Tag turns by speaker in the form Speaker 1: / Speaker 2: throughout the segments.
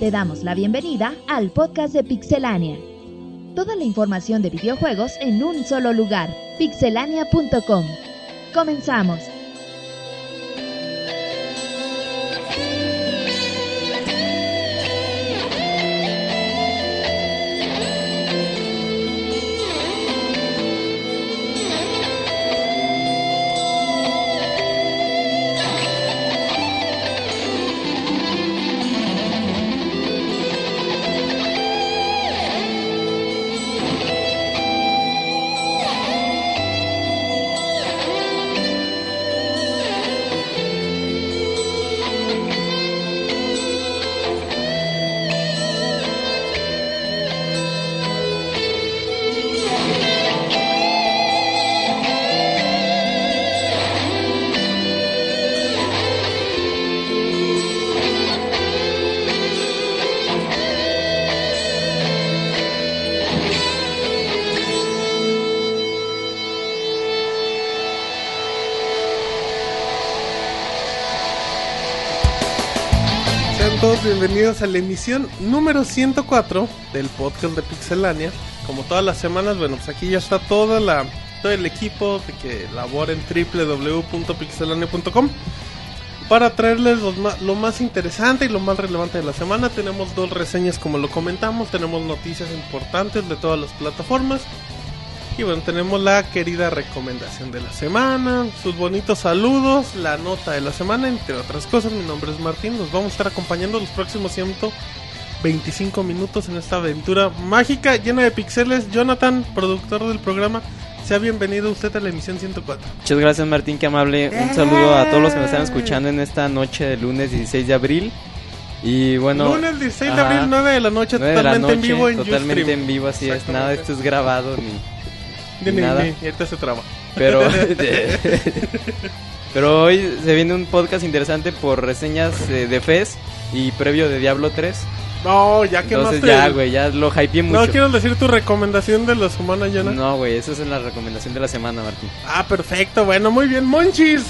Speaker 1: Te damos la bienvenida al podcast de Pixelania. Toda la información de videojuegos en un solo lugar, pixelania.com. Comenzamos.
Speaker 2: Sean todos bienvenidos a la emisión número 104 del podcast de Pixelania. Como todas las semanas, bueno, pues aquí ya está toda la, todo el equipo de que labora en www.pixelania.com para traerles los ma- lo más interesante y lo más relevante de la semana. Tenemos dos reseñas como lo comentamos, tenemos noticias importantes de todas las plataformas. Y bueno, tenemos la querida recomendación de la semana, sus bonitos saludos, la nota de la semana, entre otras cosas. Mi nombre es Martín, nos vamos a estar acompañando los próximos 125 minutos en esta aventura mágica llena de pixeles. Jonathan, productor del programa, sea bienvenido usted a la emisión 104.
Speaker 3: Muchas gracias Martín, qué amable. Un saludo a todos los que me están escuchando en esta noche del lunes 16 de abril. Y bueno,
Speaker 2: Lunes 16 de
Speaker 3: ajá,
Speaker 2: abril, 9 de la noche,
Speaker 3: 9 de la
Speaker 2: totalmente en
Speaker 3: noche,
Speaker 2: vivo en
Speaker 3: totalmente
Speaker 2: Ustream.
Speaker 3: en vivo, así es. Nada, esto es grabado ni...
Speaker 2: Ni- ni-
Speaker 3: nada.
Speaker 2: ni, ahorita se traba.
Speaker 3: Pero, pero hoy se viene un podcast interesante por reseñas eh, de Fez y previo de Diablo 3.
Speaker 2: No, ya que
Speaker 3: Entonces ya, güey, ya lo hypeé
Speaker 2: No
Speaker 3: mucho.
Speaker 2: quiero decir tu recomendación de la semana, Jonathan.
Speaker 3: No, güey, esa es la recomendación de la semana, Martín.
Speaker 2: Ah, perfecto, bueno, muy bien, Monchis.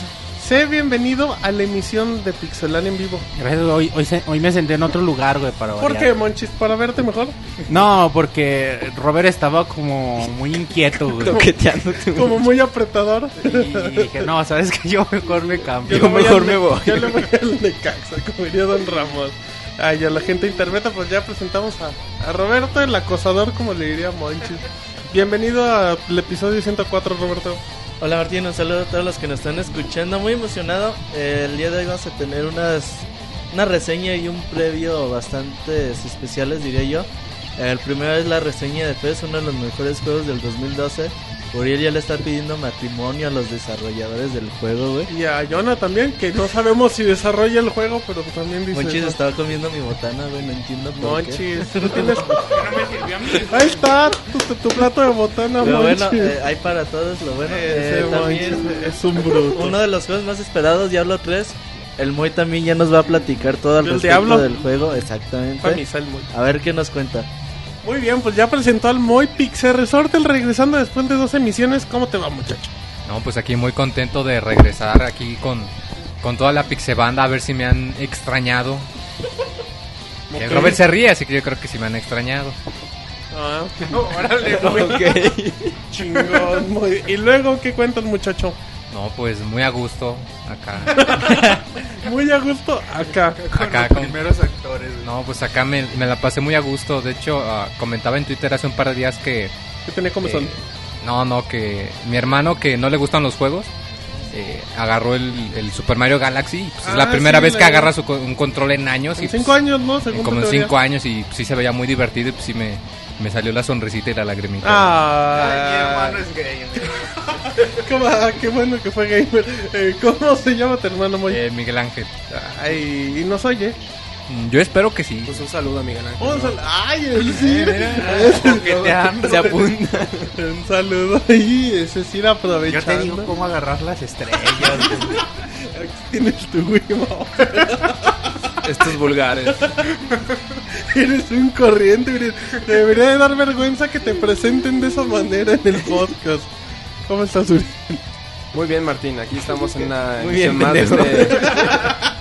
Speaker 2: Sé bienvenido a la emisión de Pixelan en vivo.
Speaker 4: Gracias, hoy, hoy, se- hoy me senté en otro lugar, güey, para
Speaker 2: ¿Por qué,
Speaker 4: variar.
Speaker 2: Monchis? ¿Para verte mejor?
Speaker 4: No, porque Robert estaba como muy inquieto, güey.
Speaker 3: Coqueteándote, güey.
Speaker 2: Como muy apretador.
Speaker 4: Y dije, no, sabes que yo mejor me
Speaker 2: Yo
Speaker 4: cambio.
Speaker 2: le voy
Speaker 3: mejor
Speaker 2: al-
Speaker 3: me voy.
Speaker 2: Yo le voy al Necaxa, como diría Don Ramón. Ay, a la gente interpreta, pues ya presentamos a, a Roberto, el acosador, como le diría Monchis. Bienvenido al episodio 104, Roberto.
Speaker 5: Hola Martín, un saludo a todos los que nos están escuchando. Muy emocionado. Eh, el día de hoy vamos a tener unas, una reseña y un previo bastante especiales, diría yo. El primero es la reseña de PES, uno de los mejores juegos del 2012. Uriel ya le está pidiendo matrimonio a los desarrolladores del juego, güey.
Speaker 2: Y a Jonah también, que no sabemos si desarrolla el juego, pero también dice...
Speaker 5: Monchis
Speaker 2: ¿no?
Speaker 5: estaba comiendo mi botana, güey, no entiendo por qué.
Speaker 2: Monchis, tú tienes... Ahí está, tu, tu- tu plato de botana,
Speaker 5: Pero
Speaker 2: Monchis.
Speaker 5: bueno, eh, hay para todos lo bueno.
Speaker 2: Ese
Speaker 5: Eh, también
Speaker 2: Monchis es un bruto.
Speaker 5: Uno de los juegos más esperados, Diablo 3. El Moy también ya nos va a platicar todo al
Speaker 2: ¿Del
Speaker 5: respecto
Speaker 2: Diablo?
Speaker 5: del juego,
Speaker 2: Para mí
Speaker 5: exactamente.
Speaker 2: sale muy-
Speaker 5: A ver qué nos cuenta.
Speaker 2: Muy bien, pues ya presentó al Moy Pixel Resort, el regresando después de dos emisiones. ¿Cómo te va, muchacho?
Speaker 6: No, pues aquí muy contento de regresar aquí con, con toda la pixebanda, a ver si me han extrañado. El
Speaker 2: Ok.
Speaker 6: Robert se ríe, así que yo creo que sí me han extrañado.
Speaker 2: Ah, órale, Chingón, Moy. Y luego, ¿qué cuentas, muchacho?
Speaker 6: No, pues muy a gusto acá.
Speaker 2: Muy a gusto acá.
Speaker 6: acá con- No, pues acá me, me la pasé muy a gusto. De hecho, ah, comentaba en Twitter hace un par de días que...
Speaker 2: ¿Qué tenía como son?
Speaker 6: eh, no, no, que mi hermano que no le gustan los juegos. eh, agarró el, el Super Mario Galaxy. y, Pues, es
Speaker 2: Ah,
Speaker 6: la primera
Speaker 2: sí,
Speaker 6: vez
Speaker 2: la-
Speaker 6: que agarra su co- un control en años. y,
Speaker 2: En
Speaker 6: pues,
Speaker 2: cinco años, ¿no? Según
Speaker 6: como
Speaker 2: tu
Speaker 6: en
Speaker 2: teoría.
Speaker 6: 5 años y pues, sí se veía muy divertido y pues sí me, me salió la sonrisita y la lagrimita.
Speaker 2: Ah, qué, va- qué bueno que fue gamer. Eh, ¿Cómo se llama tu hermano, Moy?
Speaker 6: Eh, Miguel Ángel.
Speaker 2: Ay, y nos oye.
Speaker 6: Mm, Yo espero que sí.
Speaker 4: un saludo a Miguel
Speaker 2: Un sal- Ay, el
Speaker 6: eh,
Speaker 2: Sir.
Speaker 3: Se apunta.
Speaker 2: Un saludo ahí, ese Sir aprovechando.
Speaker 4: Yo te digo cómo agarrar las estrellas.
Speaker 2: Tienes tu Wii
Speaker 3: Estos vulgares.
Speaker 2: Eres un corriente, eres- debería de dar vergüenza que te presenten de esa manera en el podcast. ¿Cómo estás, Uri?
Speaker 7: Muy bien, Martín. Aquí estamos en una
Speaker 3: Muy bien,
Speaker 7: emisión más de
Speaker 3: pendejo.
Speaker 7: este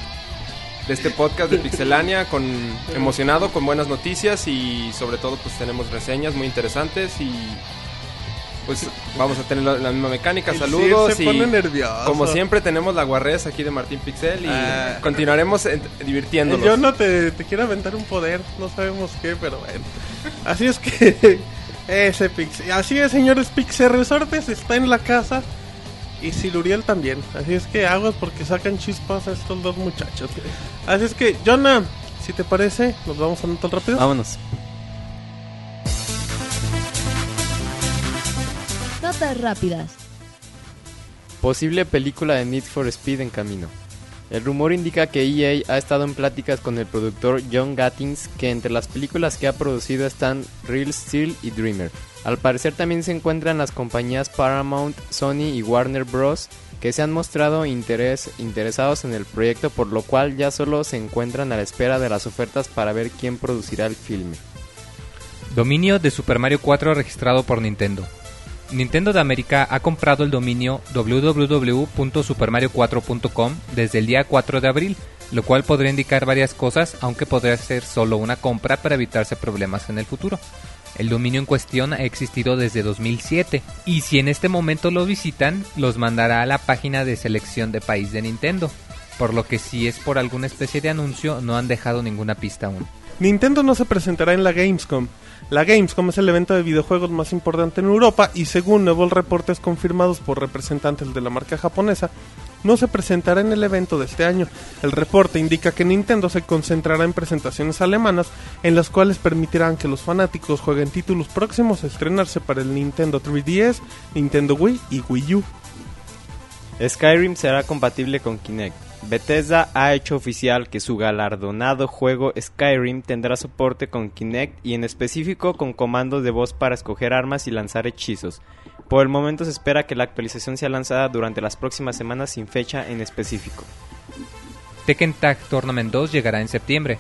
Speaker 7: de este podcast de Pixelania, con, emocionado, con buenas noticias y sobre todo pues tenemos reseñas muy interesantes y pues vamos a tener la, la misma mecánica.
Speaker 2: El
Speaker 7: Saludos
Speaker 2: Sir se
Speaker 7: y
Speaker 2: pone nervioso.
Speaker 7: como siempre tenemos la guarrez aquí de Martín Pixel y
Speaker 2: Ah.
Speaker 7: continuaremos en- divirtiéndonos.
Speaker 2: Yo no te, te quiero aventar un poder, no sabemos qué, pero bueno. Así es que ese Pix. Así es, señores, Pixel Resortes está en la casa y Siluriel también. Así es que aguas porque sacan chispas a estos dos muchachos. Así es que, Jonah, si te parece, nos vamos a anotar rápido.
Speaker 8: Vámonos.
Speaker 1: Notas rápidas.
Speaker 8: Posible película de Need for Speed en camino. El rumor indica que EA ha estado en pláticas con el productor John Gattings, que entre las películas que ha producido están Real Steel y Dreamer. Al parecer también se encuentran las compañías Paramount, Sony y Warner Bros. que se han mostrado interés, interesados en el proyecto, por lo cual ya solo se encuentran a la espera de las ofertas para ver quién producirá el filme.
Speaker 6: Dominio de Super Mario 4 registrado por Nintendo. Nintendo de América ha comprado el dominio www.supermario4.com desde el día 4 de abril, lo cual podría indicar varias cosas, aunque podría ser solo una compra para evitarse problemas en el futuro. El dominio en cuestión ha existido desde 2007 y si en este momento lo visitan, los mandará a la página de selección de país de Nintendo, por lo que si es por alguna especie de anuncio no han dejado ninguna pista aún.
Speaker 2: Nintendo no se presentará en la Gamescom. La Gamescom es el evento de videojuegos más importante en Europa y según nuevos reportes confirmados por representantes de la marca japonesa, no se presentará en el evento de este año. El reporte indica que Nintendo se concentrará en presentaciones alemanas en las cuales permitirán que los fanáticos jueguen títulos próximos a estrenarse para el Nintendo 3DS, Nintendo Wii y Wii U.
Speaker 8: Skyrim será compatible con Kinect. Bethesda ha hecho oficial que su galardonado juego Skyrim tendrá soporte con Kinect y en específico con comandos de voz para escoger armas y lanzar hechizos. Por el momento se espera que la actualización sea lanzada durante las próximas semanas sin fecha en específico.
Speaker 6: Tekken Tag Tournament 2 llegará en septiembre.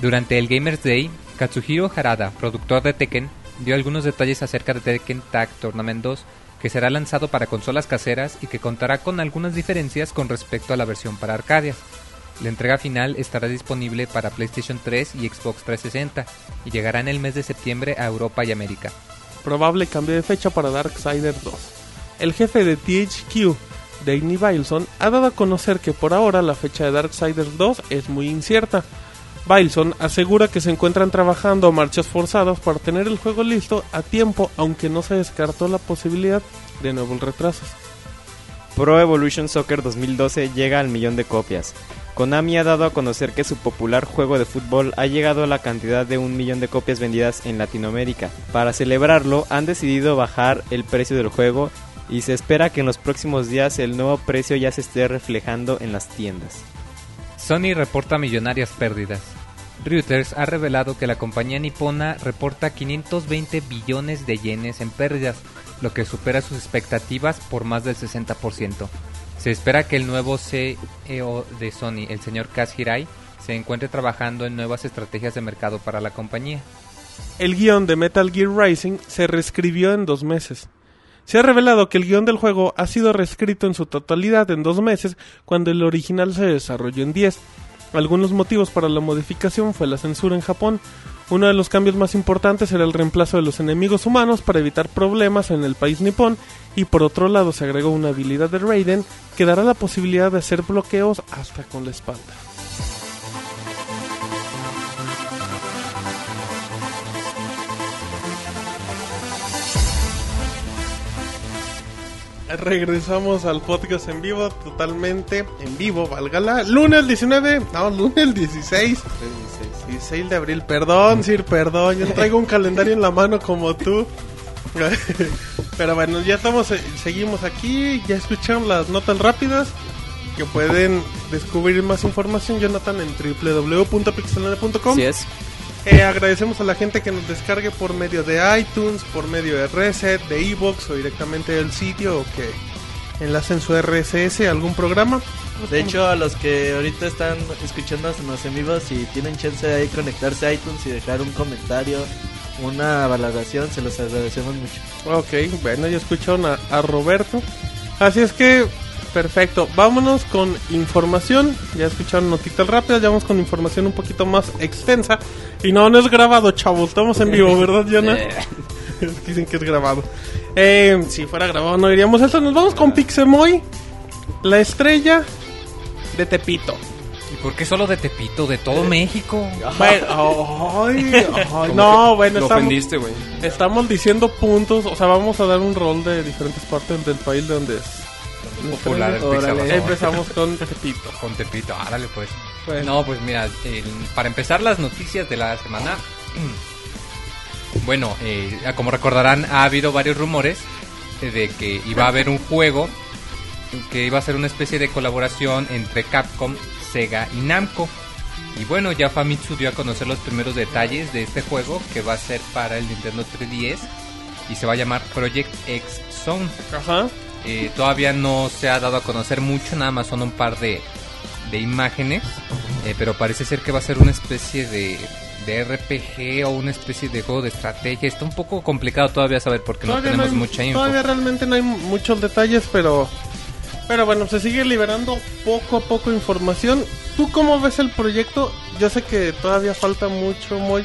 Speaker 6: Durante el Gamers Day, Katsuhiro Harada, productor de Tekken, dio algunos detalles acerca de Tekken Tag Tournament 2, que será lanzado para consolas caseras y que contará con algunas diferencias con respecto a la versión para Arcadia. La entrega final estará disponible para PlayStation 3 y Xbox 360 y llegará en el mes de septiembre a Europa y América.
Speaker 2: probable cambio de fecha para Darksiders 2. El jefe de THQ, Danny Bilson, ha dado a conocer que por ahora la fecha de Darksiders 2 es muy incierta. Bilson asegura que se encuentran trabajando a marchas forzadas para tener el juego listo a tiempo, aunque no se descartó la posibilidad de nuevos retrasos.
Speaker 8: Pro Evolution Soccer 2012 llega al millón de copias. Konami ha dado a conocer que su popular juego de fútbol ha llegado a la cantidad de un millón de copias vendidas en Latinoamérica. Para celebrarlo, han decidido bajar el precio del juego y se espera que en los próximos días el nuevo precio ya se esté reflejando en las tiendas.
Speaker 6: Sony reporta millonarias pérdidas. Reuters ha revelado que la compañía nipona reporta 520 billones de yenes en pérdidas, lo que supera sus expectativas por más del 60%. Se espera que el nuevo CEO de Sony, el señor Kaz Hirai, se encuentre trabajando en nuevas estrategias de mercado para la compañía.
Speaker 2: El guión de Metal Gear Rising se reescribió en dos meses. Se ha revelado que el guión del juego ha sido reescrito en su totalidad en dos meses cuando el original se desarrolló en 10. Algunos motivos para la modificación fue la censura en Japón. Uno de los cambios más importantes era el reemplazo de los enemigos humanos para evitar problemas en el país nipón y por otro lado se agregó una habilidad de Raiden que dará la posibilidad de hacer bloqueos hasta con la espalda. Regresamos al podcast en vivo, totalmente en vivo, válgala. Lunes 19, no, lunes 16. 16 de abril, perdón, Sir, perdón. Yo traigo un calendario en la mano como tú. Pero bueno, ya estamos, eh, seguimos aquí. Ya escucharon las notas rápidas. Que pueden descubrir más información, Jonathan, en www.pixelania.com.
Speaker 8: Así es.
Speaker 2: Eh, agradecemos a la gente que nos descargue por medio de iTunes, por medio de Reset, de Evox o directamente del sitio o que enlacen su RSS a algún programa.
Speaker 5: De hecho, a los que ahorita están escuchándonos en vivo, si tienen chance de ahí conectarse a iTunes y dejar un comentario, una valoración, se los agradecemos mucho.
Speaker 2: Ok, bueno, ya escucharon a, a Roberto. Así es que Perfecto, vámonos con información. Ya escucharon notitas rápidas, ya vamos con información un poquito más extensa. Y no, no es grabado, chavos, estamos en vivo, ¿verdad, Jonah? Dicen que es grabado. Eh, si fuera grabado no diríamos eso. Nos vamos con Pixemoy, la estrella de Tepito.
Speaker 6: ¿Y por qué solo de Tepito? De todo México.
Speaker 2: Bueno, ay, ay,
Speaker 7: Como
Speaker 2: no,
Speaker 7: que
Speaker 2: bueno,
Speaker 7: Lo
Speaker 2: estamos,
Speaker 7: ofendiste, güey.
Speaker 2: estamos diciendo puntos, o sea, vamos a dar un rol de diferentes partes del país de donde es.
Speaker 6: Popular el
Speaker 5: Órale.
Speaker 6: Pixabay.
Speaker 2: Empezamos con Tepito.
Speaker 6: Con Tepito, árale pues.
Speaker 2: Pues.
Speaker 6: No, pues mira, el- para empezar las noticias de la semana, bueno, eh, como recordarán, ha habido varios rumores eh, de que iba a haber un juego que iba a ser una especie de colaboración entre Capcom, Sega y Namco. Y bueno, ya Famitsu dio a conocer los primeros detalles de este juego que va a ser para el Nintendo 3DS y se va a llamar Project X Zone.
Speaker 2: Ajá.
Speaker 6: Eh, todavía no se ha dado a conocer mucho, nada más son un par de, de imágenes, eh, pero parece ser que va a ser una especie de, de RPG o una especie de juego de estrategia. Está un poco complicado todavía saber porque
Speaker 2: Todavía
Speaker 6: no tenemos
Speaker 2: hay-
Speaker 6: mucha info.
Speaker 2: Todavía realmente no hay muchos detalles, pero pero bueno, se sigue liberando poco a poco información. ¿Tú cómo ves el proyecto? Yo sé que todavía falta mucho, muy,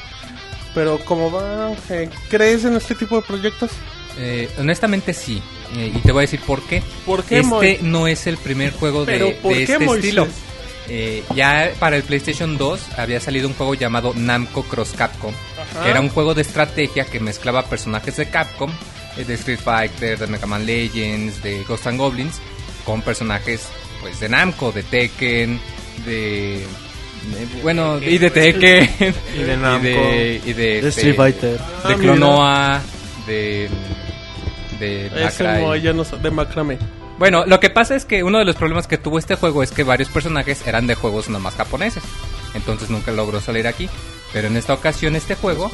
Speaker 2: pero ¿cómo va? Eh, ¿Crees en este tipo de proyectos?
Speaker 6: Eh, honestamente sí, eh, y te voy a decir por qué.
Speaker 2: ¿Por qué,
Speaker 6: este
Speaker 2: Moy?
Speaker 6: no es el primer juego de,
Speaker 2: Pero, ¿por
Speaker 6: de
Speaker 2: qué,
Speaker 6: este
Speaker 2: Moisés?
Speaker 6: estilo. Eh, ya para el PlayStation 2 había salido un juego llamado Namco Cross Capcom,
Speaker 2: Ajá.
Speaker 6: que era un juego de estrategia que mezclaba personajes de Capcom, eh, de Street Fighter, de Mega Man Legends, de Ghost and Goblins, con personajes pues de Namco, de Tekken, de... de- bueno, y de Tekken,
Speaker 7: Y de
Speaker 6: y de, y de,
Speaker 5: De
Speaker 6: este,
Speaker 5: Street Fighter.
Speaker 2: Ah,
Speaker 6: de Clonoa, de. de
Speaker 2: mira, Ese
Speaker 6: Macra y-
Speaker 2: Moy ya no sa- de macramé.
Speaker 6: Bueno, lo que pasa es que uno de los problemas que tuvo este juego es que varios personajes eran de juegos nomás japoneses. Entonces nunca logró salir aquí. Pero en esta ocasión, este juego,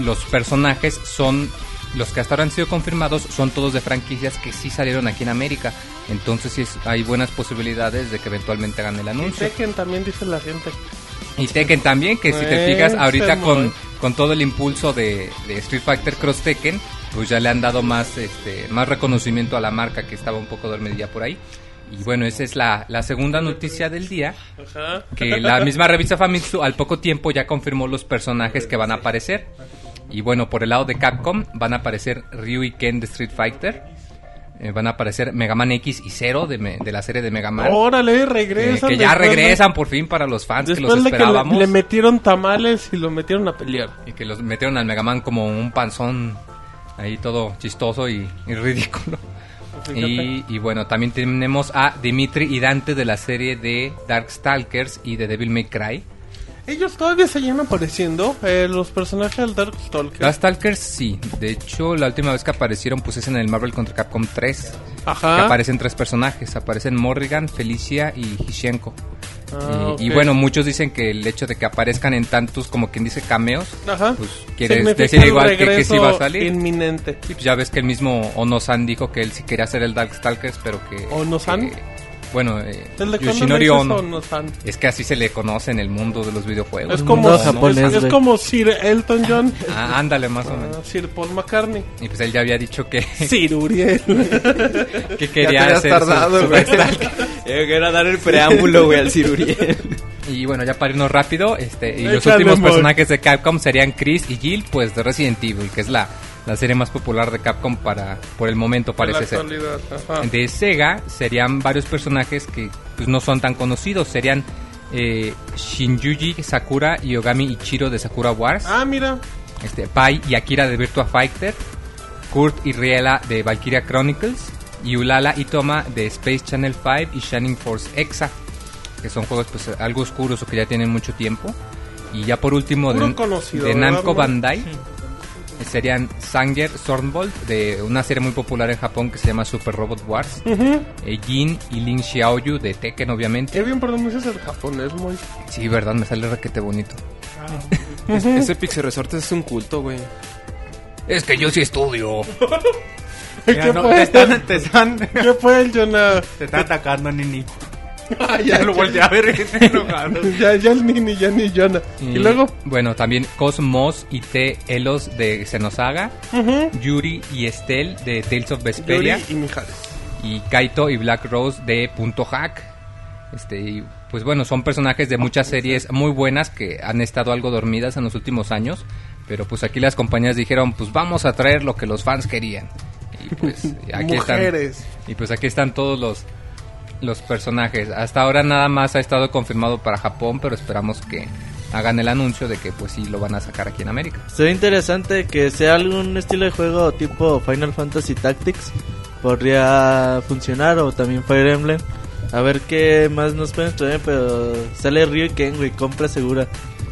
Speaker 6: los personajes son. Los que hasta ahora han sido confirmados son todos de franquicias que sí salieron aquí en América. Entonces sí es- hay buenas posibilidades de que eventualmente hagan el
Speaker 2: Y
Speaker 6: anuncio.
Speaker 2: Tekken también dice la gente.
Speaker 6: Y Tekken también, que si te
Speaker 2: Eh,
Speaker 6: fijas,
Speaker 2: se
Speaker 6: ahorita
Speaker 2: mueve.
Speaker 6: con, con todo el impulso de, de Street Fighter Cross Tekken, pues ya le han dado más, este, más reconocimiento a la marca que estaba un poco dormidilla por ahí. Y bueno, esa es la, la segunda noticia del día,
Speaker 2: Ajá.
Speaker 6: que la misma revista Famitsu al poco tiempo ya confirmó los personajes que van a aparecer. Y bueno, por el lado de Capcom van a aparecer Ryu y Ken de Street Fighter. eh, van a aparecer Mega Man X y Zero de, me- de la serie de Mega Man.
Speaker 2: Órale,
Speaker 6: eh,
Speaker 2: regresan.
Speaker 6: que ya
Speaker 2: después de-
Speaker 6: regresan por fin para los fans que los
Speaker 2: Después de que le,
Speaker 6: esperábamos.
Speaker 2: le metieron tamales y lo metieron a pelear.
Speaker 6: Y que los metieron al Megaman como un panzón ahí todo chistoso y, y ridículo.
Speaker 2: Pues
Speaker 6: Y, y bueno, también tenemos a Dimitri y Dante de la serie de Darkstalkers y de Devil May Cry.
Speaker 2: Ellos todavía seguían apareciendo, eh, los personajes del Dark Stalker.
Speaker 6: Darkstalkers sí, de hecho la última vez que aparecieron pues es en el Marvel contra Capcom 3. Que
Speaker 2: Ajá.
Speaker 6: aparecen tres personajes, aparecen Morrigan, Felicia y Hishenko.
Speaker 2: Ah,
Speaker 6: y, y
Speaker 2: ok.
Speaker 6: bueno, muchos dicen que el hecho de que aparezcan en tantos como quien dice cameos,
Speaker 2: Ajá.
Speaker 6: pues quiere
Speaker 2: Significa
Speaker 6: decir
Speaker 2: un
Speaker 6: igual que, que sí va a
Speaker 2: regreso
Speaker 6: salir.
Speaker 2: Inminente.
Speaker 6: Y pues ya ves que el mismo Ono-san dijo que él sí quería hacer el Darkstalkers, pero que...
Speaker 2: ¿Ono-san?
Speaker 6: que- bueno, eh,
Speaker 2: El de
Speaker 6: Yoshinori
Speaker 2: Ono.
Speaker 6: Ono. Es que así se le conoce en el mundo de los videojuegos.
Speaker 2: Es como,
Speaker 5: No,
Speaker 2: es-
Speaker 5: japonés,
Speaker 2: es,
Speaker 5: güey.
Speaker 2: como Sir Elton John,
Speaker 6: Ah, ándale, más o menos.
Speaker 2: ah, Sir Paul McCartney,
Speaker 6: Y pues él ya había dicho que,
Speaker 2: Sir Uriel.
Speaker 6: que
Speaker 7: Ya te
Speaker 6: quería
Speaker 7: habías
Speaker 6: hacer su-
Speaker 7: tardado,
Speaker 6: su
Speaker 7: güey.
Speaker 6: Darkstalkers.
Speaker 7: Eh, Era dar el preámbulo, güey, al ciruriel.
Speaker 6: Y bueno, ya para irnos rápido, este, y los
Speaker 2: Échale,
Speaker 6: últimos
Speaker 2: amor.
Speaker 6: personajes de Capcom serían Chris y Jill, pues de Resident Evil, que es la, la serie más popular de Capcom para por el momento, parece ser. de Sega serían varios personajes que pues, no son tan conocidos. Serían eh, Shinjuji Sakura y Ogami Ichiro de Sakura Wars,
Speaker 2: Ah, mira.
Speaker 6: este, Pai y Akira de Virtua Fighter, Kurt y Riela de Valkyria Chronicles, y Ulala y Toma de Space Channel 5 y Shining Force Exa, que son juegos pues, algo oscuros o que ya tienen mucho tiempo. Y ya por último,
Speaker 2: Puro
Speaker 6: de,
Speaker 2: conocido,
Speaker 6: de
Speaker 2: ¿verdad,
Speaker 6: Namco
Speaker 2: Moy?
Speaker 6: Bandai. eh, Serían Sanger Zornbolt de una serie muy popular en Japón que se llama Super Robot Wars.
Speaker 2: Ujú.
Speaker 6: Eh, Jin y Lin Xiaoyu de Tekken, obviamente.
Speaker 2: Qué bien pronuncias el japonés, muy.
Speaker 6: Sí, verdad, me sale requete bonito.
Speaker 7: Ese Pixel Resortes es un culto, güey.
Speaker 6: Es que yo sí estudio.
Speaker 2: ¿Qué,
Speaker 4: Mira, no, te
Speaker 2: fue?
Speaker 4: están, te están, te
Speaker 2: ¿Qué fue el Ah, Jonah?
Speaker 4: están atacando, Nini.
Speaker 2: ya,
Speaker 4: Lo volteé a ver que te enojaron.
Speaker 2: ya, ya el Nini, ya ni Jonah. Y luego,
Speaker 6: Bueno, también Cosmos y T. Elos de Xenosaga. Yuri y Estel de Tales of Vesperia.
Speaker 2: Yuri y Mijares.
Speaker 6: y Kaito y Black Rose de Punto Hack. Este, y, pues bueno, son personajes de muchas series muy buenas que han estado algo dormidas en los últimos años, pero pues aquí las compañías dijeron, pues vamos a traer lo que los fans querían. Y pues aquí están.
Speaker 2: Mujeres.
Speaker 6: Y pues aquí están todos los, los personajes. Hasta ahora nada más ha estado confirmado para Japón, pero esperamos que hagan el anuncio de que pues sí lo van a sacar aquí en América.
Speaker 5: Sería interesante que sea algún estilo de juego tipo Final Fantasy Tactics. Podría funcionar o también Fire Emblem. A ver qué más nos pueden traer, pero sale Ryu y Ken, güey, compra segura.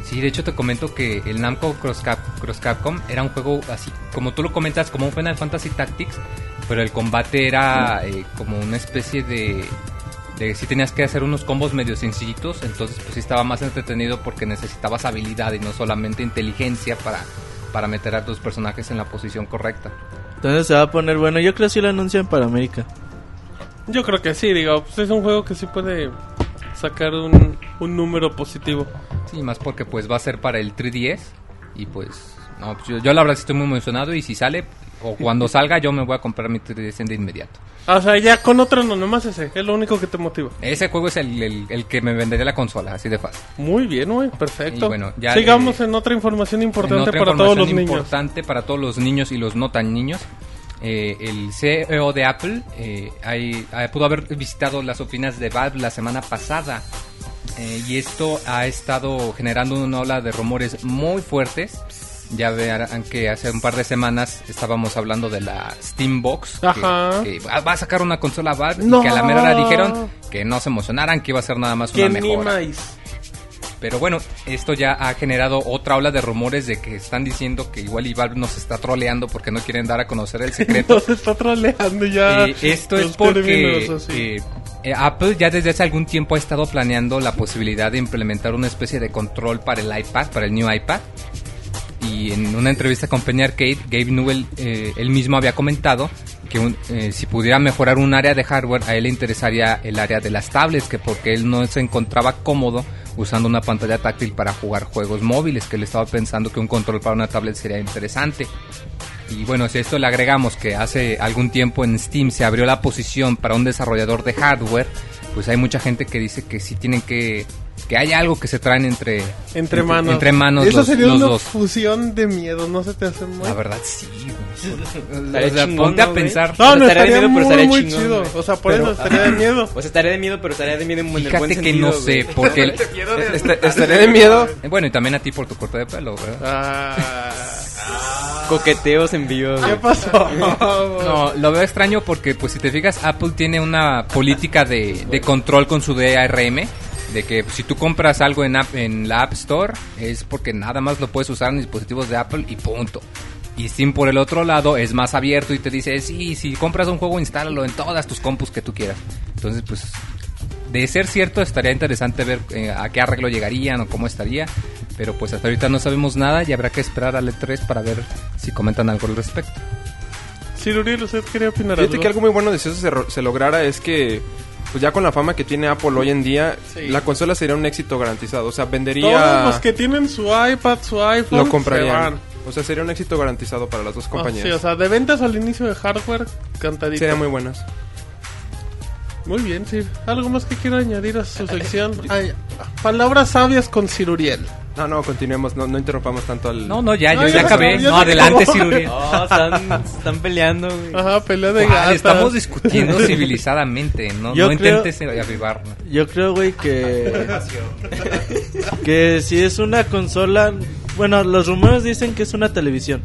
Speaker 6: Sí, de hecho te comento que el Namco Cross, Cap- Cross Capcom era un juego así, como tú lo comentas, como un Final Fantasy Tactics, pero el combate era eh, como una especie de... de si tenías que hacer unos combos medio sencillitos, entonces pues sí estaba más entretenido porque necesitabas habilidad y no solamente inteligencia para, para meter a tus personajes en la posición correcta.
Speaker 5: Entonces se va a poner bueno. Yo creo que sí lo anuncian para América.
Speaker 2: Yo creo que sí, digo, pues es un juego que sí puede sacar un, un número positivo.
Speaker 6: Sí, más porque pues va a ser para el 3DS y pues... No, pues, yo, yo la verdad sí estoy muy emocionado y si sale o cuando salga yo me voy a comprar mi 3DS de inmediato.
Speaker 2: Ah, O sea, ya con otro no, nomás ese, es lo único que te motiva.
Speaker 6: Ese juego es el, el- el que me vendería la consola, así de fácil.
Speaker 2: Muy bien, güey, perfecto.
Speaker 6: Y bueno, ya,
Speaker 2: Sigamos
Speaker 6: eh,
Speaker 2: en otra información importante
Speaker 6: En otra
Speaker 2: para todos los
Speaker 6: información
Speaker 2: niños.
Speaker 6: importante para todos los niños y los no tan niños. eh, el CEO de Apple eh, ahí- ah, pudo haber visitado las oficinas de Valve la semana pasada. eh, y esto ha estado generando una ola de rumores muy fuertes. Ya verán que hace un par de semanas estábamos hablando de la Steam Box. que-
Speaker 2: Ajá.
Speaker 6: Que, va va a sacar una consola Valve.
Speaker 2: No.
Speaker 6: Y que a la mera hora dijeron que no se emocionaran, que iba a ser nada más
Speaker 2: Que
Speaker 6: una
Speaker 2: ni
Speaker 6: mejora.
Speaker 2: más.
Speaker 6: Pero bueno, esto ya ha generado otra ola de rumores de que están diciendo que igual y Valve nos está troleando porque no quieren dar a conocer el secreto.
Speaker 2: Nos está troleando ya.
Speaker 6: Eh, esto es
Speaker 2: los
Speaker 6: porque
Speaker 2: términos así.
Speaker 6: eh, eh, Apple ya desde hace algún tiempo ha estado planeando la posibilidad de implementar una especie de control para el iPad, para el new iPad. Y en una entrevista con Penny Arcade, Gabe Newell, eh, él mismo había comentado que un- eh, si pudiera mejorar un área de hardware, a él le interesaría el área de las tablets, que porque él no se encontraba cómodo usando una pantalla táctil para jugar juegos móviles, que él estaba pensando que un control para una tablet sería interesante. Y bueno, si a esto le agregamos que hace algún tiempo en Steam se abrió la posición para un desarrollador de hardware, pues hay mucha gente que dice que sí tienen que... que hay algo que se traen entre...
Speaker 2: Entre manos.
Speaker 6: Entre manos
Speaker 2: Eso
Speaker 6: los,
Speaker 2: sería
Speaker 6: los
Speaker 2: una
Speaker 6: dos.
Speaker 2: fusión de miedo, ¿no se te hace muy?
Speaker 6: La verdad, sí, güey.
Speaker 8: Estaría
Speaker 6: O sea,
Speaker 8: chingón,
Speaker 6: ponte a
Speaker 8: ¿no, güey?
Speaker 6: pensar.
Speaker 2: No, no,
Speaker 8: Estaría
Speaker 2: estaría,
Speaker 8: de miedo, pero
Speaker 2: muy,
Speaker 8: estaría
Speaker 2: muy
Speaker 8: chingón,
Speaker 2: chido.
Speaker 8: güey.
Speaker 2: O sea, por
Speaker 8: Pero-
Speaker 2: eso estaría de miedo.
Speaker 8: O sea, estaría de miedo, pero estaría de miedo en el buen
Speaker 6: Fíjate
Speaker 8: sentido.
Speaker 6: que no
Speaker 8: güey.
Speaker 6: sé, porque... el-
Speaker 7: Est- Estaré de miedo.
Speaker 6: eh, bueno, y también a ti por tu corte de pelo, ¿verdad?
Speaker 2: Ah,
Speaker 8: Coqueteos en vivo.
Speaker 2: ¿Qué
Speaker 8: güey.
Speaker 2: pasó?
Speaker 6: No, lo veo extraño porque, pues, si te fijas, Apple tiene una política de, de control con su DRM. De que pues, si tú compras algo en, app- en la App Store, es porque nada más lo puedes usar en dispositivos de Apple y punto. Y Steam, por el otro lado, es más abierto y te dice: Sí, si compras un juego, instálalo en todas tus compus que tú quieras. Entonces, pues, de ser cierto, estaría interesante ver eh, a qué arreglo llegarían o cómo estaría. Pero pues hasta ahorita no sabemos nada y habrá que esperar al E3 para ver si comentan algo al respecto.
Speaker 2: Siruriel, ¿usted quería opinar
Speaker 7: Fíjate
Speaker 2: algo?
Speaker 7: que algo muy bueno de si eso se, ro- se lograra es que, pues ya con la fama que tiene Apple hoy en día,
Speaker 2: Sí.
Speaker 7: la consola sería un éxito garantizado. O sea,
Speaker 2: Todos los
Speaker 7: vendería.
Speaker 2: que tienen su iPad, su iPhone,
Speaker 7: Lo
Speaker 2: se
Speaker 7: comprarían.
Speaker 2: van.
Speaker 7: O sea, sería un éxito garantizado para las dos
Speaker 2: Ah, sí, o
Speaker 7: compañías.
Speaker 2: sea, de ventas al inicio de hardware, cantadito.
Speaker 7: Serían muy buenas.
Speaker 2: Muy bien, Sir. ¿Algo más que quiero añadir a su sección? Ay, palabras sabias con Siruriel.
Speaker 7: No, no, continuemos. No, no interrumpamos tanto al.
Speaker 6: No, no, ya,
Speaker 2: No,
Speaker 6: yo
Speaker 2: ya
Speaker 6: ya
Speaker 2: se
Speaker 6: acabé.
Speaker 2: acabó, ya
Speaker 6: no,
Speaker 2: se
Speaker 6: adelante,
Speaker 2: acabó.
Speaker 6: Siruriel.
Speaker 8: No, Ah, están, están peleando, güey.
Speaker 2: Ajá, pelea de
Speaker 6: Ah,
Speaker 2: gatas.
Speaker 6: le estamos discutiendo civilizadamente. No,
Speaker 5: Yo
Speaker 6: no
Speaker 5: creo- Ah,
Speaker 6: intentes avivar.
Speaker 5: Yo creo, güey, que. que si es una consola. Bueno, los rumores dicen que es una televisión.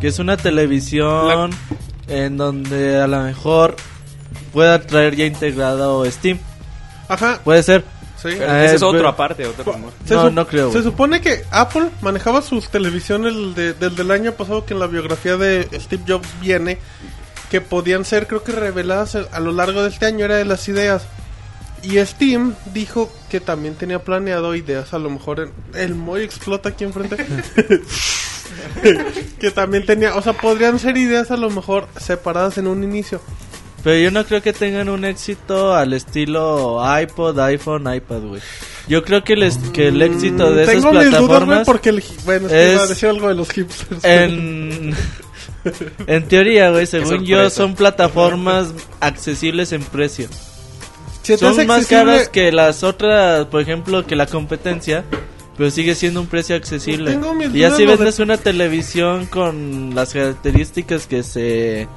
Speaker 5: Que es una televisión en donde a lo mejor pueda traer ya integrado Steam.
Speaker 2: Ajá,
Speaker 5: Puede ser.
Speaker 2: sí.
Speaker 8: Pero
Speaker 5: Eh,
Speaker 8: ese es
Speaker 5: pero-
Speaker 2: pues.
Speaker 8: otro aparte, otro rumor.
Speaker 2: Se
Speaker 5: No,
Speaker 2: sup-
Speaker 5: no creo,
Speaker 2: Se
Speaker 5: güey.
Speaker 2: supone que Apple manejaba sus televisiones el de- del, del año pasado que en la biografía de Steve Jobs viene, que podían ser creo que reveladas a a lo largo de este año, era de las ideas. Y Steam dijo que también tenía planeado ideas, a lo mejor en, el Moy explota aquí enfrente. que también tenía, o sea, podrían ser ideas a lo mejor separadas en un inicio.
Speaker 5: Pero yo no creo que tengan un éxito al estilo iPod, iPhone, iPad, güey. Yo creo que el, est- que el éxito de
Speaker 2: Mm,
Speaker 5: esas
Speaker 2: Tengo mis dudas, güey,
Speaker 5: plataformas.
Speaker 2: porque el, hi- bueno, es que
Speaker 5: es-
Speaker 2: iba a decir algo de los hipsters.
Speaker 5: en, En teoría, güey, según
Speaker 7: sorpresa.
Speaker 5: yo, son plataformas accesibles en precio.
Speaker 2: Se te
Speaker 5: Son
Speaker 2: hace
Speaker 5: más
Speaker 2: accesible-
Speaker 5: caras que las otras, por ejemplo, que la competencia, pero sigue siendo un precio accesible.
Speaker 2: Tengo mis
Speaker 5: Y
Speaker 2: dudas
Speaker 5: así
Speaker 2: lo de-
Speaker 5: vendes una televisión con las características que se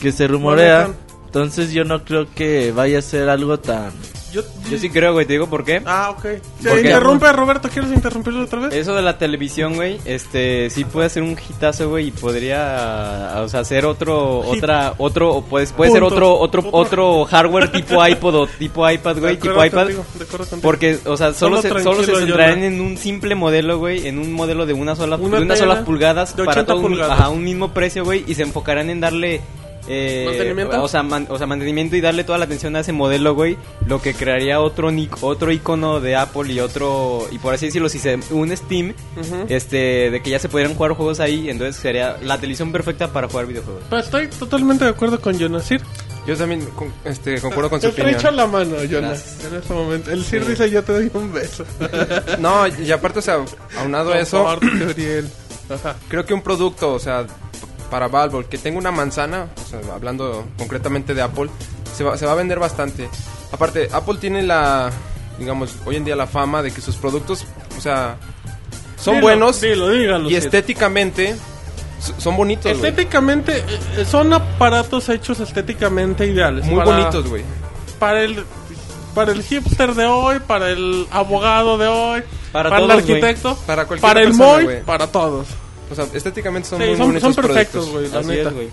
Speaker 5: que se rumorea.
Speaker 2: Manejan.
Speaker 5: Entonces yo no creo que vaya a ser algo tan
Speaker 2: Yo,
Speaker 8: Yo sí creo, güey, te digo por qué.
Speaker 2: Ah, ok. Se
Speaker 8: Porque-
Speaker 2: interrumpe, Roberto. ¿Quieres interrumpirlo otra vez?
Speaker 8: Eso de la televisión, güey, este, sí puede ser un hitazo, güey, y podría, o sea, hacer otro,
Speaker 2: Hit.
Speaker 8: otra, otro, o pues, puede ser
Speaker 2: Punto.
Speaker 8: otro, otro,
Speaker 2: Otro.
Speaker 8: otro hardware tipo iPod o tipo iPad,
Speaker 2: De
Speaker 8: güey,
Speaker 2: acuerdo
Speaker 8: tipo iPad.
Speaker 2: contigo, de acuerdo contigo.
Speaker 8: Porque, o sea, solo,
Speaker 2: Solo
Speaker 8: se, solo se
Speaker 2: tranquilo,
Speaker 8: centrarán
Speaker 2: Jonah.
Speaker 8: en un simple modelo, güey, en un modelo de una sola,
Speaker 2: Una
Speaker 8: de unas
Speaker 2: tela
Speaker 8: solas pulgadas
Speaker 2: de
Speaker 8: para
Speaker 2: 80
Speaker 8: todo un,
Speaker 2: pulgadas.
Speaker 8: ajá, un mismo precio, güey, y se enfocarán en darle eh,
Speaker 2: ¿Mantenimiento?
Speaker 8: o sea, man- o sea, mantenimiento y darle toda la atención a ese modelo, güey, lo que crearía otro nic- otro icono de Apple y otro y por así decirlo, si se un Steam,
Speaker 2: Ujú.
Speaker 8: este, de que ya se pudieran jugar juegos ahí, entonces sería la televisión perfecta para jugar videojuegos.
Speaker 2: Pero estoy totalmente de acuerdo con Jonasir.
Speaker 7: Yo también con- este, concuerdo con su
Speaker 2: Te estrecho
Speaker 7: opinión.
Speaker 2: la mano, Jonas.
Speaker 8: Gracias.
Speaker 2: En este momento. El Sir dice: Yo te doy un beso.
Speaker 7: No, y aparte, o sea, aunado a eso,
Speaker 2: Por favor, Gabriel. Ajá.
Speaker 7: creo que un producto, o sea, p- para Valve, que tenga una manzana, o sea, hablando concretamente de Apple, se va, se va a vender bastante. Aparte, Apple tiene la, digamos, hoy en día la fama de que sus productos, o sea, son
Speaker 2: Dilo,
Speaker 7: buenos
Speaker 2: Dilo, dígalo.
Speaker 7: y
Speaker 2: Sir.
Speaker 7: estéticamente so- son bonitos, güey.
Speaker 2: Estéticamente, eh, son aparatos hechos estéticamente ideales.
Speaker 7: Muy
Speaker 2: para-
Speaker 7: bonitos, güey.
Speaker 2: Para el, para el hipster de hoy, para el abogado de hoy, para,
Speaker 8: Para
Speaker 2: el
Speaker 8: todos, güey.
Speaker 2: arquitecto,
Speaker 7: Para cualquier
Speaker 2: para el
Speaker 7: persona,
Speaker 2: Moy,
Speaker 7: güey.
Speaker 2: para todos.
Speaker 7: O sea, estéticamente son
Speaker 2: Sí,
Speaker 7: muy
Speaker 2: son,
Speaker 7: bonitos
Speaker 2: son perfectos,
Speaker 7: productos.
Speaker 2: güey, la
Speaker 8: Así
Speaker 2: neta.
Speaker 8: es, güey.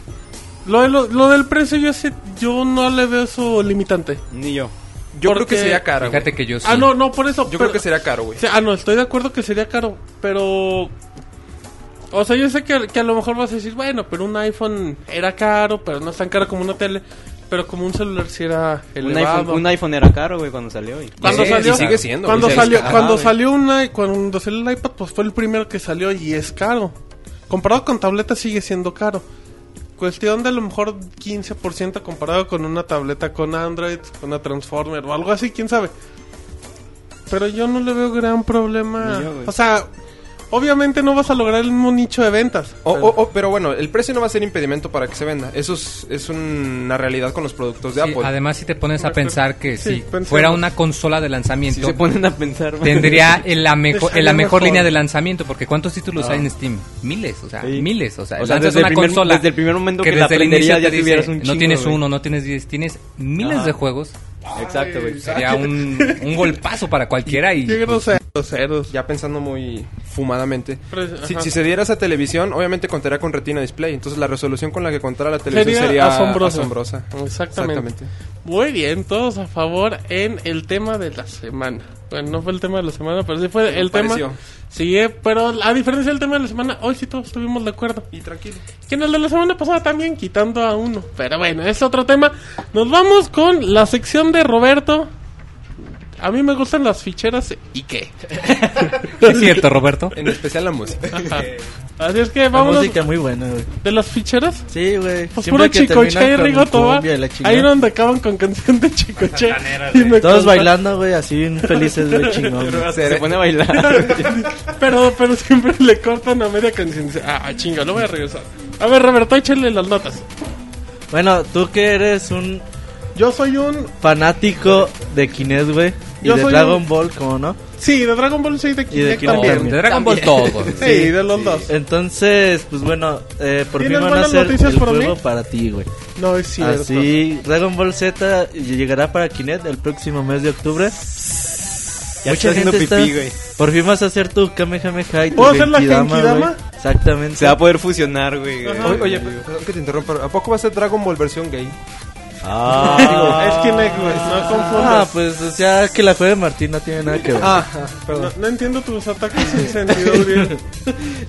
Speaker 2: Lo, de lo- lo del precio, yo, sí- yo no le veo eso limitante.
Speaker 8: Ni yo.
Speaker 7: Yo creo
Speaker 2: Porque-
Speaker 7: que sería caro. güey.
Speaker 6: Fíjate que yo sí.
Speaker 2: Ah, no, no, por eso.
Speaker 7: Yo
Speaker 2: pero-
Speaker 7: creo que sería caro, güey.
Speaker 2: Sí, ah, no, estoy de acuerdo que sería caro, pero... O sea, yo sé que, que a lo mejor vas a decir, bueno, pero un iPhone era caro, pero no es tan caro como una tele, pero como un celular sí era
Speaker 8: Un
Speaker 2: elevado.
Speaker 8: iPhone, un iPhone era caro, güey, cuando salió. y-
Speaker 2: Cuando
Speaker 7: Sí,
Speaker 2: salió,
Speaker 7: y sigue siendo,
Speaker 2: cuando
Speaker 7: güey,
Speaker 2: salió,
Speaker 7: es caro,
Speaker 2: cuando
Speaker 8: güey.
Speaker 2: salió una, cuando salió el iPad, pues fue el primero que salió y es caro. Comparado con tableta sigue siendo caro. Cuestión de a lo mejor 15% comparado con una tableta con Android, con una Transformer o algo así, quién sabe. Pero yo no le veo gran problema.
Speaker 8: Ni yo, güey.
Speaker 2: o sea, obviamente no vas a lograr el mismo nicho de ventas.
Speaker 7: O- o- o- Oh, pero bueno, el precio no va a ser impedimento para que se venda. Eso es, es una realidad con los productos de
Speaker 6: Sí,
Speaker 7: Apple.
Speaker 6: además, si te pones a
Speaker 2: Master-
Speaker 6: pensar que
Speaker 2: Sí,
Speaker 6: si
Speaker 2: pensemos.
Speaker 6: fuera una consola de lanzamiento,
Speaker 8: Si se ponen a pensar, güey.
Speaker 6: tendría el- la, mejo-
Speaker 2: Te
Speaker 6: la
Speaker 2: salió
Speaker 6: mejor
Speaker 2: mejor.
Speaker 6: línea de lanzamiento, porque ¿cuántos títulos hay en Steam? Miles, o sea,
Speaker 8: Sí.
Speaker 6: miles, o sea,
Speaker 8: O sea,
Speaker 6: lanzas
Speaker 8: desde el
Speaker 6: una
Speaker 8: primer-
Speaker 6: consola
Speaker 8: desde el primer momento que la
Speaker 6: desde el
Speaker 8: aprenderías
Speaker 6: inicio
Speaker 8: ya
Speaker 6: te dice,
Speaker 8: tuvieras un
Speaker 6: No
Speaker 8: chingo,
Speaker 6: tienes
Speaker 8: güey".
Speaker 6: uno, no tienes diez, tienes miles
Speaker 8: Ajá.
Speaker 6: de juegos.
Speaker 8: Exacto, güey.
Speaker 6: Sería un, un golpazo para cualquiera y...
Speaker 2: Yo creo que los ceros.
Speaker 7: Ya pensando muy fumadamente.
Speaker 2: Pero-
Speaker 7: Si,
Speaker 2: ajá.
Speaker 7: si se diera esa televisión, obviamente contaría con Retina Display. Entonces la resolución con la que contara la televisión
Speaker 2: Sería
Speaker 7: sería,
Speaker 2: asombrosa.
Speaker 7: asombrosa.
Speaker 2: Exactamente. Muy bien, todos a favor en el tema de la semana. Bueno, no fue el tema de la semana, pero sí fue
Speaker 7: Me
Speaker 2: el
Speaker 7: pareció.
Speaker 2: tema. Sí, eh, pero a diferencia del tema de la semana, hoy sí todos estuvimos de acuerdo.
Speaker 7: Y tranquilo.
Speaker 2: Que en el de la semana pasada también quitando a uno. Pero bueno, es otro tema. Nos vamos con la sección de Roberto. A mí me gustan las ficheras y qué.
Speaker 6: Es cierto, Roberto.
Speaker 7: En especial la música.
Speaker 2: Así es que
Speaker 5: la
Speaker 2: vamos
Speaker 5: música muy buena, güey.
Speaker 2: de las ficheras.
Speaker 5: Sí, güey.
Speaker 2: Pues
Speaker 5: Siempre
Speaker 2: puro
Speaker 5: que
Speaker 2: chicoche y
Speaker 5: terminan con
Speaker 2: Rigoto va.
Speaker 5: cumbia y la
Speaker 2: Ahí
Speaker 5: chingada.
Speaker 2: era donde acaban con canción de chicoche. Y me
Speaker 5: Todos
Speaker 2: consta-
Speaker 5: bailando, güey, así bien felices, güey, chingón. güey.
Speaker 8: Se pone a bailar.
Speaker 2: Pero, pero siempre le cortan a media canción. Dice, Ah, chinga, lo voy a regresar. A ver, Roberto, échale las notas.
Speaker 5: Bueno, tú que eres un
Speaker 2: Yo soy un.
Speaker 5: fanático de Kinect, güey. Y
Speaker 2: Yo
Speaker 5: de
Speaker 2: soy
Speaker 5: Dragon Ball, ¿cómo no?
Speaker 2: Sí, de Dragon Ball soy de Kinect
Speaker 5: Kinect
Speaker 2: también.
Speaker 5: también.
Speaker 6: De Dragon Ball todo.
Speaker 2: Sí, de los dos.
Speaker 5: Entonces, pues bueno, eh, por fin
Speaker 2: ¿Tienes
Speaker 5: van a
Speaker 2: buenas
Speaker 5: hacer el
Speaker 2: noticias para mí?
Speaker 5: juego para ti, güey.
Speaker 2: No, es cierto.
Speaker 5: Ah, Así, Dragon Ball Z llegará para Kinect el próximo mes de octubre.
Speaker 8: está haciendo pipí, güey.
Speaker 5: Por fin vas a hacer tu Kamehameha y tu
Speaker 2: ¿Puedo hacer la
Speaker 5: Genkidama,
Speaker 2: Genkidama?
Speaker 5: güey. Exactamente.
Speaker 8: Se va a poder fusionar, güey.
Speaker 2: Ajá.
Speaker 7: Oye, oye, perdón que te interrumpa. ¿A poco va a ser Dragon Ball versión gay?
Speaker 8: Ah.
Speaker 2: Digo, es Kinect, güey. No
Speaker 5: Ah,
Speaker 2: confundas.
Speaker 5: pues, o sea, que la juegue Martín no tiene nada que ver.
Speaker 7: Ah,
Speaker 2: No, no entiendo tus ataques sin sentido, Uriel.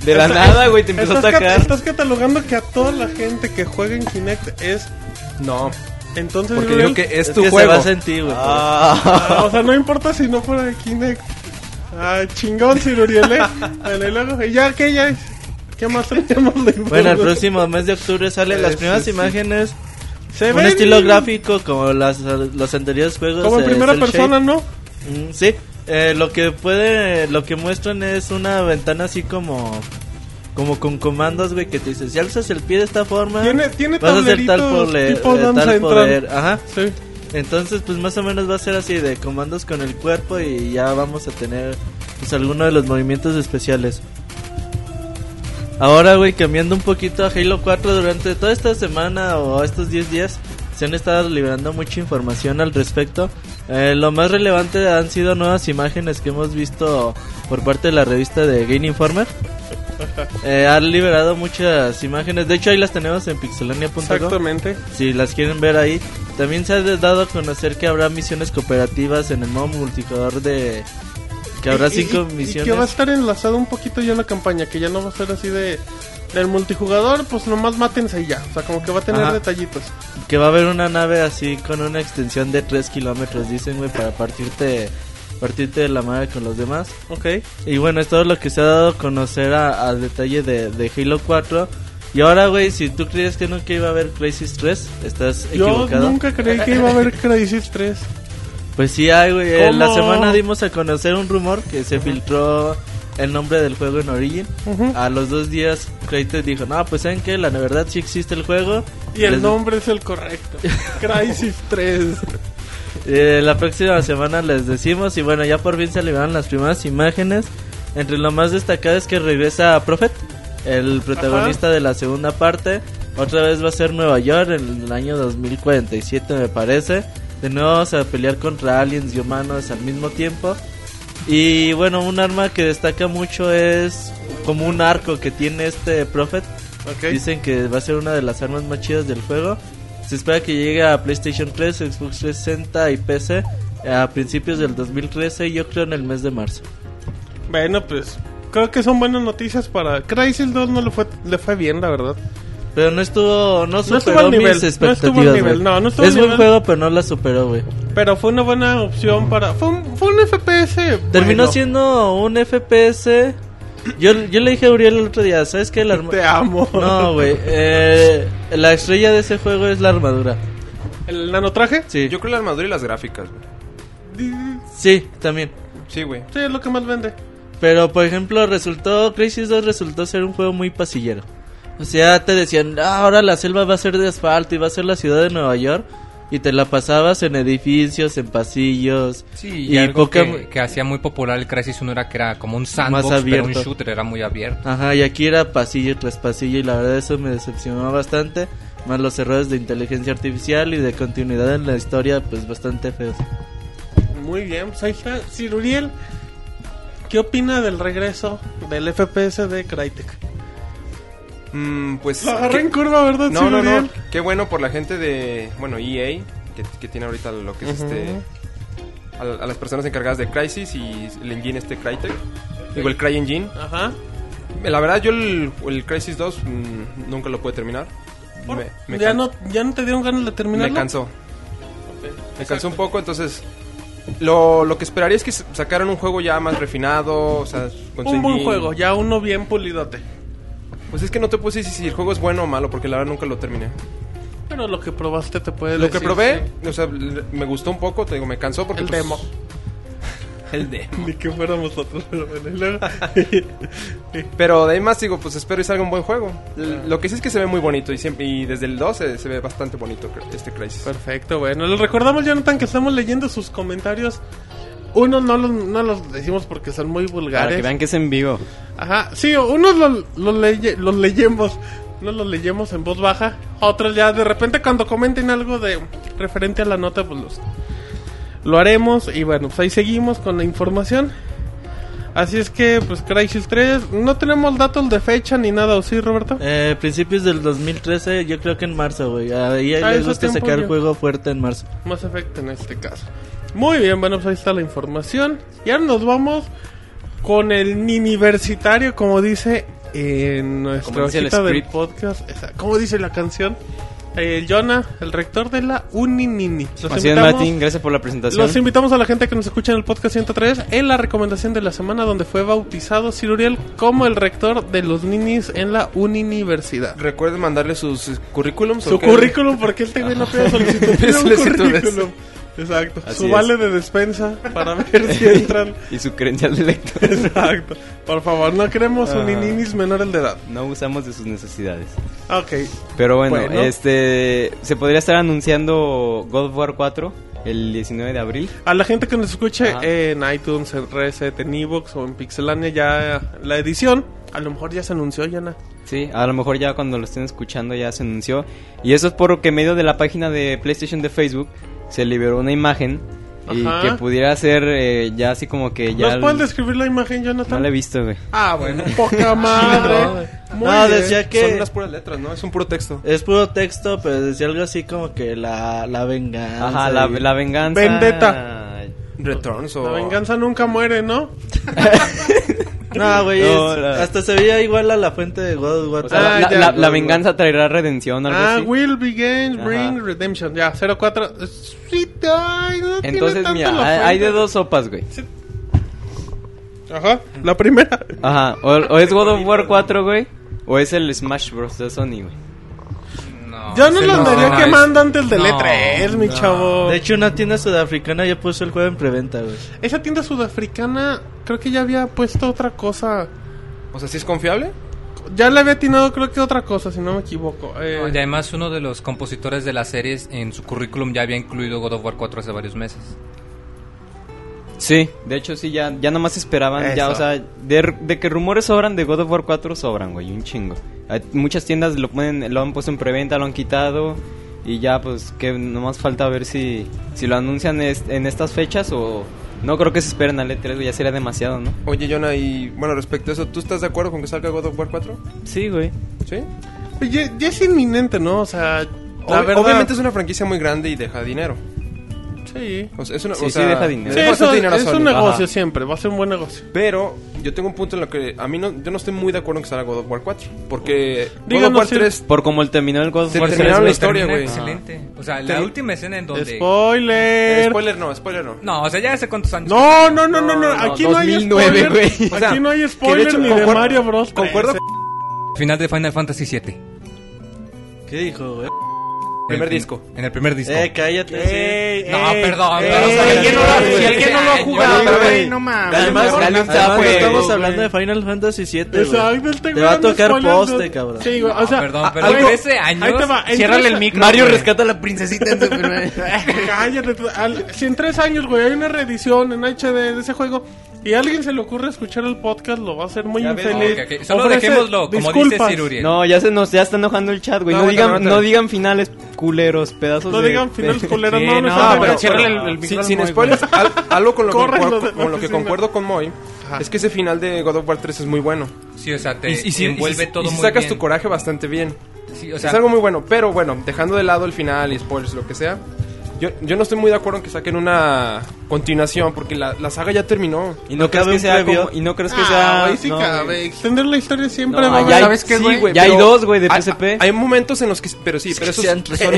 Speaker 8: De la nada, güey, te empezó a
Speaker 2: Estás, cat-
Speaker 8: atacar.
Speaker 2: estás catalogando que a toda la gente que juega en Kinect es.
Speaker 7: No,
Speaker 2: Entonces,
Speaker 7: porque
Speaker 2: Uriel,
Speaker 7: digo que es
Speaker 5: Es
Speaker 7: tu
Speaker 5: que se
Speaker 7: juego.
Speaker 5: basa en ti, güey.
Speaker 2: Ah, o sea, no importa si no fuera de Kinect. Ah, chingón, Sir Uriel, ¿eh? Dale, luego. ¿Y ya qué? ¿Ya? ¿Qué más tenemos de
Speaker 5: Bueno, el próximo mes de octubre salen las
Speaker 2: Ese
Speaker 5: primeras
Speaker 2: sí.
Speaker 5: imágenes.
Speaker 2: Se
Speaker 5: Un
Speaker 2: ven
Speaker 5: estilo gráfico como las, los anteriores juegos.
Speaker 2: Como en
Speaker 5: eh,
Speaker 2: primera
Speaker 5: cel
Speaker 2: persona, ¿no?
Speaker 5: shade. Mm, sí. Eh, lo que puede, lo que muestran es una ventana así como como con comandos, güey, que te dicen, si alzas el pie de esta forma,
Speaker 2: Tiene, tiene
Speaker 5: vas a hacer tal
Speaker 2: tableritos
Speaker 5: poder,
Speaker 2: tipo
Speaker 5: eh,
Speaker 2: Dance
Speaker 5: tal
Speaker 2: Central.
Speaker 5: poder. Ajá.
Speaker 2: Sí.
Speaker 5: Entonces, pues más o menos va a ser así de comandos con el cuerpo y ya vamos a tener pues alguno de los movimientos especiales. Ahora, güey, cambiando un poquito a Halo 4 durante toda esta semana o estos 10 días se han estado liberando mucha información al respecto. Eh, lo más relevante han sido nuevas imágenes que hemos visto por parte de la revista de Game Informer. Eh, han liberado muchas imágenes, de hecho ahí las tenemos en pixelania.com
Speaker 2: Exactamente.
Speaker 5: si las quieren ver ahí. También se ha dado a conocer que habrá misiones cooperativas en el modo multijugador de... Que habrá
Speaker 2: Y- y-
Speaker 5: cinco
Speaker 2: y-
Speaker 5: misiones.
Speaker 2: Y que va a estar enlazado un poquito ya en la campaña, que ya no va a ser así de... Del multijugador, pues nomás mátense y ya. O sea, como que va a tener
Speaker 5: Ajá.
Speaker 2: detallitos.
Speaker 5: Que va a haber una nave así con una extensión de 3 kilómetros, dicen, güey, para partirte, partirte de la madre con los demás.
Speaker 2: Ok.
Speaker 5: Y bueno, es todo lo que se ha dado a conocer a- al detalle de, de Halo 4. Y ahora, güey, si tú crees que nunca iba a haber Crisis 3, estás
Speaker 2: Yo
Speaker 5: equivocado.
Speaker 2: nunca creí que iba a haber Crisis 3.
Speaker 5: Pues sí, hay, güey.
Speaker 2: ¿Cómo?
Speaker 5: En la semana dimos a conocer un rumor que se filtró el nombre del juego en Origin.
Speaker 2: Ujú.
Speaker 5: A los dos días, Crytek dijo, no, pues saben que la verdad sí existe el juego.
Speaker 2: Y el
Speaker 5: Les-
Speaker 2: nombre es el correcto. Crisis 3.
Speaker 5: Eh, la próxima semana les decimos y bueno, ya por fin se liberaron las primeras imágenes. Entre lo más destacado es que regresa Prophet, el protagonista de la segunda parte. Otra vez va a ser Nueva York en el año 2047 me parece. De nuevo vamos a pelear contra aliens y humanos al mismo tiempo. Y bueno, un arma que destaca mucho es como un arco que tiene este Prophet.
Speaker 2: Ok.
Speaker 5: Dicen que va a ser una de las armas más chidas del juego. Se espera que llegue a PlayStation 3, Xbox 360 y PC a principios del 2013, yo creo en el mes de marzo.
Speaker 2: Bueno, pues creo que son buenas noticias para Crisis 2 no le fue le fue bien, la verdad.
Speaker 5: Pero no estuvo, no superó
Speaker 2: estuvo al
Speaker 5: mis
Speaker 2: nivel, no estuvo al
Speaker 5: expectativas.
Speaker 2: nivel,
Speaker 5: güey.
Speaker 2: no, no estuvo
Speaker 5: es
Speaker 2: al
Speaker 5: buen
Speaker 2: nivel.
Speaker 5: juego, pero no la superó, güey.
Speaker 2: Pero fue una buena opción para fue un, fue un FPS.
Speaker 5: Terminó
Speaker 2: bueno.
Speaker 5: siendo un FPS. Yo, yo le dije a Uriel el otro día, ¿sabes qué? La arma-
Speaker 2: Te amo.
Speaker 5: No, güey. eh, la estrella de ese juego es la armadura.
Speaker 2: ¿El nanotraje?
Speaker 5: Sí,
Speaker 7: Yo creo la armadura y las gráficas, güey.
Speaker 2: Di-
Speaker 5: sí, también.
Speaker 7: Sí, güey.
Speaker 2: Sí, es lo que más vende.
Speaker 5: Pero por ejemplo, resultó Crisis 2 resultó ser un juego muy pasillero. O sea, te decían, "Ah, ahora la selva va a ser de asfalto y va a ser la ciudad de Nueva York. Y te la pasabas en edificios, en pasillos.
Speaker 6: Sí, y, algo
Speaker 5: poca-
Speaker 6: que, que hacía muy popular el Crisis 1 era que era como un sandbox,
Speaker 5: Más
Speaker 6: pero un
Speaker 5: abierto.
Speaker 6: shooter, era muy abierto.
Speaker 5: Ajá, y aquí era pasillo tras pasillo y la verdad eso me decepcionó bastante. Más los errores de inteligencia artificial y de continuidad en la historia, pues bastante feos.
Speaker 2: Muy bien, pues ahí está Ciruriel. ¿Qué opina del regreso del FPS de Crytek?
Speaker 7: Mm, pues.
Speaker 2: Lo agarré
Speaker 7: ¿qué-
Speaker 2: en curva, ¿verdad,
Speaker 7: No, no,
Speaker 2: Ciruriel?
Speaker 7: no. Qué bueno por la gente de, bueno, EA, que, que tiene ahorita lo que es este... A, a las personas encargadas de Crisis y el engine este Crytek. Digo, el CryEngine.
Speaker 2: Ajá.
Speaker 7: La verdad, yo el, el Crisis 2 mm, nunca lo pude terminar. Me, me
Speaker 2: Oh, ya,
Speaker 7: can-
Speaker 2: no, ¿Ya no te dieron ganas de terminarlo?
Speaker 7: me cansó. Me cansó un poco, entonces... Lo, lo que esperaría es que s- sacaran un juego ya más refinado, o sea, con su
Speaker 2: Un buen
Speaker 7: engine.
Speaker 2: juego, ya uno bien pulidote.
Speaker 7: Pues es que no te puse si, si el juego es bueno o malo, porque la verdad nunca lo terminé.
Speaker 2: Pero lo que probaste te puede
Speaker 7: Lo que
Speaker 2: decir,
Speaker 7: probé,
Speaker 2: sí.
Speaker 7: o sea, l- me gustó un poco, te digo, me cansó porque...
Speaker 2: El
Speaker 7: pues,
Speaker 2: demo.
Speaker 7: El demo.
Speaker 2: Ni que fuéramos nosotros, pero bueno, y luego-
Speaker 7: Pero de ahí más digo, pues espero que salga un buen juego. L- Lo que sí es que se ve muy bonito y, siempre, y desde el 2 se, se ve bastante bonito cr- este Crisis.
Speaker 2: Perfecto, bueno. Les recordamos, Jonathan, que estamos leyendo sus comentarios. Uno no los, no los decimos porque son muy
Speaker 8: Para
Speaker 2: vulgares.
Speaker 8: que vean que es en vivo.
Speaker 2: Ajá, sí, unos lo- lo leye- los leyemos. Unos los leyemos en voz baja. Otros ya de repente cuando comenten algo de referente a la nota, pues los, lo haremos. Y bueno, pues ahí seguimos con la información. Así es que, pues Crisis 3, no tenemos datos de fecha ni nada, ¿o sí, Roberto?
Speaker 5: Eh, principios del 2013, yo creo que en marzo, güey. Ahí
Speaker 2: Ah,
Speaker 5: les
Speaker 2: eso
Speaker 5: gusta
Speaker 2: tiempo
Speaker 5: sacar
Speaker 2: yo.
Speaker 5: juego fuerte en marzo.
Speaker 2: Más efecto en este caso. Muy bien, bueno, pues ahí está la información. Y ahora nos vamos con el universitario, como dice en nuestra
Speaker 8: Como dice el
Speaker 2: hojita del
Speaker 8: script.
Speaker 2: podcast. Esa- como dice la canción. El Jonah, el rector de la Uninini. Los
Speaker 8: Así es,
Speaker 2: invitamos-
Speaker 8: Martín, gracias por la presentación.
Speaker 2: los invitamos a la gente que nos escucha en el podcast 103 en la recomendación de la semana donde fue bautizado Ciruriel como el rector de los ninis en la Uniniversidad.
Speaker 7: Recuerden mandarle sus eh, currículums.
Speaker 2: Su
Speaker 7: ¿o qué?
Speaker 2: currículum, porque él también no pide solicitud.
Speaker 7: Pide
Speaker 2: Pide un
Speaker 7: solicitudes.
Speaker 2: currículum. Exacto.
Speaker 8: Así
Speaker 2: su
Speaker 8: es.
Speaker 2: vale de despensa para ver si entran.
Speaker 8: Y su credencial de lector.
Speaker 2: Exacto. Por favor, no queremos un meniores de edad.
Speaker 8: No usamos de sus necesidades.
Speaker 2: Ok.
Speaker 8: Pero bueno,
Speaker 2: Bueno.
Speaker 8: este se podría estar anunciando God of War 4 el 19 de abril.
Speaker 2: A la gente que nos escuche
Speaker 8: Ajá.
Speaker 2: en iTunes, en Reset, en Evox o en Pixelania, ya la edición, a lo mejor ya se anunció, Yana.
Speaker 8: Sí, a lo mejor ya cuando lo estén escuchando ya se anunció. Y eso es por que medio de la página de PlayStation de Facebook se liberó una imagen y
Speaker 2: Ajá.
Speaker 8: que pudiera ser eh, ya así como que ya
Speaker 2: ¿Nos pueden
Speaker 8: l-
Speaker 2: describir la imagen,
Speaker 8: no
Speaker 2: Jonathan?
Speaker 8: la he visto, güey.
Speaker 2: Ah, bueno, poca madre. Muy
Speaker 5: No,
Speaker 2: bien.
Speaker 5: decía que.
Speaker 7: Son unas puras letras, ¿no? Es un puro texto.
Speaker 2: Eh,
Speaker 5: Es puro texto, pero decía algo así como que la, la venganza.
Speaker 8: Ajá, la,
Speaker 5: y-
Speaker 8: la venganza.
Speaker 2: Vendetta.
Speaker 7: Returns o...
Speaker 2: La venganza nunca muere, ¿no?
Speaker 5: No, güey,
Speaker 8: No,
Speaker 5: es-
Speaker 8: la-
Speaker 5: hasta se veía igual a la fuente de God of War.
Speaker 8: O sea,
Speaker 2: Ah,
Speaker 8: la,
Speaker 2: ya,
Speaker 8: la-
Speaker 2: güey,
Speaker 8: la
Speaker 2: güey.
Speaker 8: venganza traerá redención, algo
Speaker 2: Ah,
Speaker 8: así.
Speaker 2: Will Begin
Speaker 8: Ajá.
Speaker 2: Bring Redemption. Ya, 04. Sí, ay, no tiene
Speaker 8: Entonces,
Speaker 2: tanto
Speaker 8: mira,
Speaker 2: la
Speaker 8: hay, hay de
Speaker 2: fuente.
Speaker 8: dos sopas, güey.
Speaker 2: Ajá, la primera.
Speaker 8: Ajá, o, o es God of War 4, güey, o es el Smash Bros. de Sony, güey.
Speaker 2: Yo no
Speaker 4: ese
Speaker 2: lo
Speaker 4: no,
Speaker 2: andaría
Speaker 4: no,
Speaker 2: quemando antes del
Speaker 4: no,
Speaker 2: E3, mi chavo.
Speaker 5: De hecho, una tienda sudafricana ya puso el juego en preventa, güey.
Speaker 2: Esa tienda sudafricana creo que ya había puesto otra cosa.
Speaker 7: O sea, ¿sí es confiable?
Speaker 2: Ya le había atinado creo que otra cosa, si no me equivoco. Eh,
Speaker 6: Y además uno de los compositores de las series en su currículum ya había incluido God of War 4 hace varios meses.
Speaker 8: Sí, de hecho sí, ya, ya nomás esperaban, ya,
Speaker 2: Eso.
Speaker 8: o sea, de, de que rumores sobran de God of War 4 sobran, güey, un chingo. Hay muchas tiendas lo ponen, lo han puesto en preventa, lo han quitado y ya, pues, que nomás falta ver si, si lo anuncian es- en estas fechas o no creo que se esperen al E3, güey, ya sería demasiado, ¿no?
Speaker 7: Oye, Jonah, y bueno, respecto a eso, ¿tú estás de acuerdo con que salga God of War 4?
Speaker 8: Sí, güey.
Speaker 7: ¿Sí?
Speaker 2: pues ya, ya es inminente, ¿no? O sea, la
Speaker 7: Ob-
Speaker 2: verdad-
Speaker 7: Obviamente es una franquicia muy grande y deja dinero.
Speaker 2: Sí.
Speaker 7: O sea, es una,
Speaker 8: Sí,
Speaker 7: o
Speaker 8: sí,
Speaker 7: sea,
Speaker 8: deja dinero.
Speaker 7: le
Speaker 2: Sí,
Speaker 7: deja
Speaker 2: eso-
Speaker 7: bastante dinero a
Speaker 2: es
Speaker 7: Sony.
Speaker 2: un negocio
Speaker 8: Ajá.
Speaker 2: siempre, va a ser un buen negocio.
Speaker 7: Pero yo tengo un punto en lo que a mí no, yo no estoy muy de acuerdo en que salga God of War 4. Porque God of
Speaker 2: Díganos
Speaker 7: War
Speaker 2: si-
Speaker 7: 3
Speaker 8: Por como el terminó el God of
Speaker 7: Se
Speaker 8: War
Speaker 6: Por cierto,
Speaker 7: terminaron la historia,
Speaker 6: termina
Speaker 7: güey.
Speaker 6: Excelente. O sea, la
Speaker 2: Te-
Speaker 6: última escena en donde...
Speaker 2: Spoiler.
Speaker 7: Spoiler no, spoiler no.
Speaker 6: No, o sea, ya hace cuántos años.
Speaker 2: No, no, no, no, no, aquí no hay
Speaker 8: 2009,
Speaker 2: spoiler.
Speaker 8: güey.
Speaker 2: Aquí
Speaker 7: O sea,
Speaker 2: no hay
Speaker 7: que de
Speaker 2: spoiler
Speaker 7: hecho
Speaker 2: ni de
Speaker 7: concuerdo-
Speaker 2: Mario Bros. tres,
Speaker 7: Concuerdo
Speaker 2: eh.
Speaker 6: Final de Final Fantasy VII.
Speaker 5: ¿Qué dijo, güey?
Speaker 7: Primer
Speaker 6: En fin,
Speaker 7: disco.
Speaker 6: En el primer disco.
Speaker 5: Eh, cállate. sí.
Speaker 2: Ey,
Speaker 6: No,
Speaker 2: ey,
Speaker 6: perdón,
Speaker 2: ey,
Speaker 6: no, no
Speaker 2: ey,
Speaker 6: sabía.
Speaker 2: ¿quién no lo-
Speaker 6: Ey,
Speaker 2: si Eh, alguien no lo ha
Speaker 6: ey,
Speaker 2: jugado,
Speaker 7: yo-
Speaker 2: güey,
Speaker 4: no mames.
Speaker 5: Además,
Speaker 7: Además,
Speaker 5: además
Speaker 7: fue-
Speaker 5: no estamos
Speaker 7: güey.
Speaker 5: hablando de Final Fantasy VII, güey.
Speaker 2: Exacto, el
Speaker 5: Te va a tocar poste, cabrón.
Speaker 2: Sí, güey, o sea,
Speaker 6: perdón,
Speaker 2: a-
Speaker 6: pero
Speaker 2: algo-
Speaker 6: 13 años,
Speaker 2: Ahí te va, en
Speaker 4: Ciérrale
Speaker 2: tres-
Speaker 4: el micro.
Speaker 8: Mario
Speaker 4: güey.
Speaker 8: rescata a la princesita en su
Speaker 2: Cállate, tú, al- si en tres años, güey, hay una reedición en HD de ese juego y a alguien se le ocurre escuchar el podcast, lo va a hacer muy
Speaker 7: Ya ves,
Speaker 2: infeliz.
Speaker 6: Ok, ok, Solo
Speaker 2: Ofrece
Speaker 6: dejémoslo, como dice
Speaker 2: disculpas.
Speaker 6: Siruriel.
Speaker 8: No, ya se nos ya está enojando el chat, güey. No,
Speaker 7: No, aguanta,
Speaker 8: digan,
Speaker 7: aguanta.
Speaker 8: no digan finales culeros, pedazos
Speaker 2: No
Speaker 8: de-
Speaker 2: digan final
Speaker 8: de-
Speaker 2: culero,
Speaker 4: Sí,
Speaker 2: no, no,
Speaker 4: no,
Speaker 2: saben.
Speaker 4: pero ciérrale
Speaker 7: Bueno,
Speaker 4: el- el
Speaker 7: sin-
Speaker 4: micrófono,
Speaker 7: Sin
Speaker 4: güey.
Speaker 7: spoilers, al- algo con lo, que,
Speaker 2: Córrelo de
Speaker 7: con
Speaker 2: la
Speaker 7: lo que
Speaker 2: oficina.
Speaker 7: concuerdo con Moy
Speaker 2: Ajá.
Speaker 7: es que ese final de God of War 3 es muy bueno.
Speaker 6: Sí, o sea, te
Speaker 7: Y, y si-
Speaker 6: envuelve
Speaker 7: y si-
Speaker 6: todo
Speaker 7: y si
Speaker 6: muy
Speaker 7: sacas
Speaker 6: bien.
Speaker 7: tu coraje bastante bien.
Speaker 6: Sí, o sea,
Speaker 7: es algo muy bueno, pero bueno, dejando de lado el final y spoilers, lo que sea. Yo, yo no estoy muy de acuerdo en que saquen una continuación porque la, la saga ya terminó.
Speaker 8: Y no crees
Speaker 5: cabe
Speaker 8: que
Speaker 5: un
Speaker 8: sea
Speaker 5: previo.
Speaker 8: como- y no crees que
Speaker 2: Ah,
Speaker 8: sea
Speaker 2: ahí sí
Speaker 8: no, güey.
Speaker 2: cabe. Extender la historia siempre
Speaker 8: No,
Speaker 2: va a
Speaker 8: ya hay-
Speaker 2: haber-
Speaker 4: ¿Sabes qué,
Speaker 7: sí,
Speaker 4: güey?
Speaker 8: Ya hay
Speaker 7: pero
Speaker 8: dos, güey, de
Speaker 7: hay-
Speaker 8: PSP.
Speaker 7: Hay momentos en los que. Pero sí, pero
Speaker 5: que
Speaker 7: esos
Speaker 5: sean
Speaker 7: son,
Speaker 5: tres,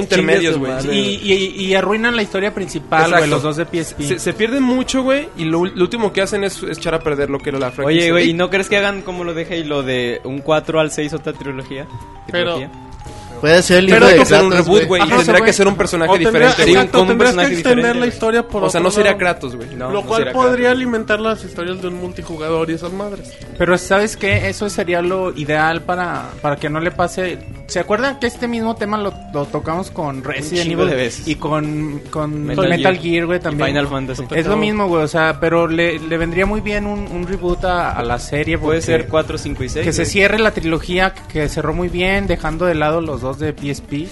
Speaker 5: chingue
Speaker 7: intermedios,
Speaker 5: su
Speaker 7: güey.
Speaker 5: madre.
Speaker 7: Y-
Speaker 4: Y, y- y arruinan la historia principal, güey,
Speaker 7: Exacto.
Speaker 4: los dos de PSP.
Speaker 7: Se, se pierden mucho, güey, y lo, lo último que hacen es, es echar a perder lo que era la franquicia.
Speaker 8: Oye, güey, ¿y no crees que hagan como lo de Halo de un 4 al 6 otra trilogía?
Speaker 2: Pero-
Speaker 8: Trilogía.
Speaker 5: Puede ser el
Speaker 7: Pero
Speaker 5: libro
Speaker 7: hay que
Speaker 5: de
Speaker 7: hacer un
Speaker 5: Kratos,
Speaker 7: reboot, güey, y
Speaker 2: Ajá,
Speaker 7: tendrá
Speaker 2: o sea,
Speaker 7: que ser un personaje
Speaker 2: o tendría-
Speaker 7: diferente. güey.
Speaker 2: Exacto,
Speaker 8: Con un
Speaker 2: tendrías que
Speaker 8: personaje
Speaker 2: extender
Speaker 8: diferente,
Speaker 2: la
Speaker 8: güey.
Speaker 2: historia por
Speaker 7: o sea,
Speaker 2: otro
Speaker 7: no sería
Speaker 2: lado.
Speaker 7: Kratos, güey.
Speaker 8: No,
Speaker 2: lo
Speaker 8: no
Speaker 2: cual
Speaker 8: será
Speaker 2: podría
Speaker 8: Kratos.
Speaker 2: alimentar las historias de un multijugador y esas madres.
Speaker 4: Pero ¿sabes qué? Eso sería lo ideal para, para que no le pase... ¿Se acuerdan que este mismo tema lo, lo tocamos con Resident
Speaker 8: chingo
Speaker 4: Evil?
Speaker 8: de veces.
Speaker 4: Y con, con
Speaker 8: Metal
Speaker 4: Metal,
Speaker 8: Gear.
Speaker 4: Gear, güey,
Speaker 8: Y
Speaker 4: también.
Speaker 8: Final Fantasy.
Speaker 4: Es lo mismo, güey, o sea, pero le, le vendría muy bien un, un reboot a, a la serie.
Speaker 8: Puede
Speaker 4: porque-
Speaker 8: ser 4, 5 y 6.
Speaker 4: Que se cierre la trilogía que- que cerró muy bien, dejando de lado los dos de PSP.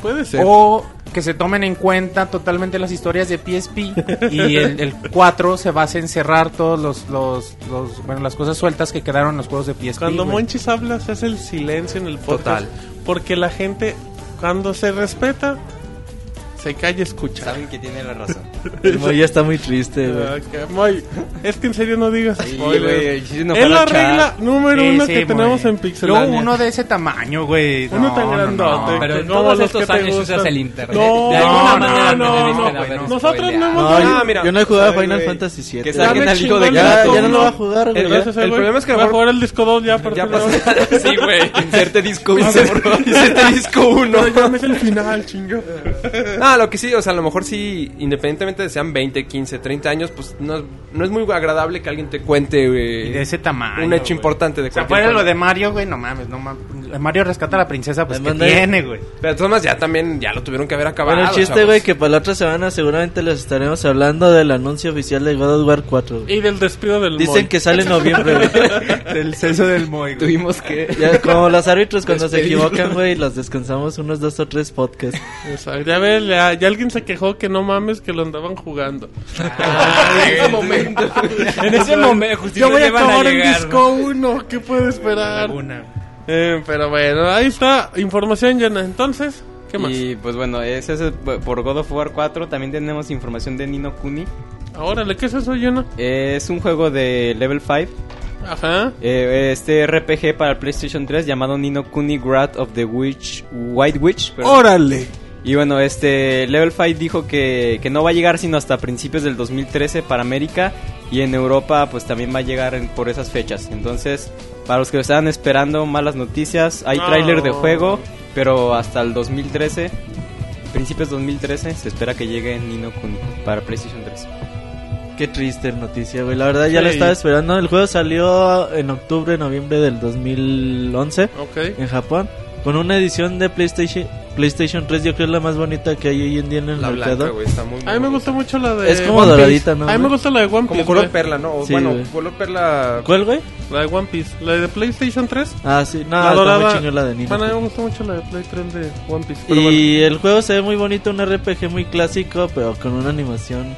Speaker 2: Puede ser.
Speaker 4: O que se tomen en cuenta totalmente las historias de PSP y el, el 4 se basa en cerrar todos los, los, los- bueno, las cosas sueltas que quedaron en los juegos de PSP.
Speaker 2: Cuando
Speaker 4: güey.
Speaker 2: Monchis habla, se hace el silencio en el podcast.
Speaker 7: Total.
Speaker 2: Porque la gente, cuando se respeta, se calla y escucha.
Speaker 8: Saben que tiene la razón.
Speaker 5: El Moy ya está muy triste, güey.
Speaker 2: Ah, que- Moy, es que en serio no digas
Speaker 8: Sí,
Speaker 2: spoiler.
Speaker 8: güey, sí se enojó
Speaker 2: es la
Speaker 8: la chat.
Speaker 2: regla número
Speaker 4: Sí,
Speaker 2: uno
Speaker 4: sí,
Speaker 2: que
Speaker 4: muy
Speaker 2: tenemos
Speaker 4: bien.
Speaker 2: en Pixelania.
Speaker 4: Luego uno de ese tamaño, güey.
Speaker 2: Uno
Speaker 4: No,
Speaker 2: tan
Speaker 4: no,
Speaker 2: grandote.
Speaker 4: no.
Speaker 6: Pero
Speaker 2: que
Speaker 6: en
Speaker 2: como
Speaker 6: todos
Speaker 2: los
Speaker 6: estos
Speaker 2: que te
Speaker 6: años usas
Speaker 2: gustan.
Speaker 6: el internet.
Speaker 2: No,
Speaker 6: De alguna
Speaker 2: no,
Speaker 6: manera
Speaker 2: no,
Speaker 6: te debiste
Speaker 2: no,
Speaker 6: de haber
Speaker 2: güey. Nosotros no
Speaker 6: spoileado.
Speaker 2: hemos
Speaker 5: No,
Speaker 2: ganado.
Speaker 5: yo,
Speaker 7: mira,
Speaker 5: yo no he jugado
Speaker 7: sabe,
Speaker 5: Final
Speaker 7: güey,
Speaker 5: Fantasy VII.
Speaker 8: que
Speaker 7: salga
Speaker 2: Ya
Speaker 8: saquen
Speaker 2: me
Speaker 8: al hijo de
Speaker 2: chingaron
Speaker 5: ya,
Speaker 2: todo.
Speaker 5: ya no lo va a
Speaker 8: gato.
Speaker 5: jugar, güey.
Speaker 7: El-
Speaker 2: Gracias,
Speaker 7: el
Speaker 2: güey.
Speaker 7: problema es que
Speaker 2: va a
Speaker 7: mejor-
Speaker 2: jugar el disco 2 ya. por
Speaker 7: Ya
Speaker 2: fin,
Speaker 7: pasó.
Speaker 8: Sí, güey. Inserte disco 1, Inserte disco 1.
Speaker 2: No, ya me es el final, chingo.
Speaker 7: No, lo que sí, o sea, a lo mejor sí, independientemente de sean 20, 15, 30 años, pues no, no es muy agradable que alguien te cuente, güey,
Speaker 4: Y de ese tamaño.
Speaker 7: un hecho
Speaker 4: güey.
Speaker 7: importante de
Speaker 4: O sea,
Speaker 7: cualquier
Speaker 4: fuera lo
Speaker 7: cosa.
Speaker 4: de Mario, güey, no mames, no mames. Mario rescata a la princesa, pues,
Speaker 5: Le
Speaker 4: ¿qué
Speaker 5: mandé-
Speaker 4: tiene, güey?
Speaker 7: Pero de todas maneras, ya también, ya lo tuvieron que haber acabado.
Speaker 5: Bueno, el chiste,
Speaker 7: chavos.
Speaker 5: güey, que para la otra semana seguramente les estaremos hablando del anuncio oficial de God of War 4. güey.
Speaker 2: Y del despido del
Speaker 5: Dicen
Speaker 2: Moy.
Speaker 5: que sale en noviembre, güey.
Speaker 4: Del censo del Moy, güey.
Speaker 8: Tuvimos que.
Speaker 5: Ya, como los árbitros cuando se
Speaker 8: Despedido.
Speaker 5: equivocan, güey, los descansamos unos dos o tres podcasts.
Speaker 2: Exacto, Ya ves, ya, ya alguien se quejó que no mames que lo andaban jugando.
Speaker 7: En ese momento.
Speaker 6: En ese momento, justo
Speaker 2: Yo voy a
Speaker 6: van
Speaker 2: acabar en
Speaker 6: llegar,
Speaker 2: disco 1, ¿qué puedo esperar? Eh, pero bueno, ahí está, información llena. Entonces, ¿qué más?
Speaker 8: Y pues bueno, ese es eh, por God of War 4. También tenemos información de Nino Kuni.
Speaker 2: Ahora, ¿qué es eso llena?
Speaker 8: Eh, es un juego de level 5.
Speaker 2: Ajá.
Speaker 8: eh, este RPG para el PlayStation 3 llamado Nino Kuni Wrath of the Witch. White Witch. perdón.
Speaker 2: Oh. Órale.
Speaker 8: Y bueno, este Level 5 dijo que, que no va a llegar sino hasta principios del 2013 para América y en Europa pues también va a llegar en- por esas fechas. Entonces, para los que lo estaban esperando, malas noticias, hay
Speaker 2: No.
Speaker 8: tráiler de juego, pero hasta el 2013, principios 2013 se espera que llegue Nino Kuni para PlayStation 3.
Speaker 5: Qué triste noticia, güey. La verdad ya la
Speaker 2: Sí.
Speaker 5: estaba esperando. El juego salió en octubre, noviembre del 2011
Speaker 2: Ok.
Speaker 5: en Japón. Con una edición de PlayStation PlayStation 3, yo creo la más bonita que hay hoy en día en el
Speaker 7: La
Speaker 5: mercado.
Speaker 7: blanca, güey, está muy, muy
Speaker 2: A mí me gusta
Speaker 7: bonita.
Speaker 2: mucho la de.
Speaker 5: es como
Speaker 2: One Piece.
Speaker 5: doradita, ¿no?
Speaker 2: A mí me
Speaker 5: güey?
Speaker 2: gusta la de One Piece.
Speaker 7: Como color
Speaker 2: güey.
Speaker 7: perla, ¿no? O,
Speaker 5: Sí,
Speaker 7: bueno,
Speaker 5: güey.
Speaker 7: color perla...
Speaker 5: ¿Cuál, güey?
Speaker 2: La de One Piece. La de PlayStation 3.
Speaker 5: Ah, sí. No,
Speaker 2: la
Speaker 5: está muy
Speaker 2: dorada.
Speaker 5: chingón la de Nino.
Speaker 2: Bueno, a mí me gusta mucho la de Play 3 de One Piece. Pero bueno.
Speaker 5: Y el juego se ve muy bonito, un RPG muy clásico, pero con una animación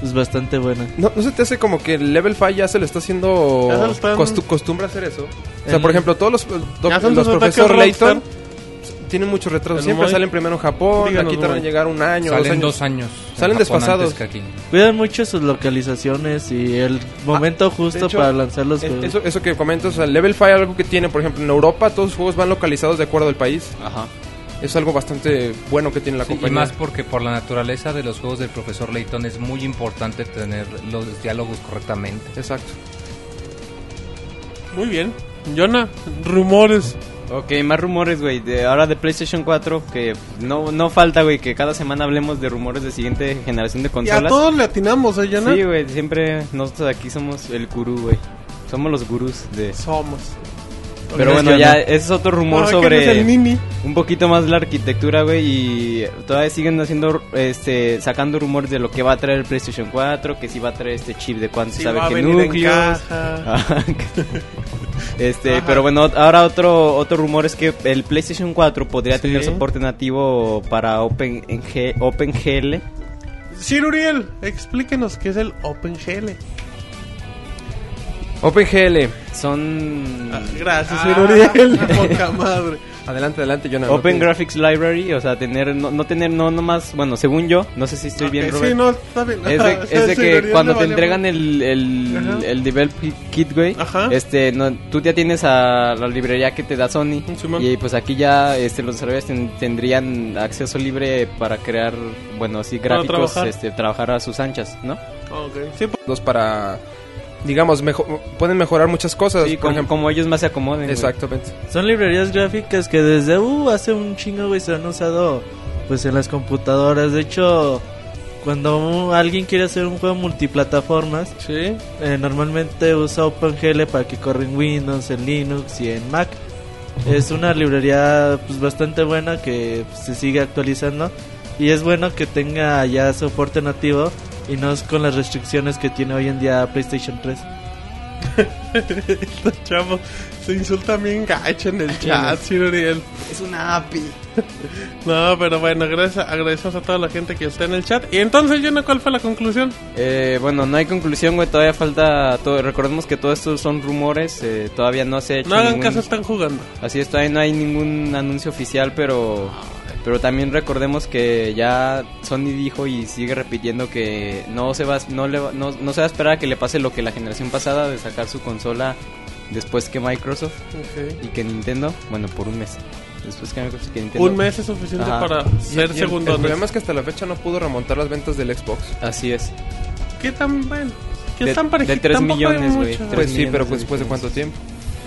Speaker 5: pues bastante buena.
Speaker 7: No, ¿No se te hace como que el Level 5 ya se le está haciendo
Speaker 2: Ya se lo están-
Speaker 7: costu- costumbre hacer eso? O sea,
Speaker 5: El-
Speaker 7: por ejemplo, todos los, do-
Speaker 2: Ya son
Speaker 7: los
Speaker 2: sus ataques
Speaker 7: profesor
Speaker 2: Rockstar.
Speaker 7: Layton pues, tienen muchos retrasos.
Speaker 2: El
Speaker 7: Siempre
Speaker 2: Moy.
Speaker 7: salen primero en Japón,
Speaker 2: Díganos,
Speaker 7: aquí tardan
Speaker 2: Moy.
Speaker 7: en llegar un año, dos
Speaker 6: Salen
Speaker 7: años.
Speaker 6: dos años. en Japón
Speaker 7: Salen desfasados.
Speaker 6: antes que aquí.
Speaker 5: Cuidan mucho sus localizaciones y el momento justo
Speaker 7: Ah, hecho,
Speaker 5: para lanzar los
Speaker 7: Es-
Speaker 5: juegos.
Speaker 7: Eso, eso que comentas, o sea, el Level 5 algo que tiene, por ejemplo, en Europa todos los juegos van localizados de acuerdo al país.
Speaker 8: Ajá.
Speaker 7: Es algo bastante bueno que tiene la
Speaker 6: Sí, y
Speaker 7: compañía.
Speaker 6: más porque por la naturaleza de los juegos del profesor Layton es muy importante tener los diálogos correctamente.
Speaker 7: Exacto.
Speaker 2: Muy bien. Jonah, rumores.
Speaker 8: Ok, más rumores, güey, de ahora de PlayStation 4 que no no falta, güey, que cada semana hablemos de rumores de siguiente generación de
Speaker 2: Y a
Speaker 8: consolas.
Speaker 2: todos le atinamos, ¿eh, Jonah?
Speaker 8: Sí, güey, siempre nosotros aquí somos el gurú, güey. Somos los gurús de...
Speaker 2: Somos.
Speaker 8: Pero bueno, ya ese es otro rumor
Speaker 2: No, que no es el
Speaker 8: sobre
Speaker 2: Nini.
Speaker 8: un poquito más la arquitectura, güey, y todavía siguen haciendo, este, sacando rumores de lo que va a traer el PlayStation 4, que si va a traer este chip de cuánto
Speaker 2: Sí,
Speaker 8: sabe
Speaker 2: va a
Speaker 8: qué
Speaker 2: venir en
Speaker 8: núcleos.
Speaker 2: caja.
Speaker 8: Ajá. este,
Speaker 2: Ajá.
Speaker 8: pero bueno, ahora otro otro rumor es que el PlayStation 4 podría
Speaker 2: Sí.
Speaker 8: tener soporte nativo para Open OpenGL.
Speaker 2: Sir Uriel, explíquenos qué es el OpenGL.
Speaker 7: OpenGL.
Speaker 8: Son
Speaker 2: Ah, Gracias, Sir Uriel. Poca madre.
Speaker 7: Adelante, adelante, Jonah. no
Speaker 8: Open
Speaker 7: te-
Speaker 8: Graphics Library, o sea, tener no, no tener no nomás, bueno, según yo, no sé si estoy bien,
Speaker 2: Ok,
Speaker 8: Robert.
Speaker 2: Sí, no, está bien.
Speaker 8: Es de, es de
Speaker 2: Sir
Speaker 8: que
Speaker 2: Uriel
Speaker 8: cuando
Speaker 2: le
Speaker 8: te
Speaker 2: valió
Speaker 8: entregan el, el,
Speaker 2: Ajá.
Speaker 8: el Develop Kit, güey,
Speaker 2: Ajá.
Speaker 8: este, no, tú ya tienes a la librería que te da Sony.
Speaker 2: Simón.
Speaker 8: y pues aquí ya este, los desarrolladores ten- tendrían acceso libre para crear, bueno, así
Speaker 2: Para
Speaker 8: gráficos,
Speaker 2: trabajar.
Speaker 8: este, trabajar a sus anchas, ¿no?
Speaker 2: Ok, sí,
Speaker 8: pues.
Speaker 7: Dos para, digamos, mejo- pueden mejorar muchas cosas.
Speaker 8: Sí,
Speaker 7: Pues, por
Speaker 8: como,
Speaker 7: ejemplo.
Speaker 8: como ellos más se acomoden. güey.
Speaker 7: Exactamente.
Speaker 5: Son librerías gráficas que desde uh, hace un chingo güey se han usado pues en las computadoras. De hecho, cuando un- alguien quiere hacer un juego multiplataformas,
Speaker 2: Sí.
Speaker 5: eh, normalmente usa OpenGL para que corra en Windows, en Linux y en Mac. Es una librería pues bastante buena que pues, se sigue actualizando y es bueno que tenga ya soporte nativo y no es con las restricciones que tiene hoy en día PlayStation 3.
Speaker 2: Los chavos se insultan bien gacho en el chat, Sir Uriel.
Speaker 8: Es una API.
Speaker 2: No, pero bueno, gracias, agradecemos a toda la gente que está en el chat. Y entonces, Jonah, ¿cuál fue la conclusión?
Speaker 8: Eh, bueno, no hay conclusión, güey, todavía falta todo. Recordemos que todo esto son rumores, eh, todavía no se ha hecho
Speaker 2: No hagan
Speaker 8: ningún-
Speaker 2: caso, están jugando.
Speaker 8: Así es, todavía no hay ningún anuncio oficial, pero Pero también recordemos que ya Sony dijo y sigue repitiendo que no se va, no le va- no- no se va a esperar a que le pase lo que la generación pasada de sacar su consola después que Microsoft
Speaker 2: Ok.
Speaker 8: y que Nintendo, bueno, por un mes. Después que Microsoft y que Nintendo.
Speaker 2: Un mes es suficiente
Speaker 8: Ajá.
Speaker 2: para
Speaker 7: Y-
Speaker 2: ser
Speaker 7: y el-
Speaker 2: segundo.
Speaker 7: El problema es que hasta la fecha no pudo remontar las ventas del Xbox.
Speaker 8: Así es.
Speaker 2: ¿Qué tan bueno? ¿Qué
Speaker 8: De-
Speaker 2: tan parejito?
Speaker 8: de tres
Speaker 2: Tampoco hay
Speaker 8: millones, güey.
Speaker 2: mucho.
Speaker 8: Tres
Speaker 7: Pues sí, pero
Speaker 8: millones de
Speaker 7: pues después de cuánto tiempo.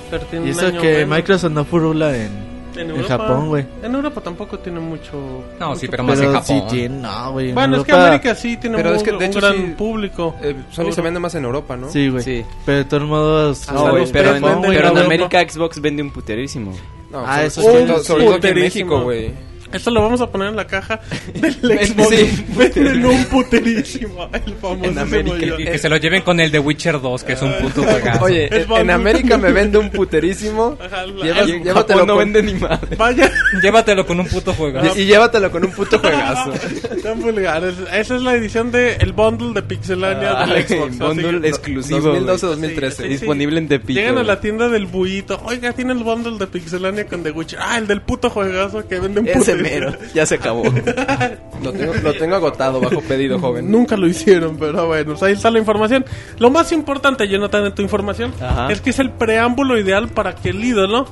Speaker 2: Pero tiene
Speaker 5: Y
Speaker 2: un
Speaker 5: eso
Speaker 2: año
Speaker 5: que
Speaker 2: bueno.
Speaker 5: Microsoft no furula en,
Speaker 2: En
Speaker 5: en
Speaker 2: Europa-
Speaker 5: Japón, güey.
Speaker 2: En Europa tampoco tiene mucho.
Speaker 6: No,
Speaker 2: mucho
Speaker 6: sí, pero más en
Speaker 5: Pero sí
Speaker 6: Japón.
Speaker 5: tiene, no, güey. en
Speaker 2: Bueno, es que
Speaker 5: Europa-
Speaker 2: América sí tiene
Speaker 7: Pero
Speaker 2: un,
Speaker 7: es que, de
Speaker 2: un
Speaker 7: hecho,
Speaker 2: gran
Speaker 7: sí,
Speaker 2: público.
Speaker 7: Eh, Sony se vende más en Europa, ¿no?
Speaker 5: Sí, güey.
Speaker 8: Sí.
Speaker 5: Pero de todos modos.
Speaker 2: Ah,
Speaker 8: No, güey,
Speaker 2: los
Speaker 8: pero, en, Pues
Speaker 2: teléfonos, güey,
Speaker 8: pero en
Speaker 2: la
Speaker 8: América Xbox vende un puterísimo.
Speaker 7: No,
Speaker 5: Ah,
Speaker 7: sobre-
Speaker 5: eso
Speaker 7: sobre,
Speaker 5: sí.
Speaker 7: todo- sobre todo aquí en
Speaker 2: Puterísimo.
Speaker 7: México, güey.
Speaker 2: Esto lo vamos a poner en la caja del Xbox.
Speaker 8: sí.
Speaker 2: Venden un puterísimo. El famoso.
Speaker 7: En América.
Speaker 6: Y que se lo lleven con el de Witcher 2, que es
Speaker 8: Ah.
Speaker 6: un puto juegazo.
Speaker 7: Oye,
Speaker 2: Es
Speaker 7: en,
Speaker 2: bambú.
Speaker 7: en América me vende un puterísimo.
Speaker 2: Ajá, la-
Speaker 7: Llevas-
Speaker 2: el-
Speaker 7: llévatelo
Speaker 8: Japón no
Speaker 7: con-
Speaker 8: vende ni madre.
Speaker 2: Vaya.
Speaker 6: Llévatelo con un puto juegazo.
Speaker 7: y, y llévatelo con un puto juegazo.
Speaker 2: Tan vulgares. Esa es la edición del el bundle de Pixelania
Speaker 8: Ah,
Speaker 2: del Xbox. así
Speaker 8: bundle
Speaker 2: que-
Speaker 8: exclusivo. güey.
Speaker 7: 2012-2013.
Speaker 2: Sí, sí, sí.
Speaker 8: Disponible en Tepito.
Speaker 2: Llegan a
Speaker 8: güey.
Speaker 2: la tienda del bullito. Oiga, tiene el bundle de Pixelania con The Witcher. Ah, el del puto juegazo que venden
Speaker 8: Ese mero. Ya se acabó.
Speaker 7: Lo tengo, lo tengo agotado bajo pedido, joven.
Speaker 2: Nunca lo hicieron, pero bueno, pues ahí está la información. Lo más importante, Jonathan, de tu información
Speaker 8: Ajá.
Speaker 2: es que es el preámbulo ideal para que el ídolo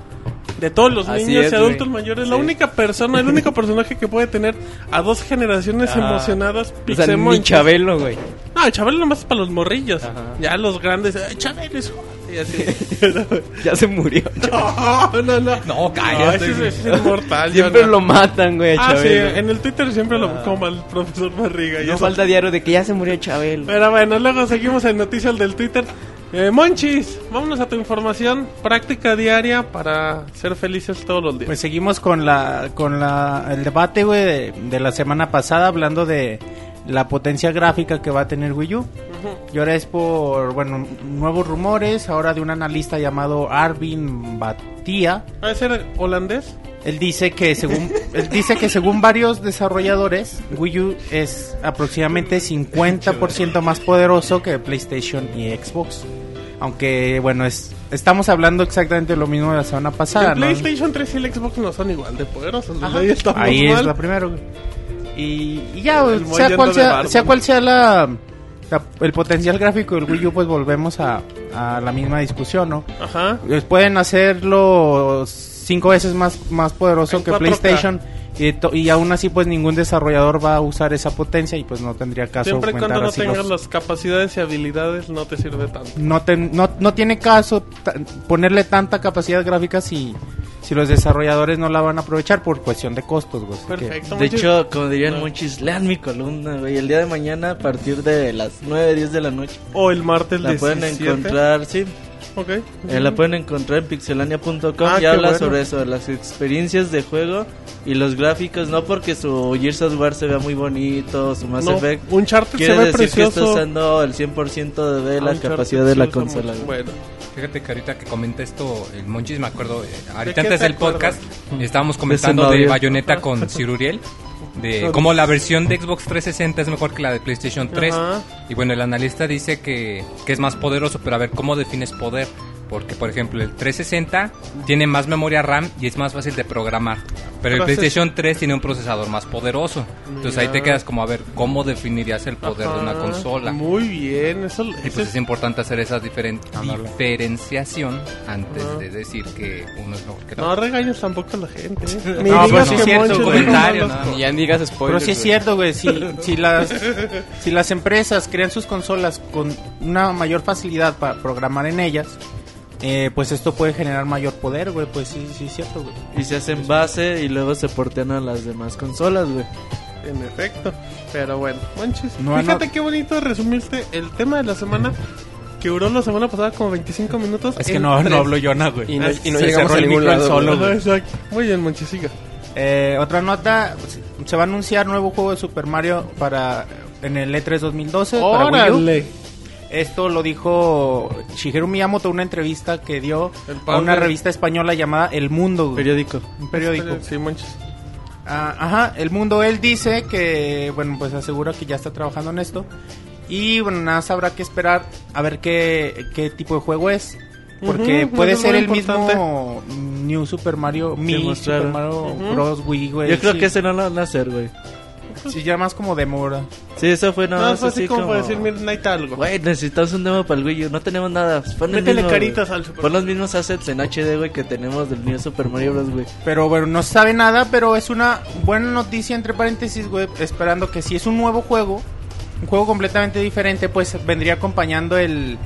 Speaker 2: de todos los
Speaker 8: Así
Speaker 2: niños
Speaker 8: es,
Speaker 2: y
Speaker 8: güey.
Speaker 2: adultos mayores, la
Speaker 8: Sí.
Speaker 2: única persona, el único personaje que puede tener a dos generaciones
Speaker 8: Ajá.
Speaker 2: emocionadas,
Speaker 8: o sea,
Speaker 2: pixemonchas.
Speaker 8: ni Chabelo, güey.
Speaker 2: No, Chabelo nomás es para los morrillos. Ya los grandes, "Ay, Chabelo es joder", y así. Pero-
Speaker 8: Ya se murió.
Speaker 2: no, no, no.
Speaker 6: No,
Speaker 2: No,
Speaker 6: cállate.
Speaker 2: ese es,
Speaker 6: güey.
Speaker 2: ese es inmortal.
Speaker 8: Siempre
Speaker 2: Jonathan.
Speaker 8: lo matan, güey, a
Speaker 2: Ah, sí,
Speaker 8: Chabelo.
Speaker 2: en el Twitter siempre lo coma el profesor Barriga. y
Speaker 8: No
Speaker 2: eso.
Speaker 8: falta diario de que ya se murió Chabelo.
Speaker 2: Pero bueno, luego seguimos en noticias del Twitter. Eh, Monchis, vámonos a tu información. Práctica diaria para ser felices todos los días.
Speaker 4: Pues seguimos con la con la el debate güey de, de la semana pasada hablando de la potencia gráfica que va a tener Wii U. Y ahora es por bueno, nuevos rumores ahora de un analista llamado Arvin Batia.
Speaker 2: ¿Puede ser holandés?
Speaker 4: Él dice que según él dice que según varios desarrolladores, Wii U es aproximadamente 50% más poderoso que PlayStation y Xbox. Aunque bueno, es estamos hablando exactamente lo mismo de la semana pasada,
Speaker 2: el
Speaker 4: ¿no?
Speaker 2: PlayStation 3 y el Xbox no son igual de poderosos. desde
Speaker 4: Ajá.
Speaker 2: Pues Ahí estamos
Speaker 4: Ahí es
Speaker 2: mal.
Speaker 4: la primera, güey. Y, y ya,
Speaker 2: El
Speaker 4: güey,
Speaker 2: Moy
Speaker 4: sea
Speaker 2: yendo
Speaker 4: cual
Speaker 2: de
Speaker 4: sea,
Speaker 2: barba.
Speaker 4: sea cual sea la, la- el potencial gráfico del Wii U, pues volvemos a, a la misma discusión, ¿no?
Speaker 2: Ajá.
Speaker 4: Pues pueden hacerlo cinco veces más, más poderoso
Speaker 2: En
Speaker 4: que
Speaker 2: 4K.
Speaker 4: PlayStation. Y, to- y aún así, pues ningún desarrollador va a usar esa potencia y pues no tendría caso
Speaker 2: Siempre y cuando
Speaker 4: aumentar
Speaker 2: no
Speaker 4: así
Speaker 2: tengas
Speaker 4: los-
Speaker 2: las capacidades y habilidades, no te sirve tanto.
Speaker 4: no, ten- no, no tiene caso ta- ponerle tanta capacidad gráfica si, si los desarrolladores no la van a aprovechar por cuestión de costos, güey. Así que-
Speaker 2: Perfecto.
Speaker 5: De
Speaker 2: Monchis.
Speaker 5: hecho, como dirían
Speaker 2: No.
Speaker 5: muchos, lean mi columna, güey. El día de mañana, a partir de las 9, 10 de la noche,
Speaker 2: o el martes
Speaker 5: la
Speaker 2: 17.
Speaker 5: pueden encontrar, sí,
Speaker 2: Ok.
Speaker 5: eh, la pueden encontrar en pixelania.com
Speaker 2: Ah,
Speaker 5: y
Speaker 2: qué
Speaker 5: habla
Speaker 2: bueno.
Speaker 5: sobre eso, las experiencias de juego y los gráficos. No porque su Gears of War se vea muy bonito, su Mass
Speaker 2: No,
Speaker 5: Effect.
Speaker 2: un charter se
Speaker 5: Quiere
Speaker 2: ve
Speaker 5: decir que está
Speaker 2: precioso. Ah,
Speaker 5: usando el 100% de la
Speaker 2: Uncharted
Speaker 5: capacidad de la
Speaker 2: sí usa
Speaker 5: consola.
Speaker 2: mucho.
Speaker 5: güey.
Speaker 2: Bueno.
Speaker 6: Fíjate que ahorita que comenta esto, el Monchis, me acuerdo, eh,
Speaker 2: qué
Speaker 6: ahorita antes
Speaker 2: te
Speaker 6: del
Speaker 2: acuerdas? Mm.
Speaker 6: podcast, estábamos comentando de
Speaker 5: Zenobia.
Speaker 6: Bayonetta con Ciruriel, de cómo la versión de Xbox 360 es mejor que la de PlayStation 3.
Speaker 2: Ajá.
Speaker 6: Y bueno, el analista dice que, que es más poderoso, pero a ver, ¿cómo defines poder? Porque, por ejemplo, el 360 tiene más memoria RAM y es más fácil de programar. Pero el
Speaker 2: Proces-
Speaker 6: PlayStation 3 tiene un procesador más poderoso. Entonces ahí te
Speaker 2: Mira.
Speaker 6: quedas como a ver, ¿cómo definirías el poder de una
Speaker 2: Ajá.
Speaker 6: consola?
Speaker 2: Muy bien, eso,
Speaker 6: Y
Speaker 2: eso
Speaker 6: pues es
Speaker 2: es
Speaker 6: importante hacer esa diferen- diferenciación antes de decir que uno es mejor que el
Speaker 2: No
Speaker 6: otro.
Speaker 2: regañes tampoco a la gente. ¿eh?
Speaker 4: Ni digas
Speaker 6: pues
Speaker 4: que
Speaker 6: sí es cierto,
Speaker 2: Moncho
Speaker 6: un
Speaker 2: dijo
Speaker 6: comentario,
Speaker 2: malas
Speaker 6: ¿no?
Speaker 8: Ni ya ni digas spoilers.
Speaker 4: Pero sí es
Speaker 8: güey.
Speaker 4: cierto, güey, si, si, las, si las empresas crean sus consolas con una mayor facilidad para programar en ellas, eh, pues esto puede generar mayor poder, güey, pues sí, sí es cierto, güey.
Speaker 5: Y se hacen base y luego se portean a las demás consolas, güey.
Speaker 2: En efecto. Pero bueno, manches.
Speaker 4: No,
Speaker 2: fíjate
Speaker 4: no.
Speaker 2: qué bonito resumirte el tema de la semana que duró la semana pasada como 25 minutos.
Speaker 4: Es que
Speaker 2: en
Speaker 4: no,
Speaker 2: tres.
Speaker 4: no hablo yo nada, güey.
Speaker 7: Y no, y no
Speaker 4: Se
Speaker 7: llegamos
Speaker 4: cerró
Speaker 7: a
Speaker 4: el
Speaker 7: ningún
Speaker 4: micro al
Speaker 7: lado.
Speaker 4: solo,
Speaker 7: güey.
Speaker 2: Ajá, exacto. Muy bien, Monchis, siga.
Speaker 4: Eh, otra nota, pues, se va a anunciar nuevo juego de Super Mario para en el E E3 2012. para Wii U.
Speaker 2: Órale.
Speaker 4: Esto lo dijo Shigeru Miyamoto en una entrevista que dio
Speaker 2: El
Speaker 4: a una
Speaker 2: padre.
Speaker 4: revista española llamada El Mundo, güey.
Speaker 5: Periódico.
Speaker 4: un periódico.
Speaker 2: Sí, Monchis.
Speaker 4: Ah, ajá, el mundo él dice que, bueno, pues asegura que ya está trabajando en esto. Y bueno, nada, más habrá que esperar a ver qué, qué tipo de juego es. Porque
Speaker 2: Ujú,
Speaker 4: puede
Speaker 2: eso es
Speaker 4: ser
Speaker 2: muy
Speaker 4: el
Speaker 2: importante.
Speaker 4: mismo, mm, New Super Mario, Mi Super
Speaker 5: mostraron.
Speaker 4: Mario
Speaker 2: Ujú.
Speaker 4: Bros. Wii,
Speaker 2: Pues
Speaker 4: güey.
Speaker 5: Yo creo
Speaker 4: sí.
Speaker 5: que ese no lo van a hacer, güey.
Speaker 4: Sí, ya más como demora.
Speaker 5: Sí, eso fue nada
Speaker 2: No,
Speaker 5: más
Speaker 2: fue así como para decir
Speaker 5: decirme
Speaker 2: Midnight algo.
Speaker 5: Güey, necesitamos un demo para el Wii U. No tenemos nada. Pon el
Speaker 2: Métele
Speaker 5: mismo,
Speaker 2: caritas
Speaker 5: güey.
Speaker 2: al Super
Speaker 5: Pon los mismos assets en HD, güey, que tenemos del New Super Mario Bros, güey.
Speaker 4: Pero bueno, no se sabe nada, pero es una buena noticia entre paréntesis, güey, esperando que si es un nuevo juego, un juego completamente diferente, pues vendría acompañando el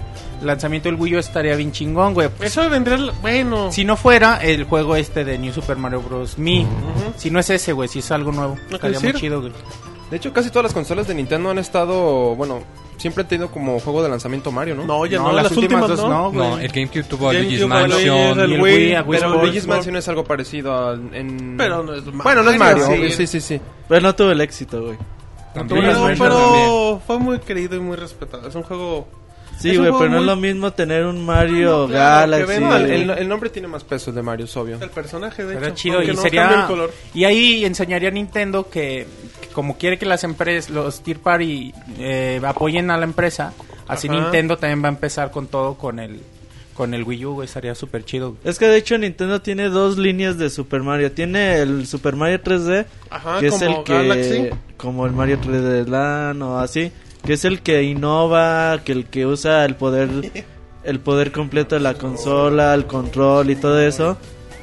Speaker 4: lanzamiento del Wii U, estaría bien chingón, güey.
Speaker 2: Eso vendría. el- Bueno.
Speaker 4: Si no fuera el juego este de New Super Mario Bros. Mi,
Speaker 2: Ujú.
Speaker 4: si no es ese, güey, si es algo nuevo,
Speaker 2: que
Speaker 4: estaría muy
Speaker 2: decir.
Speaker 4: chido, güey.
Speaker 7: De hecho, casi todas las consolas de Nintendo han estado, bueno, siempre han tenido como juego de lanzamiento Mario, ¿no?
Speaker 2: No, ya no, las, últimas, dos no.
Speaker 4: güey.
Speaker 6: No, el GameCube tuvo a
Speaker 2: GameCube,
Speaker 6: Luigi's
Speaker 2: bueno,
Speaker 6: Mansion.
Speaker 2: era el
Speaker 4: y el
Speaker 2: Wii,
Speaker 4: Wii, a Wii
Speaker 7: Pero
Speaker 4: Sports,
Speaker 7: Luigi's
Speaker 4: ¿no?
Speaker 7: Mansion es algo parecido al, en...
Speaker 2: Pero no es Mario.
Speaker 7: Bueno, no es Mario,
Speaker 2: Sí.
Speaker 7: obvio, sí, sí, sí.
Speaker 5: Pero no tuvo el éxito, güey.
Speaker 6: También.
Speaker 2: Pero,
Speaker 6: Luigi's
Speaker 2: pero
Speaker 6: Mansion también.
Speaker 2: fue muy querido y muy respetado. Es un juego.
Speaker 5: Sí,
Speaker 2: Es un
Speaker 5: güey,
Speaker 2: juego
Speaker 5: pero no es
Speaker 2: muy-
Speaker 5: lo mismo tener un Mario
Speaker 2: No, claro, que
Speaker 5: Galaxy.
Speaker 2: venda,
Speaker 7: No, el,
Speaker 5: güey.
Speaker 7: el- el nombre tiene más peso el de Mario, es obvio.
Speaker 2: El personaje, de
Speaker 4: Estaría
Speaker 2: hecho.
Speaker 4: chido
Speaker 2: aunque
Speaker 4: y
Speaker 2: no cambie
Speaker 4: sería
Speaker 2: el color.
Speaker 4: y ahí enseñaría a Nintendo que, que como quiere que las empresas, los tier party eh, apoyen a la empresa, así
Speaker 2: Ajá.
Speaker 4: Nintendo también va a empezar con todo con el con el Wii U, güey, estaría súper chido. güey.
Speaker 5: Es que de hecho Nintendo tiene dos líneas de Super Mario. Tiene el Super Mario 3D,
Speaker 2: Ajá,
Speaker 5: que es
Speaker 2: como
Speaker 5: el que
Speaker 2: Galaxy.
Speaker 5: como el Mario 3D LAN o así, que es el que innova, que el que usa el poder el poder completo de la consola, el control y todo eso.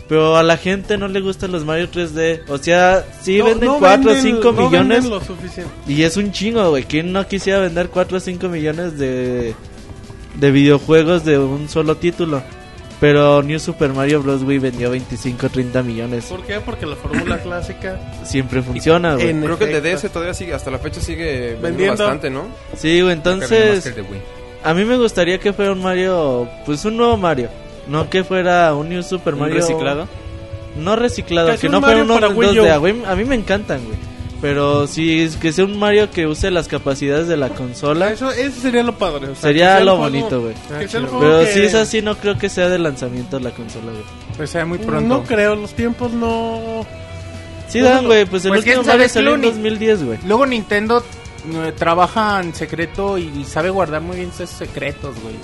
Speaker 5: Pero a la gente no le gustan los Mario 3D. O sea, sí
Speaker 2: No-
Speaker 5: venden
Speaker 2: no
Speaker 5: 4 o
Speaker 2: venden-
Speaker 5: 5
Speaker 2: no venden
Speaker 5: millones.
Speaker 2: lo suficiente.
Speaker 5: Y es un chingo, güey. ¿Quién no quisiera vender 4 o 5 millones de, de videojuegos de un solo título? Pero New Super Mario Bros. Wii vendió 25 o 30 millones.
Speaker 2: ¿Por qué? Porque la fórmula clásica.
Speaker 5: Siempre funciona, güey.
Speaker 2: En
Speaker 7: Creo que el de
Speaker 2: efecto.
Speaker 7: DS todavía sigue, hasta la fecha sigue vendiendo,
Speaker 2: Vendiendo.
Speaker 7: bastante, ¿no? Pues
Speaker 5: Sí, güey,
Speaker 6: Creo que
Speaker 5: entonces
Speaker 6: el de Wii.
Speaker 5: a mí me gustaría que fuera un Mario, pues un nuevo Mario. No que fuera un New Super
Speaker 8: ¿Un
Speaker 5: Mario...
Speaker 8: reciclado?
Speaker 5: No reciclado,
Speaker 2: Que
Speaker 5: que,
Speaker 2: sea
Speaker 5: no
Speaker 2: un
Speaker 5: fuera
Speaker 2: Mario
Speaker 5: un Mario
Speaker 2: para Wii U.
Speaker 5: 2D. A, güey, a mí me encantan, güey. Pero sí, es que sea un Mario que use las capacidades de la consola.
Speaker 2: Eso, eso sería lo padre. o sea,
Speaker 5: Sería
Speaker 2: que sea el
Speaker 5: lo
Speaker 2: juego-
Speaker 5: bonito, güey.
Speaker 2: que sea el juego
Speaker 5: Pero
Speaker 2: que-
Speaker 5: si es así, no creo que sea de lanzamiento la consola, güey.
Speaker 4: Pues sea muy pronto.
Speaker 2: No creo, los tiempos no.
Speaker 5: Sí, dan, güey, pues el
Speaker 4: Pues, ¿quién
Speaker 5: último
Speaker 4: sabe?
Speaker 5: Mario salió en
Speaker 4: Clooney.
Speaker 5: 2010, güey.
Speaker 4: Luego Nintendo eh, trabaja en secreto y sabe guardar muy bien sus secretos, güey.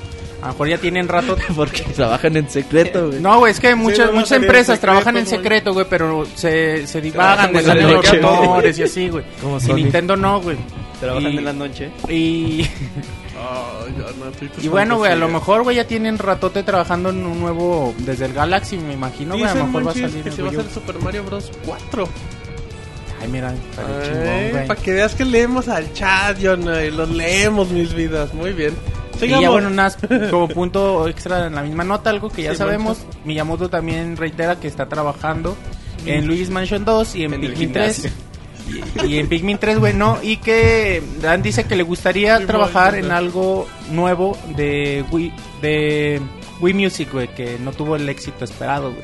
Speaker 4: A lo mejor ya tienen rato
Speaker 5: Porque trabajan en secreto, güey.
Speaker 4: No, güey, es que muchas,
Speaker 2: no,
Speaker 4: muchas
Speaker 2: salió en
Speaker 4: empresas
Speaker 2: secreto,
Speaker 4: trabajan en
Speaker 2: güey.
Speaker 4: secreto, güey, pero se, se
Speaker 8: Trabajan
Speaker 4: divagan, güey,
Speaker 8: en la
Speaker 4: salen los
Speaker 8: noche, ¿no?
Speaker 4: rumores y así, güey.
Speaker 5: Como
Speaker 4: Y
Speaker 5: Sony.
Speaker 4: Nintendo no, güey.
Speaker 8: Trabajan
Speaker 4: Y-
Speaker 8: en la noche.
Speaker 4: Y,
Speaker 2: Ay, ya, no, tú y tus
Speaker 4: y bueno, güey, a lo
Speaker 2: fantasías.
Speaker 4: mejor, güey, ya tienen ratote trabajando en un nuevo, desde el Galaxy, me imagino, güey, a lo
Speaker 2: Dicen
Speaker 4: mejor va a
Speaker 2: Monchis,
Speaker 4: salir.
Speaker 2: que
Speaker 4: el
Speaker 2: se va a
Speaker 4: Wii U.
Speaker 2: hacer Super Mario Bros. 4.
Speaker 4: Ay, mira, estaría chingón,
Speaker 2: Para
Speaker 4: güey.
Speaker 2: que veas que leemos al chat, John. y Los leemos, mis vidas. Muy bien.
Speaker 4: Y
Speaker 2: Sigamos.
Speaker 4: ya bueno, unas, como punto extra en la misma nota, algo que ya
Speaker 2: Sí,
Speaker 4: sabemos, Miyamoto también reitera que está trabajando en Luigi's Mansion 2 y en,
Speaker 8: En el
Speaker 4: Pikmin
Speaker 8: gimnasio.
Speaker 4: 3. Y, y en Pikmin 3, güey, no, y que Dan dice que le gustaría
Speaker 2: Sí,
Speaker 4: trabajar
Speaker 2: bueno,
Speaker 4: en
Speaker 2: ya.
Speaker 4: algo nuevo de Wii, de Wii Music, güey, que no tuvo el éxito esperado, güey.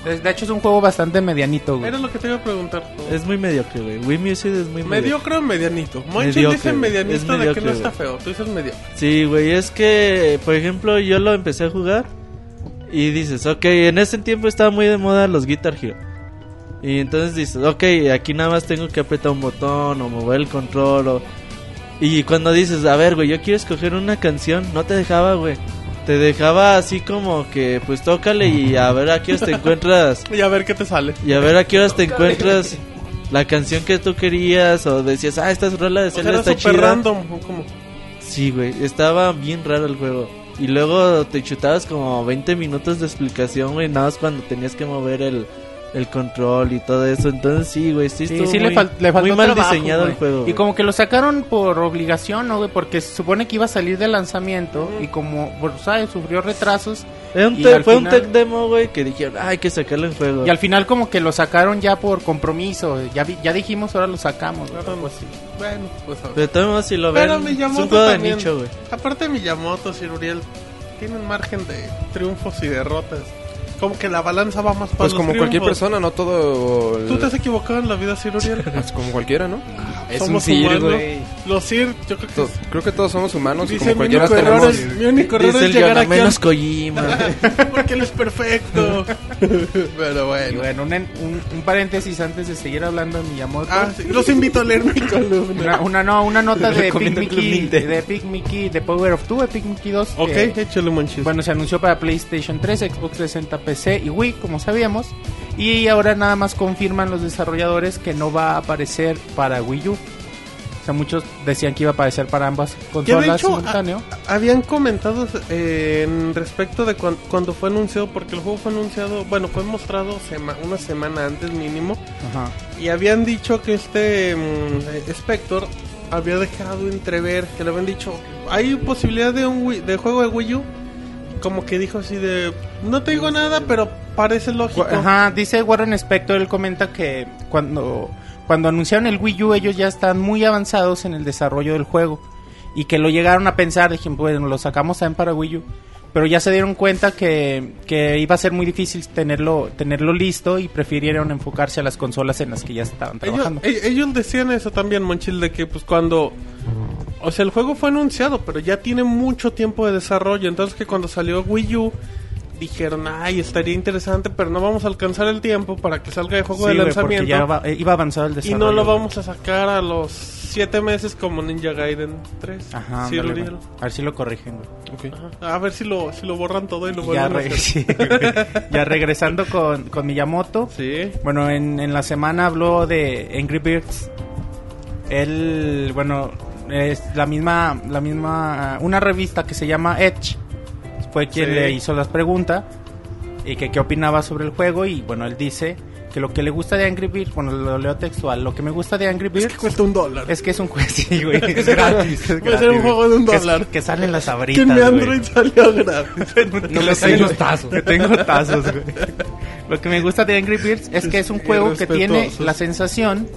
Speaker 4: Entonces, De hecho es un juego bastante medianito, güey.
Speaker 2: Era lo que te iba a preguntar.
Speaker 5: Es muy mediocre, güey. Wii Music es muy mediocre.
Speaker 2: Mediocre o medianito. Monchis
Speaker 5: Mediocre,
Speaker 2: dice
Speaker 5: güey. Es
Speaker 2: medianito de que no
Speaker 5: mediocre,
Speaker 2: está
Speaker 5: güey.
Speaker 2: feo. Tú dices mediocre.
Speaker 5: Sí, güey, es que, por ejemplo, yo lo empecé a jugar y dices, ok, en ese tiempo estaba muy de moda los Guitar Hero. Y entonces dices, ok, aquí nada más tengo que apretar un botón o mover el control o... Y cuando dices, a ver, güey, yo quiero escoger una canción, no te dejaba, güey. Te dejaba así como que, pues tócale y a ver a qué horas te encuentras.
Speaker 2: Y a ver qué te sale.
Speaker 5: Y a ver a qué horas te encuentras la canción que tú querías o decías, ah, esta es rola de
Speaker 2: O sea,
Speaker 5: Zelda,
Speaker 2: era
Speaker 5: está
Speaker 2: super
Speaker 5: chida.
Speaker 2: random. o Como...
Speaker 5: Sí, güey, estaba bien raro el juego. Y luego te chutabas como 20 minutos de explicación, güey, nada más cuando tenías que mover el, el control y todo eso. Entonces sí, güey, sí,
Speaker 4: Sí,
Speaker 5: estuvo
Speaker 4: sí
Speaker 5: muy,
Speaker 4: le, fal- le faltó
Speaker 5: muy mal
Speaker 4: trabajo,
Speaker 5: diseñado
Speaker 4: güey.
Speaker 5: el juego.
Speaker 4: Y
Speaker 5: güey.
Speaker 4: como que lo sacaron por obligación, ¿no, güey? Porque se supone que iba a salir de lanzamiento y como, bueno, ¿sabes? Sufrió retrasos
Speaker 5: Era un
Speaker 4: y
Speaker 5: te-
Speaker 4: al
Speaker 5: fue un
Speaker 4: final-
Speaker 5: tech demo, güey, que dijeron, "Ah, hay que sacarlo en juego.
Speaker 4: y al final como que lo sacaron ya por compromiso. Ya, vi- ya dijimos, ahora lo sacamos. güey.
Speaker 2: Algo así. Bueno, pues a ver.
Speaker 5: Pero todos si lo
Speaker 2: Pero
Speaker 5: ven, es
Speaker 2: Miyamoto
Speaker 5: un juego
Speaker 2: también.
Speaker 5: de nicho, güey.
Speaker 2: Aparte Miyamoto, Sir Uriel, tienen margen de triunfos y derrotas. Como que la balanza va más para
Speaker 7: Pues
Speaker 2: los
Speaker 7: como cualquier
Speaker 2: triunfos.
Speaker 7: persona, no todo... el-
Speaker 2: Tú te has equivocado en la vida, Sir Uriel.
Speaker 7: Pues como cualquiera, ¿no?
Speaker 8: Es
Speaker 2: Somos
Speaker 8: un sir,
Speaker 2: humanos.
Speaker 8: güey.
Speaker 2: Los Sir, yo creo que
Speaker 7: To- Creo que todos somos humanos y
Speaker 2: Dice,
Speaker 7: como
Speaker 2: mi
Speaker 7: cualquiera
Speaker 2: único,
Speaker 7: tenemos...
Speaker 2: error es, mi único error
Speaker 5: Dice
Speaker 2: es
Speaker 5: el
Speaker 2: llegar
Speaker 5: Yona,
Speaker 2: aquí
Speaker 5: menos
Speaker 2: al-
Speaker 5: Kojima.
Speaker 2: porque él es perfecto. Pero
Speaker 4: Y
Speaker 2: bueno.
Speaker 4: bueno, un, en- un- un paréntesis antes de seguir hablando de Miyamoto.
Speaker 2: Ah, sí, los invito a leer mi columna.
Speaker 4: Una, una, no, una nota de Epic,
Speaker 8: Recomiendo el Club
Speaker 4: Mickey,
Speaker 8: Nintendo.
Speaker 4: de Epic Mickey, de Power of Two, Epic Mickey 2.
Speaker 2: Ok,
Speaker 4: que,
Speaker 2: échale monchis.
Speaker 4: Bueno, se anunció para PlayStation 3, Xbox 60, PC y Wii, como sabíamos. Y ahora nada más confirman los desarrolladores que no va a aparecer para Wii U. O sea, muchos decían que iba a aparecer para ambas
Speaker 2: Que de
Speaker 4: consolas
Speaker 2: hecho,
Speaker 4: simultáneo.
Speaker 2: a- a- habían comentado eh, en respecto de cuan- cuando fue anunciado, porque el juego fue anunciado, bueno, fue mostrado sema- una semana antes mínimo,
Speaker 4: Ajá.
Speaker 2: y habían dicho que este mm, eh, Spector había dejado entrever, que le habían dicho, hay posibilidad de un Wii- de juego de Wii U, como que dijo así de, no te digo nada, pero parece lógico.
Speaker 4: Ajá, dice Warren Spector, él comenta que cuando, cuando anunciaron el Wii U ellos ya están muy avanzados en el desarrollo del juego y que lo llegaron a pensar, dijeron, bueno, lo sacamos también para Wii U, pero ya se dieron cuenta que, que iba a ser muy difícil tenerlo, tenerlo listo y prefirieron enfocarse a las consolas en las que ya estaban
Speaker 2: Ellos,
Speaker 4: trabajando.
Speaker 2: e- ellos decían eso también, Monchil, de que pues cuando... O sea, el juego fue anunciado, pero ya tiene mucho tiempo de desarrollo. Entonces que cuando salió Wii U, dijeron, ay, estaría interesante, pero no vamos a alcanzar el tiempo para que salga el
Speaker 4: Sí,
Speaker 2: juego de
Speaker 4: güey, porque
Speaker 2: lanzamiento.
Speaker 4: ya va- eh, iba avanzado el
Speaker 2: y
Speaker 4: desarrollo.
Speaker 2: no lo
Speaker 4: güey.
Speaker 2: vamos a sacar a los siete meses como Ninja Gaiden 3.
Speaker 4: Ajá,
Speaker 2: Sí,
Speaker 4: ándale,
Speaker 2: Uriel.
Speaker 4: güey. a ver si lo corrigen. güey.
Speaker 2: Ajá. A ver si lo, si lo borran todo y lo
Speaker 4: Ya,
Speaker 2: vuelven a
Speaker 4: re-
Speaker 2: hacer.
Speaker 4: sí, güey. Ya regresando con, con Miyamoto.
Speaker 2: Sí.
Speaker 4: Bueno, en, en la semana habló de Angry Birds. Él, bueno, es la misma, la misma, una revista que se llama Edge. Fue quien
Speaker 2: Sí.
Speaker 4: le hizo las preguntas y que qué opinaba sobre el juego y bueno, él dice que lo que le gusta de Angry Birds, bueno, lo leo textual, lo que me gusta de Angry
Speaker 2: Es
Speaker 4: Birds
Speaker 2: que cuesta un dólar.
Speaker 4: es que es un juego, sí, güey, es gratis. es
Speaker 2: Puede ser un
Speaker 4: gratis,
Speaker 2: juego
Speaker 4: güey.
Speaker 2: de un
Speaker 4: Que-
Speaker 2: dólar.
Speaker 4: Que, salen las
Speaker 2: Que en
Speaker 4: abritas,
Speaker 2: mi
Speaker 4: güey.
Speaker 2: Android salió gratis.
Speaker 4: No
Speaker 6: me salen los tazos.
Speaker 4: Que tengo tazos, güey. Lo que me gusta de Angry Birds es que es un juego que tiene
Speaker 2: Irrespetuosos.
Speaker 4: la sensación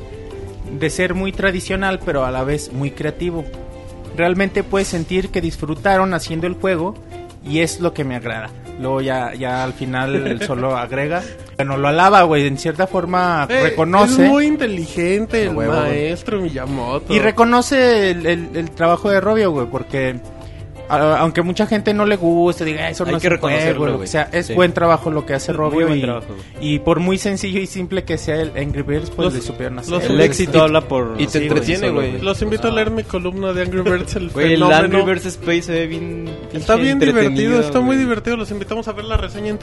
Speaker 4: de ser muy tradicional, pero a la vez muy creativo. Realmente puedes sentir que disfrutaron haciendo el juego y es lo que me agrada. Luego ya, ya al final el solo agrega. Bueno, lo alaba, güey. En cierta forma
Speaker 2: Eh,
Speaker 4: reconoce.
Speaker 2: Es muy inteligente el
Speaker 4: Huevo, güey.
Speaker 2: maestro Miyamoto.
Speaker 4: Y reconoce el, el- el trabajo de Robio, güey, porque a- aunque mucha gente no le guste, diga, "Ah, eso no
Speaker 8: Hay
Speaker 4: es
Speaker 8: que
Speaker 4: un juego",
Speaker 8: reconocerlo,
Speaker 4: o lo
Speaker 8: güey.
Speaker 4: que sea, es
Speaker 8: Sí.
Speaker 4: buen trabajo lo que hace
Speaker 8: Muy
Speaker 4: Robio
Speaker 8: buen
Speaker 4: y,
Speaker 8: trabajo, güey.
Speaker 4: y por muy sencillo y simple que sea el Angry Birds, pues
Speaker 2: Los-
Speaker 4: le supieron hacer.
Speaker 2: los-
Speaker 8: El éxito habla por...
Speaker 7: Y te
Speaker 8: sí,
Speaker 7: entretiene,
Speaker 8: solo,
Speaker 7: güey.
Speaker 2: Los invito a
Speaker 4: Ah.
Speaker 2: leer mi columna de Angry Birds, el
Speaker 8: Güey, el
Speaker 2: fenómeno.
Speaker 8: Angry Birds Space se ve bien...
Speaker 2: Está bien divertido, está muy
Speaker 8: divertido.
Speaker 2: divertido. Los invitamos a ver la reseña en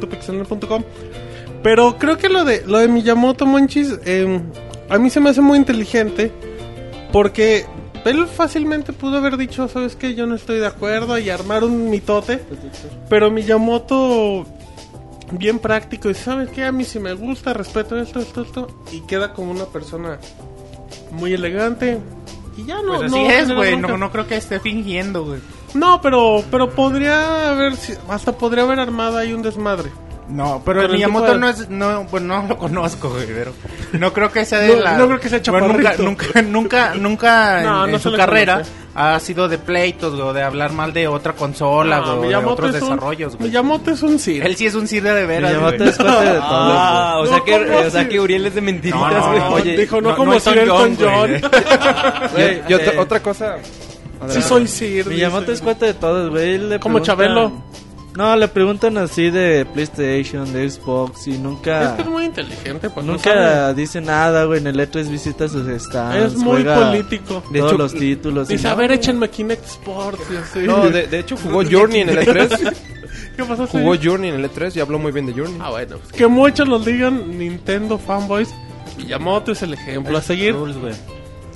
Speaker 2: www.pixelnet.com. Pero creo que lo de lo de Miyamoto Monchis eh, a mí se me hace muy inteligente porque él fácilmente pudo haber dicho, sabes que yo no estoy de acuerdo y armar un mitote, pero Miyamoto bien prácco y sabes que a mí si me gusta, respeto esto, esto, esto y queda como una persona muy elegante y ya no.
Speaker 4: Pues
Speaker 2: no
Speaker 4: así es,
Speaker 2: genera
Speaker 4: güey.
Speaker 2: bronca.
Speaker 4: No, no creo que esté fingiendo, güey.
Speaker 2: No, pero, pero podría haber, si- hasta podría haber armado ahí un desmadre.
Speaker 4: No, pero
Speaker 2: Pero
Speaker 4: el
Speaker 2: el
Speaker 4: Miyamoto
Speaker 2: tipo de-
Speaker 4: no es. No, pues no lo conozco, güey. Pero no creo que sea de
Speaker 2: No-
Speaker 4: la.
Speaker 2: no creo que sea
Speaker 4: Bueno, nunca,
Speaker 2: chaparrito.
Speaker 4: nunca, nunca, nunca en-
Speaker 2: No,
Speaker 4: en,
Speaker 2: no se
Speaker 4: su
Speaker 2: le
Speaker 4: carrera
Speaker 2: conoce.
Speaker 4: ha sido de pleitos, güey, o de hablar mal de otra consola,
Speaker 2: Ah,
Speaker 4: güey, o de
Speaker 2: Miyamoto
Speaker 4: otros
Speaker 2: es un-
Speaker 4: desarrollos, güey.
Speaker 2: Miyamoto es un sí.
Speaker 4: Él sí es un sirve de veras,
Speaker 8: Miyamoto
Speaker 4: güey.
Speaker 8: es cuate de todos.
Speaker 2: Ah, no,
Speaker 8: güey. o, sea que,
Speaker 2: ¿cómo
Speaker 8: o sea
Speaker 2: así?
Speaker 8: que Uriel es de mentiras,
Speaker 4: No, no,
Speaker 8: güey.
Speaker 4: no,
Speaker 8: Oye,
Speaker 2: dijo, no,
Speaker 4: no-
Speaker 2: como
Speaker 4: no es
Speaker 2: Sir
Speaker 4: Elton
Speaker 2: Elton
Speaker 4: John,
Speaker 2: John.
Speaker 5: Güey,
Speaker 7: Y otra,
Speaker 5: eh,
Speaker 7: otra cosa...
Speaker 2: sí soy Sir.
Speaker 5: Miyamoto
Speaker 2: dice.
Speaker 5: es cuate de todos, güey. Él le
Speaker 2: Como
Speaker 5: preguntan-
Speaker 2: Chabelo.
Speaker 5: No, le preguntan así de PlayStation, de Xbox y
Speaker 2: Es
Speaker 5: nunca...
Speaker 2: que es muy inteligente, pues, no sabe.
Speaker 5: Nunca dice nada, güey. En el E3 visita sus stands.
Speaker 2: Es muy
Speaker 5: juega
Speaker 2: político.
Speaker 5: Todos
Speaker 7: De hecho,
Speaker 5: los títulos.
Speaker 2: Dice,
Speaker 5: y
Speaker 2: a
Speaker 5: no,
Speaker 2: ver, échenme Kinect Sports y así.
Speaker 7: No, de, de hecho jugó Journey en el E3.
Speaker 2: ¿Qué pasó? sí?
Speaker 7: Jugó Journey en el E3 y habló muy bien de Journey.
Speaker 2: Ah, bueno. pues, Que muchos los digan Nintendo fanboys. Miyamoto es el ejemplo a seguir.
Speaker 5: Rules, güey.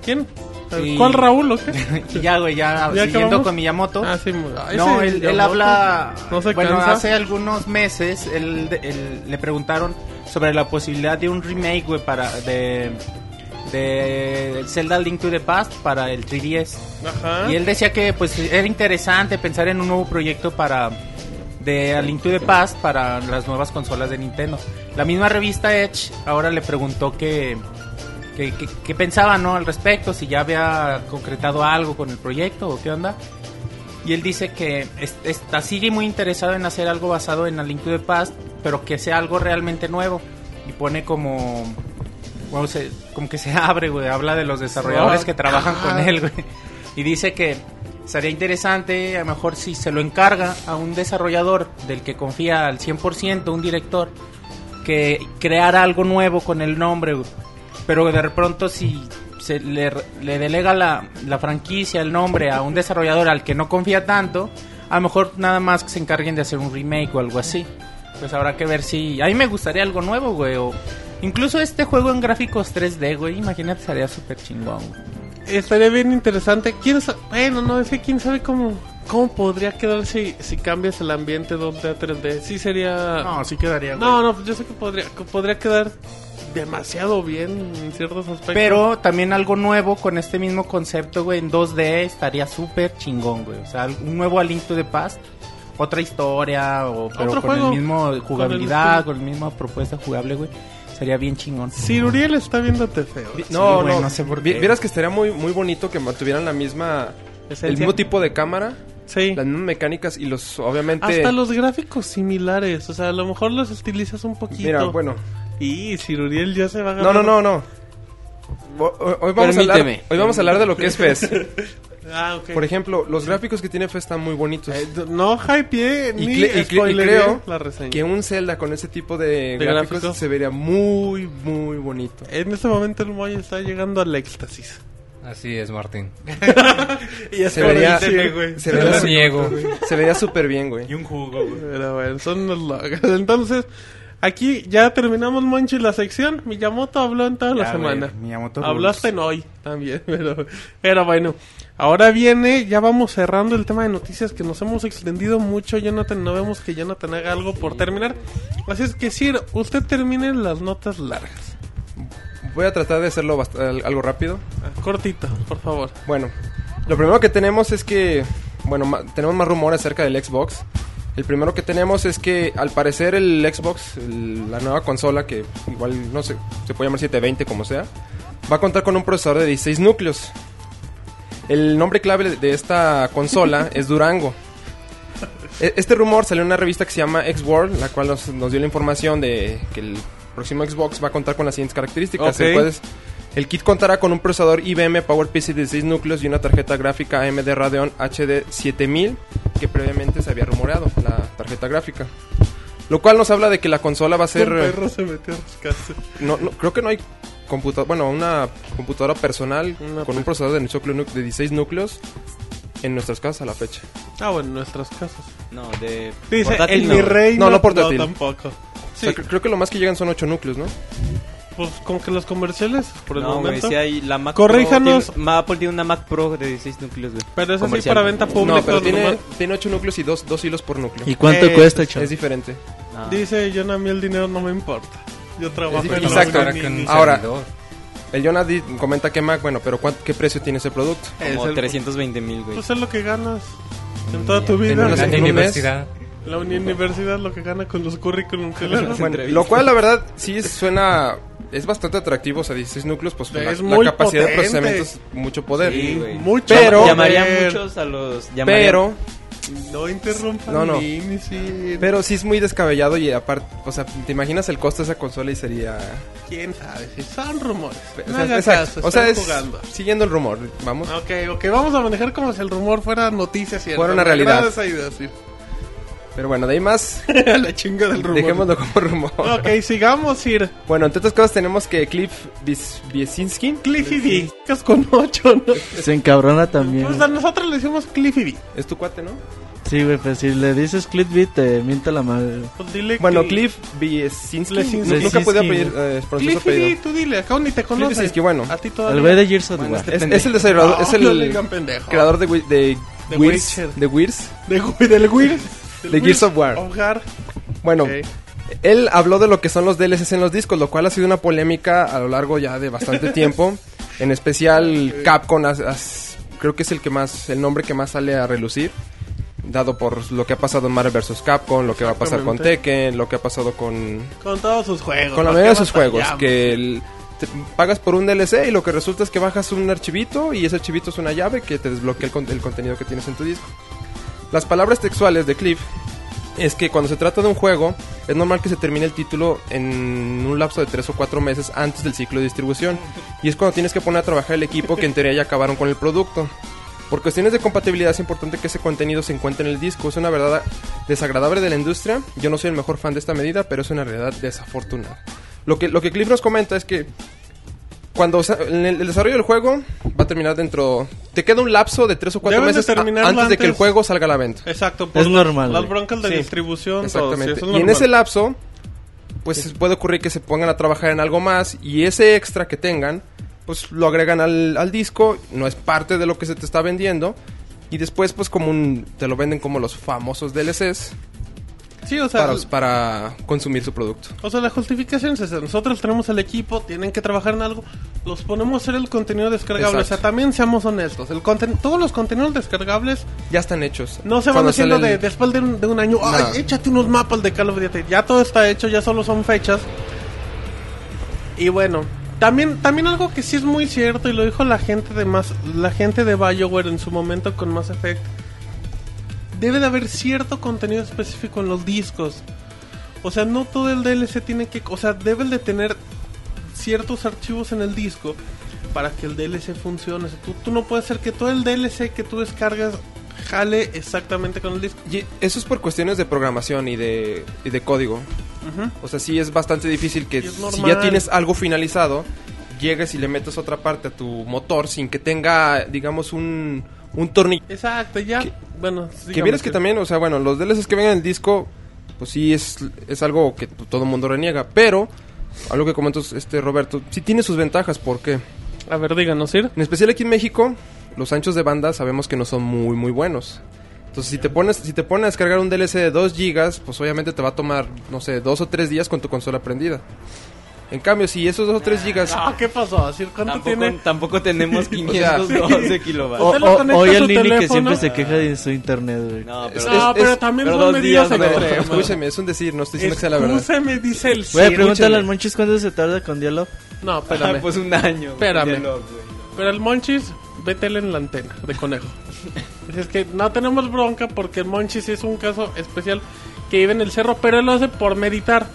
Speaker 2: ¿Quién?
Speaker 4: Sí.
Speaker 2: ¿Cuál Raúl o qué?
Speaker 4: Y ya, güey, ya,
Speaker 2: ¿Ya
Speaker 4: siguiendo
Speaker 2: acabamos?
Speaker 4: con Miyamoto.
Speaker 2: Ah, sí, ah, ese
Speaker 4: no, él, él
Speaker 2: Miyamoto.
Speaker 4: habla.
Speaker 2: No se
Speaker 4: bueno,
Speaker 2: cansa.
Speaker 4: hace algunos meses él, él- le preguntaron sobre la posibilidad de un remake, güey, para. de. de Zelda Link to the Past para el 3DS.
Speaker 2: Ajá.
Speaker 4: Y él decía que, pues, era interesante pensar en un nuevo proyecto para. De A Link to the Past para las nuevas consolas de Nintendo. La misma revista Edge ahora le preguntó que. ¿Qué, qué- qué pensaba no al respecto? Si ya había concretado algo con el proyecto o qué onda. Y él dice que es- está sigue muy interesado en hacer algo basado en A Link to the Past, pero que sea algo realmente nuevo. Y pone como bueno, se- como que se abre, güey. Habla de los desarrolladores que trabajan con él, güey. Y dice que sería interesante, a lo mejor si se lo encarga a un desarrollador del que confía al 100%, un director, que creara algo nuevo con el nombre, güey. Pero de pronto si se le, le delega la, la franquicia, el nombre a un desarrollador al que no confía tanto, a lo mejor nada más que se encarguen de hacer un remake o algo así. Pues habrá que ver si... A mí me gustaría algo nuevo, güey. O incluso este juego en gráficos 3D, güey. Imagínate, estaría súper chingón. güey.
Speaker 2: Estaría bien interesante. ¿Quién sa- Bueno, no, es que quién sabe cómo, cómo podría quedar si, si cambias el ambiente 2D a 3D. Sí sería...
Speaker 4: No, sí quedaría, güey.
Speaker 2: No, no, yo sé que podría, que podría quedar demasiado bien en ciertos aspectos.
Speaker 4: Pero también algo nuevo con este mismo concepto, güey, en 2D estaría súper chingón, güey. O sea, un nuevo A Link to the Past, otra historia, o, pero
Speaker 2: Otro
Speaker 4: con
Speaker 2: juego.
Speaker 4: el mismo
Speaker 2: Con el-
Speaker 4: jugabilidad, con la misma propuesta jugable, güey. Sería bien chingón.
Speaker 2: Siruriel está viéndote feo.
Speaker 7: No,
Speaker 4: güey,
Speaker 7: no,
Speaker 4: no sé por
Speaker 7: Vi-
Speaker 4: qué.
Speaker 7: Vieras que estaría muy, muy bonito que mantuvieran la misma. El
Speaker 2: Esencia.
Speaker 7: mismo tipo de cámara,
Speaker 2: Sí.
Speaker 7: las mismas mecánicas y los, obviamente.
Speaker 2: Hasta los gráficos similares. O sea, a lo mejor los estilizas un poquito.
Speaker 7: Mira, bueno.
Speaker 2: Y Siruriel ya se va a
Speaker 7: No, no, no, no. Ho- ho- Hoy vamos, a hablar,
Speaker 8: Permíteme.
Speaker 7: hoy vamos a hablar de lo que es FES.
Speaker 2: Ah, ok.
Speaker 7: Por ejemplo, los gráficos que tiene FES están muy bonitos.
Speaker 2: Eh, d- no hypeé ni
Speaker 7: Y cle- y cle- y
Speaker 2: spoileé
Speaker 7: creo
Speaker 2: la reseña.
Speaker 7: Que un Zelda con ese tipo de,
Speaker 2: ¿De
Speaker 7: gráficos
Speaker 2: gráficos?
Speaker 7: se vería muy, muy bonito.
Speaker 2: En este momento el Moy está llegando al éxtasis.
Speaker 6: Así es, Martín.
Speaker 2: Y
Speaker 7: Se vería, se
Speaker 6: Te lo
Speaker 7: vería, su-
Speaker 6: niego.
Speaker 7: se vería súper bien, güey.
Speaker 4: un jugo, güey.
Speaker 2: Pero bueno, son los logros. Entonces, aquí ya terminamos, Monchi, la sección. Miyamoto habló en toda la
Speaker 4: Ya,
Speaker 2: semana.
Speaker 4: güey, Miyamoto
Speaker 2: Habló
Speaker 4: rules.
Speaker 2: hasta en hoy también, pero, pero bueno. Ahora viene, ya vamos cerrando el tema de noticias que nos hemos extendido mucho. Jonathan, no vemos que Jonathan haga algo por terminar. Así es que, Sir, usted termine las notas largas.
Speaker 7: Voy a tratar de hacerlo bast- al- algo rápido.
Speaker 2: Ah, Cortito, por favor.
Speaker 7: Bueno, lo primero que tenemos es que, bueno, ma- tenemos más rumores acerca del Xbox. El primero que tenemos es que, al parecer, el Xbox, el- la nueva consola, que igual no sé, se puede llamar 720 como sea, va a contar con un procesador de 16 núcleos. El nombre clave de- de esta consola es Durango. E- Este rumor salió en una revista que se llama X-World, la cual nos, nos dio la información de que el próximo Xbox va a contar con las siguientes características.
Speaker 2: Ok.
Speaker 7: El, cual es- el kit contará con un procesador IBM PowerPC de 16 núcleos y una tarjeta gráfica AMD Radeon HD 7000, que previamente se había rumoreado, la tarjeta gráfica. Lo cual nos habla de que la consola va a ser...
Speaker 2: Un perro se metió a rascarse.
Speaker 7: No, no, creo que no hay computadora, bueno, una computadora personal
Speaker 2: Una
Speaker 7: con
Speaker 2: pe-
Speaker 7: un procesador de, núcleo nu- de 16 núcleos en nuestras casas a la fecha.
Speaker 2: Ah, bueno, nuestras casas.
Speaker 8: No, de.
Speaker 2: Dice,
Speaker 8: portátil
Speaker 2: el
Speaker 8: no.
Speaker 2: mi rey
Speaker 7: No, no portátil.
Speaker 2: tampoco.
Speaker 7: O
Speaker 2: Sí,
Speaker 7: sea, cre- creo que lo más que llegan son 8 núcleos, ¿no?
Speaker 2: pues con que los comerciales, por el
Speaker 8: No, güey,
Speaker 2: momento.
Speaker 8: sí hay la Mac
Speaker 2: Corríjanos.
Speaker 8: Pro. tiene- Ma- Apple tiene una Mac Pro de 16 núcleos, güey.
Speaker 2: Pero es así
Speaker 8: comercial.
Speaker 2: para venta pública.
Speaker 7: No, pero tiene,
Speaker 2: normal.
Speaker 7: tiene 8 núcleos y 2 dos, hilos por núcleo.
Speaker 5: ¿Y cuánto
Speaker 2: Eh,
Speaker 5: cuesta, chaval?
Speaker 7: Es diferente.
Speaker 8: Ah.
Speaker 2: Dice, yo no, a mí el dinero no me importa. Yo trabajo
Speaker 7: difícil.
Speaker 2: en la
Speaker 7: Exacto.
Speaker 2: oficina y-
Speaker 7: Ah, Ahora,
Speaker 6: servidor.
Speaker 7: El Jonas di- comenta que Mac, bueno, pero ¿cuán- ¿qué precio tiene ese producto?
Speaker 2: Es
Speaker 8: Como
Speaker 2: el-
Speaker 8: 320 mil, güey.
Speaker 2: Pues es lo que ganas en toda tu vida.
Speaker 7: En una
Speaker 6: En
Speaker 7: en
Speaker 6: la
Speaker 7: un mes.
Speaker 6: universidad.
Speaker 2: La uni- universidad lo que gana con los currículum que le dan.
Speaker 7: Bueno, lo cual, la verdad, sí suena... Es bastante atractivo, o sea, 16 núcleos, pues
Speaker 2: Es
Speaker 7: la, la
Speaker 2: muy
Speaker 7: capacidad
Speaker 2: potente.
Speaker 7: de procesamiento es mucho poder.
Speaker 8: Sí, güey.
Speaker 2: Mucho.
Speaker 7: Pero-
Speaker 8: Llamaría
Speaker 2: poder.
Speaker 8: muchos a los. llamaría-
Speaker 7: pero...
Speaker 2: No interrumpan
Speaker 7: No, no.
Speaker 2: ni- ni si-
Speaker 7: Pero sí es muy descabellado y aparte, o sea, te imaginas el costo de esa consola y sería...
Speaker 2: ¿Quién sabe? Si son rumores.
Speaker 7: o
Speaker 2: No
Speaker 7: sea,
Speaker 2: haga
Speaker 7: exacto.
Speaker 2: caso,
Speaker 7: o sea,
Speaker 2: están
Speaker 7: es
Speaker 2: jugando.
Speaker 7: siguiendo el rumor, vamos.
Speaker 2: Ok, ok, vamos a manejar como si el rumor fuera noticia cierta.
Speaker 7: Fuera una
Speaker 2: Me
Speaker 7: realidad.
Speaker 2: agrada esa idea, sí.
Speaker 7: Pero bueno, de ahí más,
Speaker 2: La chinga del rumor.
Speaker 7: dejémoslo como rumor.
Speaker 2: Ok, sigamos, Sir.
Speaker 7: Bueno, entre otras cosas tenemos que Cliff Bis- Biesinski
Speaker 2: Cliffy D. que es con 8, ¿no?
Speaker 5: Se encabrona también.
Speaker 2: Pues a nosotros le decimos Cliffy D.
Speaker 7: es tu cuate, ¿no?
Speaker 5: Sí, güey, pero si le dices clickbait, te mienta la madre. güey.
Speaker 2: Pues dile
Speaker 7: Bueno,
Speaker 2: que-
Speaker 7: Cliff Biesinski,
Speaker 2: Lesinski.
Speaker 7: nunca podía
Speaker 5: Lesinski.
Speaker 7: pedir, eh, pronunciar su
Speaker 2: Cliffy D,
Speaker 7: apellido.
Speaker 2: tú dile, acá ni te conoces.
Speaker 7: Biesinski, bueno.
Speaker 2: A ti
Speaker 5: El
Speaker 2: todavía.
Speaker 5: güey de Gears of War.
Speaker 2: este
Speaker 7: Es, es el desarrollador, es
Speaker 2: Ah, No le
Speaker 7: el
Speaker 2: digan pendejo.
Speaker 7: creador de, Wi- de,
Speaker 2: De
Speaker 7: Gears-
Speaker 2: Witcher.
Speaker 7: de Gears.
Speaker 2: De güey, del Weird.
Speaker 7: De Gears of War. Bueno,
Speaker 2: Ok.
Speaker 7: él habló de lo que son los DLCs en los discos, lo cual ha sido una polémica a lo largo ya de bastante tiempo. En especial Capcom, as- as- creo que es el que más, el nombre que más sale a relucir, dado por lo que ha pasado en Marvel vs. Capcom, lo que va a pasar con
Speaker 2: Exactamente.
Speaker 7: Tekken, lo que ha pasado con,
Speaker 2: Con todos sus juegos.
Speaker 7: con
Speaker 2: ¿para
Speaker 7: la mayoría de
Speaker 2: qué
Speaker 7: sus juegos,
Speaker 2: batallamos?
Speaker 7: que el- te- pagas por un DLC y lo que resulta es que bajas un archivito y ese archivito es una llave que te desbloquea el, con- el contenido que tienes en tu disco. Las palabras textuales de Cliff es que cuando se trata de un juego, es normal que se termine el título en un lapso de 3 o 4 meses antes del ciclo de distribución. Y es cuando tienes que poner a trabajar el equipo que en teoría ya acabaron con el producto. Por cuestiones de compatibilidad es importante que ese contenido se encuentre en el disco. Es una verdad desagradable de la industria. Yo no soy el mejor fan de esta medida, pero es una realidad desafortunada. Lo que, lo que Cliff nos comenta es que cuando sa- en el, el desarrollo del juego va a terminar dentro... Te queda un lapso de 3 o 4
Speaker 2: Deben de
Speaker 7: meses a-
Speaker 2: terminarlo
Speaker 7: antes de que el
Speaker 2: antes.
Speaker 7: juego salga a la venta.
Speaker 2: Exacto,
Speaker 5: Es normal,
Speaker 2: Las
Speaker 5: güey.
Speaker 2: broncas de
Speaker 7: Sí,
Speaker 2: distribución, todo, sí,
Speaker 7: Exactamente.
Speaker 2: eso es
Speaker 7: y en
Speaker 2: normal.
Speaker 7: ese lapso, pues puede ocurrir que se pongan a trabajar en algo más y ese extra que tengan, pues lo agregan al, al disco, no es parte de lo que se te está vendiendo. Y después, pues como un, te lo venden como los famosos DLCs
Speaker 2: Sí, o sea,
Speaker 7: para, para consumir su producto.
Speaker 2: O sea, la justificación es esa. Nosotros tenemos el equipo, tienen que trabajar en algo, los ponemos a hacer el contenido descargable.
Speaker 7: Exacto.
Speaker 2: O sea, también seamos honestos. El conten- todos los contenidos descargables
Speaker 7: Ya están hechos.
Speaker 2: no se van
Speaker 7: Cuando
Speaker 2: haciendo
Speaker 7: sale
Speaker 2: de,
Speaker 7: el-
Speaker 2: después de un, de un año.
Speaker 7: No.
Speaker 2: Ay, échate unos mapas de Call of Duty. Ya todo está hecho, ya solo son fechas. Y bueno, también, también algo que sí es muy cierto, y lo dijo la gente de más, la gente de Bioware en su momento con Mass Effect. Debe de haber cierto contenido específico en los discos. O sea, no todo el DLC tiene que. O sea, deben de tener ciertos archivos en el disco para que el DLC funcione. O sea, tú, tú no puedes hacer que todo el DLC que tú descargas jale exactamente con el disco.
Speaker 7: Y eso es por cuestiones de programación y de, y de código. O sea, sí es bastante difícil que
Speaker 2: Y es
Speaker 7: si ya
Speaker 2: normal.
Speaker 7: tienes algo finalizado, llegues y le metas otra parte a tu motor sin que tenga, digamos, un, un tornillo.
Speaker 2: Exacto, ya.
Speaker 7: Que-
Speaker 2: bueno,
Speaker 7: Que vieras que también, o sea, bueno, los DLCs que vengan en el disco, pues sí es, es algo que t- todo el mundo reniega. Pero, algo que comentas, este Roberto, sí tiene sus ventajas, ¿por qué?
Speaker 2: A ver, díganos, ir.
Speaker 7: En especial aquí en México, los anchos de banda sabemos que no son muy, muy buenos. Entonces, si te pones, si te pones a descargar un DLC de 2 GB, pues obviamente te va a tomar, no sé, dos o tres días con tu consola prendida. En cambio, si esos 2 o 3 GB...
Speaker 2: Ah, ¿qué pasó? Sir, ¿cuánto
Speaker 8: Tampoco,
Speaker 2: tiene?
Speaker 8: tampoco tenemos
Speaker 2: O sea,
Speaker 8: 512
Speaker 2: sí.
Speaker 8: kilobytes.
Speaker 5: O-
Speaker 2: Usted lo
Speaker 5: o-
Speaker 2: conecta
Speaker 5: hoy
Speaker 2: a
Speaker 5: el
Speaker 2: su
Speaker 5: Lili que
Speaker 2: teléfono.
Speaker 5: siempre se queja de su internet, güey.
Speaker 8: No, pero...
Speaker 7: Es-
Speaker 2: No, pero también
Speaker 8: pero
Speaker 2: son
Speaker 8: dos
Speaker 2: medidas
Speaker 8: días,
Speaker 7: Pero,
Speaker 2: extremas.
Speaker 7: escúcheme, es un decir, no estoy diciendo que sea la verdad.
Speaker 2: Escúcheme, dice el
Speaker 5: Güey,
Speaker 2: Sir.
Speaker 5: pregúntale al Monchis cuánto se tarda con Dialog.
Speaker 2: No, espérame.
Speaker 8: pues un año. güey,
Speaker 2: Espérame.
Speaker 8: de lo- güey.
Speaker 2: Pero el Monchis, vétele en la antena de conejo. Así es que no tenemos bronca porque el Monchis es un caso especial que vive en el cerro, pero él lo hace por meditar.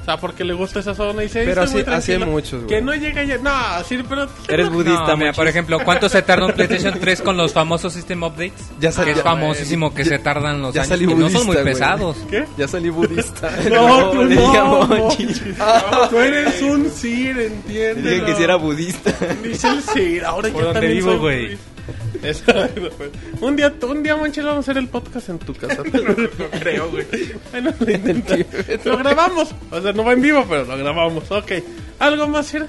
Speaker 2: O sea, porque le gusta esa zona y dice,
Speaker 7: Pero
Speaker 2: "Estoy
Speaker 7: así-
Speaker 2: muy
Speaker 7: así hay
Speaker 2: tranquilo".
Speaker 7: muchos, güey.
Speaker 2: Que no llega ya. No, sí, pero.
Speaker 8: Eres budista,
Speaker 6: No, mira,
Speaker 8: Monchis.
Speaker 6: por ejemplo, ¿cuánto se tarda un PlayStation 3 con los famosos System Updates?
Speaker 7: Ya salió,
Speaker 6: que es
Speaker 7: güey.
Speaker 6: famosísimo que
Speaker 7: Ya-
Speaker 6: se tardan los
Speaker 7: ya
Speaker 6: años.
Speaker 7: salí
Speaker 6: que no son muy
Speaker 7: budista, güey.
Speaker 6: pesados.
Speaker 2: ¿Qué?
Speaker 7: Ya salí budista.
Speaker 2: No, tú
Speaker 8: le
Speaker 2: no,
Speaker 8: dije a
Speaker 2: Monchis. Tú eres un Sir,
Speaker 8: Le
Speaker 2: ¿entiendes?
Speaker 8: Dije que si era budista.
Speaker 2: Dice el Sir, ahora
Speaker 6: Por
Speaker 2: yo
Speaker 6: donde
Speaker 2: también
Speaker 6: vivo,
Speaker 2: soy
Speaker 6: güey.
Speaker 2: budista. Exacto, güey. Un día, un día, Monchis, vamos a hacer el podcast en tu casa. Te lo, lo creo, güey. Bueno, lo intenté. Lo grabamos. O sea, no va en vivo, pero lo grabamos. Ok. ¿Algo más, Sir?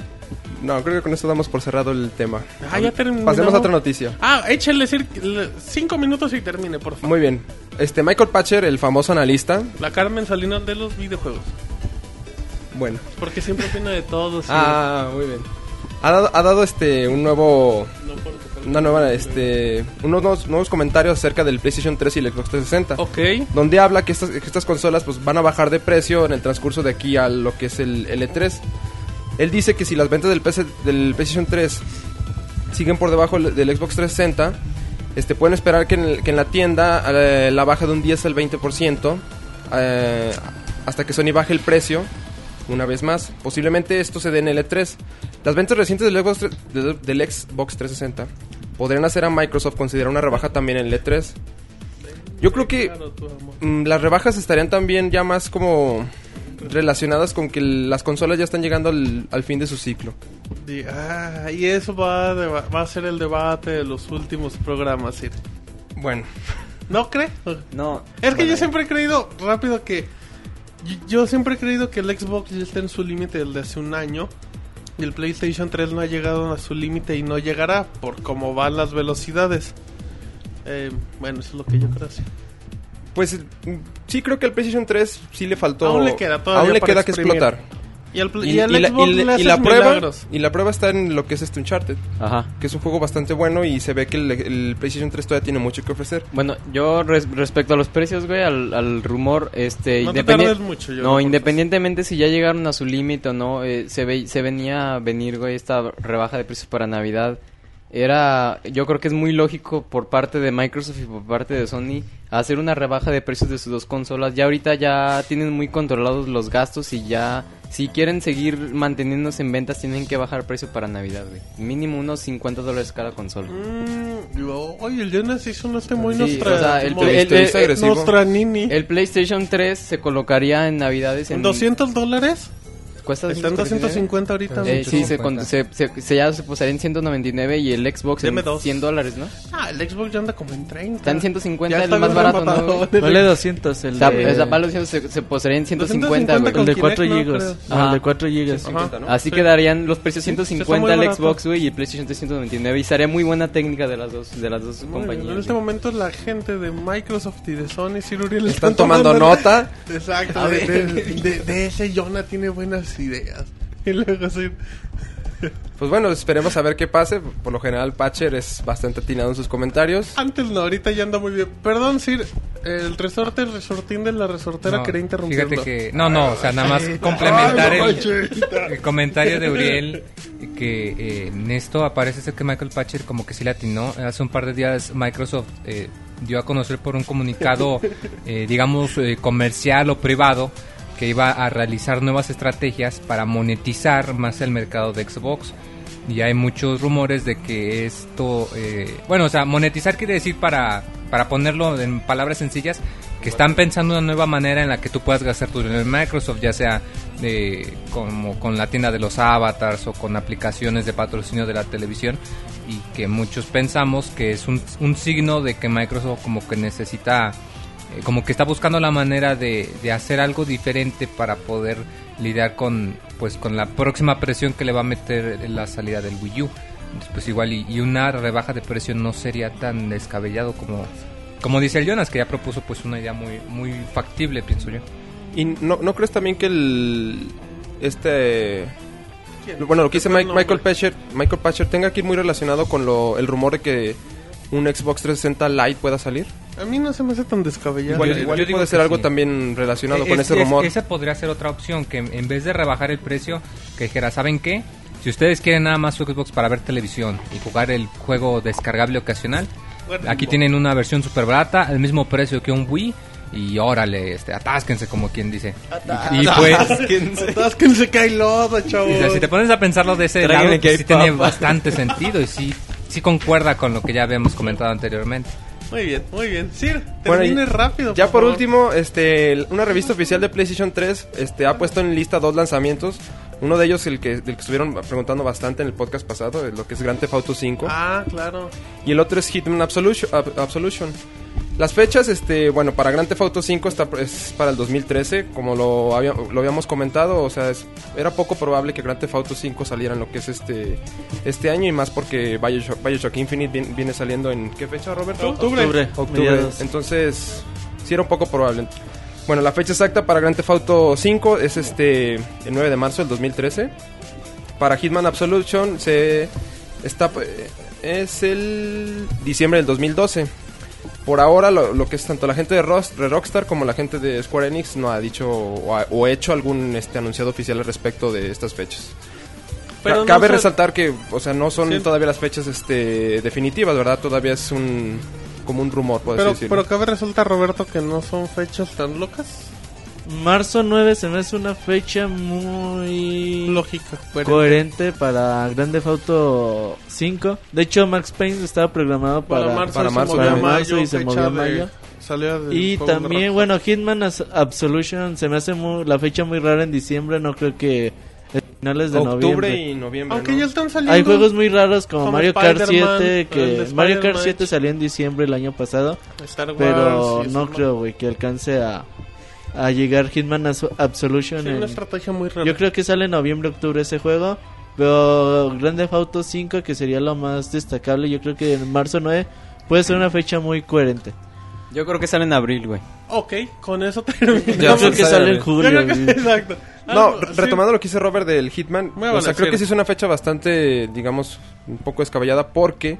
Speaker 7: No, creo que con esto damos por cerrado el tema.
Speaker 2: Ah, ya terminamos.
Speaker 7: Pasemos a otra noticia.
Speaker 2: Ah, échale, Sir, le- cinco minutos y termine, por favor.
Speaker 7: Muy bien. Este, Michael Patcher, el famoso analista.
Speaker 2: La Carmen Salinas de los videojuegos.
Speaker 7: Bueno.
Speaker 2: Porque siempre opina de todos.
Speaker 7: Ah, muy bien. Ha dado, ha dado este un nuevo una nueva este unos nuevos, nuevos comentarios acerca del PlayStation 3 y el Xbox 360,
Speaker 2: Ok.
Speaker 7: donde habla que estas que estas consolas pues van a bajar de precio en el transcurso de aquí a lo que es el L3. Él dice que si las ventas del PC del PlayStation 3 siguen por debajo del del Xbox 360, este pueden esperar que en, el- que en la tienda eh, la baja de un 10 al 20% eh, hasta que Sony baje el precio una vez más. Posiblemente esto se dé en el E3. Las ventas recientes del Xbox, tre- del- del Xbox 360 podrían hacer a Microsoft considerar una rebaja también en el E3. Yo creo que
Speaker 2: Claro, tú, amor.
Speaker 7: mm, las rebajas estarían también ya más como relacionadas con que el- las consolas ya están llegando al, al fin de su ciclo.
Speaker 2: Sí, ah, y eso va, a deba- va a ser el debate de los últimos programas, Sir.
Speaker 7: Bueno,
Speaker 2: ¿No cree?
Speaker 8: No.
Speaker 2: Es que
Speaker 8: bueno,
Speaker 2: yo siempre he creído, rápido, que. y- Yo siempre he creído que el Xbox ya está en su límite desde hace un año. Y el PlayStation 3 no ha llegado a su límite y no llegará por cómo van las velocidades. Eh, bueno, eso es lo que yo creo. sí.
Speaker 7: pues mm, sí creo que al PlayStation 3 sí le faltó...
Speaker 2: Aún le queda todavía
Speaker 7: aún le
Speaker 2: para
Speaker 7: queda que
Speaker 2: exprimir.
Speaker 7: explotar.
Speaker 2: Y el, pl-
Speaker 7: Y,
Speaker 2: y el
Speaker 7: y la, y
Speaker 2: Xbox
Speaker 7: la-
Speaker 2: le
Speaker 7: y la
Speaker 2: haces
Speaker 7: prueba,
Speaker 2: milagros.
Speaker 7: y la prueba está en lo que es este Uncharted.
Speaker 8: Ajá.
Speaker 7: que es un juego bastante bueno y se ve que el, el PlayStation 3 todavía tiene mucho que ofrecer.
Speaker 8: Bueno, yo res- respecto a los precios, güey, al, al rumor,
Speaker 7: eh,
Speaker 8: este...
Speaker 2: No te
Speaker 8: independi-
Speaker 2: tardes mucho, yo
Speaker 8: No,
Speaker 2: creo,
Speaker 8: independientemente si ya llegaron a su límite o no, eh, se, ve, se venía a venir, güey, esta rebaja de precios para Navidad. era, yo creo que es muy lógico por parte de Microsoft y por parte de Sony hacer una rebaja de precios de sus dos consolas. Ya ahorita ya tienen muy controlados los gastos y ya, si quieren seguir manteniéndose en ventas, tienen que bajar precio para Navidad, güey. Mínimo unos 50 dólares cada consola.
Speaker 2: Mm, yo- oye, el Jonas hizo un este muy
Speaker 8: Sí,
Speaker 2: nostra,
Speaker 8: o sea, el-
Speaker 2: muy-
Speaker 8: el- el- el-
Speaker 7: agresivo.
Speaker 2: nostranini.
Speaker 8: El PlayStation 3 se colocaría en Navidades en...
Speaker 2: 200 dólares.
Speaker 8: ¿Cuesta
Speaker 2: Están
Speaker 8: 249?
Speaker 2: 250 ahorita.
Speaker 8: Eh,
Speaker 2: muchachos.
Speaker 8: sí, se, con- se, se- se- ya se posaría en 199 y el Xbox
Speaker 2: Deme
Speaker 8: en
Speaker 2: dos.
Speaker 8: 100 dólares, ¿no?
Speaker 2: Ah, el Xbox ya anda como en 30.
Speaker 8: Está en 150
Speaker 2: Ya
Speaker 8: el
Speaker 2: está
Speaker 8: más
Speaker 2: bien
Speaker 8: barato, ¿no?
Speaker 2: empatado.
Speaker 8: güey?
Speaker 5: Vale 200 el
Speaker 8: Está-
Speaker 5: de,
Speaker 8: esa palo diciendo se, se posaría en 150,
Speaker 2: 250
Speaker 8: güey.
Speaker 2: con
Speaker 5: el de
Speaker 2: Kinect,
Speaker 5: 4
Speaker 2: no,
Speaker 5: gigas.
Speaker 2: creo.
Speaker 5: No, el de
Speaker 8: Ajá.
Speaker 5: 4 gigas.
Speaker 2: Ajá.
Speaker 7: ¿no?
Speaker 8: Así
Speaker 2: Sí.
Speaker 8: quedarían los precios
Speaker 2: Sí, está
Speaker 8: 150
Speaker 2: muy
Speaker 8: al
Speaker 2: barato.
Speaker 8: Xbox, güey, y el PlayStation 399. Y sería muy buena técnica de las dos, de las dos
Speaker 2: Muy bien,
Speaker 8: compañías.
Speaker 2: En
Speaker 8: güey.
Speaker 2: este momento la gente de Microsoft y de Sony Sir Uriel
Speaker 7: Están tomando nota.
Speaker 2: Exacto.
Speaker 7: A
Speaker 2: De,
Speaker 7: ver.
Speaker 2: de- de- de ese Jonah tiene buenas ideas. Y luego sí.
Speaker 7: Pues bueno, esperemos a ver qué pase. Por lo general, Patcher es bastante atinado en sus comentarios.
Speaker 2: Antes no, ahorita ya anda muy bien. Perdón, Sir. El resorte, el resortín de la resortera
Speaker 6: No,
Speaker 2: quería interrumpirlo.
Speaker 6: Fíjate que. No, no, o sea, nada más complementar
Speaker 2: Ay, no
Speaker 6: el,
Speaker 2: manches.
Speaker 6: el comentario de Uriel. Que eh, en esto aparece ser que Michael Patcher, como que sí le atinó. Hace un par de días Microsoft eh, dio a conocer por un comunicado, eh, digamos, eh, comercial o privado, que iba a realizar nuevas estrategias para monetizar más el mercado de Xbox. Y hay muchos rumores de que esto, eh, bueno, o sea, monetizar quiere decir para, para ponerlo en palabras sencillas, que están pensando una nueva manera en la que tú puedas gastar tu dinero en Microsoft, ya sea eh, como con la tienda de los avatars o con aplicaciones de patrocinio de la televisión, y que muchos pensamos que es un, un signo de que Microsoft como que necesita eh, como que está buscando la manera de, de hacer algo diferente para poder lidiar con pues con la próxima presión que le va a meter la salida del Wii U. Entonces, pues igual y, y una rebaja de precio no sería tan descabellado como como dice el Jonas que ya propuso pues una idea muy muy factible pienso yo.
Speaker 7: ¿Y no, no crees también que el. Este. Bueno, lo que dice
Speaker 2: Este
Speaker 7: Mi-
Speaker 2: nombre.
Speaker 7: Michael Patcher, Michael Patcher tenga que ir muy relacionado con lo, el rumor de que un Xbox 360 Lite pueda salir.
Speaker 2: A mí no se me hace tan descabellado.
Speaker 7: Igual,
Speaker 6: yo
Speaker 7: igual
Speaker 6: digo
Speaker 7: puede
Speaker 6: que
Speaker 7: ser algo
Speaker 6: sí.
Speaker 7: también relacionado con
Speaker 6: Eh, Es-
Speaker 7: ese
Speaker 6: es-
Speaker 7: rumor.
Speaker 6: Esa podría ser otra opción, que en vez de rebajar el precio, que dijera, ¿saben qué? Si ustedes quieren nada más su Xbox para ver televisión y jugar el juego descargable ocasional, aquí tienen una versión super barata, al mismo precio que un Wii, y órale, este, atásquense como quien dice. Y, y pues...
Speaker 2: Atásquense que hay lodo, chavos.
Speaker 6: o sea, si te pones a pensarlo de ese
Speaker 8: Tráiganle
Speaker 6: lado,
Speaker 8: que hay
Speaker 6: pues, sí tiene
Speaker 8: papa.
Speaker 6: bastante sentido y sí, sí concuerda con lo que ya habíamos comentado anteriormente.
Speaker 2: Muy bien, muy bien. Sir,
Speaker 7: Bueno,
Speaker 2: termine
Speaker 7: y-
Speaker 2: rápido.
Speaker 7: Ya por
Speaker 2: favor.
Speaker 7: último, este, una revista oficial de PlayStation 3 este, ha puesto en lista dos lanzamientos. Uno de ellos, el que, del que estuvieron preguntando bastante en el podcast pasado, lo que es Grand Theft Auto 5.
Speaker 2: Ah, claro.
Speaker 7: y el otro es Hitman Absolution. Ab- Absolution. Las fechas, este, bueno, para Grand Theft Auto 5 está, es para el 2013, como lo, había- lo habíamos comentado, o sea, es- era poco probable que Grand Theft Auto 5 saliera en lo que es este, este año y más porque Bioshock, Bioshock Infinite viene, viene saliendo en ¿qué fecha, Roberto?
Speaker 2: Octubre.
Speaker 7: Octubre.
Speaker 5: mediados.
Speaker 7: Entonces, sí era un poco probable. Bueno, la fecha exacta para Grand Theft Auto 5 es este el 9 de marzo del 2013. Para Hitman Absolution se está eh, es el diciembre del 2012. Por ahora lo, lo que es tanto la gente de, Ros- de Rockstar como la gente de Square Enix no ha dicho o, ha- o hecho algún este anunciado oficial al respecto de estas fechas. Ca-
Speaker 2: Pero
Speaker 7: Cabe
Speaker 2: no sé-
Speaker 7: resaltar que, o sea, no son
Speaker 2: Sí.
Speaker 7: todavía las fechas este, definitivas, ¿verdad? Todavía es un como un rumor, por así
Speaker 2: Pero,
Speaker 7: decirlo.
Speaker 2: pero cabe resaltar, Roberto, que no son fechas tan locas.
Speaker 5: Marzo 9 se me hace una fecha muy
Speaker 2: Lógica. coherente.
Speaker 5: coherente para Grand Theft Auto 5. De hecho, Max Payne estaba programado para,
Speaker 7: para
Speaker 2: se
Speaker 7: marzo,
Speaker 2: movió a
Speaker 7: para
Speaker 5: marzo y se
Speaker 2: fecha
Speaker 5: movió a
Speaker 2: de-
Speaker 5: mayo.
Speaker 2: salió del
Speaker 5: Y
Speaker 2: juego de
Speaker 5: también,
Speaker 2: Rockstar.
Speaker 5: bueno, Hitman As- Absolution se me hace muy- la fecha muy rara en diciembre, no creo que a finales de
Speaker 7: Octubre
Speaker 5: noviembre.
Speaker 7: y noviembre.
Speaker 2: Aunque
Speaker 7: ¿no?
Speaker 2: ya están saliendo.
Speaker 5: Hay juegos muy raros como,
Speaker 2: Como
Speaker 5: Mario Kart
Speaker 2: Spider-Man,
Speaker 5: 7,
Speaker 2: el
Speaker 5: que
Speaker 2: de
Speaker 5: Mario Kart
Speaker 2: Spider-Man.
Speaker 5: 7 salió en diciembre el año pasado,
Speaker 2: Star Wars, y
Speaker 5: pero
Speaker 2: eso,
Speaker 5: no creo, güey, que alcance a, a llegar Hitman As- Absolution
Speaker 2: Sí,
Speaker 5: en-
Speaker 2: una estrategia muy rara.
Speaker 5: Yo creo que sale en noviembre, octubre ese juego. Pero Grand Theft Auto 5, que sería lo más destacable, yo creo que en marzo 9 puede ser una fecha muy coherente.
Speaker 8: Yo creo que sale en abril, güey.
Speaker 2: Ok, con eso terminamos.
Speaker 7: Ya,
Speaker 5: Yo creo que
Speaker 7: pues,
Speaker 5: sale en
Speaker 7: yo
Speaker 2: Yo
Speaker 5: julio.
Speaker 2: creo que-
Speaker 5: güey.
Speaker 2: exacto.
Speaker 7: No,
Speaker 2: Algo-
Speaker 7: re-
Speaker 2: Ah, sí.
Speaker 7: retomando lo que dice Robert del Hitman,
Speaker 2: Muy bueno,
Speaker 7: o sea, creo
Speaker 2: sí.
Speaker 7: que sí es una fecha bastante, digamos, un poco descabellada porque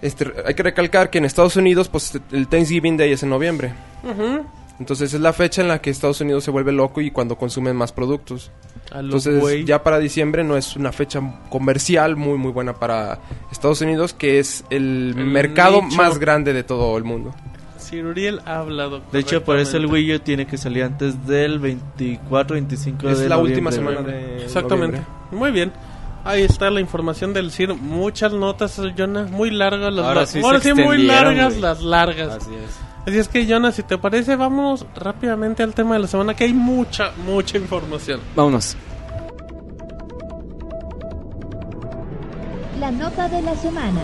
Speaker 7: este, hay que recalcar que en Estados Unidos, pues el Thanksgiving Day es en noviembre.
Speaker 2: Ujú.
Speaker 7: Entonces es la fecha en la que Estados Unidos se vuelve loco y cuando consumen más productos.
Speaker 2: A lo
Speaker 7: Entonces
Speaker 2: güey.
Speaker 7: ya para diciembre no es una fecha comercial muy muy buena para Estados Unidos, que es el,
Speaker 2: El
Speaker 7: mercado
Speaker 2: nicho.
Speaker 7: más grande de todo el mundo.
Speaker 2: Sir Uriel ha hablado.
Speaker 5: De hecho, por eso el
Speaker 2: correctamente.
Speaker 5: Wii U tiene que salir antes del 24, 25
Speaker 7: Es
Speaker 5: de
Speaker 7: la última
Speaker 5: noviembre,
Speaker 7: semana
Speaker 5: güey.
Speaker 7: de
Speaker 2: Exactamente.
Speaker 7: noviembre.
Speaker 2: Muy bien. Ahí está la información del CIR. Muchas notas, Jonas. Muy largas las
Speaker 8: Ahora
Speaker 2: lar-
Speaker 8: sí se
Speaker 2: Ahora sí, muy
Speaker 8: extendieron,
Speaker 2: largas
Speaker 8: güey.
Speaker 2: las largas. Así.
Speaker 8: Así es.
Speaker 2: es que, Jonas, si te parece, vamos rápidamente al tema de la semana, que hay mucha, mucha información.
Speaker 8: Vámonos.
Speaker 1: La nota de la semana.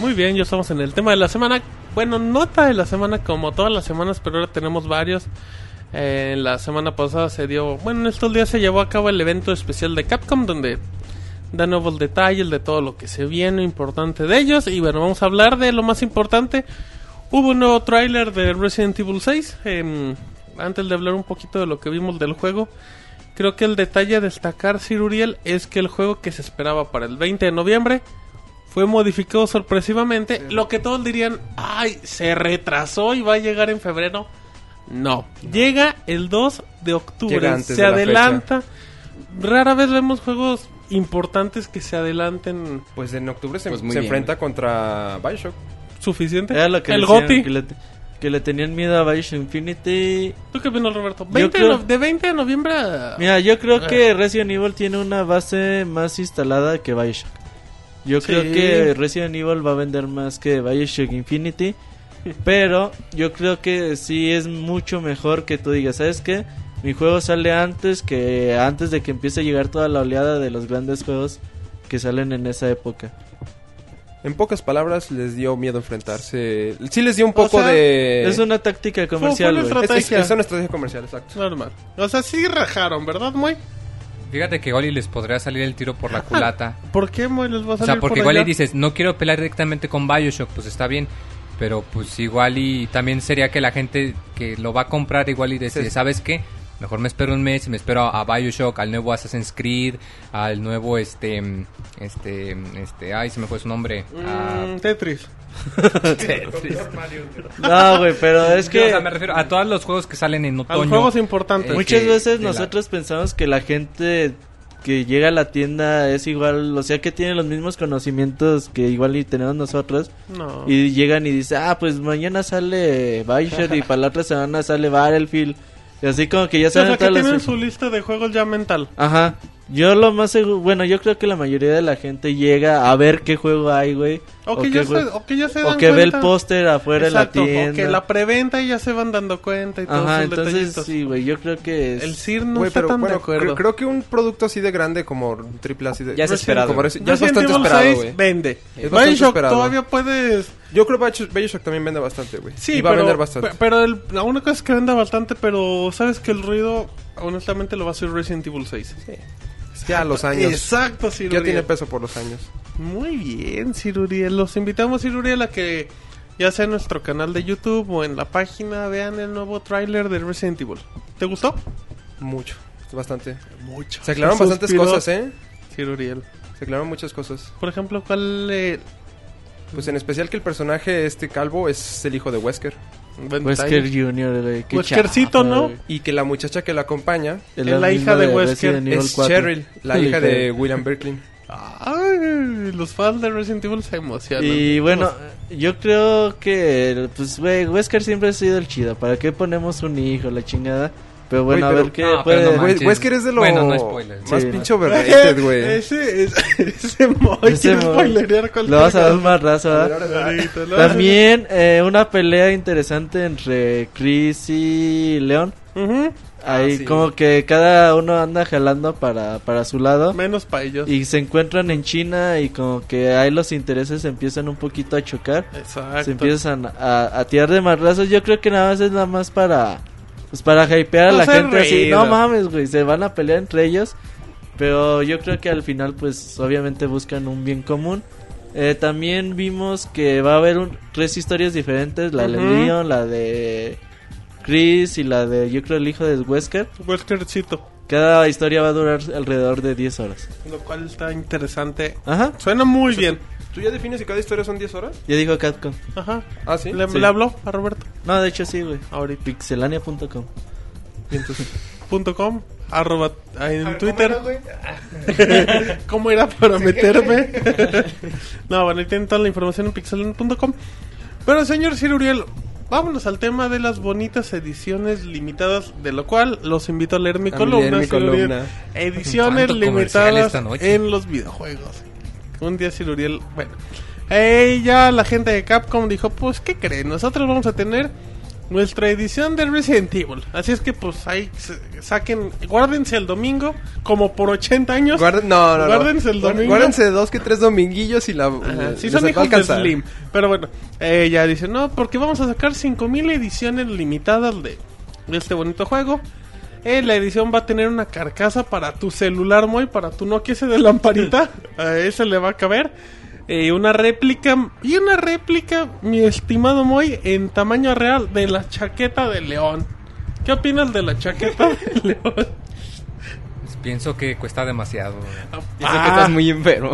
Speaker 2: Muy bien, ya estamos en el tema de la semana. Bueno, nota de la semana como todas las semanas, pero ahora tenemos varios. Eh, la semana pasada se dio, bueno, en estos días se llevó a cabo el evento especial de Capcom donde da nuevos detalles de todo lo que se viene importante de ellos. Y bueno, vamos a hablar de lo más importante. Hubo un nuevo tráiler de Resident Evil 6. em, antes de hablar un poquito de lo que vimos del juego, creo que el detalle a destacar, Sir Uriel, es que el juego que se esperaba para el 20 de noviembre fue modificado sorpresivamente. Lo que todos dirían, ay, se retrasó y va a llegar en febrero. No, llega el 2 de
Speaker 7: Llega
Speaker 2: octubre,
Speaker 7: antes
Speaker 2: se
Speaker 7: de la
Speaker 2: adelanta. Rara vez vemos juegos importantes que se adelanten
Speaker 7: Pues en octubre se,
Speaker 8: Pues muy
Speaker 7: se
Speaker 8: bien,
Speaker 7: enfrenta contra Bioshock.
Speaker 2: suficiente.
Speaker 5: Era lo que
Speaker 2: el
Speaker 5: decían,
Speaker 2: GOTY.
Speaker 5: Que le, que le tenían miedo a Bioshock Infinity.
Speaker 2: ¿Tú qué opinas, Roberto? 20 de
Speaker 5: creo-
Speaker 2: no- de 20 de noviembre a-
Speaker 5: Mira, yo creo que Resident Evil tiene una base más instalada que Bioshock. Yo
Speaker 2: Sí.
Speaker 5: creo que Resident Evil va a vender más que Bioshock Infinity. Pero yo creo que sí es mucho mejor que tú digas, ¿sabes qué? Mi juego sale antes que antes de que empiece a llegar toda la oleada de los grandes juegos que salen en esa época.
Speaker 7: En pocas palabras les dio miedo enfrentarse. Sí les dio un poco
Speaker 2: O sea,
Speaker 7: de...
Speaker 5: Es una táctica comercial,
Speaker 2: fue
Speaker 5: güey.
Speaker 2: nuestra-
Speaker 7: Es- es-
Speaker 2: estrategia.
Speaker 7: es una estrategia comercial, exacto.
Speaker 2: Normal. O sea, sí rajaron, ¿verdad, Moy?
Speaker 6: Fíjate que Goli les podría salir el tiro por la culata.
Speaker 2: ¿Por qué Moy les va a
Speaker 6: O
Speaker 2: salir
Speaker 6: sea, porque
Speaker 2: por
Speaker 6: igual
Speaker 2: allá?
Speaker 6: y dices, no quiero pelear directamente con Bioshock, pues está bien. Pero pues igual y también sería que la gente que lo va a comprar igual y decide,
Speaker 7: Sí.
Speaker 6: ¿sabes qué? Mejor me espero un mes y me espero a, a Bioshock, al nuevo Assassin's Creed, al nuevo este, mm, este, mm, este, ay, se me fue su nombre. a-
Speaker 2: Mm, Tetris.
Speaker 5: No, güey, pero es
Speaker 6: Sí, o
Speaker 5: que
Speaker 6: sea, me refiero a todos los juegos que salen en
Speaker 2: A los
Speaker 6: otoño.
Speaker 2: juegos importantes.
Speaker 6: Eh,
Speaker 5: muchas
Speaker 6: que-
Speaker 5: veces
Speaker 6: de la-
Speaker 5: nosotros pensamos que la gente que llega a la tienda es igual, o sea, que tiene los mismos conocimientos que igual y tenemos nosotros
Speaker 2: No.
Speaker 5: y llegan y dicen, "Ah, pues mañana sale Bioshock y para la otra semana sale Battlefield." Y así como que ya
Speaker 2: O sea,
Speaker 5: saben
Speaker 2: que
Speaker 5: todas las-
Speaker 2: tienen su lista de juegos ya mental.
Speaker 5: Ajá. Yo lo más seguro, bueno, yo creo que la mayoría de la gente llega a ver qué juego hay, güey.
Speaker 2: O que,
Speaker 5: qué
Speaker 2: ya, se,
Speaker 5: jue-
Speaker 2: o que ya se
Speaker 5: o
Speaker 2: dan
Speaker 5: que ve el
Speaker 2: cuenta.
Speaker 5: póster afuera
Speaker 2: Exacto,
Speaker 5: en la tienda.
Speaker 2: o que la preventa y ya se van dando cuenta y todos
Speaker 5: Ajá,
Speaker 2: esos
Speaker 5: entonces
Speaker 2: detallitos.
Speaker 5: sí, güey, yo creo que es...
Speaker 2: El CIR no
Speaker 7: Güey,
Speaker 2: está
Speaker 7: pero
Speaker 2: tan
Speaker 7: bueno,
Speaker 2: de acuerdo.
Speaker 7: cre- creo que un producto así de grande como un triple así de...
Speaker 8: Ya es
Speaker 7: Resident-
Speaker 8: esperado.
Speaker 7: como Resi- ya
Speaker 2: Resident
Speaker 7: es bastante
Speaker 2: Evil
Speaker 7: esperado,
Speaker 2: 6
Speaker 7: güey.
Speaker 2: vende.
Speaker 7: Es bastante
Speaker 2: Bioshock
Speaker 7: esperado.
Speaker 2: todavía puedes...
Speaker 7: Yo creo que Bioshock- Bioshock también vende bastante, güey.
Speaker 2: Sí,
Speaker 7: y va
Speaker 2: pero,
Speaker 7: a vender bastante.
Speaker 2: pe- pero el- la única cosa es que venda bastante, pero sabes que el ruido, honestamente, lo va a hacer Resident Evil 6.
Speaker 7: ya a los años.
Speaker 2: Exacto, Sir
Speaker 7: Ya
Speaker 2: Uriel.
Speaker 7: tiene peso por los años.
Speaker 2: Muy bien, Sir Uriel. Los invitamos, Sir Uriel, a que ya sea en nuestro canal de YouTube o en la página vean el nuevo tráiler de Resident Evil. ¿Te gustó?
Speaker 7: Mucho. Bastante.
Speaker 2: Mucho.
Speaker 7: Se aclararon bastantes cosas, ¿eh?
Speaker 2: Sir Uriel.
Speaker 7: Se aclararon muchas cosas.
Speaker 2: Por ejemplo, ¿cuál eh,
Speaker 7: Pues en especial que el personaje este calvo es el hijo de Wesker.
Speaker 2: buen
Speaker 5: Wesker
Speaker 2: detalle?
Speaker 5: Jr., güey. qué
Speaker 2: Weskercito,
Speaker 5: chafa,
Speaker 2: ¿no?
Speaker 5: güey.
Speaker 7: Y que la muchacha que la acompaña
Speaker 5: Es
Speaker 2: la
Speaker 5: misma
Speaker 2: hija de Wesker,
Speaker 5: Resident Evil
Speaker 7: es
Speaker 5: 4.
Speaker 7: Cheryl, la hija de William Berklin.
Speaker 2: Ay, los fans de Resident Evil se emocionan.
Speaker 5: Y bueno, yo creo que, pues, güey, Wesker siempre ha sido el chido. ¿Para qué ponemos un hijo, la chingada? Pero bueno,
Speaker 7: Güey,
Speaker 5: a
Speaker 7: pero-
Speaker 5: ver qué
Speaker 6: no, pero
Speaker 5: puede...
Speaker 6: no manches.
Speaker 7: Güey, Wesker es de lo
Speaker 6: Bueno, no spoilers.
Speaker 7: más
Speaker 5: Sí.
Speaker 7: pinche overrated, güey.
Speaker 2: Ese, ese, ese Moy
Speaker 5: Ese
Speaker 2: quiere
Speaker 5: Moy.
Speaker 2: spoilerear
Speaker 5: Lo
Speaker 2: cualquier
Speaker 5: vas a dar
Speaker 2: cosa.
Speaker 5: más raza, ¿verdad?
Speaker 2: Ahorita, lo vas a-
Speaker 5: También eh, una pelea interesante entre Chris y Leon.
Speaker 2: Ujú.
Speaker 5: Ahí
Speaker 7: sí.
Speaker 5: como que cada uno anda jalando para, para su lado.
Speaker 2: Menos para ellos.
Speaker 5: Y se encuentran en China y como que ahí los intereses empiezan un poquito a chocar.
Speaker 2: Exacto.
Speaker 5: Se empiezan a, a tirar de marrazos. Yo creo que nada más es nada más para pues para hypear a
Speaker 2: No
Speaker 5: la
Speaker 2: se
Speaker 5: gente así.
Speaker 2: rían.
Speaker 5: No mames, güey, se van a pelear entre ellos. Pero yo creo que al final pues obviamente buscan un bien común. Eh, también vimos que va a haber un- tres historias diferentes, la
Speaker 2: Ujú.
Speaker 5: de Leon, la de Chris y la de yo creo el hijo de Wesker.
Speaker 2: Weskercito.
Speaker 5: Cada historia va a durar alrededor de 10 horas.
Speaker 2: Lo cual está interesante.
Speaker 5: Ajá.
Speaker 2: Suena muy bien.
Speaker 7: ¿Tú ya defines si cada historia son 10 horas?
Speaker 5: Ya dijo Catcom.
Speaker 2: Ajá.
Speaker 7: Ah, sí.
Speaker 2: Le,
Speaker 5: Sí.
Speaker 2: le habló a Roberto.
Speaker 5: No, de hecho sí, güey.
Speaker 2: Ahorita.
Speaker 5: Pixelania.com.
Speaker 2: Y entonces, punto com, arroba ah, en Twitter. ¿Cómo era para meterme? no, bueno, ahí tienen toda la información en pixelon.com. Pero señor Sir Uriel, vámonos al tema de las bonitas ediciones limitadas, de lo cual los invito a leer mi
Speaker 7: A
Speaker 2: columna.
Speaker 7: leer mi
Speaker 2: Sir Uriel.
Speaker 7: columna.
Speaker 2: Ediciones
Speaker 6: Tanto comercial
Speaker 2: limitadas
Speaker 6: esta noche.
Speaker 2: en los videojuegos. Un día Sir Uriel, bueno. Eh, ya la gente de Capcom dijo, pues, ¿qué creen? Nosotros vamos a tener nuestra edición de Resident Evil. Así es que, pues, ahí s- saquen, guárdense el domingo, como por 80 años.
Speaker 7: Guarden- no, no, no.
Speaker 2: Guárdense el
Speaker 7: Guar-
Speaker 2: domingo.
Speaker 7: Guárdense dos que tres dominguillos y la. eh,
Speaker 2: Ajá, sí
Speaker 7: les
Speaker 2: son
Speaker 7: va a
Speaker 2: hijos de
Speaker 7: alcanzar.
Speaker 2: Slim. Pero bueno, eh, ya dice, no, porque vamos a sacar 5000 ediciones limitadas de, de este bonito juego. Eh, la edición va a tener una carcasa para tu celular, muy para tu Nokia ese de lamparita. a ese le va a caber. Eh, una réplica, y una réplica, mi estimado Moy, en tamaño real de la chaqueta de león. ¿Qué opinas de la chaqueta de león?
Speaker 6: Pues Pienso que cuesta demasiado.
Speaker 8: Dice que
Speaker 2: Ah,
Speaker 8: estás muy enfermo.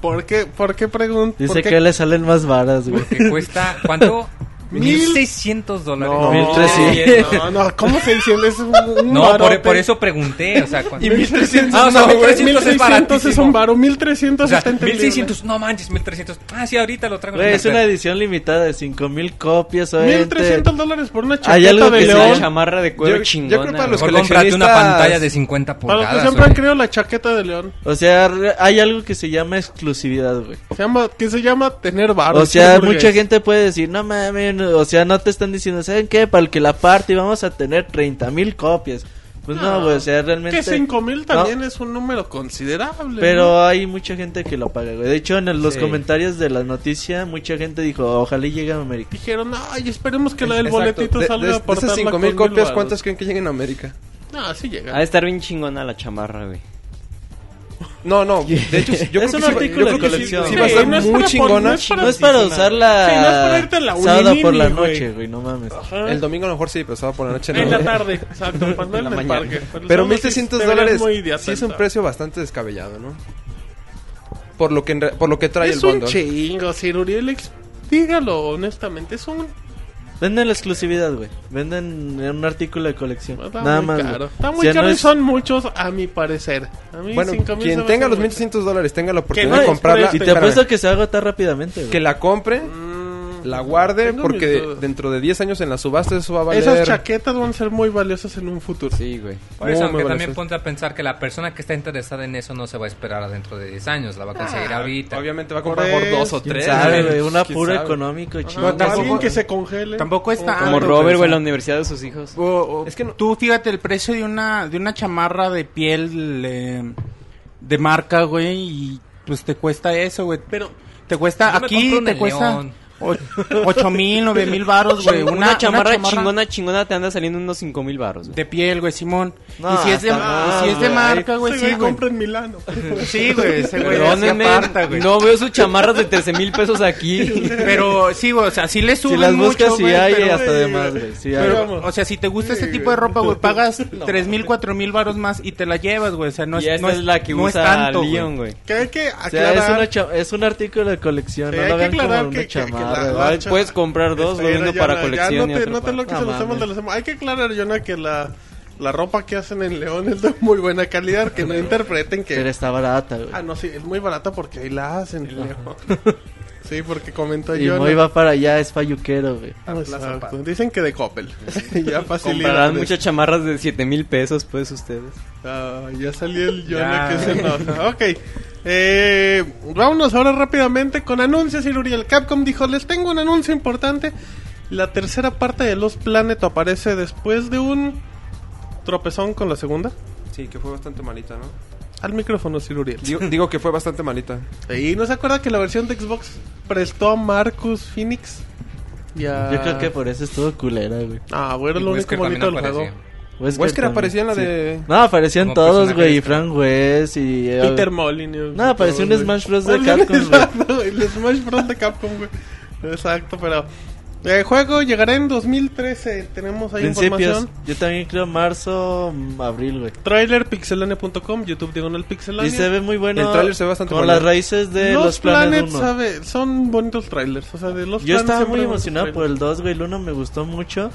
Speaker 2: ¿Por qué, por qué pregunto?
Speaker 5: Dice que le salen más varas, güey.
Speaker 6: Porque cuesta, ¿cuánto?
Speaker 2: Mil-
Speaker 6: 1600 dólares.
Speaker 2: No,
Speaker 5: 1300.
Speaker 2: No, no, ¿cómo se dice? Es un, un
Speaker 6: No,
Speaker 2: barote.
Speaker 6: por, por eso pregunté. O sea, ¿cuánto?
Speaker 2: Y 1300.
Speaker 6: Ah, o sea,
Speaker 2: no, güey,
Speaker 6: 1300 es
Speaker 2: 1600 es un
Speaker 6: baratísimo.
Speaker 2: varo,
Speaker 6: O
Speaker 2: 1300
Speaker 6: sea,
Speaker 2: está entendible.
Speaker 6: 1600, no manches, 1300. Ah, sí, ahorita lo traigo.
Speaker 5: Güey, es una
Speaker 6: edición
Speaker 5: edición limitada de 5000 copias. obviamente.
Speaker 2: 1300 dólares por una
Speaker 5: Hay algo
Speaker 2: chaqueta de
Speaker 5: que
Speaker 8: Es una
Speaker 2: león.
Speaker 8: chamarra de
Speaker 7: Yo-
Speaker 8: cuero
Speaker 7: yo
Speaker 8: chingona.
Speaker 7: creo para los
Speaker 8: güey.
Speaker 6: Mejor comprate una
Speaker 7: coleccionistas-
Speaker 6: pantalla de 50
Speaker 2: Para los que
Speaker 6: pulgadas.
Speaker 2: siempre han
Speaker 6: güey.
Speaker 2: creído la chaqueta de león.
Speaker 5: O sea, re- hay algo que se llama exclusividad, güey.
Speaker 2: Se llama, que se llama tener varo.
Speaker 5: O sea,
Speaker 2: porque-
Speaker 5: mucha gente puede decir, no mames, no", o sea, no te están diciendo, ¿saben qué? Para el que la parte vamos a tener 30 mil copias. Pues no,
Speaker 2: No,
Speaker 5: güey, o sea, realmente...
Speaker 2: Que 5000 también
Speaker 5: No,
Speaker 2: es un número considerable. ¿no?
Speaker 5: Pero hay mucha gente que lo paga, güey. De hecho, en el- los
Speaker 7: Sí.
Speaker 5: comentarios de la noticia, mucha gente dijo, ojalá y llegue a América.
Speaker 2: Dijeron, ay, esperemos que la del
Speaker 7: Exacto.
Speaker 2: boletito
Speaker 7: De-
Speaker 2: salga
Speaker 7: de-
Speaker 2: por
Speaker 7: De esas 5000 copias, ¿cuántas creen que lleguen a América?
Speaker 2: No, sí llega.
Speaker 8: Ha de estar bien chingona la chamarra, güey.
Speaker 7: No, no. De hecho, sí, yo
Speaker 5: Es un
Speaker 7: creo que sí va-
Speaker 5: artículo
Speaker 7: yo
Speaker 5: de
Speaker 7: creo que sí-
Speaker 5: colección.
Speaker 7: Sí, va a
Speaker 2: Sí,
Speaker 7: estar
Speaker 2: no es
Speaker 7: muy
Speaker 2: para poner-
Speaker 7: chingona.
Speaker 2: no es para-
Speaker 5: No es para usarla
Speaker 2: Sí, no es para irte a la
Speaker 5: sábado por la
Speaker 2: Unimini, güey.
Speaker 5: noche, güey, no mames.
Speaker 2: Ajá.
Speaker 7: El domingo a lo mejor sí, pero sábado por la noche no.
Speaker 2: en la tarde, exacto, cuando en el parque.
Speaker 7: Pero
Speaker 2: son
Speaker 7: 1600
Speaker 2: te verías
Speaker 7: dólares
Speaker 2: muy idiota,
Speaker 7: sí es un
Speaker 2: entonces.
Speaker 7: precio bastante descabellado, ¿no? Por lo que, en re- por lo que trae
Speaker 2: Es
Speaker 7: el
Speaker 2: un
Speaker 7: bundle.
Speaker 2: chingo, Sir Uriel. ex- Dígalo honestamente, es un.
Speaker 5: Venden la exclusividad, güey. Venden un artículo de colección.
Speaker 2: Está
Speaker 5: Nada
Speaker 2: muy
Speaker 5: más.
Speaker 2: caro.
Speaker 5: güey.
Speaker 2: Está muy
Speaker 5: O sea, no
Speaker 2: caro y
Speaker 5: es-
Speaker 2: son muchos, a mi parecer. A mí
Speaker 7: Bueno,
Speaker 2: 5000 se
Speaker 7: quien
Speaker 2: me
Speaker 7: tenga
Speaker 2: hace
Speaker 7: los
Speaker 2: mucho.
Speaker 7: 1600 dólares tenga la oportunidad
Speaker 2: no
Speaker 7: de
Speaker 2: es este
Speaker 7: comprarla.
Speaker 2: precio.
Speaker 5: Y te
Speaker 7: Espérame.
Speaker 5: apuesto que se va a agotar rápidamente, güey.
Speaker 7: que la compre,
Speaker 2: Mm,
Speaker 7: la guarde,
Speaker 2: tengo
Speaker 7: porque
Speaker 2: mis
Speaker 7: de-
Speaker 2: dudas.
Speaker 7: dentro de 10 años en la subasta eso va a valer.
Speaker 2: Esas chaquetas van a ser muy valiosas en un futuro.
Speaker 7: Sí, güey.
Speaker 6: Por eso,
Speaker 7: Muy,
Speaker 6: aunque
Speaker 7: muy
Speaker 6: también
Speaker 7: valiosas.
Speaker 6: ponte a pensar que la persona que está interesada en eso no se va a esperar a dentro de 10 años, la va a conseguir ahorita.
Speaker 7: Obviamente va a
Speaker 2: Por
Speaker 7: comprar por
Speaker 2: eso,
Speaker 7: dos o
Speaker 2: quién
Speaker 7: tres.
Speaker 5: sabe, güey, un
Speaker 7: ¿Quién
Speaker 5: apuro
Speaker 7: sabe?
Speaker 5: económico,
Speaker 2: Ajá,
Speaker 5: chingón.
Speaker 2: Ah, alguien que se congele.
Speaker 4: Tampoco es tan
Speaker 8: Como
Speaker 4: alto,
Speaker 8: Robert,
Speaker 4: o sea.
Speaker 8: güey, la universidad de sus hijos.
Speaker 4: O- o-
Speaker 7: Es que no-
Speaker 4: Tú fíjate el precio de una, de una chamarra de piel eh, de marca, güey, y pues te cuesta eso, güey.
Speaker 2: Pero
Speaker 4: Te cuesta
Speaker 6: Yo me compro
Speaker 4: aquí,
Speaker 6: una
Speaker 4: te cuesta
Speaker 6: León.
Speaker 4: o- ocho mil, nueve mil varos, güey.
Speaker 8: Una,
Speaker 4: Una,
Speaker 8: chamarra chingona, chingona te anda saliendo unos 5 mil baros, güey.
Speaker 4: de piel, güey, Simón.
Speaker 5: No,
Speaker 4: y si es de, y
Speaker 5: hasta
Speaker 4: Ah, si es de
Speaker 5: mal,
Speaker 4: marca, güey,
Speaker 2: se
Speaker 4: sí, güey.
Speaker 2: compra en Milano.
Speaker 4: Sí, güey, ese güey así
Speaker 8: Perdónenme,
Speaker 4: aparta, güey.
Speaker 8: no veo sus chamarras de 13 mil pesos aquí.
Speaker 4: Pero sí, güey, o sea, sí le
Speaker 5: Si
Speaker 4: suben
Speaker 5: las
Speaker 4: mucho,
Speaker 5: buscas, Pues si
Speaker 4: güey,
Speaker 5: hay
Speaker 4: pero-
Speaker 5: hasta de más, güey. sí hay.
Speaker 2: Pero-
Speaker 4: Pero, o sea, si te gusta ese tipo de ropa, güey, pagas tres mil, cuatro mil varos más y te la llevas, güey. O sea, no
Speaker 8: y
Speaker 4: es,
Speaker 8: esta
Speaker 4: no
Speaker 8: es, la que
Speaker 4: no es
Speaker 8: usa
Speaker 4: tanto, güey.
Speaker 8: Leon, güey.
Speaker 2: Que hay que
Speaker 5: O sea, es,
Speaker 2: aclarar.
Speaker 5: una cha- es un artículo de colección,
Speaker 2: Sí,
Speaker 5: no
Speaker 2: hay
Speaker 5: lo
Speaker 2: que
Speaker 5: vean como
Speaker 2: aclarar
Speaker 5: una
Speaker 2: que- que- que
Speaker 5: chamarra.
Speaker 2: la- la-
Speaker 5: güey.
Speaker 8: Ay, Puedes comprar dos, Ah, güey,
Speaker 2: Espera,
Speaker 8: uno para
Speaker 2: Yona, Este, ya
Speaker 8: colección
Speaker 2: no
Speaker 8: y
Speaker 2: te,
Speaker 8: otro
Speaker 2: no te
Speaker 8: para-
Speaker 2: lo que
Speaker 5: No
Speaker 2: se los hacemos
Speaker 5: mames.
Speaker 2: de los demás. Hay que aclarar, Jonah, que la, la ropa que hacen en León es de muy buena calidad. Que no interpreten que
Speaker 5: Pero está barata, güey.
Speaker 2: Ah, no, sí, es muy barata porque ahí la hacen, Leo. Sí, porque comentó
Speaker 5: y
Speaker 2: yo.
Speaker 5: muy
Speaker 2: ¿no?
Speaker 5: va para allá, es falluquero, güey.
Speaker 2: Ah, exacto. Dicen que de Coppel. ya facilidad.
Speaker 8: Comprarán muchas chamarras de 7 mil pesos, pues, ustedes.
Speaker 2: Ah, ya salió el
Speaker 4: Ya.
Speaker 2: Jonah que se enoja. Ok. Eh, vámonos ahora rápidamente con anuncios, y Uriel. Capcom dijo, les tengo un anuncio importante. La tercera parte de Los Planet aparece después de un tropezón con la segunda.
Speaker 7: Sí, que fue bastante malita, ¿no?
Speaker 2: Al micrófono, Sir Uriel.
Speaker 7: Digo, digo que fue bastante malita.
Speaker 2: Y no se acuerda que la versión de Xbox prestó a Marcus Phoenix. Y a-
Speaker 5: Yo creo que por eso estuvo culera, güey.
Speaker 2: Ah, güey, era
Speaker 6: Y pues
Speaker 2: lo único
Speaker 6: Wesker también
Speaker 2: bonito del juego.
Speaker 6: aparecía.
Speaker 7: Wesker
Speaker 5: Pues también,
Speaker 7: aparecía en la
Speaker 5: sí.
Speaker 7: de.
Speaker 5: No, aparecían
Speaker 6: Como
Speaker 5: todos,
Speaker 6: personaje este.
Speaker 5: güey. Y
Speaker 6: extra.
Speaker 5: Frank West y... eh,
Speaker 2: Peter Molyneux.
Speaker 5: No, apareció
Speaker 2: Todo,
Speaker 5: un
Speaker 2: güey.
Speaker 5: Smash Bros. de
Speaker 2: Apareció un
Speaker 5: Capcom,
Speaker 2: Smash-
Speaker 5: güey.
Speaker 2: El Smash Bros. de Capcom, güey. Exacto, pero... El juego llegará en 2013. Tenemos ahí
Speaker 5: Principios.
Speaker 2: información.
Speaker 5: Yo también creo marzo, mm, abril, güey.
Speaker 2: Trailerpixelania.com, YouTube diagonal pixelania.
Speaker 5: Y se ve muy bueno.
Speaker 7: El tráiler se ve bastante
Speaker 5: Con
Speaker 7: bueno.
Speaker 5: las raíces de
Speaker 2: los,
Speaker 5: los, Planet
Speaker 2: Planets,
Speaker 5: 1.
Speaker 2: sabe, son bonitos trailers. O sea, de los
Speaker 5: Yo
Speaker 2: Planet
Speaker 5: estaba
Speaker 2: siempre
Speaker 5: muy
Speaker 2: hay buenos
Speaker 5: emocionado por
Speaker 2: trailers.
Speaker 5: el 2, güey. El 1 me gustó mucho.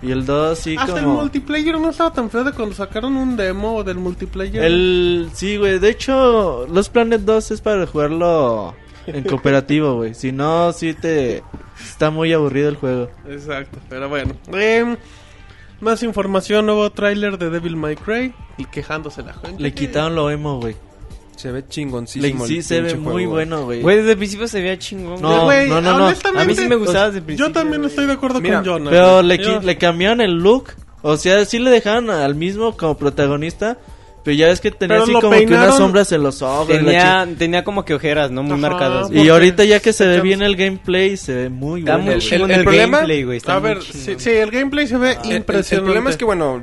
Speaker 5: Y el 2 sí
Speaker 2: Hasta el
Speaker 5: como...
Speaker 2: multiplayer no estaba tan feo de cuando sacaron un demo del multiplayer.
Speaker 5: El... Sí, güey. De hecho, los Planet 2 es para jugarlo en cooperativo, güey. Si no, sí te... Está muy aburrido el juego.
Speaker 2: Exacto, pero bueno. Em, más información, nuevo tráiler de Devil May Cry. Y quejándose la gente.
Speaker 5: Le
Speaker 2: que-
Speaker 5: quitaron lo emo, güey.
Speaker 7: Se ve
Speaker 5: Le-
Speaker 7: chingoncísimo.
Speaker 5: Sí,
Speaker 7: el
Speaker 5: se ve
Speaker 7: pinche
Speaker 5: muy
Speaker 7: juego. ¿eh?
Speaker 5: bueno, güey.
Speaker 8: Güey, desde el principio se veía chingón.
Speaker 5: No,
Speaker 8: güey.
Speaker 2: Güey,
Speaker 5: no, no, no.
Speaker 2: honestamente,
Speaker 8: A mí sí me gustaba desde el principio.
Speaker 2: Yo también estoy de acuerdo
Speaker 7: Mira,
Speaker 2: con Jonah.
Speaker 5: Pero le, qui-
Speaker 2: Yo-
Speaker 5: le cambiaron el look. O sea, sí le dejaron al mismo como protagonista. Pero ya ves que tenía
Speaker 2: Pero
Speaker 5: así
Speaker 2: lo
Speaker 5: como que
Speaker 2: peinaron-
Speaker 5: unas sombras en los ojos. la
Speaker 8: Tenía, tenía como que ojeras, ¿no? Muy
Speaker 2: Ajá.
Speaker 8: marcadas.
Speaker 5: chi- Y
Speaker 2: porque
Speaker 5: ahorita ya que se ve
Speaker 2: sacamos-
Speaker 5: bien el gameplay, se ve muy
Speaker 8: Está
Speaker 5: bueno.
Speaker 8: muy
Speaker 5: güey.
Speaker 8: chingón
Speaker 7: el
Speaker 8: el,
Speaker 7: problema-
Speaker 8: gameplay, güey. está
Speaker 2: A
Speaker 8: muy
Speaker 2: ver,
Speaker 8: chingón.
Speaker 2: sí, sí, el gameplay se ve
Speaker 7: Eh, El- el-
Speaker 2: impresionante.
Speaker 7: El, problema es que, bueno,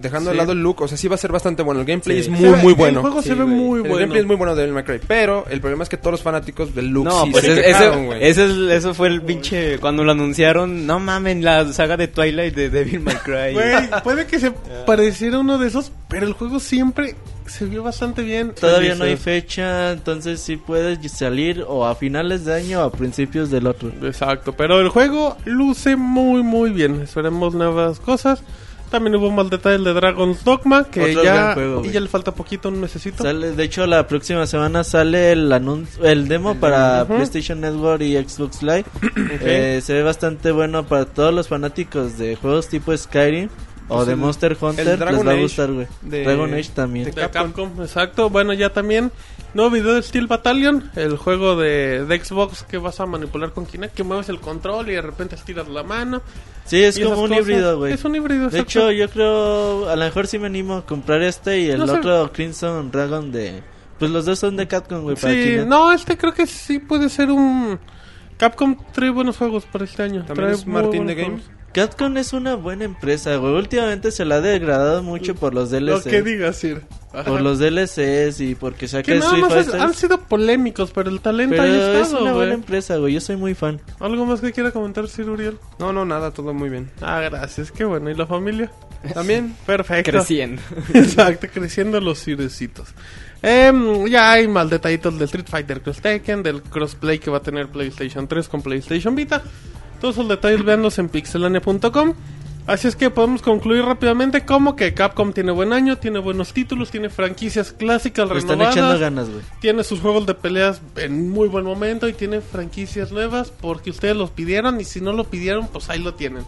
Speaker 7: dejando de
Speaker 2: Sí.
Speaker 7: lado el look, o sea, sí va a ser bastante bueno. El gameplay es
Speaker 2: Se
Speaker 7: muy,
Speaker 2: ve-
Speaker 7: muy bueno.
Speaker 2: El juego se
Speaker 8: Sí,
Speaker 2: ve
Speaker 8: güey.
Speaker 2: muy
Speaker 7: El
Speaker 2: bueno.
Speaker 7: gameplay es muy bueno de Devil May Cry, pero el problema es que todos los fanáticos del look
Speaker 8: No,
Speaker 7: sí
Speaker 8: pues
Speaker 7: se
Speaker 8: es-
Speaker 7: quejaron,
Speaker 8: eso,
Speaker 7: güey.
Speaker 8: ese es- eso fue el pinche. Cuando lo anunciaron, no mamen, la saga de Twilight de Devil May Cry.
Speaker 2: Güey, puede que se pareciera uno de esos, pero el juego siempre se vio bastante bien.
Speaker 5: Todavía no hay fecha, entonces sí puedes salir o a finales de año o a principios del otro.
Speaker 2: Exacto, pero el juego luce muy muy bien. Esperemos nuevas cosas. También hubo más detalles de Dragon's Dogma, que
Speaker 5: Otro
Speaker 2: ya
Speaker 5: gran juego,
Speaker 2: y
Speaker 5: güey.
Speaker 2: ya le falta poquito, un necesito.
Speaker 5: Sale, de hecho, la próxima semana sale el anuncio, el demo para PlayStation Network y Xbox Live. Eh, se ve bastante bueno para todos los fanáticos de juegos tipo Skyrim o
Speaker 7: Pues
Speaker 5: de
Speaker 7: el-
Speaker 5: Monster Hunter.
Speaker 7: el Dragon
Speaker 5: les va a
Speaker 7: Age
Speaker 5: gustar, güey.
Speaker 7: de-
Speaker 5: Dragon Age también.
Speaker 7: de
Speaker 2: De Capcom. exacto. Bueno, ya también nuevo video de Steel Battalion, el juego de, de Xbox que vas a manipular con Kinect, que mueves el control y de repente estiras la mano.
Speaker 5: Sí, es
Speaker 2: y esas
Speaker 5: como un
Speaker 2: cosas.
Speaker 5: híbrido, güey.
Speaker 2: Es un híbrido,
Speaker 5: De
Speaker 2: exacto.
Speaker 5: hecho, yo creo, a lo mejor sí me animo a comprar este y el
Speaker 2: No sé.
Speaker 5: otro Crimson Dragon de... Pues los dos son de Capcom, güey. para
Speaker 2: Sí,
Speaker 5: Kinect.
Speaker 2: no, este creo que sí puede ser un... Capcom trae buenos juegos para este año.
Speaker 7: También
Speaker 2: Trae
Speaker 7: es
Speaker 2: muy
Speaker 7: Martin
Speaker 2: buenos
Speaker 7: the Game.
Speaker 2: juegos.
Speaker 5: Capcom es una buena empresa, güey. Últimamente se la ha degradado mucho por los
Speaker 2: Lo
Speaker 5: DLCs.
Speaker 2: que digas, Sir. Ajá.
Speaker 5: Por los DLCs y porque
Speaker 2: Que
Speaker 5: saque
Speaker 2: nada
Speaker 5: Street
Speaker 2: más es-
Speaker 5: Fighter.
Speaker 2: han sido polémicos, pero el talento
Speaker 5: Pero
Speaker 2: ahí
Speaker 5: es
Speaker 2: está,
Speaker 5: una
Speaker 2: güey.
Speaker 5: buena empresa, güey. Yo soy muy fan.
Speaker 2: ¿Algo más que quiera comentar, Sir Uriel?
Speaker 7: No, no, nada, todo muy bien.
Speaker 2: Ah, gracias, qué bueno. ¿Y la familia?
Speaker 7: También.
Speaker 2: Perfecto.
Speaker 8: Creciendo.
Speaker 2: Exacto, creciendo los cirecitos. Em, ya hay más detallitos del Street Fighter Cross Tekken, del crossplay que va a tener PlayStation 3 con PlayStation Vita. Todos los detalles véanlos en pixelania.com. Así es que podemos concluir rápidamente como que Capcom tiene buen año, tiene buenos títulos, tiene franquicias clásicas
Speaker 5: Le están
Speaker 2: Pues renovadas,
Speaker 5: echando ganas, güey.
Speaker 2: tiene sus juegos de peleas en muy buen momento y tiene franquicias nuevas porque ustedes los pidieron y si no lo pidieron, pues ahí lo tienen.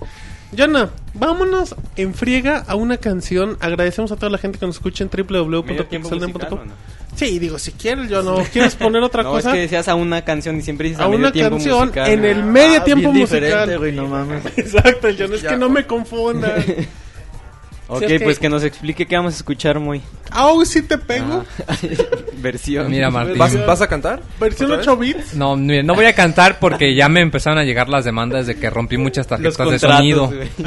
Speaker 2: Yana, vámonos en friega a una canción. Agradecemos a toda la gente que nos escucha en
Speaker 8: ¿Medio tiempo musical
Speaker 2: www.pixelden.com.
Speaker 8: o no?
Speaker 2: Sí, digo, si quieres, yo no. ¿Quieres poner otra
Speaker 8: No, es
Speaker 2: cosa?
Speaker 8: que decías a una canción y siempre dices a,
Speaker 2: a
Speaker 8: medio
Speaker 2: una
Speaker 8: tiempo
Speaker 2: canción
Speaker 8: musical.
Speaker 2: en
Speaker 8: Ah,
Speaker 2: el medio
Speaker 5: Ah,
Speaker 2: tiempo
Speaker 5: bien diferente,
Speaker 2: musical.
Speaker 5: güey, no mames.
Speaker 2: Exacto, el John, es
Speaker 7: Ya,
Speaker 2: que no me confunda.
Speaker 8: Ok,
Speaker 2: si es que-
Speaker 8: pues que nos explique qué vamos a escuchar, muy.
Speaker 2: Au, si te
Speaker 8: Ah.
Speaker 2: pego.
Speaker 8: Versión.
Speaker 6: Mira, Martín.
Speaker 7: ¿Vas, vas a cantar?
Speaker 2: Versión
Speaker 7: ¿Otra vez?
Speaker 2: 8 bits.
Speaker 6: No, mira, no voy a cantar porque ya me empezaron a llegar las demandas de que rompí muchas
Speaker 8: Los
Speaker 6: tarjetas de
Speaker 8: contratos,
Speaker 6: sonido.
Speaker 8: güey.
Speaker 6: Y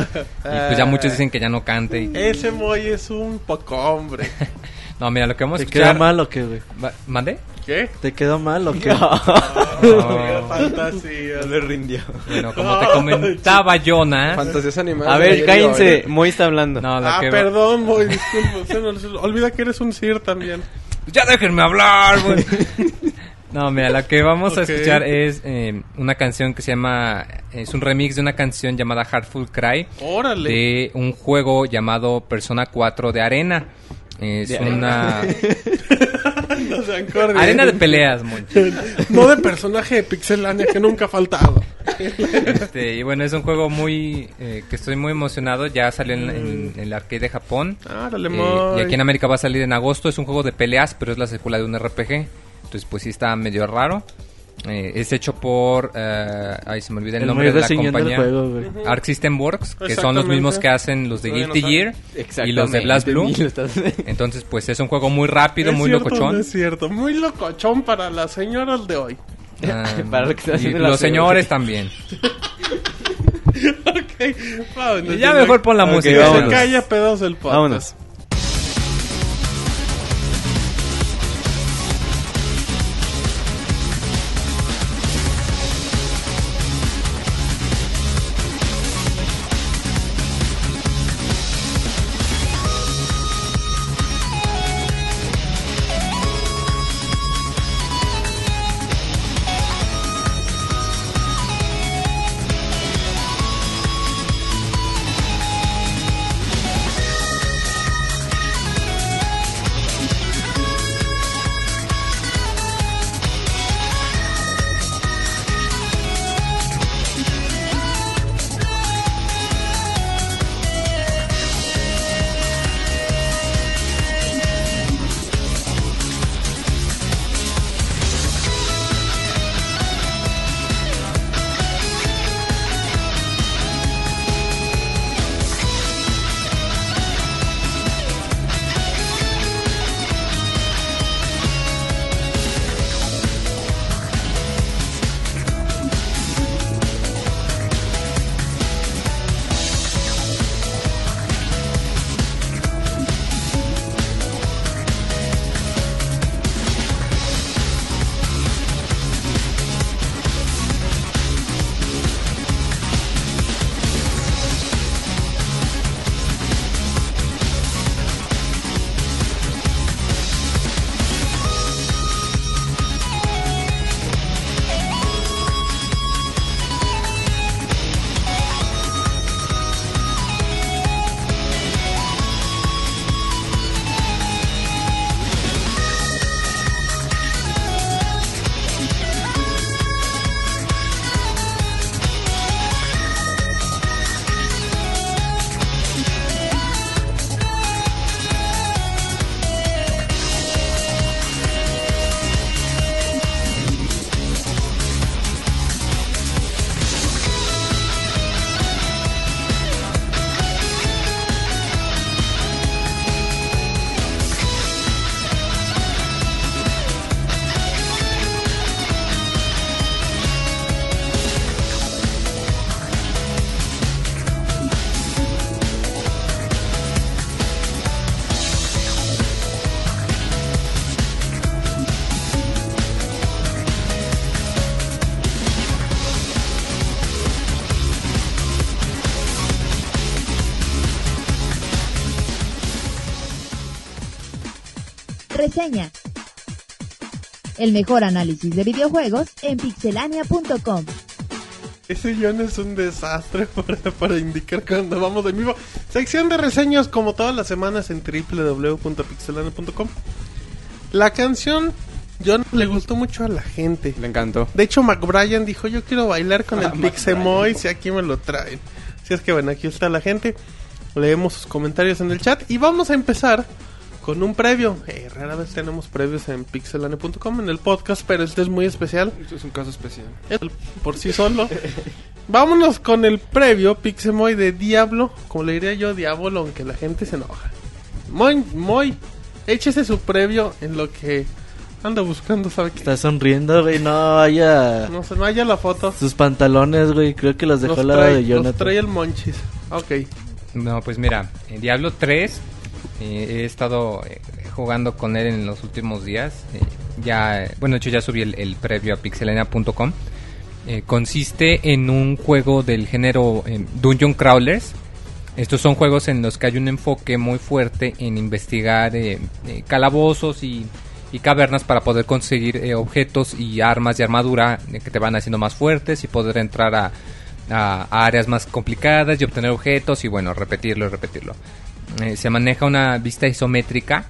Speaker 6: pues ya muchos dicen que ya no cante. y-
Speaker 2: Ese moy es un poco hombre.
Speaker 6: No, mira, lo que vamos a
Speaker 5: ¿Te quedó
Speaker 6: escuchar...
Speaker 5: mal o qué, güey?
Speaker 6: Va- ¿Mandé?
Speaker 2: ¿Qué?
Speaker 5: ¿Te quedó mal o qué?
Speaker 2: Qué
Speaker 6: No.
Speaker 2: fantasía.
Speaker 8: Le rindió.
Speaker 6: Bueno, como te comentaba, Jonas...
Speaker 7: Fantasías animales.
Speaker 8: A ver,
Speaker 7: Ayer
Speaker 8: cállense.
Speaker 7: y ahora.
Speaker 8: Moy está hablando.
Speaker 6: No, lo
Speaker 2: Ah,
Speaker 6: que va-
Speaker 2: perdón, boy, disculpa. se nos olvida que eres un Sir también.
Speaker 6: Ya déjenme hablar, güey. No, mira, la que vamos
Speaker 2: Ok.
Speaker 6: a escuchar es eh, una canción que se llama... Es un remix de una canción llamada Heartful Cry.
Speaker 2: Órale.
Speaker 6: de un juego llamado Persona 4 de arena. Es
Speaker 8: De
Speaker 6: una
Speaker 2: No sean cordiales.
Speaker 6: arena de peleas, Monchi.
Speaker 2: No de personaje de Pixelania que nunca ha faltado.
Speaker 6: Este, y bueno, es un juego muy eh, que estoy muy emocionado. Ya salió en, en- en el arcade de Japón.
Speaker 2: Árale,
Speaker 6: Eh,
Speaker 2: moy.
Speaker 6: y aquí en América va a salir en agosto. Es un juego de peleas, pero es la secuela de un RPG. Entonces, pues sí está medio raro. Eh, es hecho por... eh, ay, se me olvida el,
Speaker 5: El
Speaker 6: nombre
Speaker 5: muy
Speaker 6: de la
Speaker 5: reseñando el
Speaker 6: compañía.
Speaker 5: juego, güey.
Speaker 6: Arc System Works, que son los
Speaker 2: Exactamente.
Speaker 6: mismos que hacen los de
Speaker 7: Todavía no
Speaker 6: Guilty
Speaker 7: sale.
Speaker 6: Gear y los de Blast Blue. Entonces, pues es un juego muy rápido,
Speaker 2: Es
Speaker 6: muy
Speaker 2: cierto, no
Speaker 6: locochón.
Speaker 2: Es cierto, muy locochón para las señoras de hoy.
Speaker 6: Ah,
Speaker 8: Para lo que está
Speaker 6: y
Speaker 8: haciendo la
Speaker 6: los
Speaker 8: señora.
Speaker 6: señores también.
Speaker 2: ok, vámonos.
Speaker 6: Y ya mejor pon la
Speaker 8: Ok,
Speaker 6: música.
Speaker 2: Que se
Speaker 8: vámonos.
Speaker 2: calla pedos el podcast.
Speaker 8: Vámonos.
Speaker 9: 「君の声が聞こえる」
Speaker 1: Reseña. El mejor análisis de videojuegos en pixelania.com.
Speaker 2: Ese guión es un desastre para, para indicar cuando vamos de vivo. Sección de reseñas como todas las semanas en www.pixelania.com. La canción yo le gustó mucho a la gente.
Speaker 7: Le encantó.
Speaker 2: De hecho, McBrien dijo, yo quiero bailar con el Pixemoy si aquí me lo traen. Así es que bueno, aquí está la gente. Leemos sus comentarios en el chat y vamos a empezar con un previo. Eh, rara vez tenemos previos en pixelane.com en el podcast, pero este es muy especial.
Speaker 7: Esto es un caso especial.
Speaker 2: Es por sí solo. Vámonos con el previo Pixemoy de Diablo. Como le diría yo, Diablo, aunque la gente se enoja. Muy, muy. Échese su previo en lo que anda buscando, ¿sabe qué?
Speaker 5: Está sonriendo, güey. No vaya.
Speaker 2: No se no haya la foto.
Speaker 5: Sus pantalones, güey. Creo que los dejó
Speaker 2: Los
Speaker 5: al lado
Speaker 2: trae,
Speaker 5: de
Speaker 2: los
Speaker 5: Jonathan.
Speaker 2: trae el Monchis. Ok.
Speaker 6: No, pues mira, en Diablo 3 eh, he estado eh, jugando con él en los últimos días. eh, ya, eh, bueno, de hecho ya subí el, el previo a pixelena.com. Eh, consiste en un juego del género eh, Dungeon Crawlers. Estos son juegos en los que hay un enfoque muy fuerte en investigar eh, eh, calabozos y, y cavernas para poder conseguir eh, objetos y armas y armadura eh, que te van haciendo más fuertes y poder entrar a, a áreas más complicadas y obtener objetos y bueno, repetirlo y repetirlo. Eh, se maneja una vista isométrica.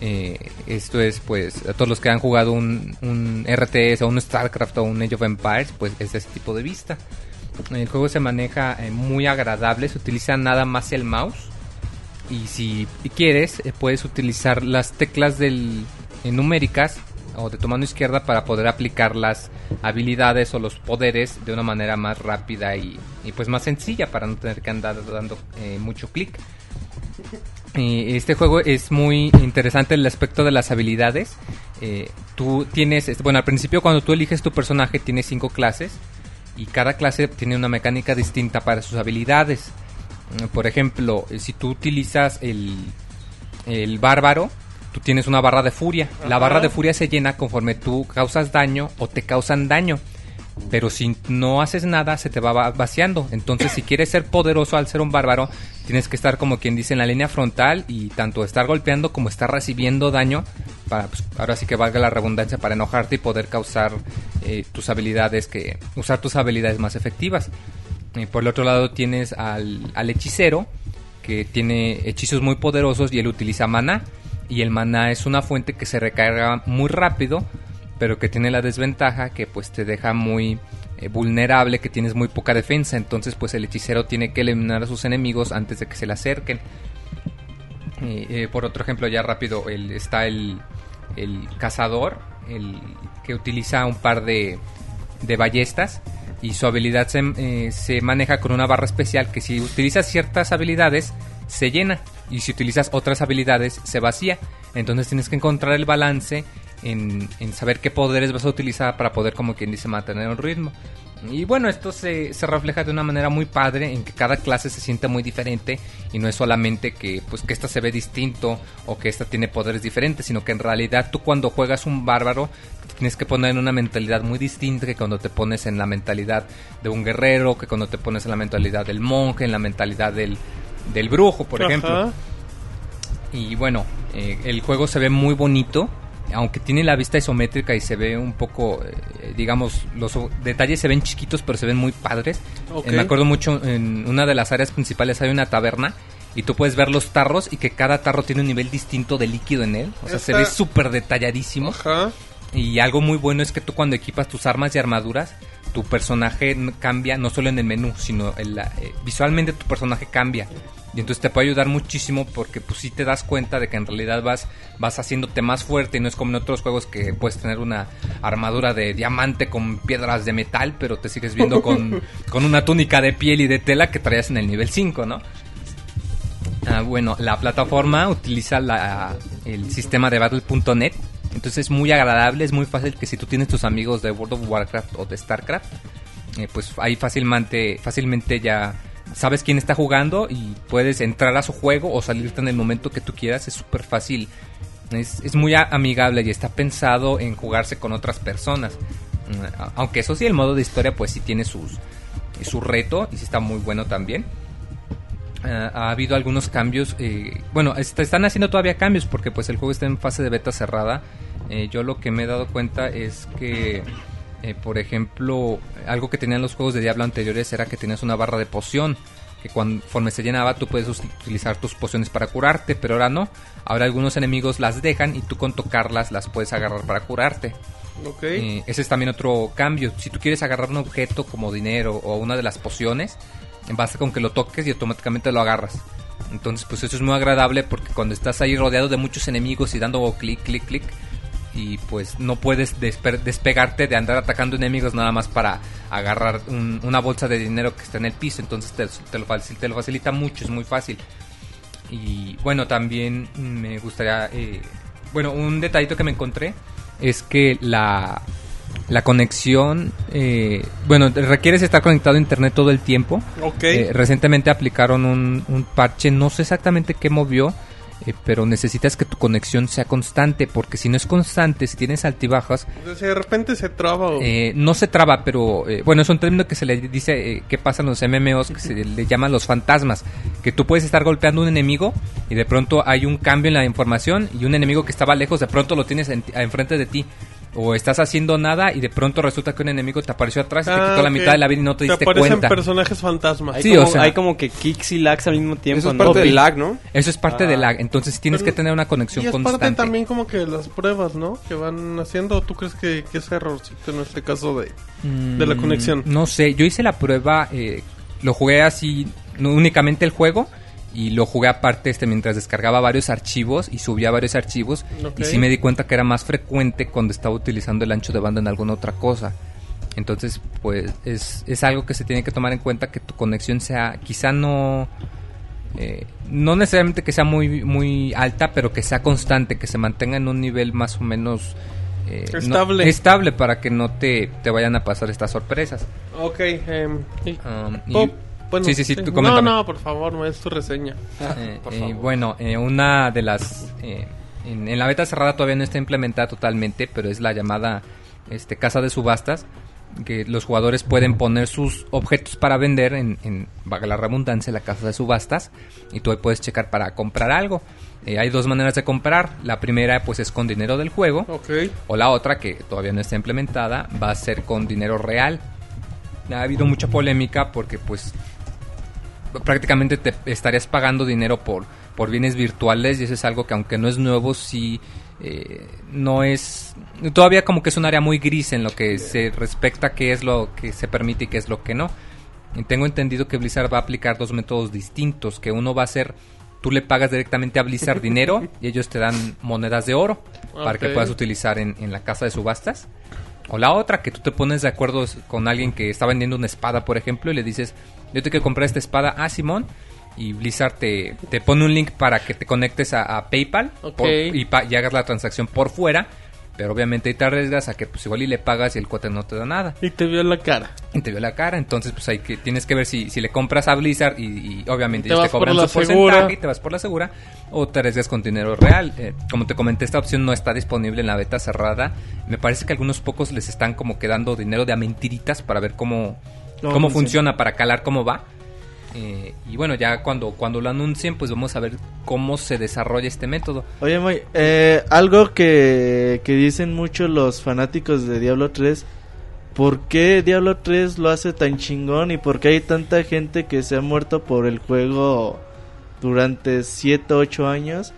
Speaker 6: eh, esto es, pues, a todos los que han jugado un, un RTS o un StarCraft o un Age of Empires, pues es ese tipo de vista. El juego se maneja eh, muy agradable, se utiliza nada más el mouse. Y si quieres, eh, puedes utilizar las teclas del, eh, numéricas o de tu mano izquierda para poder aplicar las habilidades o los poderes de una manera más rápida y, y, pues más sencilla para no tener que andar dando eh, mucho clic. Eh, este juego es muy interesante en el aspecto de las habilidades. Eh, tú tienes, este, bueno, al principio cuando tú eliges tu personaje tienes cinco clases y cada clase tiene una mecánica distinta para sus habilidades. Eh, Por ejemplo, eh, si tú utilizas el, el bárbaro, tú tienes una barra de furia. La barra de furia se llena conforme tú causas daño o te causan daño. Pero si no haces nada, se te va va- vaciando. Entonces, si quieres ser poderoso al ser un bárbaro, tienes que estar como quien dice en la línea frontal y tanto estar golpeando como estar recibiendo daño. Para, pues, ahora sí que valga la redundancia para enojarte y poder causar eh, tus habilidades, que usar tus habilidades más efectivas. Eh, por el otro lado tienes al, al hechicero, que tiene hechizos muy poderosos y él utiliza maná. Y el maná es una fuente que se recarga muy rápido, pero que tiene la desventaja que pues te deja muy eh, vulnerable, que tienes muy poca defensa. Entonces pues el hechicero tiene que eliminar a sus enemigos antes de que se le acerquen. Eh, eh, por otro ejemplo, ya rápido, el- está el, el cazador, el que utiliza un par de, de ballestas y su habilidad se, eh, se maneja con una barra especial que si utilizas ciertas habilidades se llena y si utilizas otras habilidades se vacía. Entonces tienes que encontrar el balance en, en saber qué poderes vas a utilizar para poder, como quien dice, mantener un ritmo. Y bueno, esto se, se refleja de una manera muy padre en que cada clase se siente muy diferente y no es solamente que pues que esta se ve distinto o que esta tiene poderes diferentes, sino que en realidad tú cuando juegas un bárbaro te tienes que poner en una mentalidad muy distinta que cuando te pones en la mentalidad de un guerrero, que cuando te pones en la mentalidad del monje, en la mentalidad del, del brujo, por
Speaker 2: Ajá.
Speaker 6: ejemplo. Y bueno, eh, el juego se ve muy bonito, aunque tiene la vista isométrica y se ve un poco, eh, digamos, los o- detalles se ven chiquitos, pero se ven muy padres.
Speaker 2: Ok.
Speaker 6: Eh, me acuerdo mucho, en una de las áreas principales hay una taberna y tú puedes ver los tarros y que cada tarro tiene un nivel distinto de líquido en él. O sea, se
Speaker 2: Esta-
Speaker 6: ve súper detalladísimo.
Speaker 2: Ajá.
Speaker 6: Y algo muy bueno es que tú cuando equipas tus armas y armaduras, tu personaje n- cambia no solo en el menú, sino en la- eh, visualmente tu personaje cambia. Y entonces te puede ayudar muchísimo porque pues sí te das cuenta de que en realidad vas, vas haciéndote más fuerte y no es como en otros juegos que puedes tener una armadura de diamante con piedras de metal, pero te sigues viendo con, con una túnica de piel y de tela que traías en el nivel 5, ¿no? Ah, bueno, la plataforma utiliza la- el sistema de Battle.net. Entonces es muy agradable, es muy fácil que si tú tienes tus amigos de World of Warcraft o de StarCraft, eh, pues ahí fácilmente, fácilmente ya sabes quién está jugando y puedes entrar a su juego o salirte en el momento que tú quieras. Es súper fácil. Es, es muy a- amigable y está pensado en jugarse con otras personas. Mm, a- Aunque eso sí, el modo de historia pues sí tiene sus, su reto y sí está muy bueno también. Eh, ha habido algunos cambios. eh, bueno, est- están haciendo todavía cambios porque pues el juego está en fase de beta cerrada. Eh, yo lo que me he dado cuenta es que, eh, por ejemplo, algo que tenían los juegos de Diablo anteriores era que tenías una barra de poción. Que cuando- conforme se llenaba tú puedes us- utilizar tus pociones para curarte, pero ahora no. Ahora algunos enemigos las dejan y tú con tocarlas las puedes agarrar para curarte.
Speaker 2: Ok.
Speaker 6: Eh, ese es también otro cambio. Si tú quieres agarrar un objeto como dinero o una de las pociones, basta con que lo toques y automáticamente lo agarras. Entonces, pues eso es muy agradable porque cuando estás ahí rodeado de muchos enemigos y dando clic, clic, clic, y pues no puedes despe- despegarte de andar atacando enemigos nada más para agarrar un- una bolsa de dinero que está en el piso. Entonces te, te lo, facil- te lo facilita mucho, es muy fácil. Y bueno, también me gustaría. eh, bueno, un detallito que me encontré es que la, la conexión. eh, bueno, requieres estar conectado a internet todo el tiempo.
Speaker 2: Ok.
Speaker 6: Eh, recientemente aplicaron un, un parche, no sé exactamente qué movió, eh, pero necesitas que tu conexión sea constante, porque si no es constante, si tienes altibajas,
Speaker 2: Entonces, de repente se traba o...
Speaker 6: eh, no se traba, pero eh, bueno, es un término que se le dice eh, que pasa en los MMOs, que se le llaman los fantasmas, que tú puedes estar golpeando un enemigo y de pronto hay un cambio en la información y un enemigo que estaba lejos, de pronto lo tienes en- enfrente de ti. O estás haciendo nada y de pronto resulta que un enemigo te apareció atrás y te
Speaker 2: Ah,
Speaker 6: quitó la
Speaker 2: ok.
Speaker 6: mitad de la vida y no te, diste
Speaker 2: aparecen
Speaker 6: cuenta.
Speaker 2: personajes fantasmas.
Speaker 8: Hay,
Speaker 6: Sí,
Speaker 8: como,
Speaker 6: o sea-
Speaker 8: hay como que kicks y lags al mismo tiempo.
Speaker 7: Eso es
Speaker 8: ¿no?
Speaker 7: parte del
Speaker 8: Pi-
Speaker 7: lag, ¿no?
Speaker 6: Eso es parte del lag, entonces tienes
Speaker 2: Ah. Pero-
Speaker 6: que tener una
Speaker 2: Y
Speaker 6: conexión
Speaker 2: es parte
Speaker 6: constante.
Speaker 2: también como que de las pruebas, ¿no? Que van haciendo. ¿O tú crees que, que es errorcito en este caso de, de la
Speaker 6: Mm,
Speaker 2: conexión?
Speaker 6: No sé, yo hice la prueba, eh, lo jugué así, no, únicamente el juego, y lo jugué aparte este, mientras descargaba varios archivos y subía varios archivos,
Speaker 2: Ok.
Speaker 6: y sí me di cuenta que era más frecuente cuando estaba utilizando el ancho de banda en alguna otra cosa. Entonces, pues es, es algo que se tiene que tomar en cuenta que tu conexión sea, quizá no... eh, no necesariamente que sea muy, muy alta, pero que sea constante, que se mantenga en un nivel más o menos eh, no-
Speaker 2: Estable.
Speaker 6: estable para que no te, te vayan a pasar estas sorpresas.
Speaker 2: Ok. em, y-
Speaker 6: Um, y-
Speaker 2: Pop, bueno,
Speaker 6: sí, sí, sí, tú
Speaker 2: No,
Speaker 6: coméntame.
Speaker 2: no, por favor, no es tu reseña.
Speaker 6: Eh, eh, bueno, eh, una de las... eh, en, en la beta cerrada todavía no está implementada totalmente, pero es la llamada este, casa de subastas, que los jugadores pueden poner sus objetos para vender en, en valga la redundancia, la casa de subastas, y tú ahí puedes checar para comprar algo. Eh, hay dos maneras de comprar. La primera pues es con dinero del juego.
Speaker 2: Ok.
Speaker 6: O la otra, que todavía no está implementada, va a ser con dinero real. Ha habido mucha polémica porque pues prácticamente te estarías pagando dinero por, por bienes virtuales y eso es algo que aunque no es nuevo, sí eh, no es... Todavía como que es un área muy gris en lo que se respecta qué es lo que se permite y qué es lo que no. Y Tengo entendido que Blizzard va a aplicar dos métodos distintos, que uno va a ser... Tú le pagas directamente a Blizzard dinero y ellos te dan monedas de oro para que
Speaker 2: Ok.
Speaker 6: puedas utilizar en, en la casa de subastas. O la otra, que tú te pones de acuerdo con alguien que está vendiendo una espada, por ejemplo, y le dices, yo te quiero comprar esta espada a Simón. Y Blizzard te, te pone un link para que te conectes a, a PayPal
Speaker 2: Ok.
Speaker 6: por- y, pa- y hagas la transacción por fuera. Pero obviamente ahí te arriesgas a que pues igual y le pagas y el cuate no te da nada.
Speaker 2: Y te vio la cara.
Speaker 6: Y te vio la cara, entonces pues hay que, tienes que ver si, si le compras a Blizzard y, y
Speaker 2: Y
Speaker 6: obviamente
Speaker 2: te
Speaker 6: ellos
Speaker 2: vas
Speaker 6: te
Speaker 2: por
Speaker 6: cobran
Speaker 2: la
Speaker 6: su porcentaje
Speaker 2: segura.
Speaker 6: y te vas por la segura o te arriesgas con dinero real. Eh, como te comenté, esta opción no está disponible en la beta cerrada. Me parece que algunos pocos les están como que dando dinero de a mentiritas para ver cómo,
Speaker 5: No,
Speaker 6: cómo
Speaker 5: funciona.
Speaker 6: funciona, para calar cómo va. Eh, y bueno, ya cuando, cuando lo anuncien, pues vamos a ver cómo se desarrolla este método.
Speaker 5: Oye, Moy, eh, algo que, que dicen mucho los fanáticos de Diablo 3. ¿Por qué Diablo 3 lo hace tan chingón y por qué hay tanta gente que se ha muerto por el juego durante 7, 8 años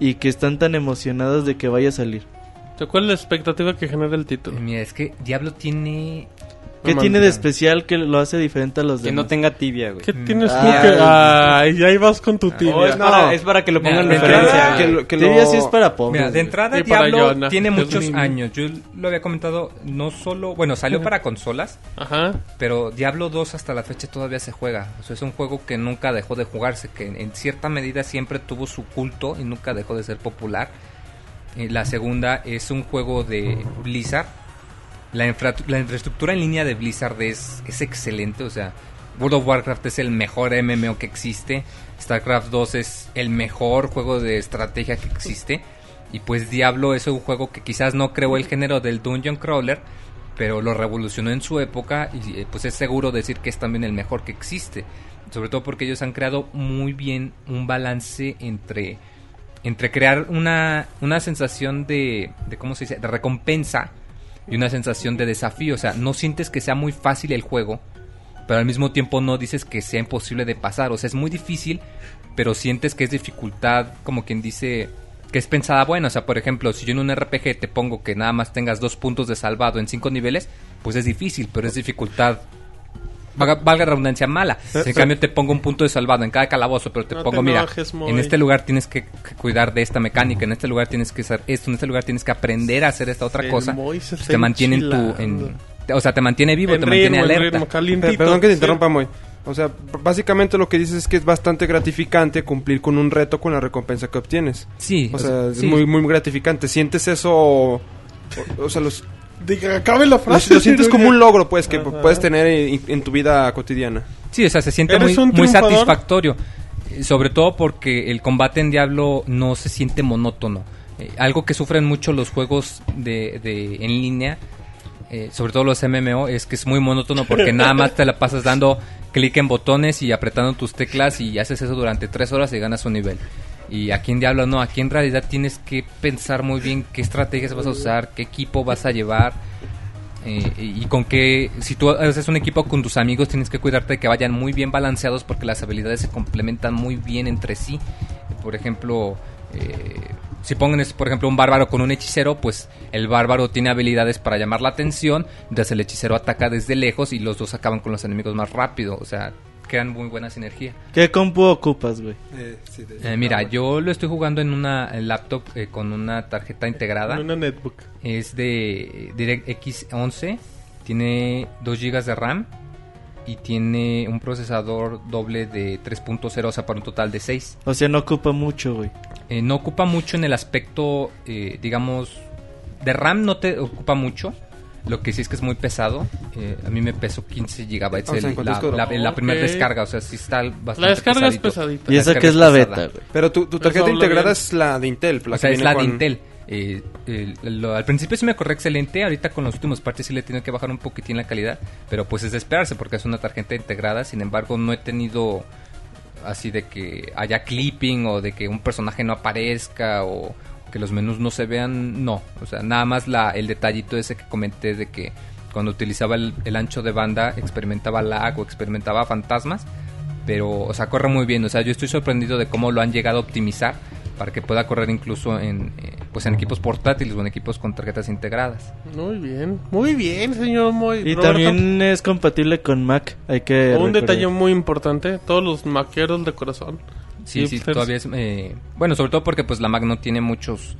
Speaker 5: y que están tan emocionados de que vaya a salir?
Speaker 2: ¿Cuál es la expectativa que genera el título?
Speaker 6: Mira, es que Diablo tiene
Speaker 5: ¿Qué
Speaker 2: No
Speaker 5: tiene
Speaker 2: mames.
Speaker 5: de especial que lo hace diferente a los
Speaker 8: Que
Speaker 5: demás?
Speaker 8: no tenga tibia, güey.
Speaker 2: ¿Qué tienes tú
Speaker 6: mm,
Speaker 5: Ah.
Speaker 2: que.? Ay, ahí vas con
Speaker 6: Ah,
Speaker 2: tu tibia.
Speaker 8: Oh, es, para, es para que lo pongan en
Speaker 6: Mira, de
Speaker 8: referencia.
Speaker 6: entrada-
Speaker 8: Que lo, que lo-
Speaker 5: Tibia sí es para pobres.
Speaker 6: Mira, de
Speaker 5: güey.
Speaker 6: entrada
Speaker 2: Sí, para
Speaker 6: Diablo
Speaker 2: Joana,
Speaker 6: tiene
Speaker 2: que es
Speaker 6: muchos
Speaker 2: un niño.
Speaker 6: años. Yo lo había comentado, no solo, bueno, salió para consolas,
Speaker 2: Ajá.
Speaker 6: pero Diablo 2 hasta la fecha todavía se juega. O sea, es un juego que nunca dejó de jugarse, que en cierta medida siempre tuvo su culto y nunca dejó de ser popular. Eh, La segunda es un juego de Blizzard. La, infra- la infraestructura en línea de Blizzard es, es excelente, o sea, World of Warcraft es el mejor MMO que existe, StarCraft 2 es el mejor juego de estrategia que existe, y pues Diablo es un juego que quizás no creó el género del Dungeon Crawler, pero lo revolucionó en su época y eh, pues es seguro decir que es también el mejor que existe. Sobre todo porque ellos han creado muy bien un balance entre, entre crear una, una sensación de, de, ¿cómo se dice?, de recompensa y una sensación de desafío. O sea, no sientes que sea muy fácil el juego, pero al mismo tiempo no dices que sea imposible de pasar. O sea, es muy difícil, pero sientes que es dificultad, como quien dice, que es pensada buena. O sea, por ejemplo, si yo en un RPG te pongo que nada más tengas dos puntos de salvado en cinco niveles, pues es difícil, pero es dificultad. Valga, valga redundancia mala. Si en cambio te pongo un punto de salvado en cada calabozo, pero te
Speaker 2: Eh, No te
Speaker 6: pongo, mira,
Speaker 2: enojes, Moy.
Speaker 6: en este lugar tienes que que cuidar de esta mecánica, en este lugar tienes que hacer esto, en este lugar tienes que aprender a hacer esta otra
Speaker 2: El
Speaker 6: cosa.
Speaker 2: Moy se
Speaker 6: pues
Speaker 2: está
Speaker 6: te mantiene en tu.
Speaker 2: enchilando.
Speaker 6: en- te- o sea, te mantiene vivo,
Speaker 2: En
Speaker 6: te mantiene
Speaker 2: ritmo, en
Speaker 6: alerta.
Speaker 2: ritmo, calientito.
Speaker 7: Pe- Perdón que te
Speaker 2: Sí.
Speaker 7: interrumpa, Moy. O sea, b- básicamente lo que dices es que es bastante gratificante cumplir con un reto con la recompensa que obtienes.
Speaker 6: Sí,
Speaker 7: O sea, es
Speaker 6: sí.
Speaker 7: muy, muy gratificante. Sientes eso... O, o sea, los,
Speaker 2: Diga, acabe la
Speaker 7: lo,
Speaker 2: frase.
Speaker 7: lo sientes como un logro, pues, que
Speaker 2: Ajá.
Speaker 7: puedes tener en, en tu vida cotidiana.
Speaker 6: Sí, o sea, se siente muy,
Speaker 2: ¿Eres un
Speaker 6: muy
Speaker 2: triunfador?
Speaker 6: satisfactorio. Eh, Sobre todo porque el combate en Diablo no se siente monótono. Eh, algo que sufren mucho los juegos de, de- en línea, eh, sobre todo los MMO, es que es muy monótono porque nada más te la pasas dando clic en botones y apretando tus teclas y haces eso durante tres horas y ganas un nivel. Y aquí en Diablo no, aquí en realidad tienes que pensar muy bien qué estrategias vas a usar, qué equipo vas a llevar. Eh, y y con que si tú haces un equipo con tus amigos tienes que cuidarte de que vayan muy bien balanceados porque las habilidades se complementan muy bien entre sí. Por ejemplo, eh, si pongan es, por ejemplo un bárbaro con un hechicero, pues el bárbaro tiene habilidades para llamar la atención, mientras el hechicero ataca desde lejos y los dos acaban con los enemigos más rápido. O sea, crean muy buena sinergia.
Speaker 5: ¿Qué compu ocupas, güey?
Speaker 6: Eh, mira, yo lo estoy jugando en una laptop eh, con una tarjeta integrada.
Speaker 2: En una netbook.
Speaker 6: Es de DirectX 11. Tiene 2 GB de RAM. Y tiene un procesador doble de 3.0, o sea, para un total de 6.
Speaker 5: O sea, no ocupa mucho, güey.
Speaker 6: Eh, no ocupa mucho en el aspecto, eh, digamos, de RAM no te ocupa mucho. Lo que sí es que es muy pesado. Eh, a mí me pesó 15 GB
Speaker 7: O sea, en cuanto
Speaker 6: la,
Speaker 7: es duro.
Speaker 6: la- en la primera
Speaker 2: Ok.
Speaker 6: descarga. O sea, sí está bastante
Speaker 2: La descarga es
Speaker 6: pesadito.
Speaker 8: Pues
Speaker 2: pesadita.
Speaker 5: Y
Speaker 6: La
Speaker 5: esa
Speaker 6: descarga
Speaker 5: que es la
Speaker 6: pesada.
Speaker 5: beta, güey.
Speaker 7: Pero tu, tu
Speaker 2: Pero eso
Speaker 7: tarjeta
Speaker 2: habla
Speaker 7: integrada
Speaker 2: bien.
Speaker 7: es la de Intel.
Speaker 6: O
Speaker 7: que
Speaker 6: sea, es
Speaker 7: viene
Speaker 6: la
Speaker 7: con-
Speaker 6: de Intel. Eh, el- lo- al principio sí me corrió excelente, ahorita con los últimos partes sí le he tenido que bajar un poquitín la calidad, pero pues es de esperarse porque es una tarjeta integrada, sin embargo no he tenido así de que haya clipping o de que un personaje no aparezca o que los menús no se vean, no, o sea, nada más la, el detallito ese que comenté de que cuando utilizaba el, el ancho de banda experimentaba lag o experimentaba fantasmas, pero, o sea, corre muy bien, o sea, yo estoy sorprendido de cómo lo han llegado a optimizar para que pueda correr incluso en, eh, pues en equipos portátiles o en equipos con tarjetas integradas.
Speaker 2: Muy bien. Muy bien, señor Moy.
Speaker 5: Y
Speaker 2: Roberto,
Speaker 5: también es compatible con Mac. Hay que.
Speaker 2: Un
Speaker 5: recordar.
Speaker 2: detalle muy importante. Todos los maqueros de corazón.
Speaker 6: Sí, sí,
Speaker 2: pues,
Speaker 6: todavía es... eh, bueno, sobre todo porque pues la Mac no tiene muchos...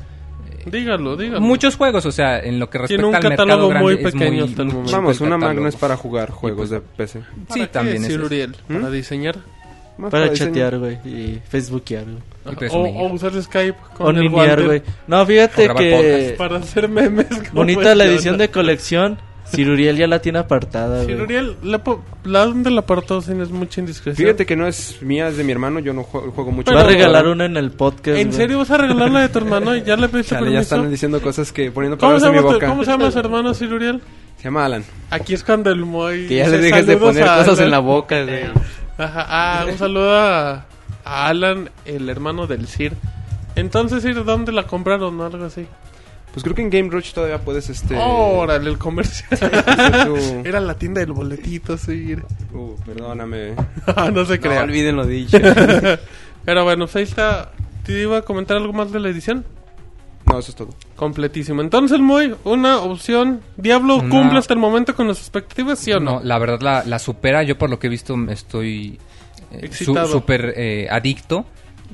Speaker 2: Dígalo, dígalo.
Speaker 6: Muchos juegos, o sea, en lo que respecta
Speaker 2: Tiene un
Speaker 6: al mercado
Speaker 2: catálogo
Speaker 6: grande
Speaker 2: muy
Speaker 6: es
Speaker 2: pequeño hasta el momento.
Speaker 7: Vamos,
Speaker 6: chico el
Speaker 7: una Mac
Speaker 6: catálogo.
Speaker 7: no es para jugar juegos de PC.
Speaker 6: Sí,
Speaker 2: ¿Para qué
Speaker 6: también es este.
Speaker 2: decir,
Speaker 6: eso.
Speaker 2: Uriel?
Speaker 7: ¿Mm?
Speaker 2: Para diseñar.
Speaker 5: Para
Speaker 7: Más para diseño.
Speaker 5: chatear, güey. Y Facebookear, güey.
Speaker 6: Y pues
Speaker 2: Ajá, O,
Speaker 6: presumir.
Speaker 2: o usar Skype
Speaker 5: O
Speaker 2: con el
Speaker 5: niñar,
Speaker 2: guante
Speaker 5: güey. No, fíjate
Speaker 6: grabar
Speaker 5: que.
Speaker 2: Para hacer memes. como
Speaker 5: Bonita la
Speaker 2: este,
Speaker 5: edición
Speaker 2: ¿no?
Speaker 5: de colección. Ciruriel ya la tiene apartada,
Speaker 2: Sí,
Speaker 5: güey.
Speaker 2: Uriel, la, po- la donde la apartó sin es mucha indiscreción.
Speaker 7: Fíjate que no es mía, es de mi hermano. Yo no juego, juego mucho.
Speaker 5: Va a regalar una en el podcast.
Speaker 2: ¿En
Speaker 5: güey.
Speaker 2: serio vas a regalar la de tu hermano? ¿Ya le pediste
Speaker 7: Chale, ya
Speaker 2: permiso?
Speaker 7: están diciendo cosas que poniendo
Speaker 2: ¿Cómo
Speaker 7: palabras
Speaker 2: se,
Speaker 7: en mi
Speaker 2: llama tu,
Speaker 7: boca.
Speaker 2: ¿Cómo se llama su hermano, Sir Uriel?
Speaker 7: Se llama Alan.
Speaker 2: Aquí es cuando el Moy...
Speaker 8: Que ya
Speaker 2: dice
Speaker 8: le dejes de
Speaker 2: saludos
Speaker 8: poner
Speaker 2: a
Speaker 8: cosas en la
Speaker 2: Alan.
Speaker 8: boca, güey.
Speaker 2: Ajá, ah, un saludo a, a Alan, el hermano del Sir. Entonces, Sir, ¿dónde la compraron o algo así?
Speaker 7: Pues creo que en Game Rush todavía puedes este.
Speaker 2: Órale, el comercial.
Speaker 7: hacer tu-
Speaker 2: Era la tienda del boletito, Sir.
Speaker 7: Uh, perdóname.
Speaker 2: Ah, no se
Speaker 8: No
Speaker 2: crea.
Speaker 8: olviden lo dicho.
Speaker 2: Pero bueno, pues ahí está. ¿Te iba a comentar algo más de la edición?
Speaker 7: No, eso es todo.
Speaker 2: Completísimo. Entonces, Moy, una opción. ¿Diablo
Speaker 6: Una-
Speaker 2: cumple hasta el momento con las expectativas, sí o no?
Speaker 6: No, la verdad la, la supera. Yo por lo que he visto me estoy eh, su-
Speaker 2: Excitado.
Speaker 6: súper eh, adicto.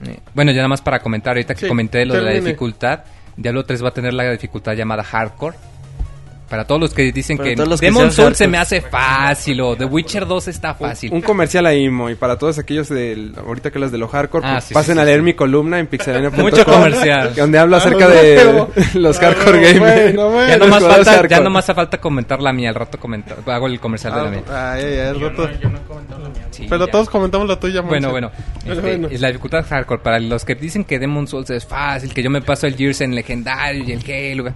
Speaker 6: Eh, bueno, ya nada más para comentar ahorita que
Speaker 2: Sí,
Speaker 6: comenté lo de la
Speaker 2: termine.
Speaker 6: dificultad. Diablo 3 va a tener la dificultad llamada hardcore. Para todos los que dicen
Speaker 5: Para
Speaker 6: que
Speaker 5: todos los que
Speaker 6: Demon
Speaker 5: sean
Speaker 6: Souls se
Speaker 5: hardcore.
Speaker 6: me hace fácil o The Witcher 2 está fácil.
Speaker 7: Un comercial ahí, Moy, para todos aquellos del. Ahorita que las de lo hardcore,
Speaker 6: Ah,
Speaker 7: pues,
Speaker 6: sí, sí,
Speaker 7: pasen
Speaker 6: sí,
Speaker 7: a leer
Speaker 6: sí.
Speaker 7: mi columna en pixelania.com.
Speaker 6: Mucho comercial.
Speaker 7: Donde hablo acerca
Speaker 2: Ah,
Speaker 7: de
Speaker 2: huevo.
Speaker 7: los
Speaker 2: Ah,
Speaker 7: hardcore
Speaker 2: huevo,
Speaker 7: gamers.
Speaker 2: bueno, bueno.
Speaker 6: Ya no,
Speaker 7: Los
Speaker 6: más
Speaker 7: jugadores
Speaker 6: falta, ya
Speaker 7: hardcore.
Speaker 6: no más hace falta comentar la mía. Al rato comenta- hago el comercial de la mía.
Speaker 2: Ah, ay, ay, al rato.
Speaker 6: Sí,
Speaker 2: Pero
Speaker 6: ya.
Speaker 2: todos comentamos la tuya,
Speaker 6: Bueno,
Speaker 2: Monse.
Speaker 6: bueno,
Speaker 2: Pero
Speaker 6: este,
Speaker 2: bueno.
Speaker 6: es la dificultad hardcore. Para los que dicen que Demon Souls es fácil, que yo me paso el Gears en legendario y el Halo.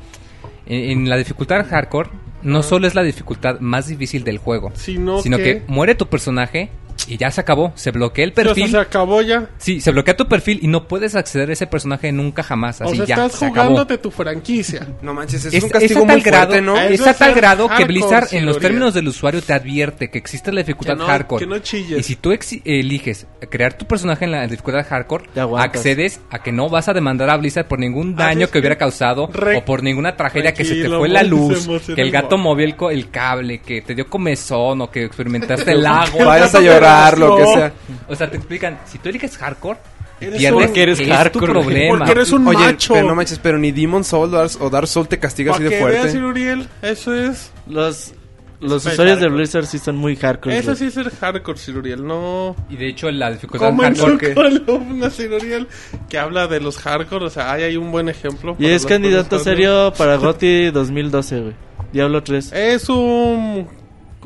Speaker 6: En, en la dificultad hardcore, no solo es la dificultad más difícil del juego,
Speaker 2: Sino
Speaker 6: sino
Speaker 2: que-
Speaker 6: que muere tu personaje y ya se acabó, se bloquea el
Speaker 2: O sea,
Speaker 6: perfil.
Speaker 2: se acabó ya.
Speaker 6: Sí, se bloquea tu perfil y no puedes acceder a ese personaje nunca jamás. Así
Speaker 2: o sea,
Speaker 6: ya,
Speaker 2: estás
Speaker 6: se acabó.
Speaker 2: jugándote tu franquicia.
Speaker 7: No manches,
Speaker 6: Es,
Speaker 7: es,
Speaker 6: este
Speaker 7: un
Speaker 6: es
Speaker 7: castigo
Speaker 6: a tal
Speaker 7: muy
Speaker 6: grado,
Speaker 7: fuerte, ¿no?
Speaker 2: Ay,
Speaker 6: es
Speaker 2: Ah, Eso
Speaker 6: a
Speaker 2: es
Speaker 6: tal
Speaker 2: el
Speaker 6: grado que
Speaker 2: hardcore,
Speaker 6: Blizzard en los
Speaker 2: señoría.
Speaker 6: términos del usuario te advierte que existe la dificultad
Speaker 2: Que no-
Speaker 6: hardcore.
Speaker 2: que no chilles.
Speaker 6: Y si tú exi- eliges crear tu personaje en la dificultad hardcore,
Speaker 5: Te aguantas.
Speaker 6: accedes a que no vas a demandar a Blizzard por ningún
Speaker 2: Así
Speaker 6: daño
Speaker 2: Ah, es
Speaker 6: que hubiera
Speaker 2: que-
Speaker 6: causado
Speaker 2: Re-
Speaker 6: o por ninguna tragedia que se te
Speaker 2: Tranquilo,
Speaker 6: fue la
Speaker 2: Monty, se
Speaker 6: luz,
Speaker 2: emocionó
Speaker 6: que el
Speaker 2: el
Speaker 6: gato
Speaker 2: Monty.
Speaker 6: movió el, co- el cable, que te dio comezón o que experimentaste el agua.
Speaker 7: Vayas a llorar, lo que sea.
Speaker 6: O sea, te explican, si tú eliges hardcore,
Speaker 2: Eres
Speaker 6: pierdes
Speaker 2: un-
Speaker 6: que eres tu
Speaker 8: hardcore, güey.
Speaker 6: problema.
Speaker 2: Porque eres un
Speaker 7: Oye,
Speaker 2: macho.
Speaker 7: pero no manches, pero ni Demon Soul o Dark- o Dark Soul te castiga
Speaker 2: Para
Speaker 7: así de
Speaker 2: que
Speaker 7: fuerte.
Speaker 2: veas, señor Uriel, eso es.
Speaker 5: Los, los
Speaker 2: Soy
Speaker 5: usuarios de
Speaker 2: hardcore.
Speaker 5: Blizzard sí están muy hardcore.
Speaker 2: Eso
Speaker 5: güey.
Speaker 2: sí es ser hardcore, señor Uriel. No.
Speaker 6: Y de hecho la
Speaker 5: Pues
Speaker 6: dificultad
Speaker 2: Como en su
Speaker 6: hardcore que...
Speaker 2: columna, señor Uriel, que habla de los hardcore. O sea, ahí hay un buen ejemplo.
Speaker 5: Y
Speaker 2: para
Speaker 5: es
Speaker 2: los
Speaker 5: candidato
Speaker 2: juegos hardcore. Eh,
Speaker 5: serio para GOTY 2012, güey. Diablo 3.
Speaker 2: Es un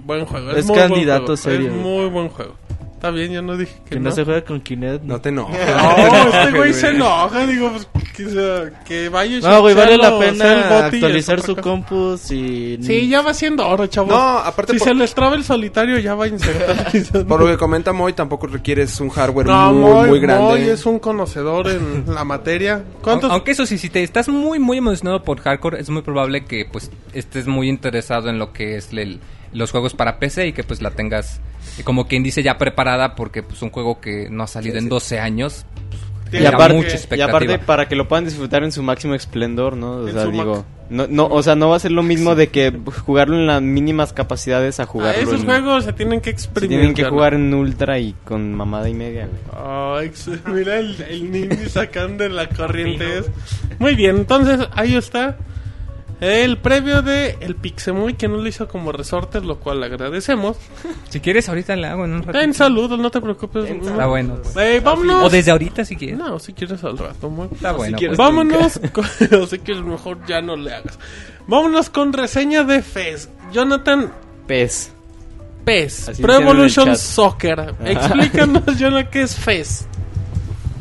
Speaker 2: buen juego. Es,
Speaker 5: Es
Speaker 2: muy buen
Speaker 5: candidato
Speaker 2: juego,
Speaker 5: serio,
Speaker 2: Es
Speaker 5: güey.
Speaker 2: muy buen juego. Está bien, yo no dije que,
Speaker 5: que no. se juega con Kinect.
Speaker 7: No
Speaker 5: No,
Speaker 7: te enojes.
Speaker 2: No, este güey se enoja. Digo, pues que, sea- que vaya y
Speaker 5: no güey,
Speaker 2: sea
Speaker 5: vale la
Speaker 2: lo- sea el
Speaker 5: pena
Speaker 2: boti y
Speaker 5: actualizar
Speaker 2: esa
Speaker 5: su
Speaker 2: otra cosa.
Speaker 5: compu si...
Speaker 2: Sí, ya va siendo oro, chavos.
Speaker 7: No, aparte
Speaker 2: Si
Speaker 7: por-
Speaker 2: se les traba el solitario, ya va a insertar.
Speaker 7: Por lo que comenta Moy, tampoco requieres un hardware
Speaker 2: No,
Speaker 7: muy,
Speaker 2: Moy,
Speaker 7: muy grande.
Speaker 2: Moy es un conocedor en la materia. ¿Cuántos?
Speaker 6: Aunque eso sí, si te estás muy, muy emocionado por hardcore, es muy probable que pues estés muy interesado en lo que es el- los juegos para PC y que pues la tengas, eh, como quien dice, ya preparada porque pues un juego que no ha salido en 12 años. pues,
Speaker 8: Y
Speaker 2: Tiene
Speaker 8: aparte,
Speaker 2: que-
Speaker 6: mucha
Speaker 8: y
Speaker 6: expectativa.
Speaker 8: aparte para que lo puedan disfrutar en su máximo esplendor, ¿no? O
Speaker 2: En
Speaker 8: sea,
Speaker 2: su
Speaker 8: digo,
Speaker 2: max-
Speaker 8: no, no, o sea, no va a ser lo mismo de que jugarlo en las mínimas capacidades a
Speaker 2: A
Speaker 8: jugarlo.
Speaker 2: Ah, esos
Speaker 8: en-
Speaker 2: juegos se tienen que
Speaker 8: se
Speaker 2: exprimir.
Speaker 8: tienen que
Speaker 2: ya, ¿no?
Speaker 8: jugar en ultra y con mamada y media, güey.
Speaker 2: Ay, ex- mira el, el Nini sacando la corriente. es. Muy bien, entonces ahí está el previo de el Pixemoy que no lo hizo como resortes, lo cual le agradecemos.
Speaker 6: Si quieres, ahorita le hago en un
Speaker 2: Ten
Speaker 6: ratito.
Speaker 2: saludos, no te preocupes. no.
Speaker 6: Está bueno. pues.
Speaker 2: Eh, vámonos.
Speaker 6: O desde ahorita si quieres.
Speaker 2: No, si quieres al rato, muy
Speaker 6: Está bueno.
Speaker 2: Pues
Speaker 6: pues.
Speaker 2: Vámonos, con- o sea que mejor ya no le hagas. Vámonos con reseña de Fez. Jonathan
Speaker 8: Pez.
Speaker 2: Pez,
Speaker 8: Así
Speaker 2: Pro
Speaker 8: dicen en el
Speaker 2: Evolution
Speaker 8: chat.
Speaker 2: Soccer. Explícanos, Jonathan, qué es Fez.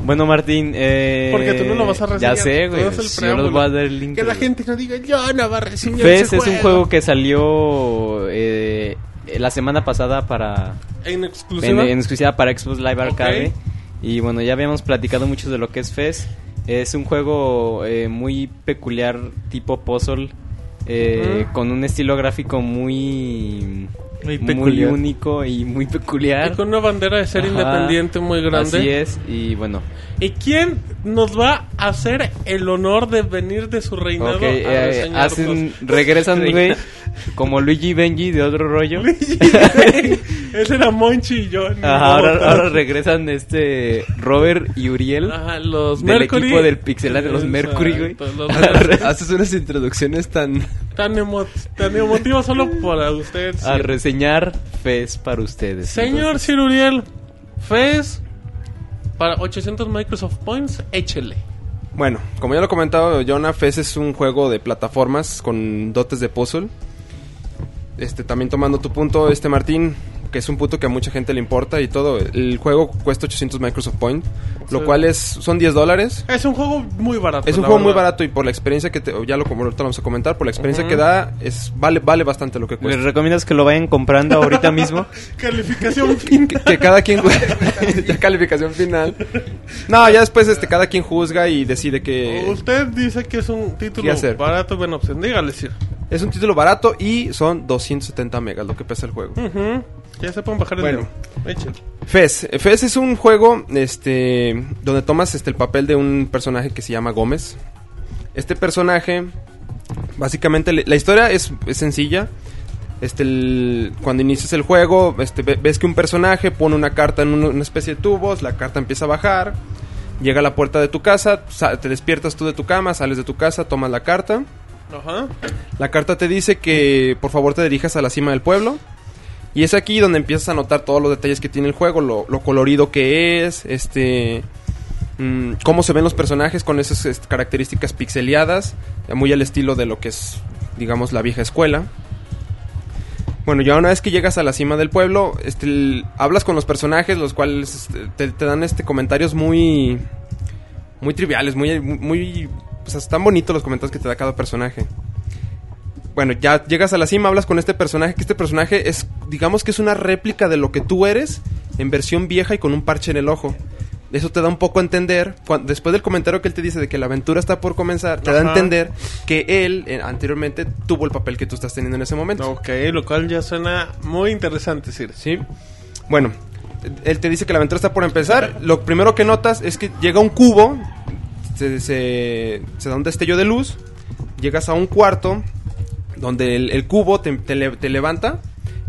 Speaker 8: Bueno, Martín, eh...
Speaker 2: Porque tú no lo vas a reseñar,
Speaker 8: Ya sé,
Speaker 2: tú
Speaker 8: güey.
Speaker 2: das el
Speaker 8: pues, Yo los voy a dar el link.
Speaker 2: Que la
Speaker 8: güey.
Speaker 2: gente no diga, yo no va a reseñar
Speaker 8: Fez
Speaker 2: ese
Speaker 8: es un juego que salió eh, la semana pasada para
Speaker 2: En exclusiva.
Speaker 8: en, en exclusiva para Xbox Live
Speaker 2: Ok.
Speaker 8: Arcade. Y bueno, ya habíamos platicado mucho de lo que es Fez. Es un juego eh, muy peculiar, tipo puzzle, eh,
Speaker 2: Ujú.
Speaker 8: con un estilo gráfico muy,
Speaker 5: Muy peculiar.
Speaker 8: único y muy
Speaker 2: Y
Speaker 8: peculiar.
Speaker 2: con una bandera de ser
Speaker 8: Ajá.
Speaker 2: independiente muy grande.
Speaker 8: Así es, y bueno,
Speaker 2: ¿Y quién nos va a hacer el honor de venir de su reinado
Speaker 8: ok,
Speaker 2: a
Speaker 8: eh,
Speaker 2: reseñarnos?
Speaker 8: hacen, regresan, güey, como Luigi y Benji de otro rollo.
Speaker 2: Ese era Monchi y yo. ni
Speaker 8: Ajá,
Speaker 2: modo.
Speaker 8: ahora, ahora regresan este Robert y Uriel.
Speaker 2: Ajá, los
Speaker 8: del
Speaker 2: Mercury.
Speaker 8: equipo del Pixelat de los Mercury, güey.
Speaker 2: Exacto, los Mercury.
Speaker 7: Haces unas introducciones tan...
Speaker 2: tan, emo tan emotivo solo para usted.
Speaker 8: a
Speaker 2: sí.
Speaker 8: reseñar Fez para ustedes.
Speaker 2: Señor
Speaker 7: pues,
Speaker 8: Entonces,
Speaker 2: Ciruriel, Fez para 800 Microsoft Points, échele.
Speaker 7: Bueno, como ya lo comentaba Jonah, Fez es un juego de plataformas con dotes de puzzle. Este, también tomando tu punto, este Martín, que es un punto que a mucha gente le importa y todo. El juego cuesta 800 Microsoft Point, lo
Speaker 2: Sí.
Speaker 7: cual es son 10 dólares.
Speaker 2: Es un juego muy barato.
Speaker 7: Es un
Speaker 2: la
Speaker 7: juego muy
Speaker 2: verdad.
Speaker 7: barato y por la experiencia que te- ya lo como ahorita lo vamos a comentar, por la experiencia
Speaker 2: Ujú.
Speaker 7: que da es vale vale bastante lo que cuesta.
Speaker 8: ¿Les recomiendas que lo vayan comprando ahorita mismo?
Speaker 2: Calificación fin.
Speaker 7: que, que cada quien jue- ya calificación final. No, ya después este cada quien juzga y decide que
Speaker 2: Usted dice que es un título
Speaker 7: ¿Qué hacer?
Speaker 2: barato, bueno, pues dígale, Sir.
Speaker 7: es un título barato y son 270 megas lo que pesa el juego.
Speaker 2: Ujú. Ya se pueden bajar el
Speaker 7: Bueno.
Speaker 2: video. Échele.
Speaker 7: Fez. Fez es un juego este, donde tomas este, el papel de un personaje que se llama Gómez. Este personaje, básicamente, le- la historia es, es sencilla. Este, el- cuando inicias el juego, este, ve- ves que un personaje pone una carta en un- una especie de tubos, la carta empieza a bajar, llega a la puerta de tu casa, sa- te despiertas tú de tu cama, sales de tu casa, tomas la carta.
Speaker 2: Ajá.
Speaker 7: La carta te dice que por favor te dirijas a la cima del pueblo. Y es aquí donde empiezas a notar todos los detalles que tiene el juego, lo, lo colorido que es, este, mm, cómo se ven los personajes con esas este, características pixeleadas, eh, muy al estilo de lo que es, digamos, la vieja escuela. Bueno, ya una vez que llegas a la cima del pueblo, este, el- hablas con los personajes, los cuales este, te, te dan este comentarios muy, muy triviales, muy, muy, pues, están bonitos los comentarios que te da cada personaje. bueno, ya llegas a la cima, hablas con este personaje, que este personaje es, digamos que es una réplica de lo que tú eres en versión vieja y con un parche en el ojo. Eso te da un poco a entender, cuan- después del comentario que él te dice de que la aventura está por comenzar, te da a
Speaker 2: Ajá.
Speaker 7: entender que él eh, anteriormente tuvo el papel que tú estás teniendo en ese momento.
Speaker 2: Ok, lo cual ya suena muy interesante, Sir.
Speaker 7: Sí. Bueno, él te dice que la aventura está por empezar. Lo primero que notas es que llega un cubo, se, se- se da un destello de luz, llegas a un cuarto donde el, el cubo te, te le- te levanta,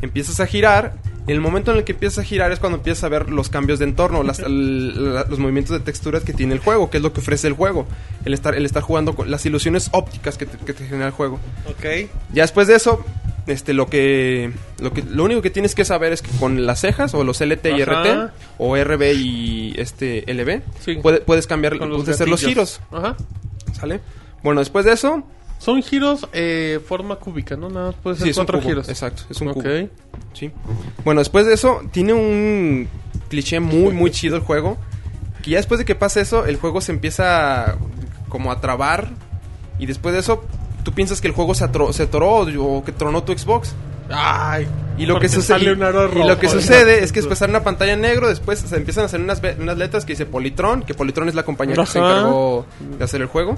Speaker 7: empiezas a girar. El momento en el que empiezas a girar es cuando empiezas a ver los cambios de entorno, las- l- la- los movimientos de texturas que tiene el juego, que es lo que ofrece el juego. El estar, el estar jugando con las ilusiones ópticas que te- que te genera el juego.
Speaker 2: Ok.
Speaker 7: Ya después de eso, este, lo que, lo que, lo único que tienes que saber es que con las cejas o los LT y
Speaker 2: Ajá.
Speaker 7: RT o RB y este LB,
Speaker 2: Sí.
Speaker 7: puede- puedes cambiar,
Speaker 2: Con
Speaker 7: puedes hacer los
Speaker 2: gatillos.
Speaker 7: giros,
Speaker 2: Ajá.
Speaker 7: ¿sale? Bueno, después de eso,
Speaker 2: Son giros eh, forma cúbica, ¿no? Nada, más puede ser
Speaker 7: sí, es un
Speaker 2: cuatro
Speaker 7: cubo,
Speaker 2: giros.
Speaker 7: Exacto, es un
Speaker 2: Ok.
Speaker 7: cubo. Sí. Bueno, después de eso, tiene un cliché muy, muy chido el juego. Que ya después de que pasa eso, el juego se empieza como a trabar. Y después de eso, tú piensas que el juego se, atro- se atoró o o que tronó tu Xbox.
Speaker 2: Ay.
Speaker 7: Y lo,
Speaker 2: porque
Speaker 7: que sucede,
Speaker 2: sale un aro
Speaker 7: y lo
Speaker 2: rojo,
Speaker 7: que
Speaker 2: ¿no?
Speaker 7: sucede es que después sale una pantalla en negro, después se empiezan a hacer unas, ve- unas letras que dice Politron, que Politron es la compañía que se
Speaker 2: Ajá.
Speaker 7: encargó de hacer el juego.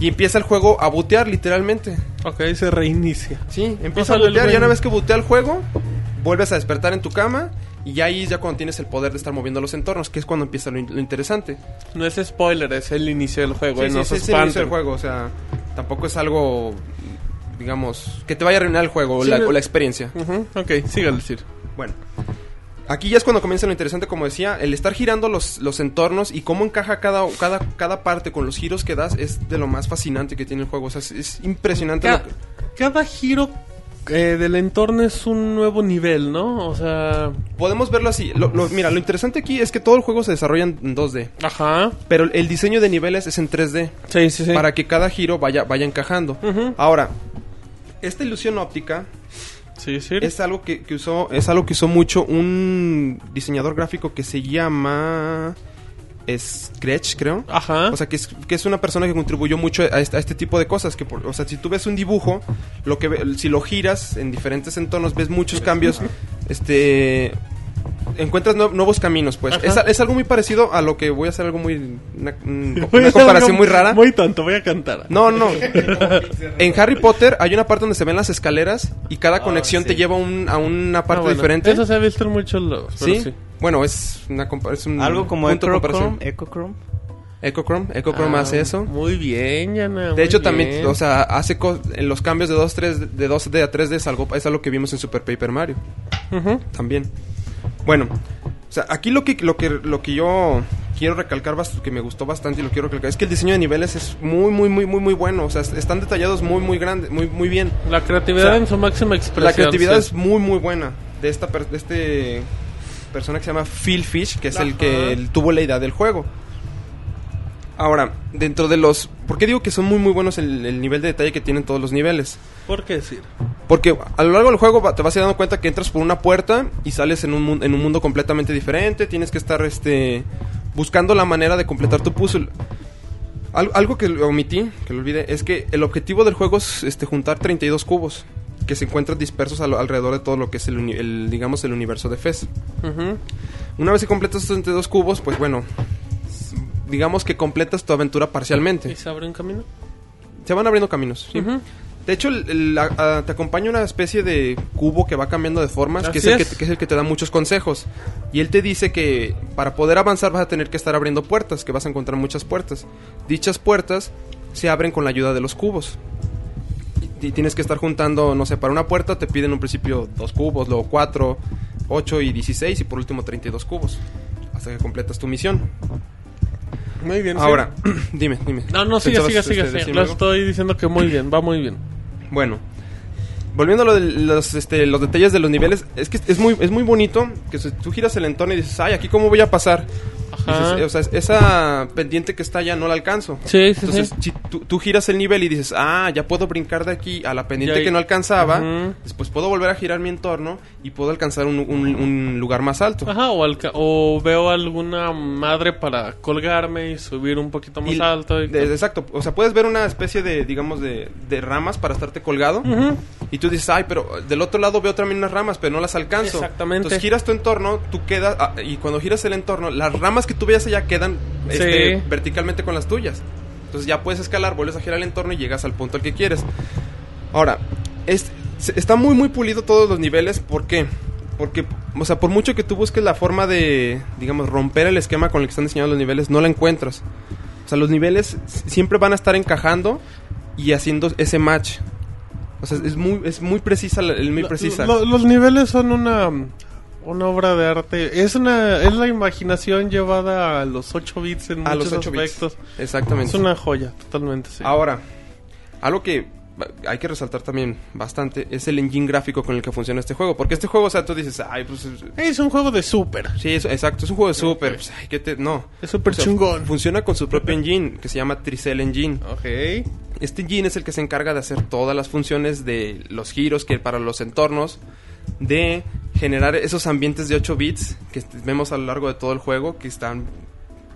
Speaker 7: Y empieza el juego a butear literalmente.
Speaker 2: Ok, se reinicia.
Speaker 7: Sí, empieza a
Speaker 2: Pásale el
Speaker 7: butear.
Speaker 2: buen.
Speaker 7: Ya una vez que butea el juego, vuelves a despertar en tu cama. Y ya ahí es ya cuando tienes el poder de estar moviendo los entornos, que es cuando empieza lo, in- lo interesante.
Speaker 2: No es spoiler, es el inicio del juego. eh,
Speaker 7: Sí, sí,
Speaker 2: no
Speaker 7: sí,
Speaker 2: se
Speaker 7: es el inicio
Speaker 2: espanten.
Speaker 7: del juego. O sea, tampoco es algo, digamos, que te vaya a arruinar el juego o
Speaker 2: Sí,
Speaker 7: la-
Speaker 2: no-
Speaker 7: o la experiencia.
Speaker 2: Ujú, Ok, sígale, Sir.
Speaker 7: Bueno. Aquí ya es cuando comienza lo interesante, como decía, el estar girando los, los entornos y cómo encaja cada, cada, cada parte con los giros que das es de lo más fascinante que tiene el juego. O sea, es, es impresionante.
Speaker 2: Ca-
Speaker 7: lo que-
Speaker 2: cada giro eh, del entorno es un nuevo nivel, ¿no? O sea...
Speaker 7: Podemos verlo así. Lo- lo- mira, lo interesante aquí es que todo el juego se desarrolla en 2D,
Speaker 2: Ajá.
Speaker 7: pero el diseño de niveles es en 3D.
Speaker 2: Sí, sí, sí.
Speaker 7: para que cada giro vaya, vaya encajando.
Speaker 2: Ujú.
Speaker 7: Ahora, esta ilusión óptica
Speaker 2: Sí, Sir.
Speaker 7: es algo que, que usó, es algo que usó mucho un diseñador gráfico que se llama Scratch, creo.
Speaker 2: Ajá.
Speaker 7: O sea, que es, que es una persona que contribuyó mucho a este, a este tipo de cosas. Que por- o sea, si tú ves un dibujo, lo que ve- si lo giras en diferentes entornos, ves muchos cambios. Este. Encuentras nue- nuevos caminos, pues.
Speaker 2: Ajá.
Speaker 7: Es, a- es algo muy parecido a lo que voy a hacer algo muy. Una, un-
Speaker 2: Voy a
Speaker 7: una
Speaker 2: hacer
Speaker 7: comparación
Speaker 2: algo
Speaker 7: muy rara.
Speaker 2: Muy tonto, voy a cantar.
Speaker 7: No, no. en Harry Potter hay una parte donde se ven las escaleras y cada conexión te lleva a un- a una parte
Speaker 2: Ah, bueno,
Speaker 7: diferente.
Speaker 2: Eso se ha visto en muchos lados.
Speaker 7: ¿Sí?
Speaker 2: ¿Sí? sí.
Speaker 7: Bueno, es una compa- es un
Speaker 8: Algo como
Speaker 7: punto de
Speaker 8: Echochrome.
Speaker 7: comparación.
Speaker 8: Echochrome.
Speaker 7: Echochrome, Echochrome
Speaker 2: Ah,
Speaker 7: hace eso.
Speaker 2: Muy bien, Yana.
Speaker 7: De hecho, también, o sea, hace co- en los cambios de 2, 3, de 2D a 3D es algo, es algo que vimos en Super Paper Mario. También. Bueno, o sea, aquí lo que, lo que, lo que yo quiero recalcar, bast- que me gustó bastante y lo quiero recalcar, es que el diseño de niveles es muy, muy, muy, muy, muy bueno. O sea, es- están detallados muy, muy grande, muy, muy bien.
Speaker 2: La creatividad
Speaker 7: o sea,
Speaker 2: en su máxima expresión.
Speaker 7: La creatividad
Speaker 2: sí.
Speaker 7: es muy, muy buena de esta per- de este persona que se llama Phil Fish, que es el
Speaker 2: Ajá.
Speaker 7: que el- tuvo la idea del juego. Ahora, dentro de los... ¿Por qué digo que son muy, muy buenos el, el nivel de detalle que tienen todos los niveles?
Speaker 2: ¿Por qué decir?
Speaker 7: Porque a lo largo del juego va- te vas a ir dando cuenta que entras por una puerta y sales en un, mun- en un mundo completamente diferente. Tienes que estar este, buscando la manera de completar tu puzzle. Al- algo que omití, que lo olvidé, es que el objetivo del juego es este, juntar 32 cubos que se encuentran dispersos a lo- alrededor de todo lo que es el, uni- el, digamos, el universo de Fez. Una vez que completas estos 32 cubos, pues bueno, s- digamos que completas tu aventura
Speaker 2: ¿Y
Speaker 7: parcialmente.
Speaker 2: se abre un camino?
Speaker 7: Se van abriendo caminos. ¿sí?
Speaker 2: Ujú.
Speaker 7: De hecho, el- el- la- ah, te acompaña una especie de cubo que va cambiando de formas, que es,
Speaker 2: Así
Speaker 7: el que,
Speaker 2: es.
Speaker 7: te- que es el que te da muchos consejos. Y él te dice que para poder avanzar vas a tener que estar abriendo puertas, que vas a encontrar muchas puertas. Dichas puertas se abren con la ayuda de los cubos. Y tienes que estar juntando, no sé, para una puerta te piden en un principio dos cubos, luego cuatro, ocho y dieciséis y por último 32 cubos. Hasta que completas tu misión.
Speaker 2: Muy bien. sí.
Speaker 7: Ahora, dime, dime.
Speaker 2: No, no, sigue,
Speaker 7: ¿Pensabas,
Speaker 2: sigue, sigue.
Speaker 7: este,
Speaker 2: sigue.
Speaker 7: decirme
Speaker 2: Lo
Speaker 7: algo?
Speaker 2: estoy diciendo que muy bien, va muy bien.
Speaker 7: Bueno, volviendo a lo de los, este, los detalles de los niveles, es que es muy, es muy bonito que se- tú giras el entorno y dices, ay, aquí cómo voy a pasar.
Speaker 2: Ajá.
Speaker 7: Dices, o sea, esa pendiente que está allá no la alcanzo.
Speaker 2: Sí, sí, sí.
Speaker 7: Entonces, si tú, tú giras el nivel y dices, ah, ya puedo brincar de aquí a la pendiente
Speaker 2: Ya-
Speaker 7: que no alcanzaba,
Speaker 2: Ujú.
Speaker 7: después puedo volver a girar mi entorno y puedo alcanzar un, un- un lugar más alto.
Speaker 2: Ajá, o, alca- o veo alguna madre para colgarme y subir un poquito más
Speaker 7: Y-
Speaker 2: alto. y-
Speaker 7: de- exacto, o sea, puedes ver una especie de, digamos, de, de ramas para estarte colgado.
Speaker 2: Ujú.
Speaker 7: Y tú dices, ay, pero eh, del otro lado veo también unas ramas, pero no las alcanzo.
Speaker 2: Exactamente.
Speaker 7: Entonces giras tu entorno, tú quedas, ah, y cuando giras el entorno, las ramas que tú veas allá quedan
Speaker 2: Sí.
Speaker 7: este, verticalmente con las tuyas. Entonces ya puedes escalar, vuelves a girar el entorno y llegas al punto al que quieres. Ahora, es- se- está muy, muy pulido todos los niveles. ¿Por qué? Porque, o sea, por mucho que tú busques la forma de, digamos, romper el esquema con el que están diseñados los niveles, no la encuentras. O sea, los niveles s- siempre van a estar encajando y haciendo ese match. O sea, es muy, es muy precisa, la- el muy
Speaker 2: Lo-
Speaker 7: precisa.
Speaker 2: lo- los niveles son una, una obra de arte. Es una es la imaginación llevada a los 8 bits en
Speaker 7: a
Speaker 2: muchos
Speaker 7: los 8 bits.
Speaker 2: aspectos.
Speaker 7: Exactamente.
Speaker 2: Es una joya, totalmente, sí.
Speaker 7: Ahora, algo que ba- hay que resaltar también bastante es el engine gráfico con el que funciona este juego. Porque este juego, o sea, tú dices, ay, pues. es-
Speaker 2: es un juego de super.
Speaker 7: Sí, es- exacto, es un juego de super. pues, ay, ¿qué te- No.
Speaker 2: Es super
Speaker 7: O sea,
Speaker 2: chungón.
Speaker 7: Funciona con su propio engine que se llama Tricel Engine.
Speaker 2: Ok.
Speaker 7: Este engine es el que se encarga de hacer todas las funciones de los giros que para los entornos, de generar esos ambientes de 8 bits que est- vemos a lo largo de todo el juego, que están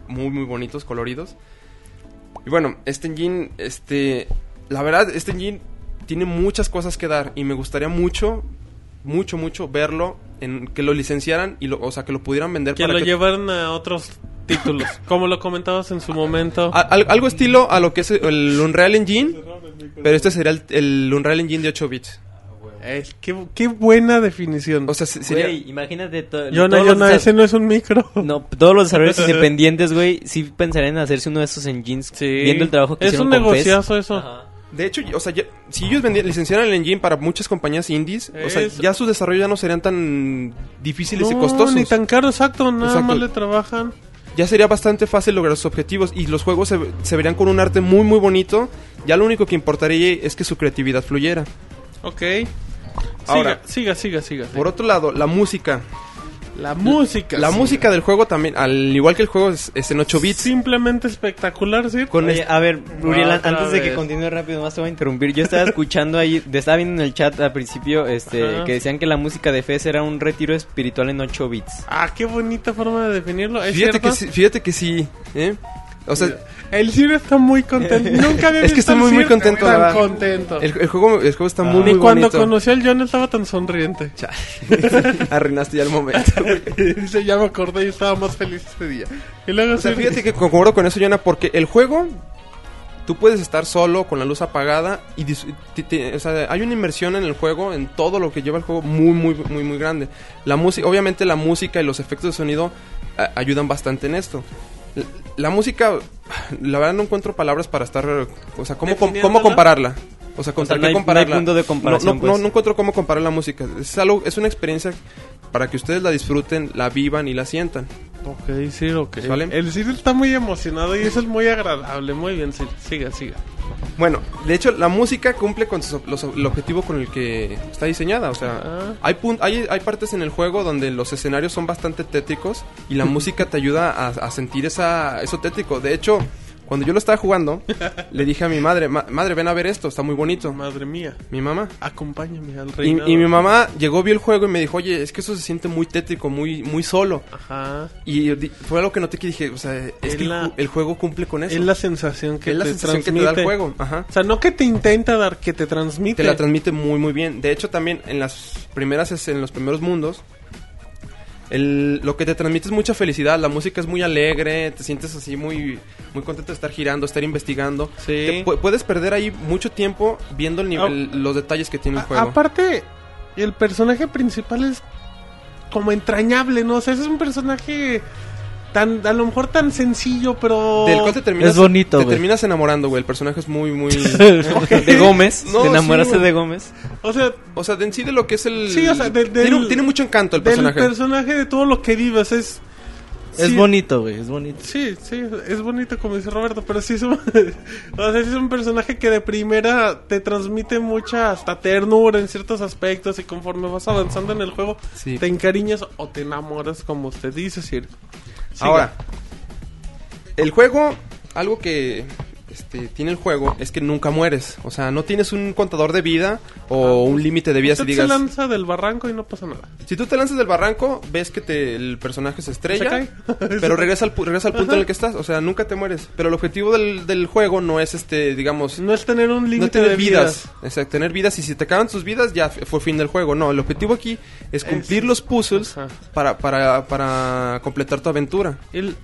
Speaker 7: muy muy bonitos, coloridos. Y bueno, este engine, este, la verdad, este engine tiene muchas cosas que dar y me gustaría mucho, mucho, mucho verlo, en que lo licenciaran y lo, o sea, que lo pudieran vender
Speaker 2: Que lo
Speaker 7: que-
Speaker 2: llevaron a otros títulos. Como lo comentabas en su momento.
Speaker 7: a- al- algo estilo a lo que es el Unreal Engine, pero este sería el, el Unreal Engine de 8 bits.
Speaker 2: Es- qué, qué buena definición.
Speaker 7: O sea, se- sería...
Speaker 8: Güey, imagínate to-
Speaker 2: Yona,
Speaker 8: todos los
Speaker 2: Yona,
Speaker 8: desa-
Speaker 2: ese no es un micro.
Speaker 8: No, todos los desarrolladores independientes, güey, sí pensarían en hacerse uno de esos engines viendo el trabajo que
Speaker 2: Es
Speaker 8: hicieron
Speaker 2: un
Speaker 8: con PES.
Speaker 2: negociazo eso.
Speaker 7: De hecho, o sea, ya- si ellos vendían, licenciaran el engine para muchas compañías indies, o sea,
Speaker 2: Eso.
Speaker 7: ya sus desarrollos ya no serían tan difíciles y
Speaker 2: No,
Speaker 7: costosos.
Speaker 2: ni tan caro, exacto. Nada
Speaker 7: Exacto.
Speaker 2: más le trabajan.
Speaker 7: Ya sería bastante fácil lograr sus objetivos y los juegos se, se verían con un arte muy, muy bonito. Ya lo único que importaría es que su creatividad fluyera.
Speaker 2: Ok.
Speaker 7: Ahora-
Speaker 2: siga, siga, siga. siga.
Speaker 7: Por otro lado, la música.
Speaker 2: la música.
Speaker 7: La
Speaker 2: sí.
Speaker 7: música del juego también, al igual que el juego, es, es en 8 bits.
Speaker 2: Simplemente espectacular, ¿sí?
Speaker 7: Con
Speaker 8: Oye,
Speaker 7: este-
Speaker 8: a ver, Uriel,
Speaker 2: Otra
Speaker 8: antes de que
Speaker 2: vez.
Speaker 8: continúe rápido, más te voy a interrumpir. Yo estaba escuchando ahí, te estaba viendo en el chat al principio este,
Speaker 2: Ajá.
Speaker 8: que decían que la música de Fez era un retiro espiritual en 8 bits.
Speaker 2: Ah, qué bonita forma de definirlo. ¿Es
Speaker 7: fíjate,
Speaker 2: cierto?
Speaker 7: que sí, fíjate que sí. ¿eh? O sea,
Speaker 2: El Ciro está muy contento. Nunca había
Speaker 7: Es que
Speaker 2: visto
Speaker 7: estoy
Speaker 2: al
Speaker 7: muy, muy
Speaker 2: Ciro
Speaker 7: contento, la
Speaker 2: Tan
Speaker 7: verdad.
Speaker 2: contento.
Speaker 7: el, el juego, el juego está muy,
Speaker 2: Ah. Ni
Speaker 7: muy
Speaker 2: cuando
Speaker 7: bonito.
Speaker 2: conocí al John estaba tan sonriente.
Speaker 7: Arruinaste ya el momento.
Speaker 2: Dice, ya me acordé y estaba más feliz ese día. Y luego
Speaker 7: O sea,
Speaker 2: Ciro-
Speaker 7: fíjate que concuerdo con eso, Jonah, porque el juego, tú puedes estar solo, con la luz apagada, y dis- ti- ti- o sea, hay una inmersión en el juego, en todo lo que lleva el juego, muy, muy, muy, muy grande. La música, obviamente la música y los efectos de sonido a- ayudan bastante en esto. La, la música, la verdad no encuentro palabras para estar, o sea, cómo, com- cómo
Speaker 2: Definiéndola.
Speaker 7: compararla. O sea,
Speaker 8: O sea,
Speaker 7: contra
Speaker 8: no
Speaker 7: qué
Speaker 8: hay- no hay
Speaker 7: compararla.
Speaker 8: punto de comparación,
Speaker 7: No, no-
Speaker 8: pues.
Speaker 7: no- no encuentro cómo comparar la música. Es algo, es una experiencia para que ustedes la disfruten, la vivan y la sientan.
Speaker 2: Ok, Ciro, ok.
Speaker 7: ¿Sale?
Speaker 2: El Ciro está muy emocionado y eso es muy agradable. Muy bien, Ciro. Siga, siga.
Speaker 7: Bueno, de hecho, la música cumple con sus- los- el objetivo con el que está diseñada. O sea,
Speaker 2: Ah.
Speaker 7: hay, pun- hay, hay partes en el juego donde los escenarios son bastante tétricos y la música te ayuda a, a sentir esa, eso tétrico. De hecho, cuando yo lo estaba jugando, le dije a mi madre, "Ma- madre, ven a ver esto, está muy bonito.
Speaker 2: Madre mía.
Speaker 7: Mi mamá.
Speaker 2: Acompáñame al
Speaker 7: Y,
Speaker 2: reinado.
Speaker 7: y mi mamá llegó, vio el juego y me dijo, oye, es que eso se siente muy tétrico, muy, muy solo.
Speaker 2: Ajá.
Speaker 7: Y yo di- fue algo que noté que dije, o sea, es
Speaker 2: Es
Speaker 7: que el
Speaker 2: la-
Speaker 7: ju- el juego cumple con eso.
Speaker 2: Es la sensación que
Speaker 7: Es la
Speaker 2: te
Speaker 7: sensación que te
Speaker 2: transmite.
Speaker 7: da el juego. Ajá.
Speaker 2: O sea, no que te intenta dar, que te transmite.
Speaker 7: Te la transmite muy muy bien. De hecho también en las primeras es- en los primeros mundos el- lo que te transmite es mucha felicidad, la música es muy alegre, te sientes así muy muy contento de estar girando, estar investigando.
Speaker 2: Sí.
Speaker 7: Te pu- puedes perder ahí mucho tiempo viendo el nivel, los detalles que tiene el
Speaker 2: Ah. A-
Speaker 7: juego.
Speaker 2: Aparte, el personaje principal es como entrañable, ¿no? O sea, ese es un personaje tan, a lo mejor tan sencillo, pero...
Speaker 7: Del cual te terminas,
Speaker 8: Es bonito,
Speaker 7: te
Speaker 8: güey.
Speaker 7: terminas enamorando, güey. El personaje es muy, muy.
Speaker 8: De Gómez,
Speaker 7: No,
Speaker 8: te
Speaker 7: sí,
Speaker 8: enamoraste
Speaker 7: güey.
Speaker 8: de Gómez.
Speaker 2: O sea,
Speaker 7: o sea, de en sí de lo que es el.
Speaker 2: Sí, o sea, de-
Speaker 7: tiene,
Speaker 2: del-
Speaker 7: tiene mucho encanto el
Speaker 2: del
Speaker 7: personaje.
Speaker 2: personaje de todo lo que vives es...
Speaker 5: Es
Speaker 2: sí,
Speaker 5: bonito, güey, es bonito.
Speaker 2: Sí, sí, es bonito como dice Roberto, pero sí es un, o sea, sí es un personaje que de primera te transmite mucha hasta ternura en ciertos aspectos y conforme vas avanzando en el juego
Speaker 7: Sí.
Speaker 2: te encariñas o te enamoras como usted dice, Sir. Siga.
Speaker 7: Ahora, el juego, algo que este, tiene el juego es que nunca mueres. O sea, no tienes un contador de vida
Speaker 2: Ah,
Speaker 7: o
Speaker 2: pues,
Speaker 7: un límite de vida si
Speaker 2: Usted se
Speaker 7: digas.
Speaker 2: lanza del barranco y no pasa nada.
Speaker 7: Si tú te lanzas del barranco, ves que te- el personaje se estrella,
Speaker 2: Se cae.
Speaker 7: pero regresa al, pu- regresa al punto en el que estás. O sea, nunca te mueres. Pero el objetivo del, del juego no es este, digamos,
Speaker 2: No es tener un
Speaker 7: no
Speaker 2: límite
Speaker 7: tener
Speaker 2: de
Speaker 7: vidas.
Speaker 2: vidas.
Speaker 7: Exacto, tener vidas. Y si te acaban tus vidas, ya f- fue fin del juego. No, el objetivo aquí es cumplir los puzzles
Speaker 2: Ajá.
Speaker 7: para, para, para completar tu aventura.
Speaker 2: El,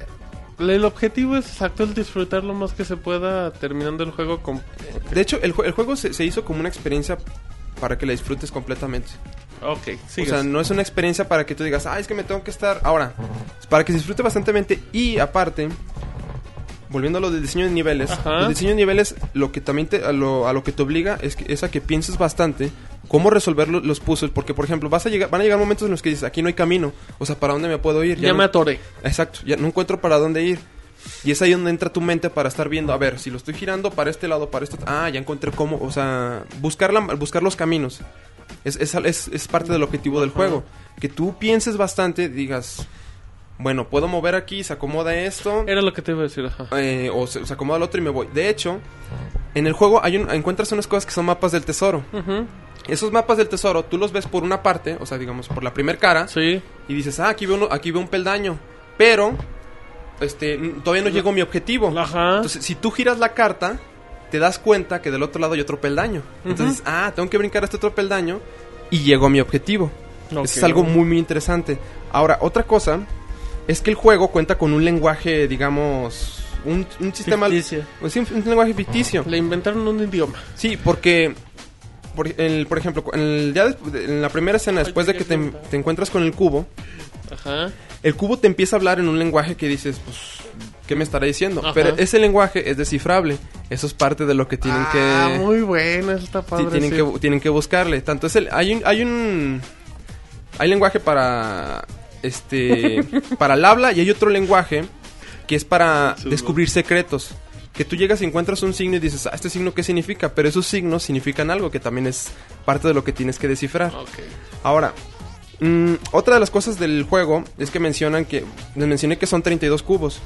Speaker 2: el objetivo es exacto el disfrutar lo más que se pueda terminando el juego con...
Speaker 7: De hecho, el, jue- el juego se, se hizo como una experiencia para que la disfrutes completamente.
Speaker 2: Ok, sigues.
Speaker 7: O sea, no es una experiencia para que tú digas, ah, es que me tengo que estar. Ahora, es para que se disfrute bastantemente. Y aparte, volviendo a lo del diseño de niveles,
Speaker 2: Ajá.
Speaker 7: el diseño de niveles, lo que también te, a, lo, a lo que te obliga es, que, es a que pienses bastante cómo resolver lo- los puzzles. Porque, por ejemplo, vas a llegar, van a llegar momentos en los que dices, aquí no hay camino. O sea, ¿para dónde me puedo ir?
Speaker 2: ya
Speaker 7: no-
Speaker 2: me atoré.
Speaker 7: Exacto, ya no encuentro para dónde ir. Y es ahí donde entra tu mente para estar viendo, a ver, si lo estoy girando para este lado, para este... Ah, ya encontré cómo, o sea, buscar, la- buscar los caminos. Es, es, es- es parte del objetivo del juego. Que tú pienses bastante, digas, bueno, puedo mover aquí, se acomoda esto,
Speaker 2: Era lo que te iba a decir, ajá.
Speaker 7: eh, o se, se acomoda el otro y me voy. De hecho, en el juego hay un, encuentras unas cosas que son mapas del tesoro.
Speaker 2: Ujú,
Speaker 7: Esos mapas del tesoro, tú los ves por una parte, o sea, digamos, por la primera cara
Speaker 2: Sí.
Speaker 7: y dices, ah, aquí veo, uno- aquí veo un peldaño, pero este, n- todavía no llegó mi objetivo.
Speaker 2: Ajá.
Speaker 7: Entonces, si tú giras la carta, te das cuenta que del otro lado hay otro peldaño. Entonces, ah, tengo que brincar a este otro peldaño y llego a mi objetivo.
Speaker 2: Ok.
Speaker 7: Eso es algo muy, muy interesante. Ahora, otra cosa es que el juego cuenta con un lenguaje, digamos, un, un sistema... pues
Speaker 5: Ficticio.
Speaker 7: Sí, Un, un lenguaje ficticio.
Speaker 2: Le inventaron un idioma.
Speaker 7: Sí, porque. Por, el- por ejemplo, en, el- ya desp- en la primera escena, después de que te, te encuentras con el cubo,
Speaker 2: Ajá.
Speaker 7: el cubo te empieza a hablar en un lenguaje que dices, pues, ¿qué me estará diciendo?
Speaker 2: Ajá.
Speaker 7: Pero ese lenguaje es descifrable. Eso es parte de lo que tienen
Speaker 2: Ah,
Speaker 7: que.
Speaker 2: muy buena esta
Speaker 7: ti-
Speaker 2: padre.
Speaker 7: tienen,
Speaker 2: sí.
Speaker 7: que bu- tienen que buscarle. Tanto es el. Hay un. Hay un. Hay lenguaje para. Este. para el habla y hay otro lenguaje que es para descubrir secretos. Que tú llegas y encuentras un signo y dices, ah, este signo qué significa, pero esos signos significan algo que también es parte de lo que tienes que descifrar.
Speaker 2: Ok.
Speaker 7: Ahora, mm, otra de las cosas del juego es que mencionan que, les mencioné que son 32 cubos,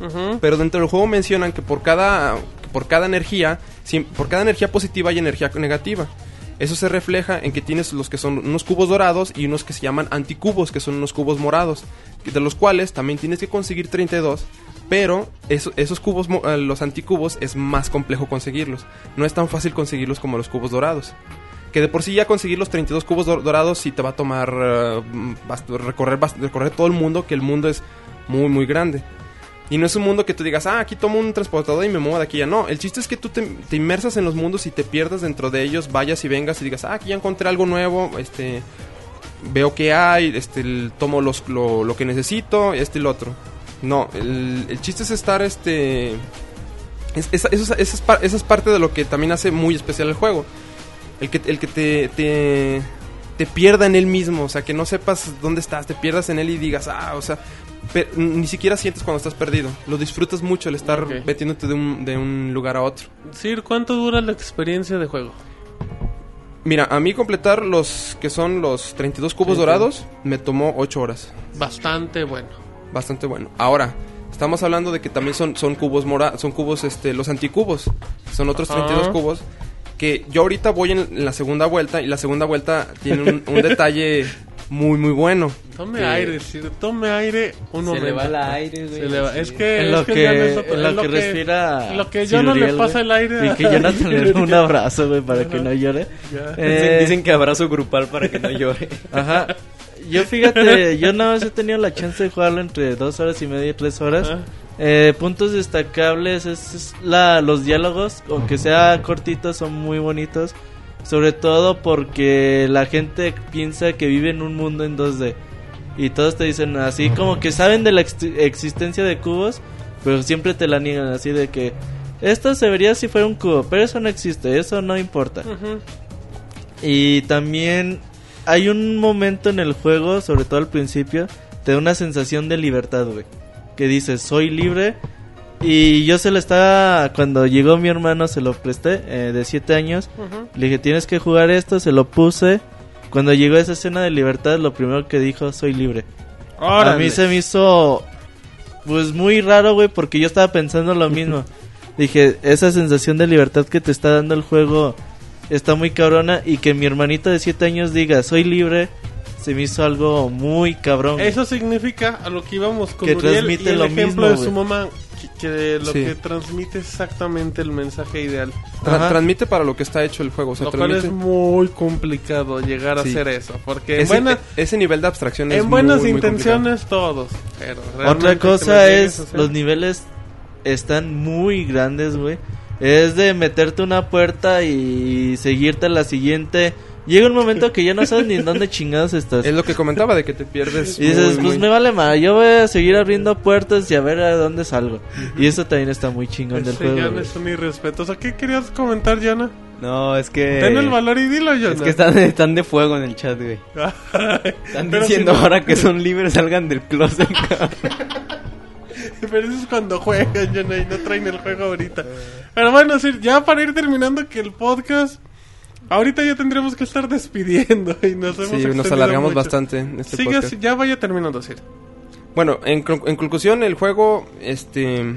Speaker 2: Ujú.
Speaker 7: pero dentro del juego mencionan que por cada, que por cada energía, si- por cada energía positiva hay energía negativa. Eso se refleja en que tienes los que son unos cubos dorados y unos que se llaman anticubos, que son unos cubos morados, que- de los cuales también tienes que conseguir 32, pero eso- esos cubos, mo- eh, los anticubos, es más complejo conseguirlos. No es tan fácil conseguirlos como los cubos dorados. Que de por sí ya conseguir los 32 cubos dor- dorados sí te va a tomar eh, mm, bast- recorrer, bast- recorrer todo el mundo, que el mundo es muy, muy grande. Y no es un mundo que tú digas, ah, aquí tomo un transportador y me muevo de aquí ya. No, el chiste es que tú te, te inmersas en los mundos y te pierdas dentro de ellos, vayas y vengas y digas, ah, aquí ya encontré algo nuevo, este, veo que hay, este, el- tomo los, lo, lo que necesito, este y lo otro. No, el, el chiste es estar, este... es- esa- eso es- esa es par- esa es parte de lo que también hace muy especial el juego. El que, el que te, te, te pierda en él mismo, o sea, que no sepas dónde estás, te pierdas en él y digas, ah, o sea, pe- ni siquiera sientes cuando estás perdido. Lo disfrutas mucho el estar
Speaker 2: Ok.
Speaker 7: metiéndote de un, de un lugar a otro.
Speaker 2: Sir, ¿cuánto dura la experiencia de juego?
Speaker 7: Mira, a mí completar los que son los 32 cubos dorados me tomó 8 horas.
Speaker 2: Bastante bueno.
Speaker 7: Bastante bueno. Ahora, estamos hablando de que también son, son cubos mora, son cubos, este, los anticubos. Son otros
Speaker 2: Ajá.
Speaker 7: 32 cubos. Que yo ahorita voy en, en la segunda vuelta y la segunda vuelta tiene un, un detalle muy, muy bueno.
Speaker 2: Tome
Speaker 7: Que-
Speaker 2: aire, Sir. Tome aire un momento.
Speaker 8: aire,
Speaker 2: Se le va- Es que.
Speaker 5: En lo
Speaker 2: es que
Speaker 5: que-
Speaker 2: ya no es otro-
Speaker 5: en
Speaker 2: es
Speaker 5: lo que respira
Speaker 2: en lo que ya no
Speaker 5: Sir
Speaker 2: le
Speaker 5: Uriel,
Speaker 2: pasa
Speaker 5: güey.
Speaker 2: el aire.
Speaker 5: Y
Speaker 2: a-
Speaker 5: que ya no le dé un abrazo, güey, para que no llore.
Speaker 2: Ya.
Speaker 5: Eh,
Speaker 8: Dicen que abrazo grupal para que no llore.
Speaker 5: Ajá. Yo fíjate, yo nada más he tenido la chance de jugarlo entre dos horas y media y tres horas.
Speaker 2: Ajá.
Speaker 5: Eh, puntos destacables es, es la, los diálogos, aunque sea cortitos, son muy bonitos. Sobre todo porque la gente piensa que vive en un mundo en 2D. Y todos te dicen así, como que saben de la ex- existencia de cubos, pero siempre te la niegan así de que esto se vería si fuera un cubo, pero eso no existe, eso no importa.
Speaker 2: Ujú.
Speaker 5: Y también hay un momento en el juego, sobre todo al principio, te da una sensación de libertad, güey. Que dices, soy libre. Y yo se lo estaba, cuando llegó mi hermano, se lo presté, eh, de 7 años. Le dije, tienes que jugar esto, se lo puse. Cuando llegó esa escena de libertad, lo primero que dijo, soy libre. A mí se me hizo Pues muy raro, güey, porque yo estaba pensando lo mismo. Dije, esa sensación de libertad que te está dando el juego está muy cabrona y que mi hermanita de 7 años diga, soy libre, se me hizo algo muy cabrón. güey.
Speaker 2: Eso significa a lo que íbamos con
Speaker 5: Que
Speaker 2: Uriel
Speaker 5: transmite
Speaker 2: y el
Speaker 5: lo
Speaker 2: ejemplo
Speaker 5: mismo,
Speaker 2: de
Speaker 5: güey.
Speaker 2: su mamá, que, que lo
Speaker 3: Sí.
Speaker 2: que transmite es exactamente el mensaje ideal.
Speaker 7: Tra-
Speaker 5: Ajá.
Speaker 7: transmite para lo que está hecho el juego. O sea,
Speaker 2: Lo cual es
Speaker 7: transmite-
Speaker 2: muy complicado llegar a
Speaker 7: Sí.
Speaker 2: hacer eso, porque en,
Speaker 7: ese,
Speaker 2: buena-
Speaker 7: ese nivel de abstracción es
Speaker 2: en buenas
Speaker 7: muy, muy
Speaker 2: intenciones todos. pero realmente
Speaker 5: Otra
Speaker 2: que lo
Speaker 5: cosa
Speaker 2: llegues
Speaker 5: es,
Speaker 2: a hacer-
Speaker 5: los niveles están muy grandes, güey. Es de meterte una puerta y seguirte a la siguiente. Llega un momento que ya no sabes ni en dónde chingados estás.
Speaker 7: complicado. Es lo que comentaba, de que te pierdes.
Speaker 5: Y dices,
Speaker 7: muy,
Speaker 5: pues
Speaker 7: muy-
Speaker 5: me vale mal, yo voy a seguir abriendo puertas y a ver a dónde salgo. Y eso también está muy chingón del
Speaker 2: Ese
Speaker 5: juego.
Speaker 2: Jan
Speaker 5: güey.
Speaker 2: es un irrespetuoso. ¿Qué querías comentar, Jana?
Speaker 8: No, es que.
Speaker 2: Ten el valor y dilo, Jana.
Speaker 8: Eh, Es que están, están de fuego en el chat, güey. Están diciendo ahora que son libres, salgan del closet. cabrón.
Speaker 2: Pero eso es cuando juegan, yo no, y no traen el juego ahorita. Pero bueno, sí, ya para ir terminando que el podcast, ahorita ya tendremos que estar despidiendo y nos hemos
Speaker 7: Sí, nos
Speaker 2: extendido
Speaker 7: alargamos
Speaker 2: mucho.
Speaker 7: bastante en este
Speaker 2: Sigue,
Speaker 7: podcast.
Speaker 2: así, ya vaya terminando, Sir.
Speaker 7: Bueno, en, clu- en conclusión, el juego, este...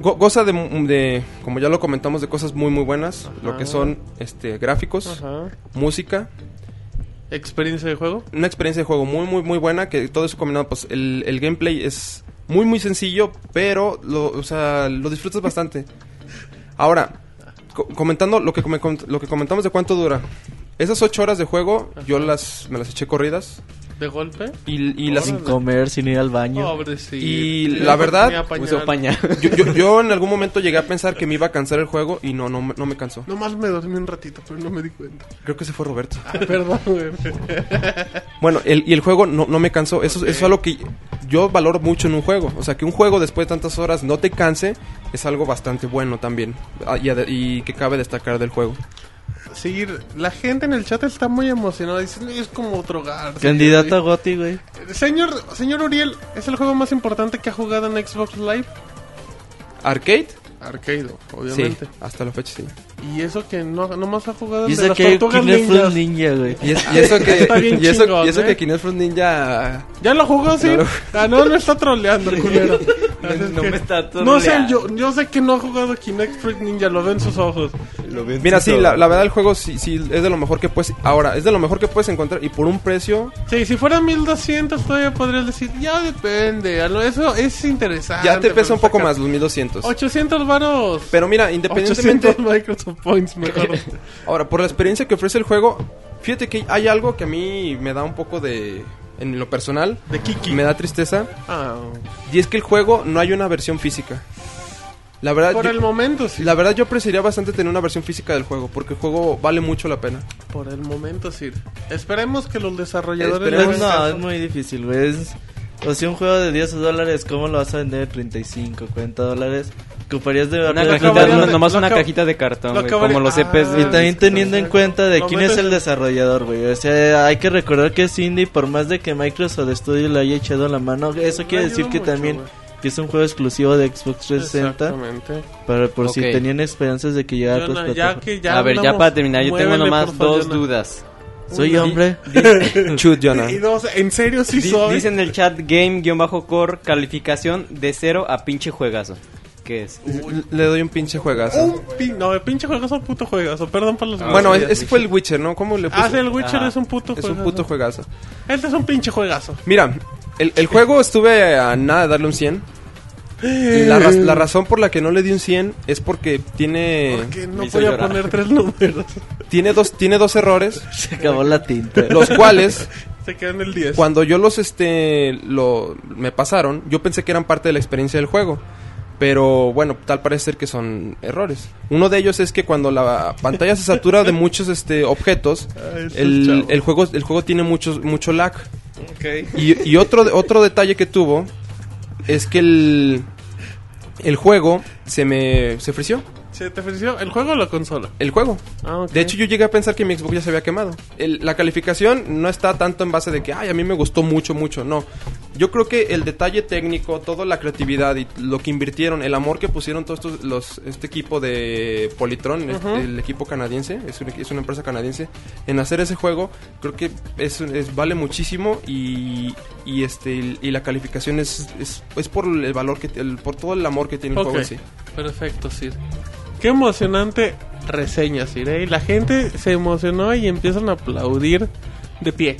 Speaker 7: go- goza de, mu- de, como ya lo comentamos, de cosas muy muy buenas. Lo que son, este, gráficos,
Speaker 2: Ajá.
Speaker 7: música,
Speaker 2: Experiencia de juego.
Speaker 7: una experiencia de juego muy muy muy buena que todo eso combinado pues el, el gameplay es muy muy sencillo pero lo, o sea, lo disfrutas bastante ahora co- comentando lo que come- com- lo que comentamos de cuánto dura esas ocho horas de juego yo las me las eché corridas
Speaker 2: De golpe.
Speaker 7: y, y las
Speaker 5: Sin comer, sin ir al
Speaker 2: Oh,
Speaker 5: baño.
Speaker 2: Pobrecito.
Speaker 7: Y
Speaker 2: Tenía
Speaker 7: la verdad,
Speaker 2: oportunidad para
Speaker 8: Uso
Speaker 2: apañar.
Speaker 8: pañal.
Speaker 7: yo, yo, yo en algún momento llegué a pensar que me iba a cansar el juego y no no, me- no me cansó
Speaker 2: Nomás me dormí un ratito, pero no me di cuenta.
Speaker 7: creo que se fue Roberto
Speaker 2: Ah, perdón, güey.
Speaker 7: Bueno, el, y el juego no, no me cansó. Eso, es- eso es algo que yo valoro mucho en un juego. O sea, que un juego después de tantas horas no te canse es algo bastante bueno también. Ah, Y, ade- y que cabe destacar del juego.
Speaker 2: Seguir. La gente en el chat está muy emocionada. Dicen, es como drogarse. Eh,
Speaker 5: Candidato a Goti, güey.
Speaker 2: Señor, señor Uriel, ¿es el juego más importante que ha jugado en Xbox Live?
Speaker 7: ¿Arcade?
Speaker 2: Arcade, obviamente.
Speaker 7: Sí, hasta la fecha sí.
Speaker 2: Y eso que no, más ha jugado el de
Speaker 5: Dice
Speaker 2: las
Speaker 5: que hay
Speaker 2: tortugas
Speaker 5: Killer Fruit
Speaker 2: ninjas.
Speaker 5: Ninja, güey.
Speaker 7: Y, es- y eso que,
Speaker 2: Está bien
Speaker 7: y eso,
Speaker 2: chingón,
Speaker 7: y eso
Speaker 2: ¿eh?
Speaker 7: que Kinect Fruit Ninja...
Speaker 2: ¿Ya lo jugó, sí?
Speaker 7: No lo-
Speaker 2: Ah, no, no está troleando, culero. Así es
Speaker 8: no
Speaker 2: que-
Speaker 8: me está
Speaker 2: No sé,
Speaker 8: troleando.
Speaker 2: yo, yo sé que no ha jugado Kinect Fruit Ninja, lo veo en sus ojos.
Speaker 7: Mira, sí, la, la verdad el juego sí, sí es de lo mejor que puedes... Ahora, es de lo mejor que puedes encontrar y por un precio...
Speaker 2: Sí, si fuera 1200 todavía podrías decir, ya depende, a lo- eso es interesante.
Speaker 7: Ya te
Speaker 2: pero
Speaker 7: pesa un poco
Speaker 2: saca-
Speaker 7: más, los 1200.
Speaker 2: 800 varos.
Speaker 7: Pero mira, independientemente...
Speaker 2: 800 Microsoft Points, mejor.
Speaker 7: Ahora, por la experiencia que ofrece el juego, fíjate que hay algo que a mí me da un poco de... En lo personal,
Speaker 2: De Kiki.
Speaker 7: me da tristeza.
Speaker 2: Ah,
Speaker 7: Y es que el juego no hay una versión física. La verdad,
Speaker 2: por
Speaker 7: Ah, yo,
Speaker 2: el momento, sí.
Speaker 7: la verdad yo apreciaría bastante tener una versión física del juego, porque el juego vale mucho la pena.
Speaker 2: Por el momento, sí. Esperemos que los desarrolladores...
Speaker 5: Pero
Speaker 2: le hagan
Speaker 5: no,
Speaker 2: caso.
Speaker 5: es muy difícil, güey. Es- O sea, un juego de 10 dólares, ¿cómo lo vas a vender? 35, 40 dólares. Ocuparías de
Speaker 8: Una
Speaker 5: verdad-
Speaker 8: cajita,
Speaker 2: acabarían
Speaker 8: no-
Speaker 2: de-
Speaker 8: nomás
Speaker 2: lo
Speaker 8: una
Speaker 2: acab-
Speaker 8: cajita de cartón,
Speaker 2: lo
Speaker 8: güey,
Speaker 2: acabaría-
Speaker 8: como los EPs.
Speaker 2: Ah,
Speaker 8: de-
Speaker 5: Y también teniendo en cuenta de
Speaker 2: Lo
Speaker 5: quién
Speaker 2: metes
Speaker 5: es el
Speaker 2: en-
Speaker 5: desarrollador, güey. O sea, hay que recordar que es indie, por más de que Microsoft Studio le haya echado la mano. Eso quiere
Speaker 2: ayuda
Speaker 5: decir que
Speaker 2: mucho,
Speaker 5: también
Speaker 2: güey.
Speaker 5: que es un juego exclusivo de Xbox 360.
Speaker 2: Exactamente.
Speaker 5: Para por
Speaker 8: Ok.
Speaker 5: si tenían esperanzas de que llegara
Speaker 2: Yo
Speaker 5: a
Speaker 7: pues,
Speaker 5: otras
Speaker 2: no, ya
Speaker 5: plataformas.
Speaker 2: que ya
Speaker 8: a ver, ya
Speaker 2: hablamos,
Speaker 8: para terminar, yo tengo
Speaker 2: muévele,
Speaker 8: nomás
Speaker 2: por favor,
Speaker 8: dos
Speaker 2: Jonah.
Speaker 8: dudas.
Speaker 5: Soy hombre.
Speaker 7: Chut, Jonah.
Speaker 2: Y dos, en serio sí
Speaker 8: Di-
Speaker 2: soy.
Speaker 8: dice en el chat game-core calificación de 0 a pinche juegazo. ¿Qué es?
Speaker 7: Le doy un pinche juegazo.
Speaker 2: un Ah, pin... No, el pinche juegazo, puto juegazo. Perdón por los.
Speaker 7: Ah, bueno,
Speaker 2: groserías.
Speaker 7: es- ese fue el Witcher, ¿no? ¿Cómo le
Speaker 2: Ah, sí,
Speaker 7: puse?
Speaker 2: el Witcher
Speaker 8: Ajá.
Speaker 2: es un puto
Speaker 7: Es
Speaker 2: juegazo.
Speaker 7: un puto juegazo.
Speaker 2: Este es un pinche juegazo.
Speaker 7: Mira, el, el juego estuve a nada de darle un 100. La, raz- la razón por la que no le di un 100 es porque tiene
Speaker 2: Porque no
Speaker 8: me hizo
Speaker 2: podía
Speaker 8: llorar.
Speaker 2: poner tres números.
Speaker 7: tiene dos tiene dos errores,
Speaker 5: Se acabó la tinta.
Speaker 7: los cuales
Speaker 2: Se quedó en el 10.
Speaker 7: Cuando yo los este lo me pasaron, yo pensé que eran parte de la experiencia del juego. Pero bueno, tal parece ser que son errores. Uno de ellos es que cuando la pantalla se satura de muchos este objetos,
Speaker 2: Ah, esos
Speaker 7: el,
Speaker 2: chavos.
Speaker 7: el juego el juego tiene mucho mucho lag.
Speaker 2: Ok.
Speaker 7: Y, y otro otro detalle que tuvo es que el el juego se me se frició
Speaker 2: ¿Se te ofreció el juego o la consola?
Speaker 7: el juego.
Speaker 2: Ah, ok.
Speaker 7: De hecho, yo llegué a pensar que mi Xbox ya se había quemado. El- la calificación no está tanto en base de que, ay, a mí me gustó mucho, mucho. No. Yo creo que el detalle técnico, toda la creatividad y lo que invirtieron, el amor que pusieron todos estos, los, este equipo de Politron, este- el equipo canadiense, es, un- es una empresa canadiense, en hacer ese juego, creo que es, es- vale muchísimo y, y este y la calificación es, es, es por el valor que el- por todo el amor que tiene el
Speaker 2: Ok,
Speaker 7: juego en sí.
Speaker 2: perfecto, Sir. Qué emocionante reseña, Sir. ¿eh? Y la gente se emocionó y empiezan a aplaudir de pie.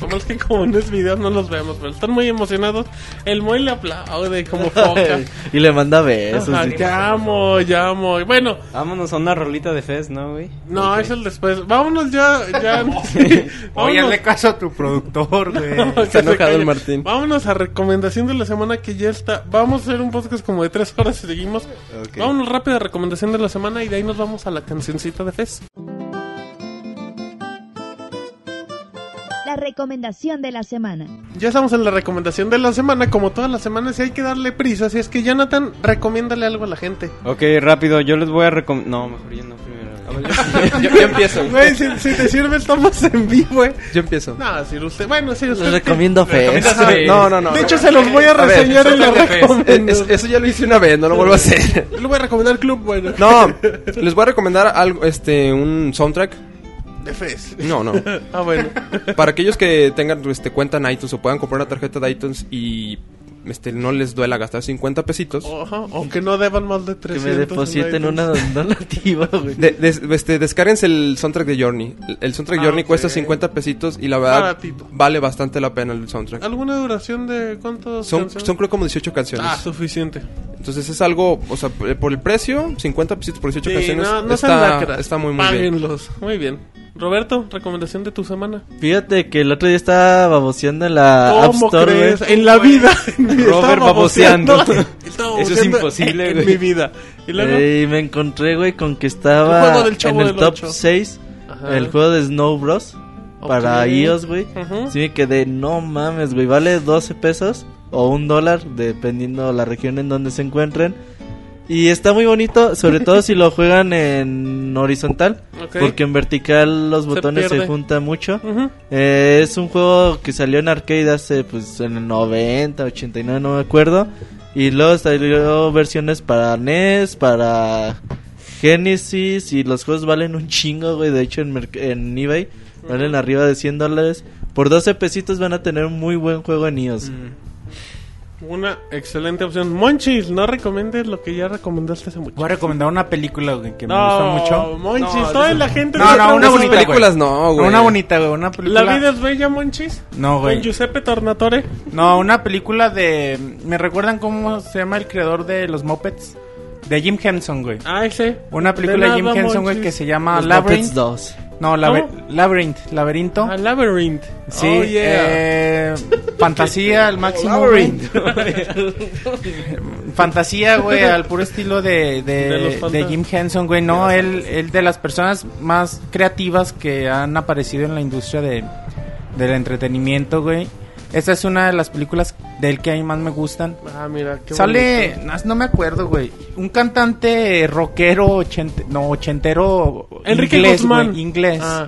Speaker 2: Como es que como en los videos no los vemos, pero están muy emocionados. El Moy le aplaude como foca.
Speaker 5: y le manda besos.
Speaker 2: Ajá,
Speaker 5: y-
Speaker 2: te amo, ya amo. Y Bueno,
Speaker 8: Vámonos a una rolita de Fez, ¿no, güey?
Speaker 2: no, es el después. Vámonos ya, ya. sí,
Speaker 4: Oye,
Speaker 2: vámonos.
Speaker 4: hazle caso a tu productor, güey.
Speaker 2: Que
Speaker 7: Se ha enojado
Speaker 2: calle.
Speaker 7: el Martín.
Speaker 2: Vámonos a recomendación de la semana que ya está. Vamos a hacer un podcast como de tres horas y seguimos. Vámonos rápido a recomendación de la semana y de ahí nos vamos a la cancioncita de Fez.
Speaker 1: La recomendación de la semana.
Speaker 2: Ya estamos en la recomendación de la semana, como todas las semanas, y hay que darle prisa. Así es que, Jonathan, recomiéndale algo a la gente.
Speaker 8: Ok, rápido, yo les voy a recomendar... No, mejor yo no primero.
Speaker 7: Yo, yo empiezo.
Speaker 2: Güey, si, si te sirve, estamos en vivo, güey.
Speaker 7: Yo empiezo.
Speaker 2: No, si usted. Bueno, si usted.
Speaker 5: Les recomiendo Fez.
Speaker 7: Ah, No, no, no.
Speaker 2: De hecho, se los voy a
Speaker 7: A ver,
Speaker 2: reseñar en la
Speaker 7: suéltate, Fez.
Speaker 2: recomendación.
Speaker 7: Es- es- eso ya lo hice una vez, no lo vuelvo a hacer.
Speaker 2: Le voy a recomendar Club Bueno.
Speaker 7: No, les voy a recomendar algo, este, un soundtrack.
Speaker 2: De Fez.
Speaker 7: No, no.
Speaker 2: Ah, bueno.
Speaker 7: Para aquellos que tengan este, cuenta en iTunes o puedan comprar una tarjeta de iTunes y este, no les duela gastar 50 pesitos,
Speaker 2: Ajá, o que no deban más de
Speaker 5: Que
Speaker 2: 300.
Speaker 5: me depositen una donativa, güey.
Speaker 7: de- des- este, descárguense el soundtrack de Journey. El- El soundtrack de
Speaker 2: Ah,
Speaker 7: Journey
Speaker 2: ok.
Speaker 7: cuesta 50 pesitos y la verdad
Speaker 2: Baratito. Ah,
Speaker 7: vale bastante la pena el soundtrack.
Speaker 2: ¿Alguna duración de cuántos?
Speaker 7: Son, son creo como 18 canciones.
Speaker 2: Ah, suficiente.
Speaker 7: Entonces es algo, o sea, por por el precio, 50 pesitos por 18
Speaker 2: Sí,
Speaker 7: canciones,
Speaker 2: no, no sean
Speaker 7: está,
Speaker 2: lacras.
Speaker 7: está muy muy bien.
Speaker 2: Páguenlos. Muy bien. Roberto, recomendación de tu semana.
Speaker 5: Fíjate que el otro día estaba baboseando en la App
Speaker 2: ¿Cómo
Speaker 5: Store,
Speaker 2: crees?
Speaker 5: güey.
Speaker 2: En la vida.
Speaker 8: Robert
Speaker 2: Estaba
Speaker 8: baboseando.
Speaker 2: Estaba
Speaker 8: Eso es
Speaker 2: baboseando
Speaker 8: imposible,
Speaker 2: en
Speaker 8: güey.
Speaker 2: mi vida. Y luego,
Speaker 5: Eh, y me encontré, güey, con que
Speaker 2: El juego
Speaker 5: estaba
Speaker 2: del Chavo
Speaker 5: en
Speaker 2: del
Speaker 5: el top
Speaker 2: Ocho.
Speaker 5: 6
Speaker 2: Ajá.
Speaker 5: el juego de Snow Bros. Para
Speaker 2: Ok.
Speaker 5: iOS, güey.
Speaker 2: Ujú.
Speaker 5: Sí me quedé, no mames, güey. Vale 12 pesos o un dólar, dependiendo la región en donde se encuentren. Y está muy bonito, sobre todo si lo juegan en horizontal.
Speaker 2: Ok.
Speaker 5: Porque en vertical los
Speaker 2: Se
Speaker 5: botones se,
Speaker 2: pierde.
Speaker 5: juntan mucho.
Speaker 2: Ujú.
Speaker 5: Eh, es un juego que salió en arcade hace, pues, en el 90, 89, no me acuerdo. Y luego salió versiones para NES, para Genesis. Y los juegos valen un chingo, güey. De hecho, en, merc- en eBay valen arriba de 100 dólares. Por 12 pesitos van a tener un muy buen juego en E iOS.
Speaker 2: Una excelente opción. Monchis, no recomiendes lo que ya recomendaste hace mucho.
Speaker 4: Voy a recomendar una película güey, que me
Speaker 2: no,
Speaker 4: gusta mucho.
Speaker 2: Monchis,
Speaker 7: No,
Speaker 2: toda
Speaker 7: de-
Speaker 2: la gente...
Speaker 4: No, no, una
Speaker 7: Esas
Speaker 4: bonita,
Speaker 7: películas
Speaker 4: güey.
Speaker 7: no, güey.
Speaker 4: Una bonita, güey, una película.
Speaker 2: ¿La vida es bella, Monchis?
Speaker 4: No,
Speaker 2: Con
Speaker 4: güey.
Speaker 2: Giuseppe Tornatore.
Speaker 4: No, una película de me recuerdan cómo se llama el creador de los Muppets de Jim Henson, güey.
Speaker 2: Ah, ese.
Speaker 4: Una película de, Jim
Speaker 2: nada,
Speaker 4: Henson, güey,
Speaker 2: Monchis.
Speaker 4: que se
Speaker 8: Ah,
Speaker 4: llama
Speaker 5: Los
Speaker 4: Labyrinth.
Speaker 5: Muppets 2.
Speaker 4: No, laber-
Speaker 2: ¿No?
Speaker 4: Labyrinth, Laberinto.
Speaker 2: Ah, Labyrinth.
Speaker 4: Sí,
Speaker 2: Oh, yeah.
Speaker 4: eh, fantasía al máximo. güey. fantasía, güey, al puro estilo de, de,
Speaker 2: De los
Speaker 4: de
Speaker 2: fantas-
Speaker 4: Jim Henson, güey. No, él, él de las personas más creativas que han aparecido en la industria de, del entretenimiento, güey. Esta es una de las películas de él que a mí más me gustan.
Speaker 2: Ah, mira, qué
Speaker 4: Sale, no, no me acuerdo, güey. Un cantante rockero, ochente- no, ochentero.
Speaker 2: bonito. Enrique
Speaker 4: inglés,
Speaker 2: Guzmán.
Speaker 4: güey, inglés.
Speaker 2: Ah,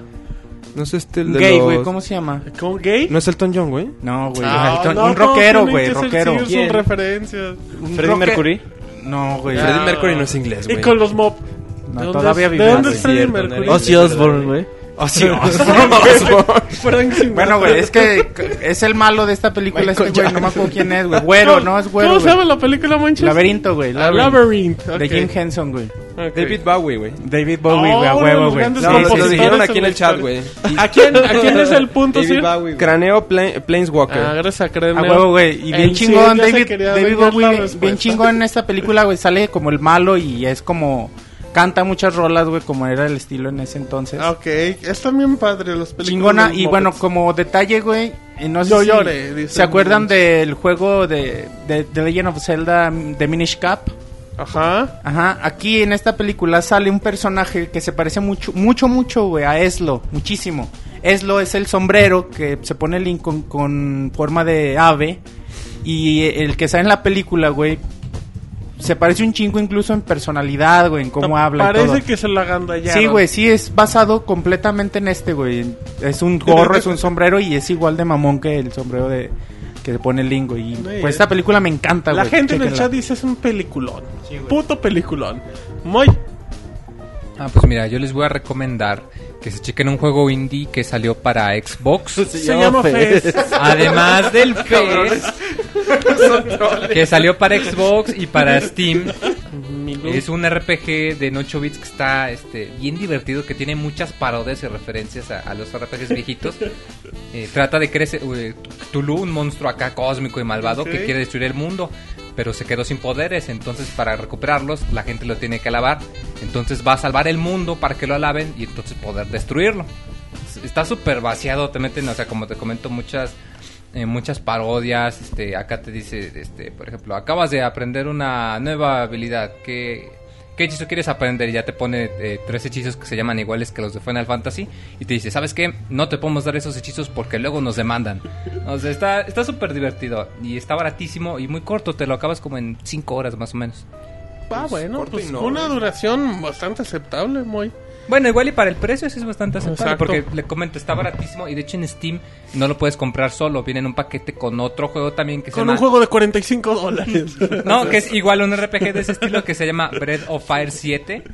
Speaker 7: No es este el de
Speaker 4: Gay,
Speaker 7: los-
Speaker 4: güey, ¿cómo se llama?
Speaker 2: ¿Con gay?
Speaker 7: ¿No es Elton John, güey?
Speaker 4: No, güey.
Speaker 2: Ah,
Speaker 4: Elton-
Speaker 2: no,
Speaker 4: un
Speaker 2: todos
Speaker 4: rockero,
Speaker 2: tienen
Speaker 4: güey,
Speaker 2: que ser
Speaker 4: rockero.
Speaker 2: serios, son referencias.
Speaker 4: Un
Speaker 8: ¿Freddy
Speaker 4: rocker-
Speaker 8: Mercury?
Speaker 4: No, güey.
Speaker 2: Ya.
Speaker 7: Freddie Mercury no es inglés,
Speaker 2: Y
Speaker 7: güey.
Speaker 2: con los mob.
Speaker 4: No, todavía
Speaker 2: es,
Speaker 4: vive,
Speaker 2: ¿De dónde
Speaker 4: güey.
Speaker 2: es Freddie
Speaker 8: Cierto,
Speaker 2: Mercury?
Speaker 8: no
Speaker 7: Oh,
Speaker 5: Ozzy Osbourne, Oh, güey.
Speaker 2: Frank Sinatra.
Speaker 4: Bueno, güey, es que c- es el malo de esta película este güey, no me acuerdo quién es, güey. Güero, no, es güero.
Speaker 2: ¿Cómo se
Speaker 4: güey.
Speaker 2: llama la película, Manchester?
Speaker 4: Laberinto, güey.
Speaker 2: Labyrinth.
Speaker 4: Laberinth. De Jim Henson, güey.
Speaker 7: David Bowie, güey.
Speaker 4: David Bowie, güey, a
Speaker 2: Oh,
Speaker 4: huevo,
Speaker 2: los
Speaker 4: güey.
Speaker 2: grandes
Speaker 4: Sí,
Speaker 7: No,
Speaker 4: sí,
Speaker 7: lo- lo
Speaker 4: sí.
Speaker 7: dijeron
Speaker 2: compositores
Speaker 7: aquí en el
Speaker 2: en
Speaker 7: chat,
Speaker 2: la
Speaker 7: güey.
Speaker 2: ¿A quién, ¿A quién es el punto, Sir?
Speaker 7: Cráneo Pla- Planeswalker.
Speaker 2: Ah, gracias a
Speaker 4: A
Speaker 2: Cráneo.
Speaker 4: huevo, güey. Y bien
Speaker 2: El Sir
Speaker 4: chingón,
Speaker 2: ya se
Speaker 4: David,
Speaker 2: quería
Speaker 4: David
Speaker 2: vengar la
Speaker 4: Bowie. Bien
Speaker 2: respuesta.
Speaker 4: chingón en esta película, güey. Sale como el malo y es como. Canta muchas rolas, güey, como era el estilo en ese entonces.
Speaker 2: Ah, Ok, están bien padre los películas.
Speaker 4: Chingona.
Speaker 2: de los
Speaker 4: Y bueno,
Speaker 2: Muppets.
Speaker 4: como detalle, güey. y No sé
Speaker 2: Yo
Speaker 4: si
Speaker 2: lloré, dice
Speaker 4: ¿Se acuerdan
Speaker 2: Monchis.
Speaker 4: del juego de, de, de Legend of Zelda de Minish Cap?
Speaker 2: Ajá.
Speaker 4: Ajá, aquí en esta película sale un personaje que se parece mucho, mucho, mucho, güey, a Eslo, muchísimo. Eslo es el sombrero que se pone Link con, con forma de ave. Y el que sale en la película, güey, se parece un chingo incluso en personalidad, güey, en cómo habla. y
Speaker 2: Parece
Speaker 4: todo.
Speaker 2: que se la gandallaron.
Speaker 4: Sí, güey, sí, es basado completamente en este, güey. Es un gorro, es un sombrero y es igual de mamón que el sombrero de, que se pone el lingo. Y
Speaker 2: No, y-
Speaker 4: pues esta película me encanta,
Speaker 2: La
Speaker 4: güey,
Speaker 2: gente en el
Speaker 4: chéquenla.
Speaker 2: chat dice es un peliculón.
Speaker 4: Sí, güey.
Speaker 2: Puto peliculón. Muy.
Speaker 6: Ah, pues mira, yo les voy a recomendar que se chequen un juego indie que salió para Xbox.
Speaker 2: Se, llama Fez.
Speaker 6: Además del E PES que salió para Xbox y para Steam. Es un RPG de 8 bits que está este, bien divertido, que tiene muchas parodias y referencias a, a los RPGs viejitos. Eh, trata de crecer Tulu, un monstruo acá cósmico y malvado
Speaker 2: Ok.
Speaker 6: que quiere destruir el mundo, pero se quedó sin poderes. Entonces, para recuperarlos, la gente lo tiene que alabar. Entonces, va a salvar el mundo para que lo alaben y entonces poder destruirlo. Está súper vaciado, te meten, o sea, como te comento, muchas eh, muchas parodias. Este, acá te dice, este, por ejemplo, acabas de aprender una nueva habilidad. ¿Qué, qué hechizo quieres aprender? Y ya te pone eh, tres hechizos que se llaman iguales que los de Final Fantasy. Y te dice, ¿sabes qué? No te podemos dar esos hechizos porque luego nos demandan. O sea, está está súper divertido. Y está baratísimo y muy corto. Te lo acabas como en cinco horas más o menos.
Speaker 2: Ah, bueno,
Speaker 7: corto y
Speaker 2: pues
Speaker 7: no,
Speaker 2: una
Speaker 7: güey.
Speaker 2: duración bastante aceptable, muy.
Speaker 6: Bueno, igual y para el precio sí es bastante aceptable
Speaker 2: Exacto.
Speaker 6: porque le comento, está baratísimo y de hecho en Steam no lo puedes comprar solo, viene en un paquete con otro juego también que se
Speaker 2: Con
Speaker 6: llama
Speaker 2: un juego de 45 dólares.
Speaker 6: No, que es igual un RPG de ese estilo que se llama Breath of Fire 7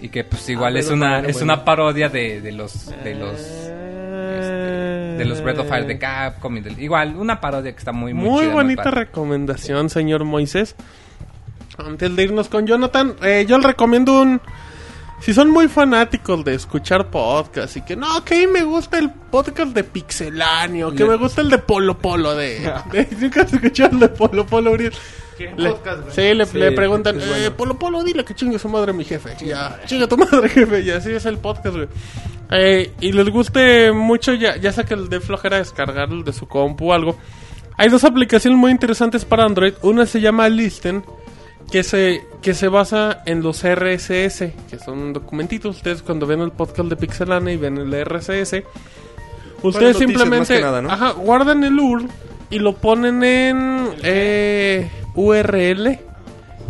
Speaker 6: y que pues igual es una es una parodia de, de los de los este, de los Breath of
Speaker 2: Ah.
Speaker 6: Fire de Capcom y del- igual una parodia que está muy muy,
Speaker 2: Muy,
Speaker 6: chida,
Speaker 2: bonita
Speaker 6: padre.
Speaker 2: recomendación, señor Moisés. Antes de irnos con Jonathan, eh, yo le recomiendo un... Si son muy fanáticos de escuchar podcast y que no, que ahí me gusta el podcast de Pixelanio, que
Speaker 6: Le-
Speaker 2: me gusta el de Polo Polo de... de- Nunca has escuchado el de Polo Polo, Uriel? Le- sí, le, le preguntan, "Eh, Polo Polo, dile que chingue su madre mi jefe. Y ya, chinga tu madre jefe. Y así es el podcast, güey. Eh, y les guste mucho, ya, ya sea que el de flojera descargar el de su compu o algo. Hay dos aplicaciones muy interesantes para Android. Una se llama Listen, que se, que se basa en los RSS, que son documentitos. Ustedes cuando ven el podcast de Pixelane y ven el RSS, ustedes
Speaker 7: noticias, más
Speaker 2: simplemente
Speaker 7: que nada, ¿no?
Speaker 2: ajá, guardan el URL y lo ponen en eh, URL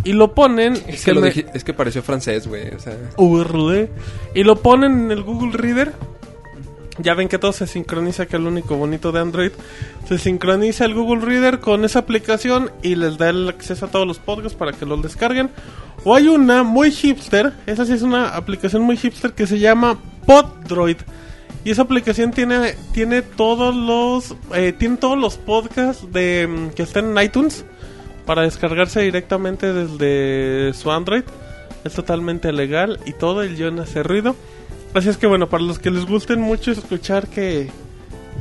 Speaker 2: y lo ponen
Speaker 7: Es
Speaker 2: que
Speaker 7: que, lo
Speaker 2: me-
Speaker 7: dije- es que pareció francés, güey. O sea,
Speaker 2: URL y lo ponen en el Google Reader. Ya ven que todo se sincroniza, que es lo único bonito de Android. Se sincroniza el Google Reader con esa aplicación y les da el acceso a todos los podcasts para que los descarguen. O hay una muy hipster, esa sí es una aplicación muy hipster que se llama Poddroid. Y esa aplicación tiene, tiene todos los eh, tiene todos los podcasts de mm, que están en iTunes para descargarse directamente desde su Android. Es totalmente legal y todo el guión hace ruido. Así es que bueno, para los que les gusten mucho escuchar que,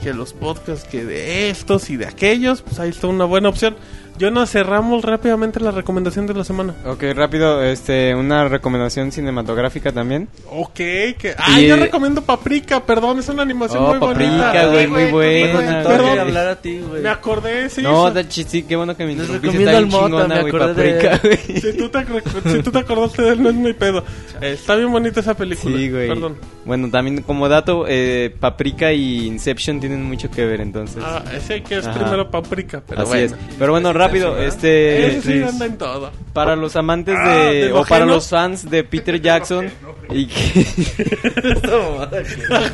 Speaker 2: que los podcasts, que de estos y de aquellos, pues ahí está una buena opción. Jonas, cerramos rápidamente la recomendación de la semana.
Speaker 8: Ok, rápido, este, una recomendación cinematográfica también.
Speaker 2: Ok, que... Ah,
Speaker 8: Y-
Speaker 2: yo recomiendo Paprika, perdón, es una animación
Speaker 8: oh,
Speaker 2: muy
Speaker 8: paprika,
Speaker 2: bonita. pues,
Speaker 8: güey, muy buena.
Speaker 5: Te voy
Speaker 2: Perdón.
Speaker 5: a
Speaker 8: güey.
Speaker 5: hablar a ti, güey.
Speaker 2: Me acordé, sí.
Speaker 8: No,
Speaker 2: sí.
Speaker 8: da chis- sí, qué bueno que me
Speaker 5: Les
Speaker 8: interrumpiste.
Speaker 5: recomiendo
Speaker 8: Está bien
Speaker 5: al Mota,
Speaker 8: chingona,
Speaker 5: me
Speaker 8: güey,
Speaker 5: acordé de-
Speaker 8: paprika, güey.
Speaker 2: Si tú, te, ac- si tú te acordaste de él, no es mi pedo. Eh, está bien bonita esa película.
Speaker 8: Sí, güey.
Speaker 2: Perdón.
Speaker 8: Bueno, también como dato, eh, Paprika y Inception tienen mucho que ver, entonces.
Speaker 2: Ah, ese que es
Speaker 8: Ajá.
Speaker 2: primero Paprika, pero
Speaker 8: Así
Speaker 2: bueno.
Speaker 8: es. Pero bueno, rápido, este...
Speaker 2: Ese sí anda en todo.
Speaker 8: Para los amantes
Speaker 2: Ah,
Speaker 8: de...
Speaker 2: de lo
Speaker 8: o para
Speaker 2: ajeno.
Speaker 8: los fans de Peter Jackson y que...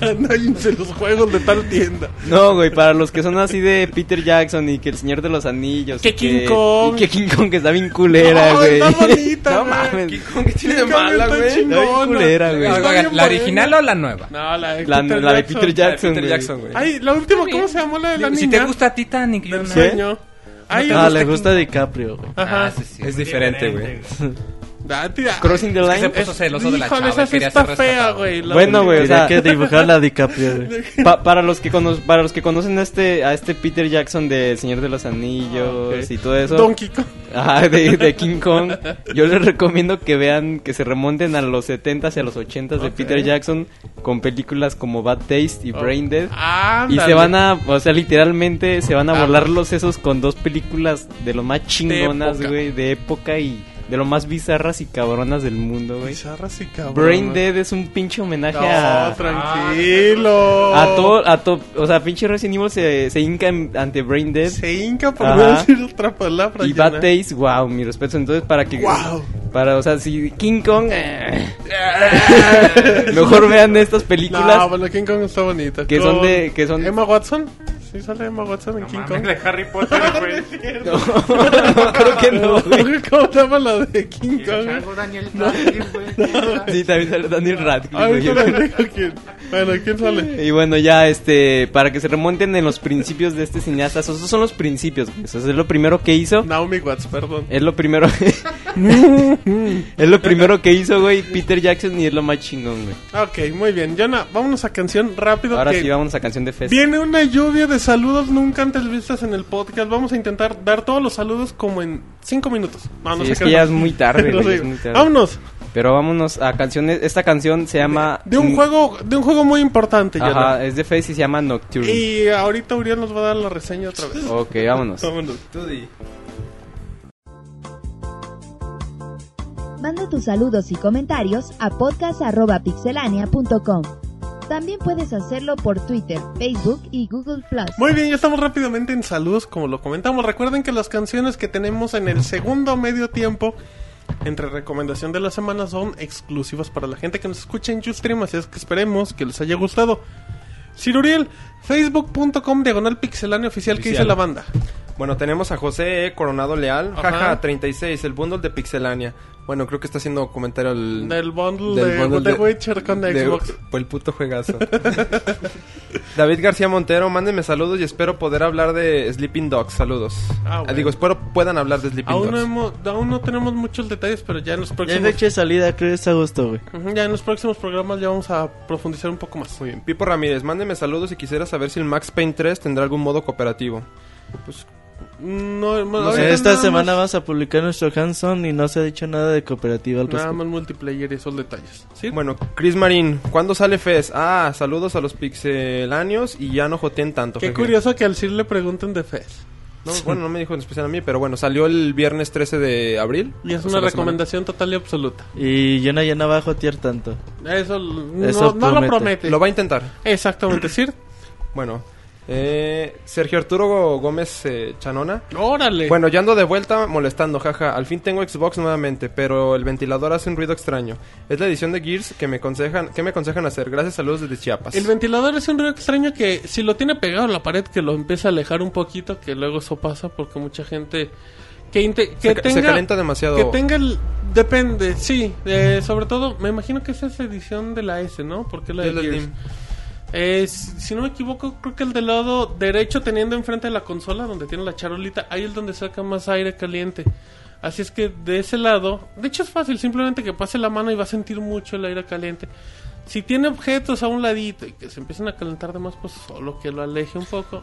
Speaker 2: Anállense los juegos de tal tienda.
Speaker 8: No, güey, para los que son así de Peter Jackson y que el Señor de los Anillos.
Speaker 2: Que
Speaker 8: y
Speaker 2: King Kong.
Speaker 8: Y que King Kong que está bien culera,
Speaker 2: No,
Speaker 8: güey.
Speaker 2: está bonita,
Speaker 8: No
Speaker 2: güey.
Speaker 8: mames.
Speaker 2: King
Speaker 8: que
Speaker 2: tiene de King Kong mala, está güey? Ah,
Speaker 8: Está bien
Speaker 2: chingona.
Speaker 8: culera, güey.
Speaker 2: Está
Speaker 6: Oigan,
Speaker 2: bien
Speaker 6: ¿La
Speaker 2: buena.
Speaker 6: original o la nueva?
Speaker 2: No, la de
Speaker 8: La,
Speaker 2: Peter
Speaker 8: la de
Speaker 2: Jackson.
Speaker 8: Peter Jackson,
Speaker 7: Peter
Speaker 8: güey.
Speaker 7: Jackson, güey.
Speaker 2: Ay, la última, ¿cómo se llamó la de la niña?
Speaker 6: si te gusta Titanic, yo
Speaker 2: Del
Speaker 6: no.
Speaker 2: sueño. Ay,
Speaker 5: Ah,
Speaker 2: los
Speaker 5: le
Speaker 2: que-
Speaker 5: gusta DiCaprio, güey.
Speaker 2: Ajá.
Speaker 6: Ah, sí, sí.
Speaker 7: es diferente, güey.
Speaker 2: Da, tira.
Speaker 8: Crossing the
Speaker 6: Es que se
Speaker 8: Line.
Speaker 6: puso celoso de la
Speaker 2: Híjole,
Speaker 6: chava y
Speaker 2: esa sí
Speaker 6: quería
Speaker 2: está
Speaker 6: ser rescatado.
Speaker 2: fea, güey. la
Speaker 8: Bueno,
Speaker 2: última.
Speaker 8: güey, o sea,
Speaker 5: Tendría que dibujarla a DiCaprio, güey.
Speaker 8: pa- para los que cono- para los que conocen a este a este Peter Jackson de El Señor de los Anillos
Speaker 2: Ah, ok.
Speaker 8: y todo eso.
Speaker 2: Donkey Kong.
Speaker 8: Ah, de, de King Kong. Yo les recomiendo que vean, que se remonten a los 70s y a los 80s de
Speaker 2: Ok. Oh.
Speaker 8: Peter Jackson con películas como Bad Taste y Brain Dead. Y
Speaker 2: Ándale.
Speaker 8: se van a, o sea, literalmente se van a
Speaker 2: Ah.
Speaker 8: volar los sesos con dos películas de lo más chingonas,
Speaker 2: época.
Speaker 8: güey, de época y de lo más bizarras y cabronas del mundo, güey.
Speaker 2: Bizarras y cabrón.
Speaker 8: Brain Dead es un pinche homenaje
Speaker 2: No,
Speaker 8: a
Speaker 2: tranquilo.
Speaker 8: Ah, a todo, a todo, o sea, pinche Resident Evil se, se hinca en- ante Brain Dead.
Speaker 2: Se hinca por
Speaker 8: Ajá.
Speaker 2: no decir otra palabra.
Speaker 8: Y
Speaker 2: Jonah.
Speaker 8: Bad Taste, wow, mi respeto. Entonces, para que.
Speaker 2: Guau.
Speaker 8: Para, o sea, si King Kong. eh, mejor vean estas películas.
Speaker 2: No, pues, bueno, King Kong está bonita.
Speaker 8: Que son
Speaker 2: Con
Speaker 8: de- que son-
Speaker 2: Emma Watson. Sí sale Emma Watson en
Speaker 9: No
Speaker 2: King
Speaker 9: mames,
Speaker 2: Kong.
Speaker 9: de Harry Potter, güey.
Speaker 2: No, creo que no. ¿Cómo se llama la de King
Speaker 9: Y el
Speaker 2: Kong?
Speaker 9: chango Daniel Radcliffe, güey.
Speaker 8: Sí, también sale Daniel Radcliffe.
Speaker 2: Ah,
Speaker 8: güey.
Speaker 2: Ahorita les digo quién. Bueno, ¿quién sale?
Speaker 8: Y bueno, ya este, para que se remonten en los principios de este cineasta, esos esos son los principios, güey. Eso es lo primero que hizo.
Speaker 2: Naomi Watts, perdón.
Speaker 8: Es lo primero. es lo primero que hizo, güey, Peter Jackson y es lo más chingón, güey.
Speaker 2: Ok, muy bien. Jonah, vámonos a canción rápido.
Speaker 8: Ahora
Speaker 2: que
Speaker 8: sí vamos a canción de fest.
Speaker 2: Viene una lluvia de saludos nunca antes vistas en el podcast. Vamos a intentar dar todos los saludos como en 5 minutos. No, no
Speaker 8: Sí,
Speaker 2: sé
Speaker 8: es
Speaker 2: qué
Speaker 8: que ya es
Speaker 2: hacer.
Speaker 8: muy tarde,
Speaker 2: No
Speaker 8: güey,
Speaker 2: sé.
Speaker 8: es muy tarde.
Speaker 2: Vámonos.
Speaker 8: Pero vámonos a canciones. Esta canción se llama
Speaker 2: De un juego, de un juego muy importante, Jonah.
Speaker 8: Ajá, es de Face y se llama Nocturne.
Speaker 2: Y ahorita Uriel nos va a dar la reseña otra vez.
Speaker 8: Ok, vámonos.
Speaker 2: Vámonos.
Speaker 1: Manda tus saludos y comentarios a podcast.pixelania.com. También puedes hacerlo por Twitter, Facebook y Google Plus.
Speaker 2: Muy bien, ya estamos rápidamente en saludos, como lo comentamos. Recuerden que las canciones que tenemos en el segundo medio tiempo, entre recomendación de la semana, son exclusivas para la gente que nos escucha en Ustream, así es que esperemos que les haya gustado. Siruriel, facebook.com diagonal pixeláneo oficial que dice
Speaker 7: Oficial.
Speaker 2: la banda.
Speaker 7: Bueno, tenemos a José E. Coronado Leal,
Speaker 2: Ajá.
Speaker 7: jaja, 36, el bundle de Pixelania. Bueno, creo que está haciendo comentario al...
Speaker 2: Del bundle de
Speaker 7: del bundle
Speaker 2: The
Speaker 7: de-
Speaker 2: Witcher con
Speaker 7: de-
Speaker 2: Xbox.
Speaker 7: Por el puto juegazo. David García Montero, mándenme saludos y espero poder hablar de Sleeping Dogs. Saludos.
Speaker 2: Ah,
Speaker 7: Ah,
Speaker 2: bueno.
Speaker 7: Digo, espero puedan hablar de Sleeping
Speaker 2: Aún no,
Speaker 7: Dogs.
Speaker 2: hemos, aún no tenemos muchos detalles, pero ya en los
Speaker 5: Ya hay
Speaker 2: próximos,
Speaker 5: fecha de salida, creo que es agosto, güey.
Speaker 2: Ujú, ya en los próximos programas ya vamos a profundizar un poco más.
Speaker 7: Muy bien. Pipo Ramírez, mándenme saludos y quisiera saber si el Max Payne 3 tendrá algún modo cooperativo. Pues
Speaker 2: No,
Speaker 7: No sé,
Speaker 2: ahorita
Speaker 5: Esta
Speaker 2: nada
Speaker 5: semana
Speaker 2: más-
Speaker 5: vamos a publicar nuestro hands-on y no se ha dicho nada de cooperativa al
Speaker 2: Nada
Speaker 5: respecto.
Speaker 2: más multiplayer y esos detalles. ¿Sí?
Speaker 7: Bueno, Chris Marín, ¿cuándo sale Fez? Ah, saludos a los pixelanios y ya no joteen tanto.
Speaker 2: Qué
Speaker 7: jeje.
Speaker 2: curioso que al Sir le pregunten de Fez.
Speaker 7: No, bueno, no me dijo en especial a mí, pero bueno, salió el viernes 13 de abril.
Speaker 2: Y es una
Speaker 7: O sea, Pues la semana-
Speaker 2: recomendación total y absoluta.
Speaker 5: Y Jonah ya no va a jotear tanto.
Speaker 2: Eso, l-
Speaker 5: Eso
Speaker 2: no, no lo
Speaker 5: promete.
Speaker 2: promete.
Speaker 7: Lo va a intentar.
Speaker 2: Exactamente, Sir.
Speaker 7: Bueno, eh, Sergio Arturo Gómez eh, Chanona.
Speaker 2: Órale.
Speaker 7: Bueno, yo ando de vuelta molestando, jaja. Al fin tengo Xbox nuevamente, pero el ventilador hace un ruido extraño. Es la edición de Gears que me aconsejan, que me aconsejan hacer. Gracias, saludos desde Chiapas.
Speaker 2: el ventilador es un ruido extraño que si lo tiene pegado a la pared que lo empieza a alejar un poquito, que luego eso pasa porque mucha gente que, inte- que
Speaker 7: se, ca- se
Speaker 2: tenga
Speaker 7: calienta demasiado.
Speaker 2: que tenga el depende, sí, eh, sobre todo me imagino que esa es edición de la S, ¿no? Porque la de,
Speaker 7: De la
Speaker 2: Gears.
Speaker 7: Slim.
Speaker 2: Eh, si si no me equivoco, creo que el del lado derecho, teniendo enfrente de la consola donde tiene la charolita, ahí es donde saca más aire caliente. Así es que de ese lado, de hecho es fácil, simplemente que pase la mano y va a sentir mucho el aire caliente. Si tiene objetos a un ladito y que se empiecen a calentar de más, pues solo que lo aleje un poco.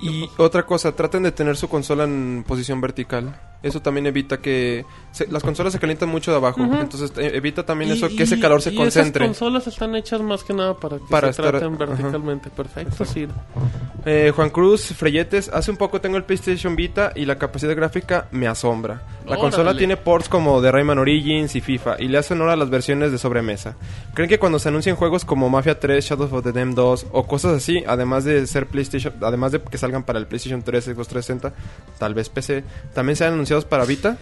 Speaker 7: Y
Speaker 2: pues-
Speaker 7: otra cosa, traten de tener su consola en posición vertical. Eso también evita que... se- las consolas se calientan mucho de abajo,
Speaker 2: Ujú.
Speaker 7: entonces eh, evita también
Speaker 2: Y-
Speaker 7: eso,
Speaker 2: y-
Speaker 7: que ese calor se
Speaker 2: y
Speaker 7: concentre.
Speaker 2: Esas consolas están hechas más que nada para que
Speaker 7: Para
Speaker 2: se
Speaker 7: estar-
Speaker 2: traten
Speaker 7: ajá.
Speaker 2: verticalmente. Perfecto, sí.
Speaker 7: Eh, Juan Cruz Freyetes, hace un poco tengo el PlayStation Vita y la capacidad gráfica me asombra. La
Speaker 2: Órale.
Speaker 7: consola tiene ports como de Rayman Origins y FIFA y le hace honor a las versiones de sobremesa. ¿Creen que cuando se anuncien juegos como Mafia 3, Shadows of the Dam 2 o cosas así, además de ser PlayStation, además de que salgan para el PlayStation 3, Xbox 360, tal vez PC, también sean anunciados para Vita?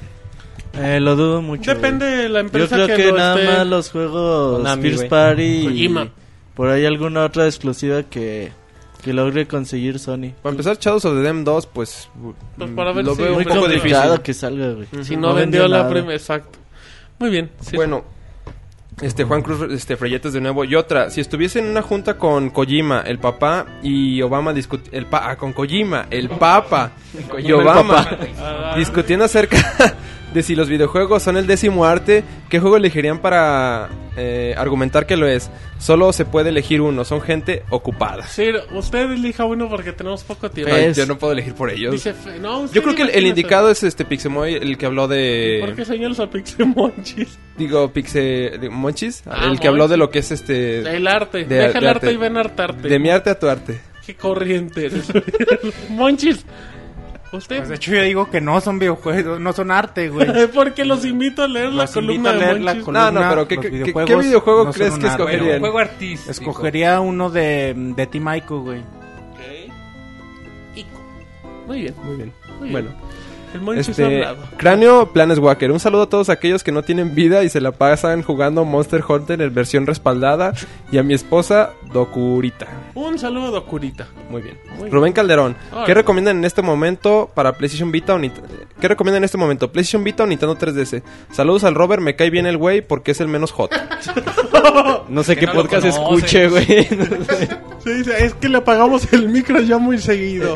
Speaker 5: Eh, lo dudo mucho. güey.
Speaker 2: Depende de la
Speaker 5: Yo
Speaker 2: empresa
Speaker 5: creo
Speaker 2: que,
Speaker 5: que,
Speaker 2: lo
Speaker 5: nada
Speaker 2: esté-
Speaker 5: más los juegos
Speaker 8: Konami,
Speaker 5: Pierce
Speaker 8: güey.
Speaker 5: Party
Speaker 2: Kojima.
Speaker 5: y por ahí alguna otra exclusiva que, que logre conseguir Sony.
Speaker 7: Para empezar, Shadows of the Dam 2, pues,
Speaker 2: Pues
Speaker 7: mm,
Speaker 2: para ver
Speaker 7: lo
Speaker 2: si-
Speaker 7: veo
Speaker 2: Muy
Speaker 7: un poco difícil.
Speaker 5: complicado que salga, güey.
Speaker 2: Si no, vendió la
Speaker 5: nada.
Speaker 2: primera, exacto. Muy bien. sí.
Speaker 7: Bueno, este Juan Cruz este Freyetes de nuevo y otra, si estuviese en una junta con Kojima, el papá y Obama discut el pa ah, con Kojima, el papa y Obama
Speaker 2: Ah,
Speaker 7: ah, discutiendo acerca de si los videojuegos son el décimo arte, ¿qué juego elegirían para eh, argumentar que lo es? Solo se puede elegir uno, son gente ocupada.
Speaker 2: Sir, usted elija uno porque tenemos poco tiempo.
Speaker 7: Ay,
Speaker 5: Fez.
Speaker 7: yo no puedo elegir por ellos.
Speaker 2: Dice, fe- no, usted
Speaker 7: yo creo que el, el
Speaker 2: imagínese.
Speaker 7: indicado es este Pixemoy, el que habló
Speaker 2: ¿Por qué
Speaker 7: de
Speaker 2: señalas a Pixemonchis?
Speaker 7: digo Pixe de- Monchis,
Speaker 2: Ah,
Speaker 7: el que habló de
Speaker 2: Monchis.
Speaker 7: lo que es este
Speaker 2: El arte.
Speaker 7: de-
Speaker 2: Deja el
Speaker 7: de
Speaker 2: arte
Speaker 7: arte.
Speaker 2: y ven a hartarte.
Speaker 7: De mi arte a tu arte.
Speaker 2: Qué corriente eres. Monchis.
Speaker 4: Pues de
Speaker 2: Usted.
Speaker 4: hecho yo digo que no son videojuegos, no son arte, güey.
Speaker 2: Porque los invito a leer la
Speaker 4: Los invito
Speaker 2: columna
Speaker 4: a leer
Speaker 2: de
Speaker 4: la
Speaker 2: Monchis.
Speaker 4: columna.
Speaker 7: No, no, pero ¿qué,
Speaker 4: los
Speaker 7: qué- qué- qué
Speaker 4: videojuegos
Speaker 7: videojuego
Speaker 4: no son
Speaker 7: crees
Speaker 4: un
Speaker 7: que
Speaker 4: arte.
Speaker 6: Bueno,
Speaker 7: escogerían?
Speaker 6: un juego artístico.
Speaker 4: Escogería uno de, de Team Ico, güey.
Speaker 2: Ok. Muy bien.
Speaker 7: Muy bien.
Speaker 2: Muy bien.
Speaker 7: Bueno,
Speaker 2: El Monchis
Speaker 7: Este,
Speaker 2: hablado.
Speaker 7: cráneo Planes Walker. Un saludo a todos aquellos que no tienen vida y se la pasan jugando Monster Hunter en versión respaldada. Y a mi esposa, Dokurita.
Speaker 2: Un saludo, Curita.
Speaker 7: Muy bien.
Speaker 2: Muy
Speaker 7: Rubén Calderón.
Speaker 2: Ahora.
Speaker 7: ¿Qué recomiendan en este momento para PlayStation Vita o Nint- ¿Qué recomiendan en este momento? PlayStation Vita o Nintendo 3DS. Saludos al Robert, me cae bien el güey porque es el menos hot.
Speaker 8: No sé
Speaker 10: Que
Speaker 8: qué
Speaker 10: no lo
Speaker 8: podcast
Speaker 10: conoces.
Speaker 8: escuche, güey.
Speaker 2: Sí, dice, es que le apagamos el micro ya muy seguido.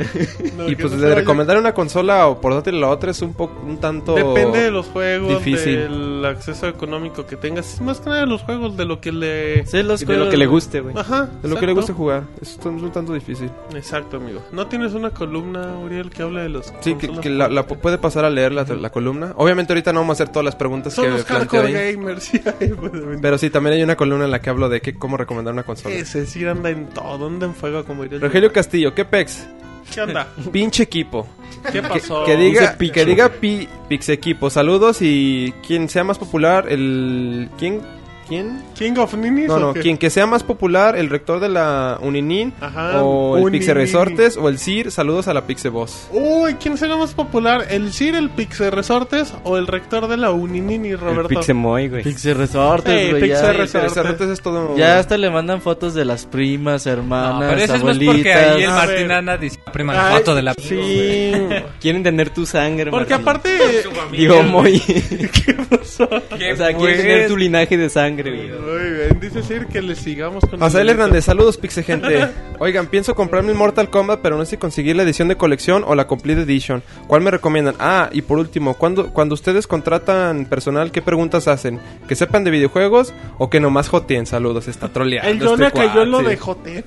Speaker 2: No,
Speaker 7: y
Speaker 2: que
Speaker 7: pues
Speaker 2: no se
Speaker 7: de
Speaker 2: vaya.
Speaker 7: recomendar una consola o portátil a la otra es un poco un tanto
Speaker 2: Depende de los juegos,
Speaker 7: Difícil.
Speaker 2: del acceso económico que tengas. Más que nada de los juegos, de lo que le...
Speaker 5: Sí, los
Speaker 8: Y de lo
Speaker 5: juegos-
Speaker 8: que le guste, güey.
Speaker 2: Ajá.
Speaker 7: de lo que le guste
Speaker 2: exacto.
Speaker 7: jugar. Esto es un tanto difícil.
Speaker 2: Exacto, amigo. ¿No tienes una columna, Uriel, que habla de los...
Speaker 7: Sí, que,
Speaker 2: consolas?
Speaker 7: que la, la pu- puede pasar a leer la, la columna. Obviamente ahorita no vamos a hacer todas las preguntas
Speaker 2: Son
Speaker 7: que
Speaker 2: los
Speaker 7: planteé
Speaker 2: hardcore
Speaker 7: ahí.
Speaker 2: gamers. sí, pues, ahí puede venir.
Speaker 7: Pero sí, también hay una columna en la que hablo de que, cómo recomendar una consola.
Speaker 2: Ese sí anda en todo, anda en fuego como diría el-
Speaker 7: Rogelio Castillo, ¿qué pex?
Speaker 2: ¿Qué anda?
Speaker 7: Pinche equipo.
Speaker 2: ¿Qué
Speaker 7: Que,
Speaker 2: pasó?
Speaker 7: que diga,
Speaker 8: Dice Pichu.
Speaker 7: que diga pi, pix equipo. Saludos y quien sea más popular, el... ¿Quién? ¿Quién?
Speaker 2: ¿King of Ninis
Speaker 7: No,
Speaker 2: o
Speaker 7: no,
Speaker 2: qué?
Speaker 7: quien que sea más popular, el rector de la Uninin,
Speaker 2: Ajá,
Speaker 7: o el
Speaker 2: Uninin.
Speaker 7: Pixe Resortes, o el CIR, saludos a la Pixe Boss.
Speaker 2: Uy, ¿quién será más popular? ¿El Sir, el Pixel Resortes o el rector de la Uninini,
Speaker 8: El
Speaker 2: Roberto?
Speaker 8: Pixemoy, güey.
Speaker 5: Pixie Resortes,
Speaker 2: Ey,
Speaker 5: güey,
Speaker 2: Pixie
Speaker 5: ya-
Speaker 2: Resortes.
Speaker 7: Pixie Resortes es todo...
Speaker 5: Ya hasta le mandan fotos de las primas, hermanas,
Speaker 6: pero eso es más
Speaker 5: abuelitas. Ah,
Speaker 6: porque ahí el
Speaker 2: A
Speaker 6: Martín
Speaker 2: ver.
Speaker 6: anda diciendo prima la
Speaker 2: Ay,
Speaker 6: foto de la...
Speaker 2: Sí.
Speaker 8: Quieren tener tu sangre,
Speaker 2: Porque
Speaker 8: Martín.
Speaker 2: aparte...
Speaker 8: Digo, muy. o sea, quieren
Speaker 10: pues.
Speaker 8: tener tu linaje de sangre, güey.
Speaker 2: Muy bien, dice Sir que le sigamos con...
Speaker 7: Mazael
Speaker 2: el-
Speaker 7: Hernández, saludos Pixe gente. Oigan, pienso comprarme el Mortal Kombat, pero no sé si conseguir la edición de colección o la Complete Edition. ¿Cuál me recomiendan? Ah, y por último, cuando, cuando ustedes contratan personal, ¿qué preguntas hacen? ¿Que sepan de videojuegos o que nomás joteen? Saludos, está troleando.
Speaker 2: El Jonah
Speaker 7: este
Speaker 2: cayó en lo
Speaker 7: cuate.
Speaker 2: de Joten.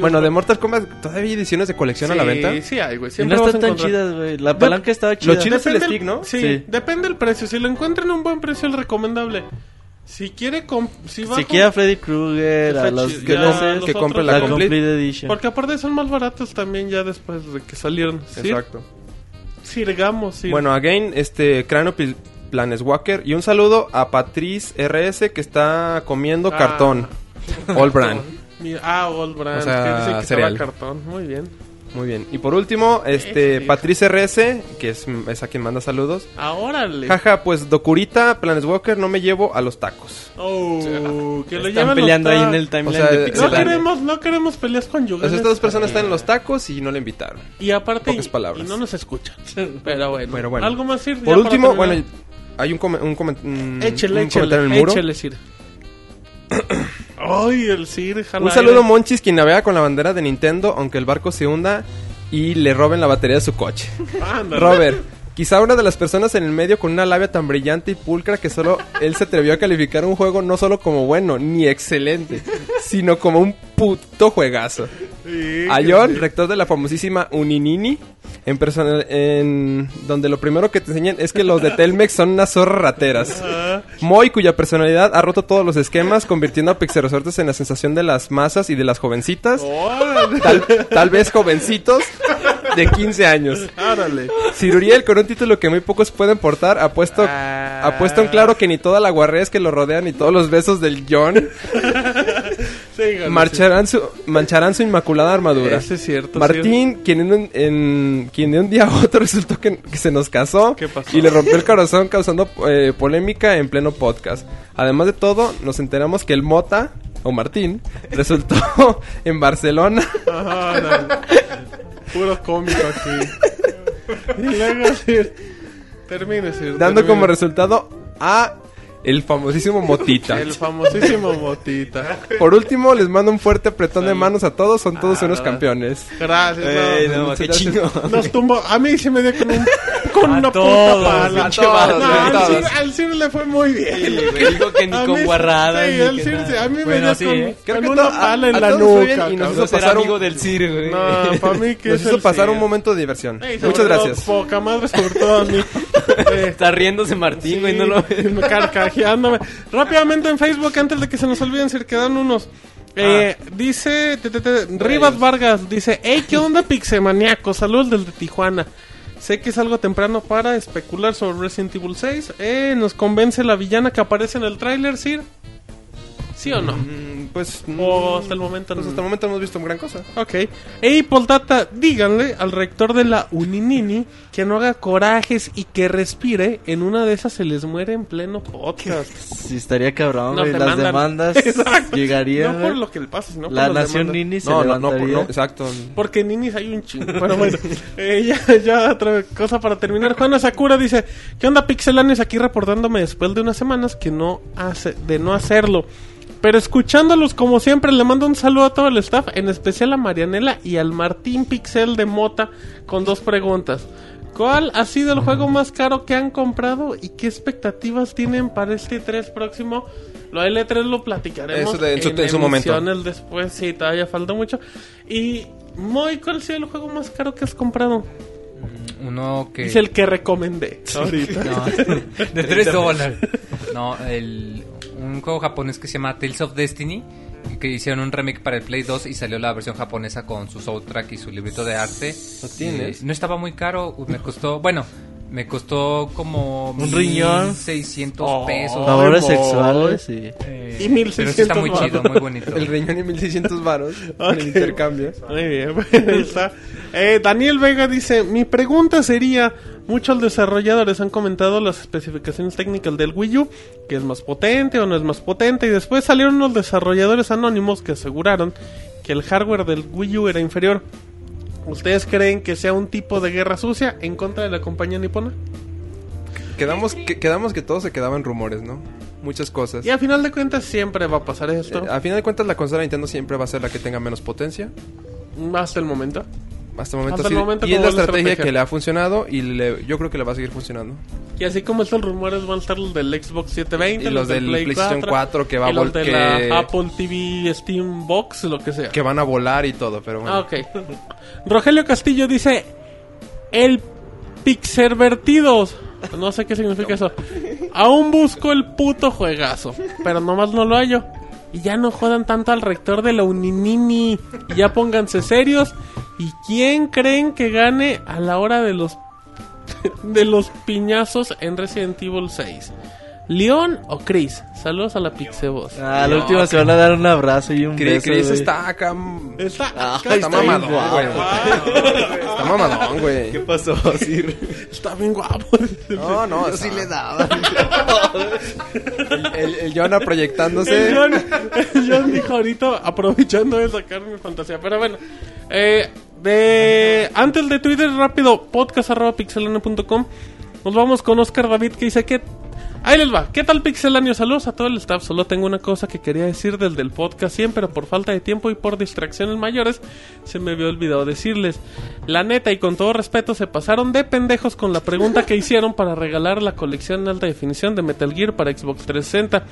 Speaker 7: Bueno, de Mortal Kombat, ¿todavía hay ediciones de colección a la venta?
Speaker 2: Sí, sí hay, güey.
Speaker 5: Y
Speaker 2: Siempre
Speaker 5: no
Speaker 2: vas a
Speaker 5: están tan
Speaker 2: encontrar.
Speaker 5: chidas, güey. La palanca estaba chida.
Speaker 7: chido es el
Speaker 2: Depende
Speaker 7: stick, ¿no?
Speaker 2: Sí,
Speaker 5: Sí.
Speaker 2: depende el precio. Si lo encuentran a un buen precio, el recomendable. Si quiere... comp- Si, va
Speaker 5: Si
Speaker 2: con-
Speaker 5: quiere a Freddy Krueger, a
Speaker 2: Está
Speaker 5: los
Speaker 2: chido.
Speaker 7: Que,
Speaker 2: Ya,
Speaker 7: no-
Speaker 5: grises,
Speaker 7: que
Speaker 2: los
Speaker 7: compre
Speaker 2: otros
Speaker 7: la
Speaker 5: la
Speaker 7: Complete.
Speaker 5: Complete Edition.
Speaker 2: Porque aparte son más baratos también ya después de que salieron. Sir,
Speaker 7: Exacto.
Speaker 2: Sirgamos, Sir.
Speaker 7: Bueno, again, este cráneo pil- Planeswalker. Y un saludo a Patriz RS que está comiendo
Speaker 2: Ah.
Speaker 7: cartón. All brand.
Speaker 2: Mira, ah, Old Brand,
Speaker 7: O sea,
Speaker 2: que dice que
Speaker 7: cereal.
Speaker 2: estaba cartón. Muy bien.
Speaker 7: Muy bien. Y por último,
Speaker 2: Ese
Speaker 7: este
Speaker 2: tío.
Speaker 7: Patriz RS, que es, es a quien manda saludos.
Speaker 2: Ahora le.
Speaker 7: Jaja, pues Docurita, Planeswalker, no me llevo a los tacos.
Speaker 2: Oh, que lo
Speaker 8: Están
Speaker 2: llevan
Speaker 8: peleando
Speaker 2: los
Speaker 8: ahí
Speaker 2: ta-
Speaker 8: en el timeline
Speaker 7: O sea,
Speaker 8: de
Speaker 2: No
Speaker 7: Pixelania.
Speaker 8: Pixelania.
Speaker 2: queremos, no queremos peleas
Speaker 7: O sea,
Speaker 2: conyugales.
Speaker 7: Pues, estas dos personas están en los tacos y no le invitaron.
Speaker 2: Y aparte,
Speaker 7: Pocas
Speaker 2: y-
Speaker 7: palabras.
Speaker 2: y no nos escuchan. Pero bueno,
Speaker 7: Pero bueno.
Speaker 2: algo más, Sir. ya
Speaker 7: Por
Speaker 2: para
Speaker 7: último,
Speaker 2: terminar.
Speaker 7: bueno, hay un, come- un, coment- un-
Speaker 2: échele,
Speaker 7: un
Speaker 2: échele,
Speaker 7: comentario en el muro.
Speaker 2: échele, Sir. Ay, el Sir, jala
Speaker 7: Un saludo
Speaker 2: aire.
Speaker 7: Monchis quien navega con la bandera de Nintendo aunque el barco se hunda y le roben la batería de su coche.
Speaker 2: Ándale.
Speaker 7: Robert, quizá una de las personas en el medio con una labia tan brillante y pulcra que solo él se atrevió a calificar un juego no solo como bueno ni excelente, sino como un puto juegazo.
Speaker 2: Sí,
Speaker 7: A
Speaker 2: que
Speaker 7: John,
Speaker 2: sí.
Speaker 7: rector de la famosísima Uninini, en persona- en donde lo primero que te enseñan es que los de Telmex son unas zorras rateras.
Speaker 2: Ah,
Speaker 7: Moy, cuya personalidad ha roto todos los esquemas, convirtiendo a Pixel Resortes en la sensación de las masas y de las jovencitas,
Speaker 2: órale.
Speaker 7: tal, tal vez jovencitos de 15 años.
Speaker 2: Árale.
Speaker 7: Ciruriel, con un título que muy pocos pueden portar, ha puesto,
Speaker 2: Ah.
Speaker 7: ha puesto en claro que ni toda la guarrez que lo rodea ni todos los besos del John
Speaker 2: Sí, gana,
Speaker 7: marcharán su, mancharán su inmaculada
Speaker 2: sí.
Speaker 7: armadura.
Speaker 2: Ese es cierto. sí.
Speaker 7: Martín, quien, en un- en- quien de un día a otro resultó que, que se nos casó
Speaker 2: ¿Qué pasó?
Speaker 7: y le rompió el corazón causando eh, polémica en pleno podcast. Además de todo, nos enteramos que el Mota, o Martín, resultó en Barcelona.
Speaker 2: Ajá, órale. Puro cómico aquí. Y luego, Sir. Termine, Sir.
Speaker 7: dando
Speaker 2: termine.
Speaker 7: como resultado a el famosísimo Motita.
Speaker 2: El famosísimo Motita.
Speaker 7: Por último, les mando un fuerte apretón de manos a todos, son todos unos campeones.
Speaker 2: Gracias, no.
Speaker 8: Ey, no,
Speaker 7: Muchas
Speaker 8: qué
Speaker 7: gracias.
Speaker 8: chingo.
Speaker 2: Nos tumbó. A mí se me dio con, un, con una
Speaker 5: todos,
Speaker 2: puta pala.
Speaker 7: pinche vato,
Speaker 2: No,
Speaker 7: a
Speaker 2: al,
Speaker 7: todos.
Speaker 2: Sir, al Sir le fue muy bien.
Speaker 8: Digo que ni
Speaker 2: A
Speaker 8: con
Speaker 2: mí-
Speaker 8: guarradas.
Speaker 2: Sí,
Speaker 8: ni
Speaker 2: al
Speaker 8: que
Speaker 2: Sir
Speaker 8: nada.
Speaker 2: se- a mí
Speaker 5: Bueno,
Speaker 2: me
Speaker 5: sí,
Speaker 2: dio
Speaker 5: ¿eh?
Speaker 2: con,
Speaker 7: Creo que
Speaker 2: con una
Speaker 7: to- a-
Speaker 2: pala
Speaker 7: a
Speaker 2: en la
Speaker 7: todos fue bien
Speaker 2: nuca.
Speaker 7: y eh.
Speaker 2: cabrón.
Speaker 7: nos hizo
Speaker 8: No ser
Speaker 7: pasar un-
Speaker 8: amigo del Sir, güey.
Speaker 2: No, para mí que
Speaker 7: Nos
Speaker 2: es
Speaker 7: hizo
Speaker 2: el
Speaker 7: pasar
Speaker 2: Sir.
Speaker 7: un momento de diversión.
Speaker 2: Ey, sobre
Speaker 7: Muchas
Speaker 2: todo,
Speaker 7: gracias.
Speaker 2: Poca madre, sobre todo a mí. Eh,
Speaker 8: Está riéndose Martín, güey, no lo
Speaker 2: Sí, Carcajeándome. Rápidamente en Facebook, antes de que se nos olviden, se quedan unos. Eh,
Speaker 8: Ah.
Speaker 2: Dice te, te, te, Rivas Vargas, dice, hey, ¿qué onda pixemaniaco? Saludos desde Tijuana. Sé que es algo temprano para especular sobre Resident Evil 6. Eh, ¿Nos convence la villana que aparece en el tráiler, Sir? ¿Sí o no?
Speaker 8: Mm,
Speaker 7: pues...
Speaker 2: O
Speaker 7: mm,
Speaker 2: hasta el momento
Speaker 7: pues
Speaker 2: no.
Speaker 7: hasta el momento no hemos visto gran cosa.
Speaker 2: Ok. Ey, Poldata, díganle al rector de la Uninini que no haga corajes y que respire. En una de esas se les muere en pleno podcast.
Speaker 5: Sí, estaría cabrón,
Speaker 2: No
Speaker 5: güey.
Speaker 2: te
Speaker 5: Las
Speaker 2: mandan.
Speaker 5: demandas
Speaker 2: Exacto.
Speaker 5: llegarían.
Speaker 2: No por
Speaker 5: güey.
Speaker 2: lo que le pasa, sino por
Speaker 5: la
Speaker 2: las
Speaker 5: nación
Speaker 2: demandas.
Speaker 5: Nini se
Speaker 7: No, no, no, por-
Speaker 5: levantaría.
Speaker 7: no, exacto.
Speaker 2: Porque ninis hay un chingo. Pero bueno, eh, ya, ya otra cosa para terminar. Juana Sakura dice: ¿Qué onda, Pixelanes? Aquí reportándome después de unas semanas que no hace, de no hacerlo. Pero escuchándolos como siempre, le mando un saludo a todo el staff, en especial a Marianela y al Martín Pixel de Mota, con dos preguntas. ¿Cuál ha sido el juego más caro que han comprado y qué expectativas tienen para este 3 próximo? Lo de L3 lo platicaremos
Speaker 7: Eso de- en su- en su momento.
Speaker 2: emisiones después, sí, todavía falta mucho. Y Moy, ¿cuál ha sido el juego más caro que has comprado?
Speaker 6: Uno que...
Speaker 2: Es el que recomendé ahorita.
Speaker 6: No, de 3 dólares. No, el, un juego japonés que se llama Tales of Destiny, que hicieron un remake para el Play 2 y salió la versión japonesa con su soundtrack y su librito de arte.
Speaker 7: ¿Lo tienes?
Speaker 6: Eh, no estaba muy caro, me costó, bueno, me costó como
Speaker 5: Un riñón.
Speaker 6: 600
Speaker 2: Oh.
Speaker 6: pesos.
Speaker 5: Favores
Speaker 2: Ay, boy.
Speaker 5: sexuales y...
Speaker 6: Eh,
Speaker 2: Y
Speaker 6: Pero sí está muy
Speaker 2: 1600
Speaker 6: chido,
Speaker 2: baros.
Speaker 6: muy bonito.
Speaker 7: El riñón y 1600 varos en
Speaker 2: Ok.
Speaker 7: el intercambio.
Speaker 2: Muy bien, bueno, ahí está. Eh, Daniel Vega dice, mi pregunta sería, muchos desarrolladores han comentado las especificaciones técnicas del Wii U, que es más potente o no es más potente, y después salieron unos desarrolladores anónimos que aseguraron que el hardware del Wii U era inferior. ¿Ustedes creen que sea un tipo de guerra sucia en contra de la compañía nipona?
Speaker 7: Quedamos que, quedamos que todo se quedaba en rumores, ¿no? Muchas cosas.
Speaker 2: Y al final de cuentas siempre va a pasar esto,
Speaker 7: Eh, a final de cuentas, la consola de Nintendo siempre va a ser la que tenga menos potencia.
Speaker 2: hasta el momento.
Speaker 7: Hasta el momento,
Speaker 2: Hasta el
Speaker 7: así-
Speaker 2: momento
Speaker 7: Y es
Speaker 2: como
Speaker 7: la
Speaker 2: es la
Speaker 7: estrategia,
Speaker 2: estrategia.
Speaker 7: que le ha funcionado y le- yo creo que le va a seguir funcionando.
Speaker 2: Y así como estos rumores van a estar los del Xbox 720,
Speaker 7: Y los del PlayStation 4 que va a
Speaker 2: y los de
Speaker 7: vol-
Speaker 2: la
Speaker 7: que-
Speaker 2: Apple TV, Steam Box, lo que sea.
Speaker 7: Que van a volar y todo, pero bueno.
Speaker 2: Ah, ok. Rogelio Castillo dice: El Pixervertidos. No sé qué significa eso. Aún busco el puto juegazo, pero nomás no lo hallo. Y ya no jodan tanto al rector de la Uninini. Y ya pónganse serios. ¿Y quién creen que gane a la hora de los de los piñazos en Resident Evil 6? ¿Leon o Chris? Saludos a la Pixeboss.
Speaker 5: Ah, la última se van a dar un abrazo y un
Speaker 7: Chris,
Speaker 5: beso,
Speaker 7: Chris
Speaker 5: güey.
Speaker 7: está acá. mm,
Speaker 2: Está,
Speaker 5: Ah,
Speaker 7: Está
Speaker 5: bien
Speaker 7: mamadón,
Speaker 5: guapo.
Speaker 7: güey. Está mamadón, güey.
Speaker 5: pasó, Sir?
Speaker 2: está bien guapo.
Speaker 7: No, no. Yo sí le daba. el, el, el Jonah proyectándose.
Speaker 2: El John, el John dijo ahorita, aprovechando de sacar mi fantasía. Pero bueno, eh, de antes de Twitter, rápido, podcast.pixelania.com. Nos vamos con Oscar David que dice que. Ahí les va. ¿Qué tal Pixelanio? Saludos a todo el staff. Solo tengo una cosa que quería decir desde el podcast 100, pero por falta de tiempo y por distracciones mayores se me había olvidado decirles. La neta y con todo respeto se pasaron de pendejos con la pregunta que hicieron para regalar la colección en alta definición de Metal Gear para Xbox 360.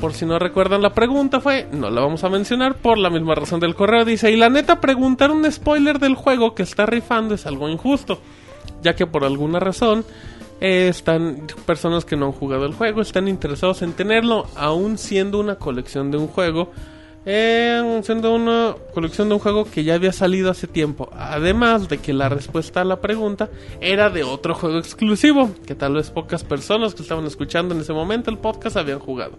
Speaker 2: Por si no recuerdan la pregunta fue, no la vamos a mencionar por la misma razón del correo, dice, y la neta preguntar un spoiler del juego que está rifando es algo injusto, ya que por alguna razón eh, están personas que no han jugado el juego, están interesados en tenerlo, aún siendo una colección de un juego, eh, aún siendo una colección de un juego que ya había salido hace tiempo, además de que la respuesta a la pregunta era de otro juego exclusivo, que tal vez pocas personas que estaban escuchando en ese momento el podcast habían jugado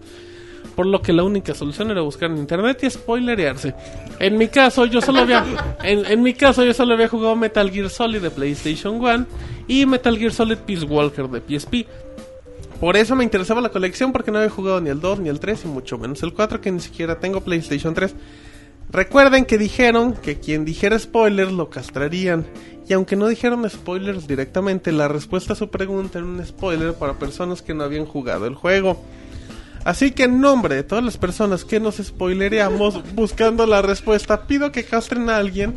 Speaker 2: por lo que la única solución era buscar en internet y spoilerearse. En mi caso, yo solo había en, en mi caso yo solo había jugado Metal Gear Solid de PlayStation 1 y Metal Gear Solid Peace Walker de PSP. Por eso me interesaba la colección porque no había jugado ni el 2 ni el 3 y mucho menos el 4 que ni siquiera tengo PlayStation 3. Recuerden que dijeron que quien dijera spoilers lo castrarían. Y aunque no dijeron spoilers directamente, la respuesta a su pregunta era un spoiler para personas que no habían jugado el juego. Así que en nombre de todas las personas que nos spoilereamos buscando la respuesta, pido que castren a alguien.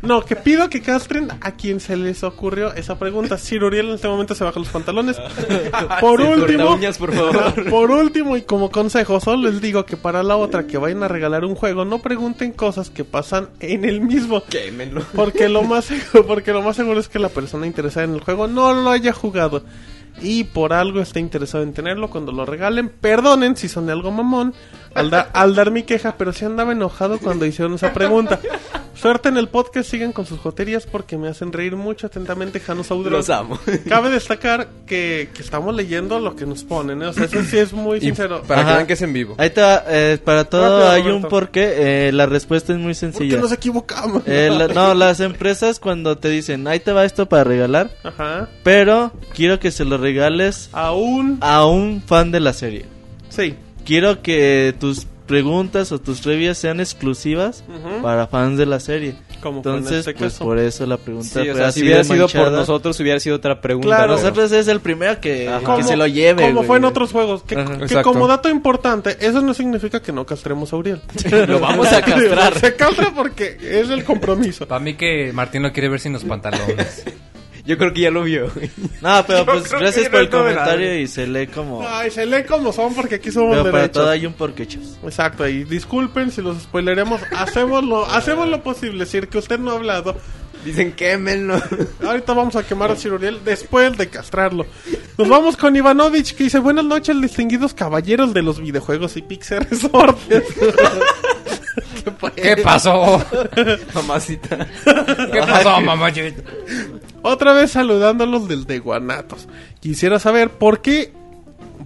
Speaker 2: No, que pido que castren a quien se les ocurrió esa pregunta. Sir Uriel en este momento se baja los pantalones. Por último,
Speaker 8: uñas, por favor.
Speaker 2: por último y como consejo, solo les digo que para la otra que vayan a regalar un juego, no pregunten cosas que pasan en el mismo.
Speaker 7: Quémenlo.
Speaker 2: Porque lo más seguro, porque lo más seguro es que la persona interesada en el juego no lo haya jugado y por algo esté interesado en tenerlo cuando lo regalen. Perdonen si soné algo mamón al, da- al dar mi queja, pero sí andaba enojado cuando hicieron esa pregunta. Suerte en el podcast, sigan con sus joterías porque me hacen reír mucho atentamente, Jano Saudra.
Speaker 8: Los amo.
Speaker 2: Cabe destacar que, que estamos leyendo lo que nos ponen, ¿eh? O sea, eso sí es muy sincero.
Speaker 7: Para que
Speaker 5: Ajá.
Speaker 7: vean que es en vivo.
Speaker 5: Ahí te va, eh, para todo
Speaker 2: Rápido,
Speaker 5: hay
Speaker 2: Roberto.
Speaker 5: un porqué. eh, la respuesta es muy
Speaker 2: ¿Por qué
Speaker 5: sencilla.
Speaker 2: nos equivocamos?
Speaker 5: Eh, la- no, las empresas cuando te dicen, ahí te va esto para regalar,
Speaker 2: Ajá.
Speaker 5: pero quiero que se lo regales
Speaker 2: Aún.
Speaker 5: a un fan de la serie.
Speaker 2: Sí.
Speaker 5: Quiero que tus preguntas o tus trivias sean exclusivas
Speaker 2: Ujú.
Speaker 5: para fans de la serie.
Speaker 2: Como fue en
Speaker 5: Entonces,
Speaker 2: este
Speaker 5: pues
Speaker 2: caso.
Speaker 5: por eso la pregunta
Speaker 8: Sí, o
Speaker 5: fue
Speaker 8: sea,
Speaker 5: así
Speaker 8: si hubiera
Speaker 5: de
Speaker 8: sido por
Speaker 5: manchada.
Speaker 8: nosotros, hubiera sido otra pregunta.
Speaker 5: Claro, pues,
Speaker 8: pero-
Speaker 5: nosotros es el primero que,
Speaker 8: Ajá.
Speaker 5: que
Speaker 2: Como-
Speaker 5: se lo lleve.
Speaker 2: Como
Speaker 5: güey.
Speaker 2: fue en otros juegos. Que,
Speaker 5: Ajá.
Speaker 2: que
Speaker 7: Exacto.
Speaker 2: como dato importante, eso no significa que no castremos a Uriel.
Speaker 8: Lo vamos a castrar.
Speaker 2: Se castra porque es el compromiso.
Speaker 6: Para mí que Martín lo quiere ver sin los pantalones.
Speaker 8: Yo creo que ya lo vio.
Speaker 5: No, pero
Speaker 9: Yo
Speaker 5: pues
Speaker 9: creo
Speaker 5: gracias
Speaker 9: que
Speaker 5: por el
Speaker 9: no es novedad.
Speaker 5: comentario y se lee como...
Speaker 2: Ay, se lee como son porque aquí somos
Speaker 5: Pero para
Speaker 2: derechos.
Speaker 5: todo hay un porqué, chavos.
Speaker 2: Exacto, y disculpen si los spoileremos. Hacemos lo, hacemos lo posible, Sir, que usted no ha hablado.
Speaker 8: Dicen quémenlo.
Speaker 2: Ahorita vamos a quemar a Sir Uriel después de castrarlo. Nos vamos con Ivanovich, que dice: Buenas noches, distinguidos caballeros de los videojuegos y Pixel Resortes.
Speaker 6: ¿Qué pasó?
Speaker 8: Mamacita.
Speaker 6: ¿Qué pasó, mamá?
Speaker 2: Otra vez saludándolos del de Guanatos. Quisiera saber por qué,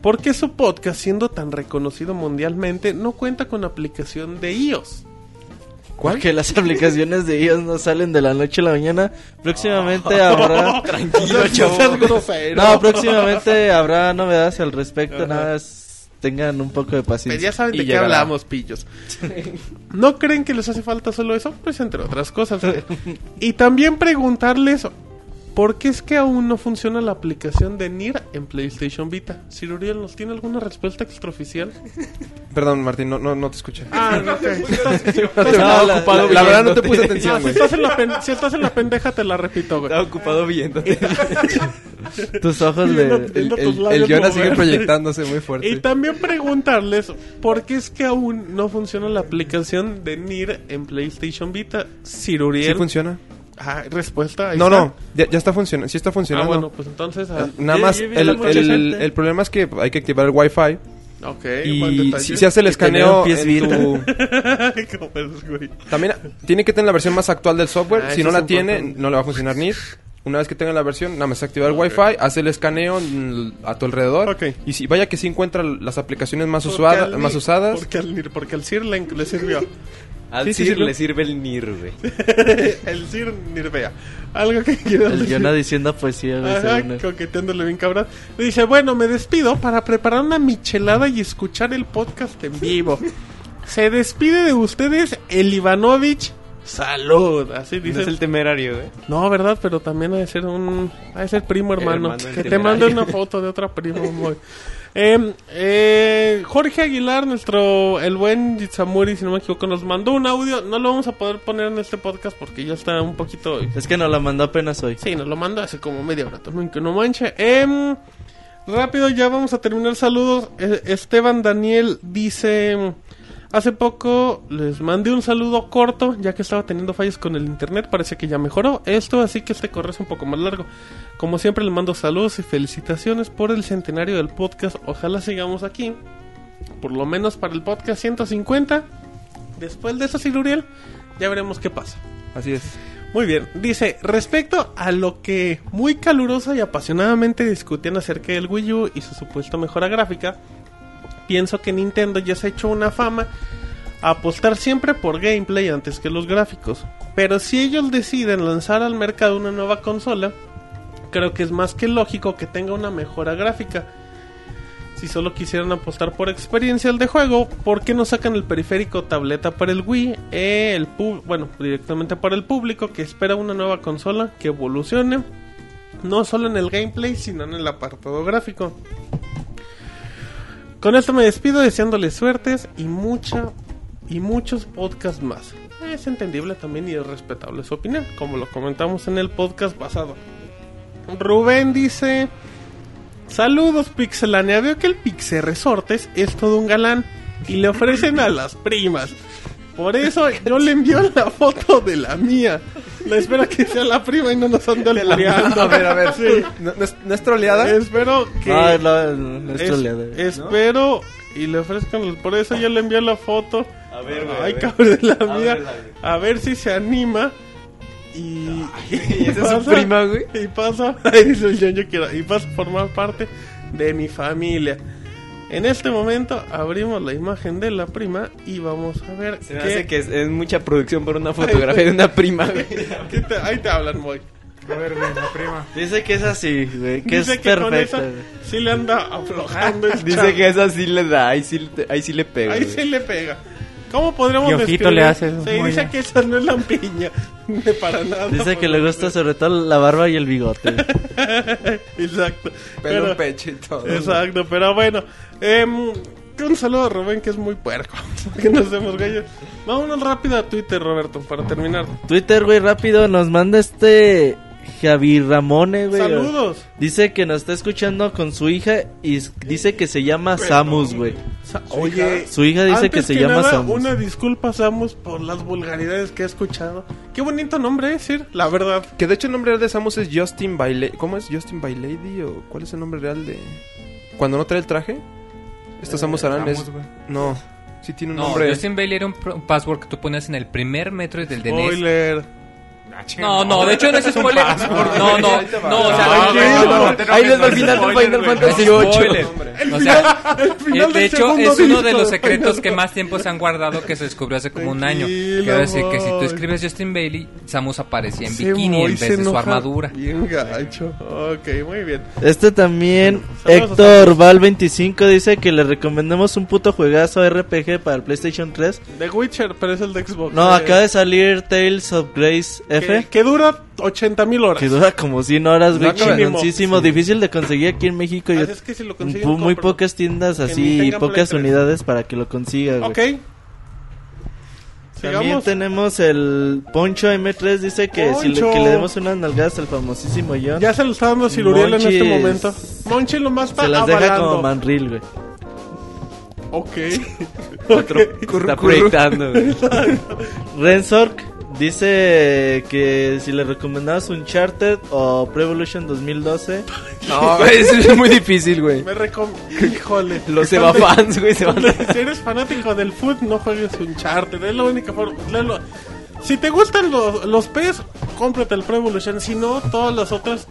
Speaker 2: por qué su podcast, siendo tan reconocido mundialmente, no cuenta con aplicación de iOS.
Speaker 5: ¿Cuál? Porque las aplicaciones de ellos no salen de la noche a la mañana. Próximamente habrá...
Speaker 2: Tranquilo,
Speaker 5: chavo. No, próximamente habrá novedades al respecto. Nada más tengan un poco de
Speaker 2: Pues
Speaker 5: paciencia.
Speaker 2: ya saben
Speaker 6: Y
Speaker 2: de qué
Speaker 6: llegará.
Speaker 2: hablamos, pillos. ¿No creen que les hace falta solo eso? Pues entre otras cosas. Y también preguntarles por qué es que aún no funciona la aplicación de Nier en PlayStation Vita. Sir Uriel, ¿nos tiene alguna respuesta extraoficial?
Speaker 7: Perdón, Martín, no, no, no te escuché.
Speaker 2: Ah, no, ok. Estás-
Speaker 8: Estaba ocupado
Speaker 7: la verdad no te
Speaker 8: viéndote.
Speaker 7: puse
Speaker 2: No,
Speaker 7: atención,
Speaker 2: si
Speaker 7: güey.
Speaker 2: estás, en la pen- si estás en la pendeja, te la repito, güey.
Speaker 8: Estaba ocupado viéndote.
Speaker 5: Tus ojos
Speaker 2: Viendo-
Speaker 5: de...
Speaker 7: El,
Speaker 2: viendo tus
Speaker 7: el, el
Speaker 2: labios
Speaker 7: Jonah
Speaker 2: mover.
Speaker 7: sigue proyectándose muy
Speaker 2: Y
Speaker 7: fuerte.
Speaker 2: también preguntarles por qué es que aún no funciona la aplicación de Nier en PlayStation Vita. Sir
Speaker 7: ¿Sí
Speaker 2: Uriel.
Speaker 7: funciona?
Speaker 2: Ah, respuesta. ahí
Speaker 7: No,
Speaker 2: está.
Speaker 7: no, ya, ya está funcionando. Sí está
Speaker 2: Ah,
Speaker 7: funcionando.
Speaker 2: bueno, pues entonces. ah,
Speaker 7: Nada
Speaker 5: Yo-
Speaker 7: más,
Speaker 5: yo he
Speaker 7: el,
Speaker 5: visto mucha
Speaker 7: el,
Speaker 5: gente.
Speaker 7: el problema es que hay que activar el Wi-Fi.
Speaker 2: ok, buen
Speaker 7: Y
Speaker 2: detalle.
Speaker 7: si se hace el
Speaker 5: Que tenía
Speaker 7: escaneo
Speaker 5: un pies
Speaker 7: en tu-
Speaker 2: Como eres, güey.
Speaker 7: También tiene que tener la versión más actual del software.
Speaker 2: Ah,
Speaker 7: si
Speaker 2: eso
Speaker 7: no
Speaker 2: es
Speaker 7: la tiene,
Speaker 2: importante.
Speaker 7: no le va a funcionar ni Una vez que tenga la versión, nada más activar el Wi-Fi, hace el escaneo mm, a tu alrededor.
Speaker 2: Ok.
Speaker 7: Y si vaya que sí encuentra las aplicaciones más,
Speaker 2: Porque
Speaker 7: usuada-
Speaker 2: al Ni-
Speaker 7: más usadas.
Speaker 2: Porque al, Ni- porque al Sir le, le sirvió.
Speaker 8: Al
Speaker 2: Sí, sí,
Speaker 8: Sir
Speaker 2: sí, lo-
Speaker 8: le sirve el NIR, güey.
Speaker 2: el Sir Nirvea. Algo que quiero
Speaker 5: El Jonah diciendo poesía. güey, según
Speaker 2: Ajá,
Speaker 5: él.
Speaker 2: coqueteándole bien cabrón. Le dice, bueno, me despido para preparar una michelada y escuchar el podcast en vivo. Se despide de ustedes el Ivanovich. Salud, así
Speaker 8: No
Speaker 2: dice.
Speaker 8: es el temerario, güey.
Speaker 2: No, verdad, pero también ha de ser un... Ha de ser primo, hermano.
Speaker 8: Hermano del
Speaker 2: que te
Speaker 8: temerario.
Speaker 2: mande una foto de otra primo, muy. Eh, eh, Jorge Aguilar, nuestro... El buen Jitsamuri, si no me equivoco, nos mandó un audio. No lo vamos a poder poner en este podcast porque ya está un poquito...
Speaker 5: Es que nos la mandó apenas hoy.
Speaker 2: Sí, nos lo mandó hace como media hora también, que no manche. Em, rápido, ya vamos a terminar. Saludos. E- Esteban Daniel dice... Hace poco les mandé un saludo corto, ya que estaba teniendo fallas con el internet. Parece que ya mejoró esto, así que este correo es un poco más largo. Como siempre, les mando saludos y felicitaciones por el centenario del podcast. Ojalá sigamos aquí, por lo menos para el podcast 150. Después de eso, Siluriel, ya veremos qué pasa.
Speaker 7: Así es.
Speaker 2: Muy bien, dice, respecto a lo que muy calurosa y apasionadamente discutían acerca del Wii U y su supuesta mejora gráfica, pienso que Nintendo ya se ha hecho una fama a apostar siempre por gameplay antes que los gráficos. Pero si ellos deciden lanzar al mercado una nueva consola, creo que es más que lógico que tenga una mejora gráfica. Si solo quisieran apostar por experiencias de juego, ¿por qué no sacan el periférico o tableta para el Wii? Eh, el pub- bueno, directamente para el público que espera una nueva consola que evolucione, no solo en el gameplay, sino en el apartado gráfico. Con esto me despido deseándoles suertes y mucha y muchos podcasts más. Es entendible también y es respetable su opinión, como lo comentamos en el podcast pasado. Rubén dice, Saludos Pixelania, veo que el Pixel Resortes es todo un galán y le ofrecen a las primas. Por eso yo le envío la foto de la mía. La espero que sea la prima y no nos ande albureando.
Speaker 7: A ver, a ver.
Speaker 2: Sí.
Speaker 7: ¿No, no es, no es troleada?
Speaker 2: Espero que...
Speaker 5: No, no, no, no Ah, es
Speaker 2: es-
Speaker 5: troleada, güey.
Speaker 2: Espero y le ofrezcan los- Por eso yo le envié la foto.
Speaker 8: A ver, güey,
Speaker 2: Ay,
Speaker 8: a ver.
Speaker 2: cabrón, la
Speaker 8: A
Speaker 2: mía.
Speaker 8: ver, la-
Speaker 2: a ver si se anima. Y.
Speaker 8: ¿Y esa es su prima, güey?
Speaker 2: Y pasa. Ahí dice el John, yo quiero. Y pasa a formar parte de mi familia. En este momento abrimos la imagen de la prima y vamos a ver.
Speaker 8: Se me
Speaker 2: qué-
Speaker 8: hace que es, es mucha producción por una fotografía de una prima, güey.
Speaker 2: qué te- ahí te hablan, Moy.
Speaker 4: A ver, güey, la prima.
Speaker 5: Dice que es así, güey, que
Speaker 2: Dice
Speaker 5: es
Speaker 2: que con esa
Speaker 5: perfecta. güey.
Speaker 2: sí le anda aflojando el
Speaker 8: Dice
Speaker 2: chavo.
Speaker 8: que esa sí le da, ahí sí, le- ahí sí le pega.
Speaker 2: Ahí
Speaker 8: güey.
Speaker 2: sí le pega. ¿Cómo podríamos
Speaker 4: Y ojito
Speaker 2: describir?
Speaker 4: le hace,
Speaker 2: Sí,
Speaker 4: muy
Speaker 2: dice
Speaker 4: bien.
Speaker 2: que esa no es lampiña. De para nada.
Speaker 5: Dice que le gusta sobre todo la barba y el bigote.
Speaker 2: Exacto.
Speaker 7: Pelo
Speaker 2: Pero-
Speaker 7: en pecho y todo.
Speaker 2: Exacto, pero bueno. em, un saludo a Rubén, que es muy puerco. que nos hemos gallos. Vámonos rápido a Twitter, Roberto, para terminar.
Speaker 5: Twitter, güey, rápido, nos manda este Javi Ramone, güey.
Speaker 2: Saludos.
Speaker 5: Dice que nos está escuchando con su hija y s- dice que se llama
Speaker 2: Pues
Speaker 5: Samus, güey.
Speaker 2: Sa- Oye,
Speaker 5: Su hija dice
Speaker 2: antes
Speaker 5: que se llama
Speaker 2: nada,
Speaker 5: Samus.
Speaker 2: Una disculpa, Samus, por las vulgaridades que he escuchado. Qué bonito nombre es, Sir, la verdad.
Speaker 7: Que de hecho el nombre real de Samus es Justin Bailey. ¿Cómo es? ¿Justin Bailey? ¿O cuál es el nombre real de. Cuando no trae el traje? Esta Samus Aran es. No. Sí tiene un
Speaker 6: No,
Speaker 7: nombre.
Speaker 6: Justin Bailey era un, pro- un password que tú ponías en el primer metro del de E NES.
Speaker 2: Spoiler.
Speaker 6: No, no, de hecho no es spoiler. No, no, no,
Speaker 7: Ahí te va.
Speaker 6: o sea,
Speaker 2: Ay,
Speaker 6: no,
Speaker 2: qué
Speaker 6: no, no,
Speaker 2: bueno.
Speaker 8: Ahí les va el final de Final Fantasy
Speaker 6: no,
Speaker 8: VIII.
Speaker 6: spoiler. O sea,
Speaker 2: El final
Speaker 6: Eh, de
Speaker 2: del
Speaker 6: hecho
Speaker 2: segundo
Speaker 6: es uno de
Speaker 2: disco
Speaker 6: los secretos
Speaker 2: Final
Speaker 6: que más tiempo se han guardado que se descubrió hace como un año.
Speaker 2: Tranquilo,
Speaker 6: Quiero decir que si tú
Speaker 2: boy.
Speaker 6: escribes Justin Bailey, Samus aparecía en
Speaker 2: Ese
Speaker 6: bikini
Speaker 2: Moy
Speaker 6: en
Speaker 2: se
Speaker 6: vez de su
Speaker 2: enoja
Speaker 6: armadura.
Speaker 2: Bien gacho. Ok, muy bien.
Speaker 5: Este también,
Speaker 2: Saludos a
Speaker 5: Héctor
Speaker 2: Samus.
Speaker 5: Val25, dice que le recomendemos un puto juegazo RPG para el PlayStation 3.
Speaker 2: The Witcher, pero es el de Xbox.
Speaker 5: No,
Speaker 2: Eh,
Speaker 5: acaba de salir Tales of Grace F.
Speaker 2: Que, que dura 80 mil horas.
Speaker 5: Que dura como 100 horas, güey.
Speaker 2: Mínimo.
Speaker 5: Chingoncísimo. Difícil de conseguir aquí en México. Yo-
Speaker 2: Así Ah, es que si lo consiguen,
Speaker 5: pu- muy
Speaker 2: cómpralo.
Speaker 5: pocas tiendas
Speaker 2: Que ni
Speaker 5: así y
Speaker 2: tengan Play
Speaker 5: pocas
Speaker 2: 3.
Speaker 5: unidades para que lo consiga, güey.
Speaker 2: Ok.
Speaker 5: También
Speaker 2: Sigamos.
Speaker 5: tenemos el Poncho M3. Dice que, si le,
Speaker 2: Poncho.
Speaker 5: que le demos unas nalgadas al famosísimo John.
Speaker 2: Ya se lo está dando Siluriel en este
Speaker 5: Monchis.
Speaker 2: momento. Monchi lo más
Speaker 5: se
Speaker 2: está
Speaker 5: las deja como
Speaker 2: avalando.
Speaker 5: manril, güey.
Speaker 2: Ok.
Speaker 8: Otro está proyectando, güey.
Speaker 5: Rensork dice que si le recomendabas Uncharted o Pro Evolution 2012.
Speaker 8: No, güey, eso es muy difícil, güey.
Speaker 2: Me recom... Híjole.
Speaker 8: Los se va fans, güey, se van.
Speaker 2: Si eres fanático del food, no juegues un charter. Es la única forma. la- lo- Si te gustan los, los PES, cómprate el Pro Evolution. Si no, todas las otras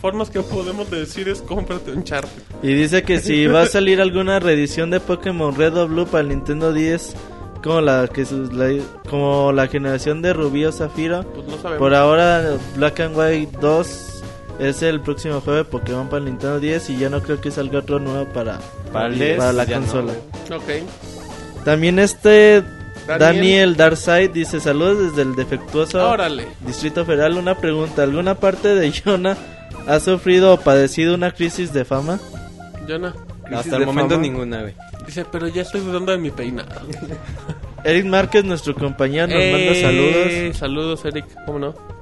Speaker 2: formas que podemos decir es cómprate un charter.
Speaker 5: Y dice que si va a salir alguna reedición de Pokémon Red o Blue para el Nintendo 10, como la que su- la- como la generación de Rubí o Zafiro,
Speaker 2: Pues no sabemos.
Speaker 5: por ahora Black and White 2 es el próximo juego de Pokémon para el Nintendo 10 y ya no creo que salga otro nuevo para,
Speaker 8: Para el 10,
Speaker 5: la
Speaker 8: ya no,
Speaker 5: consola.
Speaker 2: Ok.
Speaker 5: También este
Speaker 2: Daniel.
Speaker 5: Daniel, Darkseid dice saludos desde el defectuoso
Speaker 2: Órale.
Speaker 5: Distrito Federal. Una pregunta, ¿alguna parte de Yona ha sufrido o padecido una crisis de fama?
Speaker 2: Jonah.
Speaker 8: Hasta el momento
Speaker 7: fama.
Speaker 8: ninguna, güey.
Speaker 2: Dice, pero ya estoy dudando de mi peinado.
Speaker 5: Eric Márquez, nuestro compañero, nos manda saludos.
Speaker 2: saludos. Eh, Saludos, Eric. ¿Cómo no?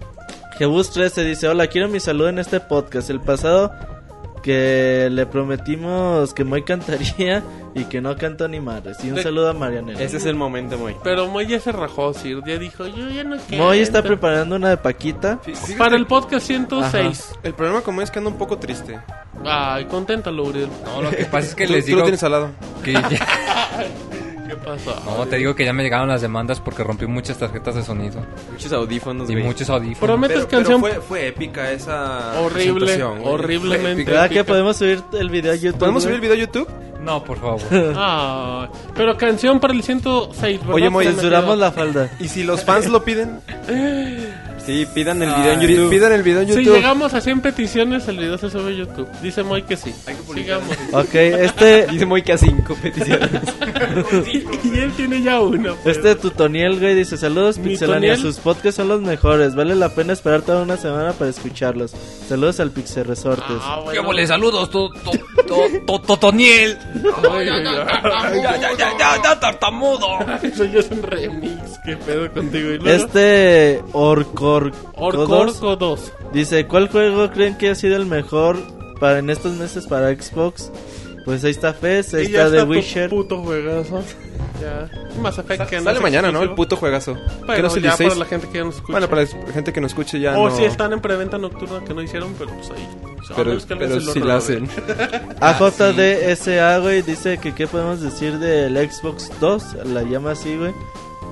Speaker 5: Jebus 13 dice, hola, quiero mi saludo en este podcast. El pasado que le prometimos que Moy cantaría y que no canto ni madres. Y un
Speaker 2: De-
Speaker 5: saludo a Marianela.
Speaker 8: Ese es el momento, güey.
Speaker 2: Pero Moy ya se rajó, Sir. Ya dijo, yo ya no quiero.
Speaker 5: Moy está preparando una de Paquita.
Speaker 7: Fí- fíjate,
Speaker 2: Para el podcast 106.
Speaker 7: el problema como es que anda un poco triste.
Speaker 2: Ay, conténtalo, Uriel.
Speaker 6: No, lo que pasa es que
Speaker 7: Tú-
Speaker 6: les
Speaker 7: tú lo
Speaker 6: digo
Speaker 7: tienes al lado.
Speaker 6: que ya-
Speaker 2: ¿Qué pasó?
Speaker 6: No, te digo que ya me llegaron las demandas porque rompí muchas tarjetas de sonido
Speaker 8: Muchos audífonos,
Speaker 6: y
Speaker 8: güey.
Speaker 6: muchos audífonos.
Speaker 2: Prometes
Speaker 7: Pero, pero
Speaker 2: canción.
Speaker 7: fue, fue épica esa.
Speaker 2: Horrible,
Speaker 7: presentación, güey.
Speaker 2: horriblemente.
Speaker 7: Fue
Speaker 5: ¿Verdad
Speaker 7: épica.
Speaker 5: que podemos subir el video a YouTube?
Speaker 7: ¿Podemos subir
Speaker 5: güey?
Speaker 7: el video a YouTube?
Speaker 6: No, por favor.
Speaker 2: Ah, pero canción para el 106, ¿verdad?
Speaker 7: Oye, Moy,
Speaker 2: Se me
Speaker 5: Censuramos
Speaker 2: quedó.
Speaker 5: la falda.
Speaker 7: ¿Y si los fans lo piden?
Speaker 8: Sí, pidan el video en
Speaker 7: Pi-
Speaker 8: YouTube.
Speaker 7: Pidan el video en
Speaker 2: Si
Speaker 7: YouTube.
Speaker 2: llegamos a 100 peticiones, el video se sube a YouTube. Dice Moy que sí. Sigamos.
Speaker 5: Ok, este,
Speaker 8: Dice muy que a cinco peticiones.
Speaker 2: y él tiene ya una. pues.
Speaker 5: este Tutoniel, güey, dice saludos,
Speaker 2: Mi
Speaker 5: Pixelania.
Speaker 2: Toniel.
Speaker 5: Sus podcasts son los mejores. Vale la pena esperar toda una semana para escucharlos. Saludos al Pixel Resortes.
Speaker 2: Ah, bueno.
Speaker 6: ¡Qué mole! ¡Saludos, to- to- to- to- Totoniel! Ah,
Speaker 2: Ay, ay, ay,
Speaker 6: ¡Ya, ya, ya, ya, ya, tartamudo!
Speaker 2: ay, Eso ya es un remix. ¿Qué pedo contigo? Y luego,
Speaker 5: Este Orcor
Speaker 2: Orcorco 2.
Speaker 5: dice, ¿cuál juego creen que ha sido el mejor para en estos meses para Xbox? Pues ahí está Fez, ahí
Speaker 2: Y ya
Speaker 5: está The
Speaker 2: tu
Speaker 5: Witcher,
Speaker 2: Puto juegazo. ya. Mass Effect
Speaker 7: Sa-
Speaker 2: que no
Speaker 7: sale
Speaker 2: es
Speaker 7: mañana, ¿no?
Speaker 2: exclusivo.
Speaker 7: El puto juegazo. que
Speaker 2: Bueno,
Speaker 7: no es el
Speaker 2: ya
Speaker 7: 16.
Speaker 2: para la gente que Oh, ya nos escucha.
Speaker 7: Bueno, para la gente que nos escuche ya
Speaker 2: O
Speaker 7: no...
Speaker 2: si están en preventa nocturna que no hicieron, pero pues ahí. O sea, a
Speaker 7: Pero,
Speaker 2: menos que alguien
Speaker 7: pero
Speaker 2: se lo
Speaker 7: si la
Speaker 2: regale.
Speaker 7: hacen.
Speaker 5: Ah,
Speaker 2: ah,
Speaker 5: AJDSA, güey, dice que qué podemos decir del Xbox 2, la llama así, güey.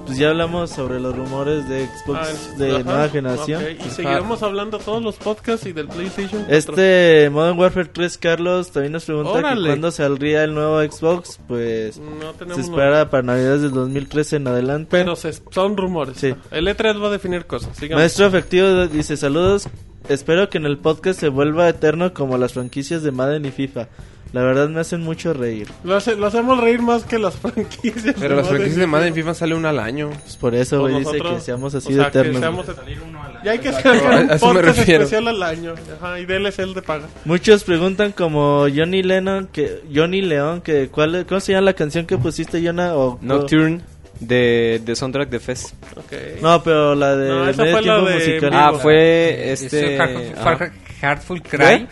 Speaker 5: Pues ya hablamos sobre los rumores de Xbox
Speaker 2: Ah,
Speaker 5: de
Speaker 2: ajá,
Speaker 5: nueva generación.
Speaker 2: ok. Y seguiremos hablando todos los podcasts y del PlayStation.
Speaker 5: Este Modern Warfare 3, Carlos, también nos pregunta que
Speaker 2: Órale.
Speaker 5: cuándo saldría el nuevo Xbox. Pues
Speaker 2: No tenemos
Speaker 5: se espera para Navidades del 2013 en adelante.
Speaker 2: Pero se- son rumores.
Speaker 5: Sí.
Speaker 2: El E3 va a definir cosas. Sigamos.
Speaker 5: Maestro Afectivo dice saludos. Espero que en el podcast se vuelva eterno como las franquicias de Madden y FIFA. La verdad me hacen mucho reír.
Speaker 2: Lo, hace- lo hacemos reír más que las franquicias.
Speaker 7: Pero las franquicias de Madden
Speaker 2: Madden
Speaker 7: FIFA sale una al año.
Speaker 5: Pues por eso,
Speaker 2: Pues
Speaker 5: güey, dice
Speaker 2: nosotros-
Speaker 5: que seamos así
Speaker 2: o sea,
Speaker 5: de eternos.
Speaker 2: que
Speaker 5: güey.
Speaker 2: seamos Ya hay que hacer
Speaker 7: A- a
Speaker 2: un
Speaker 7: eso me
Speaker 2: podcast
Speaker 7: refiero.
Speaker 2: especial al año. Ajá, y DLC de paga.
Speaker 5: Muchos preguntan como Johnny Lennon que Johnny León que cuál es- cómo se llama la canción que pusiste Jonah o
Speaker 8: Nocturne de, de soundtrack de Fez.
Speaker 2: Ok.
Speaker 5: No, pero la de
Speaker 2: No, esa
Speaker 5: medio
Speaker 2: fue la
Speaker 5: tiempo
Speaker 2: de-
Speaker 5: musical.
Speaker 8: Ah,
Speaker 2: Digo,
Speaker 8: fue
Speaker 6: Eso,
Speaker 8: este.
Speaker 6: Heartful,
Speaker 8: ajá.
Speaker 6: Heartful
Speaker 2: ¿Eh?
Speaker 6: Cry.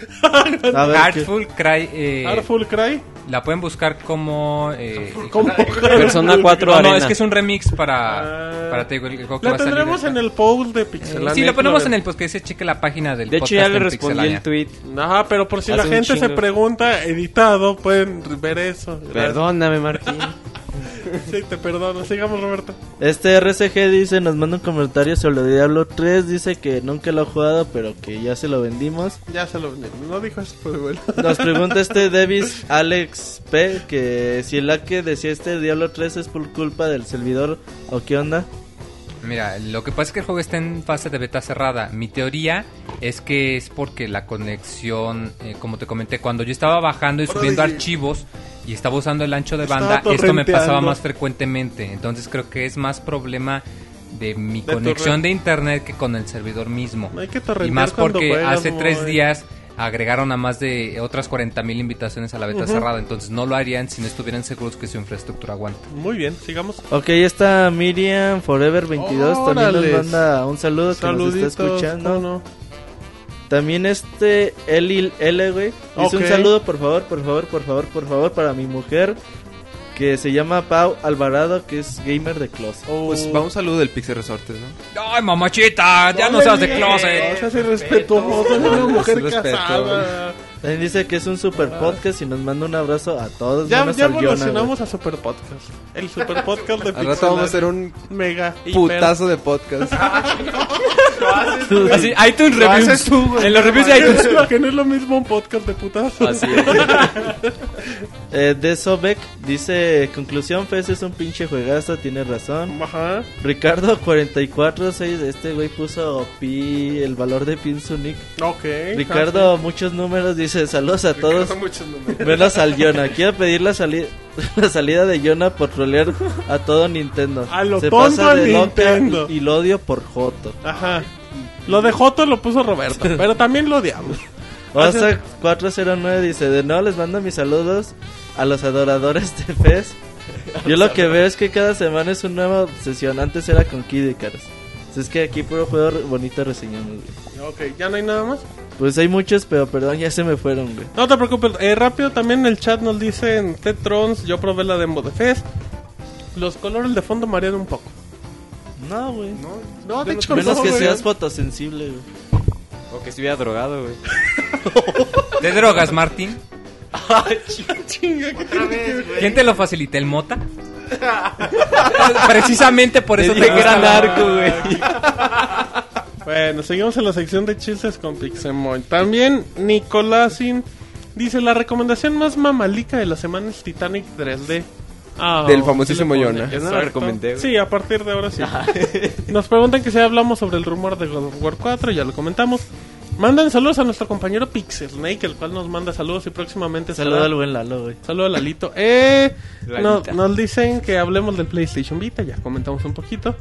Speaker 5: A ver, ¿qué-
Speaker 6: Heartful Cry. eh,
Speaker 2: Artful Cry.
Speaker 6: la pueden buscar como. eh,
Speaker 2: ¿Cómo?
Speaker 8: Persona 4
Speaker 6: no, no,
Speaker 8: Arena.
Speaker 6: es que es un remix para.
Speaker 2: Ah.
Speaker 6: para te digo, el juego que va
Speaker 2: La
Speaker 6: a salir
Speaker 2: tendremos
Speaker 6: de-
Speaker 2: en el poll de
Speaker 6: Eh,
Speaker 2: Pixelania.
Speaker 6: sí, lo ponemos en
Speaker 2: Claro.
Speaker 6: el post que se cheque la página del
Speaker 8: De hecho,
Speaker 6: podcast
Speaker 8: ya le
Speaker 6: en
Speaker 8: respondí
Speaker 6: Pixelania.
Speaker 8: el tweet.
Speaker 2: Ajá, pero por si la
Speaker 8: Hace un
Speaker 2: gente se
Speaker 8: chingo.
Speaker 2: pregunta, editado, pueden ver eso. Gracias.
Speaker 8: Perdóname, Martín.
Speaker 2: Sí, te perdono. Sigamos, Roberto.
Speaker 5: Este RCG dice, nos manda un comentario sobre Diablo 3, dice que nunca lo ha jugado, pero que ya se lo vendimos.
Speaker 2: Ya se lo No dijo eso, pero bueno.
Speaker 5: Nos pregunta este Davis Alex P que si el que decía este Diablo 3 es por culpa del servidor o qué onda.
Speaker 6: Mira, lo que pasa es que el juego está en fase de beta cerrada. Mi teoría es que es porque la conexión, eh, como te comenté, cuando yo estaba bajando y subiendo
Speaker 2: Órale.
Speaker 6: archivos y estaba usando el ancho de
Speaker 2: Estaba
Speaker 6: banda, esto me pasaba
Speaker 2: torrenteando.
Speaker 6: más frecuentemente. Entonces creo que es más problema de mi
Speaker 2: De tu
Speaker 6: conexión
Speaker 2: red.
Speaker 6: de internet que con el servidor mismo.
Speaker 2: No hay que
Speaker 6: Y
Speaker 2: torrentear
Speaker 6: más
Speaker 2: cuando
Speaker 6: porque
Speaker 2: juegas,
Speaker 6: hace
Speaker 2: muy.
Speaker 6: tres días agregaron a más de otras 40 mil invitaciones a la beta cerrada. Entonces no lo harían si no estuvieran seguros que su infraestructura aguanta.
Speaker 2: Muy bien, sigamos.
Speaker 5: Ok, ahí está Miriam Forever 22 también
Speaker 2: Órales.
Speaker 5: nos manda un saludo que
Speaker 2: Saluditos.
Speaker 5: nos está escuchando.
Speaker 2: ¿cómo no?
Speaker 5: También este Eli L, güey. Dice
Speaker 2: Ok.
Speaker 5: un saludo, por favor, por favor, por favor, por favor, para mi mujer que se llama Pau Alvarado, que es gamer de closet.
Speaker 2: Oh.
Speaker 7: Pues va un saludo del Pixel Resortes, ¿no?
Speaker 6: ¡Ay, mamachita! ¡Ya no,
Speaker 2: le
Speaker 6: seas de
Speaker 2: digas,
Speaker 6: closet!
Speaker 2: No seas irrespetuoso, es una mujer
Speaker 7: respeto.
Speaker 2: casada.
Speaker 5: También dice que es un super podcast y nos manda un abrazo a todos.
Speaker 2: Ah. Ya,
Speaker 5: menos
Speaker 2: ya
Speaker 5: al Jonah, güey.
Speaker 2: evolucionamos a Super Podcast. El Super Podcast de
Speaker 7: Al rato vamos a hacer
Speaker 2: Pixelania.
Speaker 7: un
Speaker 2: Mega hiper.
Speaker 7: putazo de podcast.
Speaker 2: Ah,
Speaker 8: Así, iTunes
Speaker 7: Lo
Speaker 8: Reviews.
Speaker 7: haces tú, güey.
Speaker 8: En los reviews de iTunes.
Speaker 2: que no es lo mismo un podcast de putazo.
Speaker 6: Ah,
Speaker 8: Así es.
Speaker 5: Eh, de Sobek dice: Conclusión, Fez es un pinche juegazo, tiene razón.
Speaker 2: Ajá.
Speaker 5: Ricardo 446, este güey puso pi, el valor de pin su nick.
Speaker 2: Ok.
Speaker 5: Ricardo, muchos números, dice: Saludos a todos,
Speaker 2: muchos
Speaker 5: menos al Yona. Quiero pedir la, sali- la salida de Yona por trolear a todo Nintendo.
Speaker 2: A lo
Speaker 5: Se
Speaker 2: tonto
Speaker 5: pasa de loca
Speaker 2: Nintendo.
Speaker 5: y, y lo odio por Joto.
Speaker 2: Ajá. Lo de Joto lo puso Roberto, pero también lo odiamos.
Speaker 5: Osa 409 dice, de nuevo les mando mis saludos a los adoradores de Fez. Yo lo que veo es que cada semana es un nuevo obsesión. Antes era con Kid Icarus. Es que aquí puro juego re- bonito reseñamos, güey.
Speaker 2: Ok, ya no hay nada más.
Speaker 5: Pues hay muchos, pero perdón, ya se me fueron, güey.
Speaker 2: No te preocupes, eh, rápido también en el chat nos dicen Tetrons, yo probé la demo de Fest. Los colores de fondo marean un poco.
Speaker 5: No, güey.
Speaker 2: No, de hecho,
Speaker 5: Menos
Speaker 2: no,
Speaker 5: que
Speaker 2: güey.
Speaker 5: seas fotosensible, güey.
Speaker 8: O que estuviera drogado, güey.
Speaker 6: ¿De drogas, Martín?
Speaker 2: Chinga, ¿qué tiene que ver?
Speaker 6: ¿Quién te lo facilita? ¿El mota? Precisamente por eso
Speaker 8: Te dije que
Speaker 6: gusta
Speaker 8: era
Speaker 5: Ah,
Speaker 6: la-
Speaker 8: narco, güey.
Speaker 2: Bueno, seguimos en la sección de chistes con Pixemoy. También Nicolasin dice: La recomendación más mamalica de la semana es Titanic 3D. Ah,
Speaker 7: Del famosísimo
Speaker 2: ¿qué le pone?
Speaker 7: Jonah.
Speaker 2: Exacto.
Speaker 7: Yo no la recomendé, güey. Ah.
Speaker 2: Sí, a partir de ahora sí. Nos preguntan que si hablamos sobre el rumor de God of War 4, ya lo comentamos. Mandan saludos a nuestro compañero Pixel Snake, el cual nos manda saludos y próximamente
Speaker 5: Saluda
Speaker 2: estará-
Speaker 5: al buen Lalo, güey.
Speaker 2: Saludos a Lalito. Eh, no-
Speaker 8: Lalita.
Speaker 2: nos dicen que hablemos del PlayStation Vita, ya comentamos un poquito.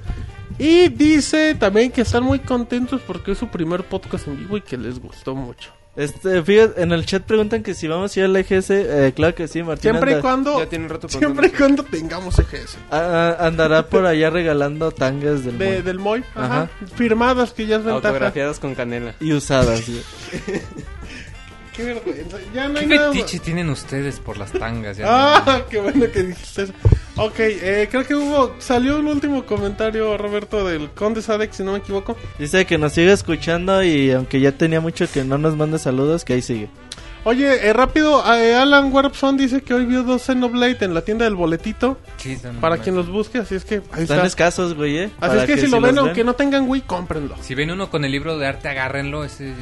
Speaker 2: Y dice también que están muy contentos porque es su primer podcast en vivo y que les gustó mucho.
Speaker 5: Este, fíjate, en el chat preguntan que si vamos a ir al EGS. Eh, claro que sí, Martín.
Speaker 2: Siempre y
Speaker 5: anda-
Speaker 2: cuando
Speaker 7: Ya tiene un rato
Speaker 2: siempre y cuando tengamos EGS.
Speaker 5: a- a- andará por allá regalando tangas del
Speaker 2: De-
Speaker 5: mundo.
Speaker 2: del Moy, ajá,
Speaker 5: Ajá.
Speaker 2: firmadas que ya es ventaja.
Speaker 8: Autografiadas con canela.
Speaker 5: Y usadas, güey.
Speaker 2: Qué vergüenza. Ya no
Speaker 6: ¿Qué
Speaker 2: hay nada. más.
Speaker 6: fetiche tienen ustedes por las tangas? Ya no-
Speaker 2: Ah, qué bueno que dijiste eso. Ok, eh, creo que hubo. Salió un último comentario, Roberto, del Conde Sadek, si no me equivoco.
Speaker 5: Dice que nos sigue escuchando y aunque ya tenía mucho que no nos manda saludos, que ahí sigue.
Speaker 2: Oye, eh, rápido, eh, Alan Warpson dice que hoy vio dos Xenoblade en la tienda del boletito. Para quien los busque, así es que ahí
Speaker 5: Están
Speaker 2: está.
Speaker 5: escasos, güey, ¿eh?
Speaker 2: Así
Speaker 5: Para
Speaker 2: es que, si lo ven,
Speaker 5: los
Speaker 2: aunque no tengan Wii, cómprenlo.
Speaker 6: Si ven uno con el libro de arte, agárrenlo. ese- en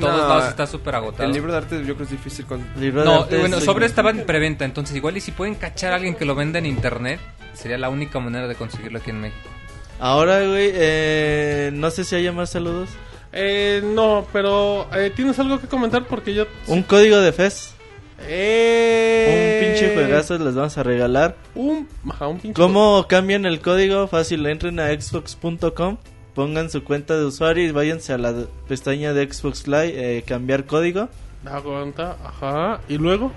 Speaker 6: todos
Speaker 7: No,
Speaker 6: lados está súper agotado.
Speaker 7: El libro de arte yo creo que es difícil con...
Speaker 5: Libro de
Speaker 6: No,
Speaker 5: arte
Speaker 6: bueno,
Speaker 5: es-
Speaker 6: sobre estaba en preventa. Entonces, igual y si pueden cachar a alguien que lo venda en internet, sería la única manera de conseguirlo aquí en México.
Speaker 5: Ahora, güey, eh, no sé si haya más saludos.
Speaker 2: Eh, no, pero eh, ¿tienes algo que comentar? Porque yo.
Speaker 5: Un código de FES.
Speaker 2: Eh,
Speaker 5: Un pinche juegazo les vamos a regalar.
Speaker 2: Un, ajá, un pinche
Speaker 5: ¿Cómo cambian el código? Fácil, entren a xbox.com, pongan su cuenta de usuario y váyanse a la de- pestaña de Xbox Live, eh, cambiar código.
Speaker 2: Aguanta, ajá. ¿Y luego?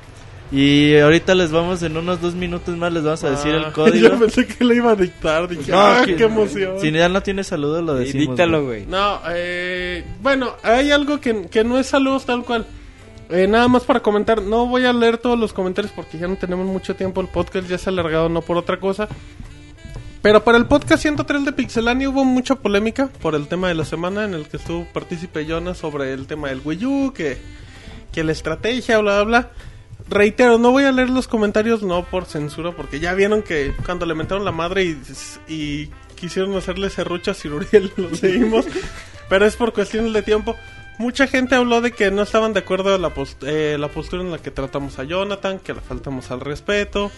Speaker 5: Y ahorita les vamos, en unos dos minutos más les vamos a decir
Speaker 2: Ah,
Speaker 5: el código.
Speaker 2: Yo pensé que le iba a dictar. Dije,
Speaker 5: No,
Speaker 2: ¡ah,
Speaker 5: que-
Speaker 2: qué emoción!
Speaker 5: Si ya no tiene saludos, lo
Speaker 8: Y
Speaker 5: decimos.
Speaker 8: díctalo,
Speaker 5: güey.
Speaker 8: güey.
Speaker 2: No, eh, bueno, hay algo que, que no es saludos tal cual. Eh, nada más para comentar, no voy a leer todos los comentarios porque ya no tenemos mucho tiempo. El podcast ya se ha alargado, no por otra cosa. Pero para el podcast 103 de Pixelania hubo mucha polémica por el tema de la semana en el que estuvo partícipe Jonas sobre el tema del Wii U, que, que la estrategia, bla, bla, bla. Reitero, no voy a leer los comentarios, no por censura, porque ya vieron que cuando le mentaron la madre y, y quisieron hacerle serrucha a Ciruriel, lo seguimos. pero es por cuestiones de tiempo. Mucha gente habló de que no estaban de acuerdo la, post- eh, la postura en la que tratamos a Jonathan, que le faltamos al respeto,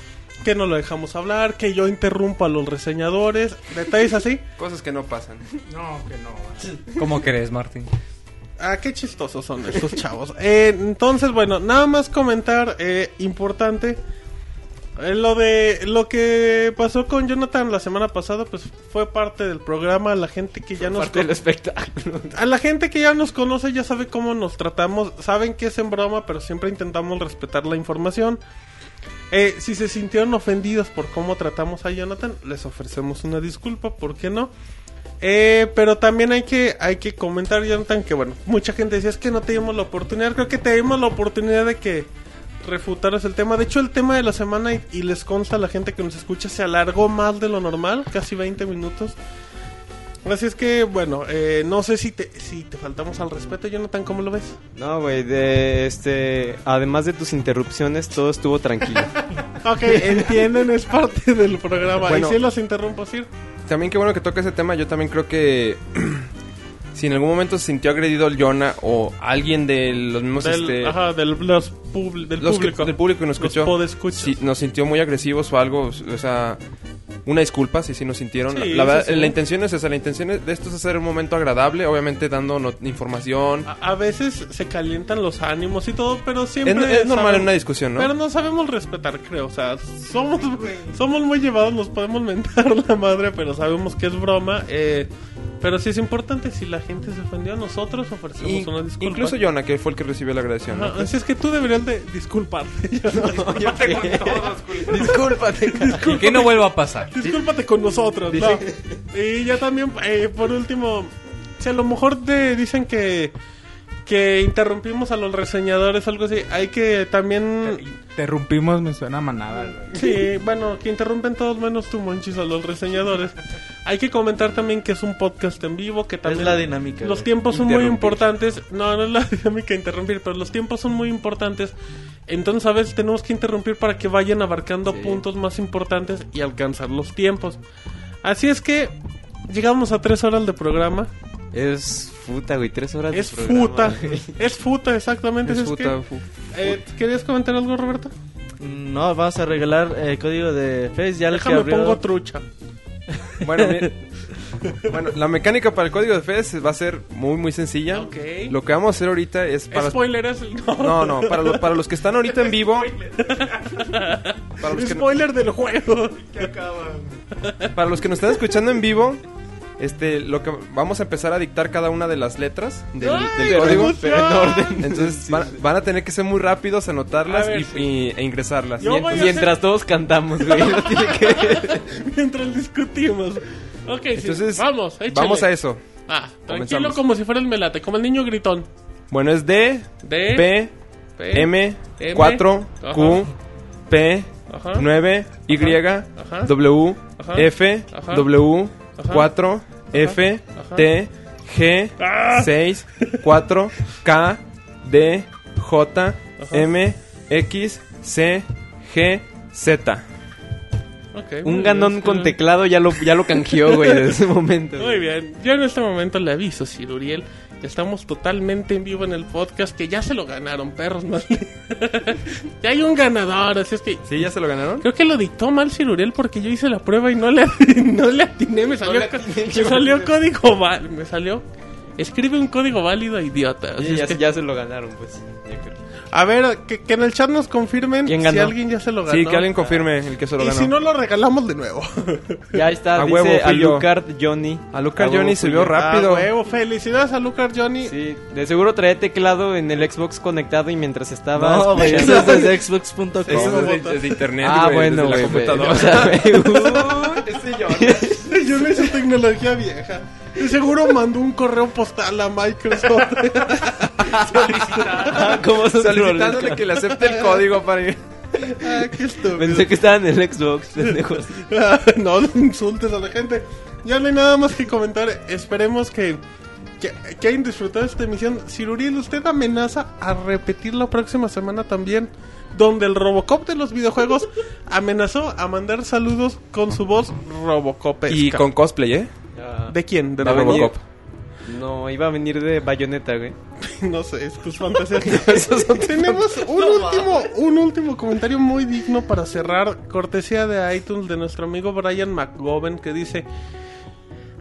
Speaker 2: que no lo dejamos hablar, que yo interrumpo a los reseñadores, detalles así.
Speaker 7: Cosas que no pasan.
Speaker 4: No, que no.
Speaker 6: ¿Cómo crees, Martín?
Speaker 2: Ah, qué chistosos son estos chavos. Eh, entonces, bueno, nada más comentar eh, importante. eh, lo de lo que pasó con Jonathan la semana pasada, pues fue parte del programa. La gente que ya nos
Speaker 8: Parte del espectáculo.
Speaker 2: a la gente que ya nos conoce ya sabe cómo nos tratamos, saben que es en broma, pero siempre intentamos respetar la información. Eh, si se sintieron ofendidos por cómo tratamos a Jonathan, les ofrecemos una disculpa, ¿por qué no? Eh, pero también hay que, hay que comentar, Jonathan, que bueno, mucha gente decía es que no te dimos la oportunidad, creo que te dimos la oportunidad de que refutaras el tema. De hecho, el tema de la semana, y, y les consta a la gente que nos escucha, se alargó más de lo normal, casi 20 minutos. Así es que, bueno, eh, no sé si te, si te faltamos al respeto, Jonathan, ¿cómo lo ves?
Speaker 8: No, güey, de este. Además de tus interrupciones, todo estuvo tranquilo.
Speaker 2: Ok, entienden, es parte del programa.
Speaker 7: Bueno.
Speaker 2: y si los interrumpo, Sir.
Speaker 7: También qué bueno que toca ese tema. Yo también creo que si en algún momento se sintió agredido el Jonah o alguien de los mismos
Speaker 2: Del,
Speaker 7: este,
Speaker 2: ajá, del, los pub- del
Speaker 7: los que-
Speaker 2: público.
Speaker 7: del público que nos
Speaker 2: Los
Speaker 7: escuchó,
Speaker 2: podescuchas.
Speaker 7: si nos sintió muy agresivos o algo, o sea, una disculpa si sí nos sintieron.
Speaker 2: Sí,
Speaker 7: la la verdad,
Speaker 2: sí, sí.
Speaker 7: la intención es esa, la intención es- de esto es hacer un momento agradable, obviamente dando no- información.
Speaker 2: A, a veces se calientan los ánimos y todo, pero
Speaker 7: es,
Speaker 2: siempre...
Speaker 7: es normal
Speaker 2: saben-
Speaker 7: en una discusión, ¿no?
Speaker 2: Pero no sabemos respetar, creo. O sea, somos, somos muy llevados, nos podemos mentar la madre, pero sabemos que es broma. eh, pero sí es importante, si la gente se ofendió, nosotros ofrecemos
Speaker 7: In-
Speaker 2: una disculpa.
Speaker 7: incluso Jonah, que fue el que recibió la agresión. ¿no?
Speaker 2: Ajá, así es que tú deberías de disculparte. Yo no.
Speaker 7: Discúlpate con todos, culero. Discúlpate.
Speaker 6: Y que no vuelva a pasar.
Speaker 2: Discúlpate con nosotros. no. Y ya también, eh, por último, si a lo mejor te dicen que que interrumpimos a los reseñadores algo así, hay que también...
Speaker 4: Interrumpimos, me suena a manada, güey.
Speaker 2: Sí, bueno, que interrumpen todos menos tú, Monchis, a los reseñadores. Hay que comentar también que es un podcast en vivo, que también...
Speaker 5: Es la dinámica.
Speaker 2: Los
Speaker 5: güey.
Speaker 2: tiempos son muy
Speaker 7: Interrumpir.
Speaker 2: importantes. No, no es la dinámica de interrumpir, pero los tiempos son muy importantes. Entonces a veces tenemos que interrumpir para que vayan abarcando puntos más importantes y alcanzar los tiempos. Así es que llegamos a tres horas de programa.
Speaker 8: Es futa, güey, tres horas de
Speaker 2: Es
Speaker 8: programa,
Speaker 2: futa.
Speaker 8: güey.
Speaker 2: Es futa, exactamente.
Speaker 7: Es
Speaker 2: así es que,
Speaker 7: puta, fu-
Speaker 2: eh, ¿Querías comentar algo, Roberto?
Speaker 5: No, vamos a regalar el código de FES. Ya el que
Speaker 2: Déjame
Speaker 5: abrió-
Speaker 2: pongo trucha.
Speaker 7: Bueno, mira- bueno, la mecánica para el código de FES va a ser muy, muy sencilla.
Speaker 2: Ok.
Speaker 7: Lo que vamos a hacer ahorita es para...
Speaker 2: Spoiler es el
Speaker 7: No, no, para, los- para los que están ahorita en vivo... Para los, que, no-
Speaker 2: Spoiler del juego.
Speaker 7: para los que nos están escuchando en vivo, este, lo que vamos a empezar a dictar cada una de las letras del,
Speaker 2: ¡Ay,
Speaker 7: del
Speaker 2: qué
Speaker 7: código,
Speaker 2: emoción!
Speaker 7: en orden. Entonces van, van a tener que ser muy rápidos, anotarlas
Speaker 2: A ver,
Speaker 7: y,
Speaker 2: sí.
Speaker 7: y- e ingresarlas.
Speaker 2: Yo voy a
Speaker 8: Mientras todos cantamos, güey. no tiene que-
Speaker 2: Mientras discutimos. Ok, sí,
Speaker 7: Entonces,
Speaker 2: vamos, échale.
Speaker 7: vamos a eso.
Speaker 2: Ah, tranquilo
Speaker 7: Comenzamos.
Speaker 2: como si fuera el melate, como el niño gritón.
Speaker 7: Bueno,
Speaker 2: E.
Speaker 7: es D,
Speaker 2: D,
Speaker 7: P,
Speaker 2: P,
Speaker 7: M,
Speaker 2: M,
Speaker 7: 4, Q, P,
Speaker 2: Ajá.
Speaker 7: 9, Y,
Speaker 2: Ajá.
Speaker 7: W,
Speaker 2: Ajá.
Speaker 7: F,
Speaker 2: Ajá.
Speaker 7: W,
Speaker 2: Ajá.
Speaker 7: 4, F,
Speaker 2: Ajá.
Speaker 7: T, G,
Speaker 2: ¡Ah!
Speaker 7: 6, 4, K, D, J, M, X, C, G, Z.
Speaker 2: Ok, muy
Speaker 8: Un
Speaker 2: bien,
Speaker 8: ganón con
Speaker 2: sí.
Speaker 8: teclado ya lo, ya lo canjeó, güey, desde ese momento. güey.
Speaker 2: Muy bien, yo en este momento le aviso, Sir Uriel, que estamos totalmente en vivo en el podcast, que ya se lo ganaron, perros. ¿no? ya hay un ganador, así es que
Speaker 7: ¿Sí? ¿Ya se lo ganaron?
Speaker 2: creo que lo dictó mal Sir Uriel porque yo hice la prueba y no le, no le atiné, me salió, co- me salió código válido, me salió... Escribe un código válido, idiota. así
Speaker 8: Sí,
Speaker 2: es
Speaker 8: ya,
Speaker 2: que-
Speaker 8: ya se lo ganaron, pues. Ya creo.
Speaker 2: A ver, que, que en el chat nos confirmen
Speaker 8: ¿Quién
Speaker 2: si
Speaker 8: ganó?
Speaker 2: alguien ya se lo ganó.
Speaker 7: Sí, que alguien confirme el que se lo
Speaker 2: Y
Speaker 7: ganó.
Speaker 2: si no, lo regalamos de nuevo.
Speaker 8: Ya está,
Speaker 7: A
Speaker 8: dice
Speaker 7: huevo, fui yo.
Speaker 8: Alucard Johnny.
Speaker 7: A Lucas
Speaker 8: A huevo
Speaker 7: Johnny se
Speaker 8: fui
Speaker 7: vio
Speaker 8: yo.
Speaker 7: rápido.
Speaker 2: Ah, huevo, felicidades a Lucas Johnny.
Speaker 8: Sí, de seguro traía teclado en el Xbox conectado y mientras estaba...
Speaker 5: No, güey,
Speaker 8: escuchando-
Speaker 5: eso es desde Xbox.com.
Speaker 7: Eso es de- desde internet,
Speaker 8: Ah,
Speaker 7: güey,
Speaker 8: bueno,
Speaker 7: desde
Speaker 8: güey.
Speaker 7: la computadora.
Speaker 8: o sea, güey,
Speaker 2: Yo no hice tecnología vieja. De Seguro mandó un correo postal a Microsoft.
Speaker 8: ¿Cómo son
Speaker 7: Solicitándole
Speaker 8: troles?
Speaker 7: que le acepte el código para ir.
Speaker 2: ah, qué estúpido.
Speaker 8: Pensé que estaba en el Xbox, pendejos.
Speaker 2: Ah, no insultes a la gente. Ya no hay nada más que comentar. Esperemos que, que, que hayan disfrutado esta emisión. Ciruriel, usted amenaza a repetir la próxima semana también. Donde el Robocop de los videojuegos amenazó a mandar saludos con su voz Robocopesca.
Speaker 7: Y con cosplay, ¿eh?
Speaker 2: ¿De quién? ¿De
Speaker 7: De Robocop.
Speaker 8: No, iba a venir de bayoneta, güey.
Speaker 2: No sé, es tus fantasías. Tenemos un último, un último comentario muy digno para cerrar, cortesía de iTunes de nuestro amigo Brian McGovern que dice: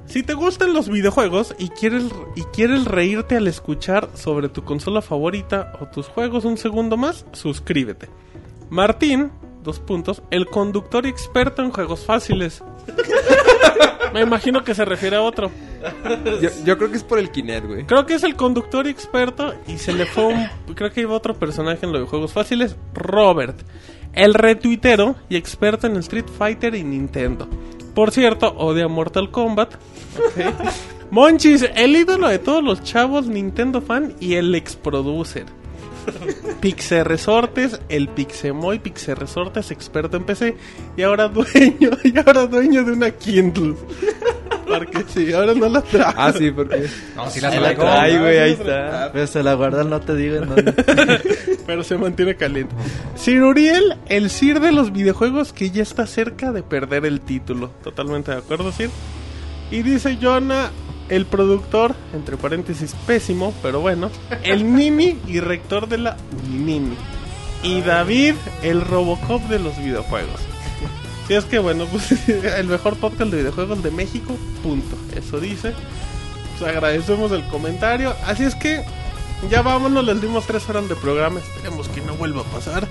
Speaker 2: Si te gustan los videojuegos y quieres y quieres reírte al escuchar sobre tu consola favorita o tus juegos un segundo más, suscríbete. Martín, dos puntos, el conductor experto en juegos fáciles. Me imagino que se refiere a otro.
Speaker 7: Yo, yo creo que es por el Kinect, güey.
Speaker 2: Creo que es el conductor experto y se le fue un... Creo que iba otro personaje en los juegos fáciles, Robert. El retuitero y experto en Street Fighter y Nintendo. Por cierto, odia Mortal Kombat. Ok. Monchis, el ídolo de todos los chavos Nintendo fan y el ex producer. Pixe Resortes, el Pixemoy Pixe Resortes, experto en PC y ahora dueño, y ahora dueño de una Kindle. Porque sí, ahora no la trajo.
Speaker 7: Ah, sí, porque.
Speaker 6: No, sí las
Speaker 5: Ahí la
Speaker 6: traigo.
Speaker 5: trae.
Speaker 8: Ay, güey, ahí
Speaker 5: Ah,
Speaker 8: está.
Speaker 5: pero se la guardan, no te digo en dónde.
Speaker 2: Pero se mantiene caliente. Sir Uriel, el Sir de los videojuegos que ya está cerca de perder el título. Totalmente de acuerdo, Sir. Y dice Jonah, el productor, entre paréntesis, pésimo, pero bueno. El Nini y rector de la Nini. Y David, el Robocop de los videojuegos. Si es que bueno, pues el mejor podcast de videojuegos de México, punto. Eso dice. Pues agradecemos el comentario. Así es que ya vámonos, les dimos tres horas de programa. Esperemos que no vuelva a pasar.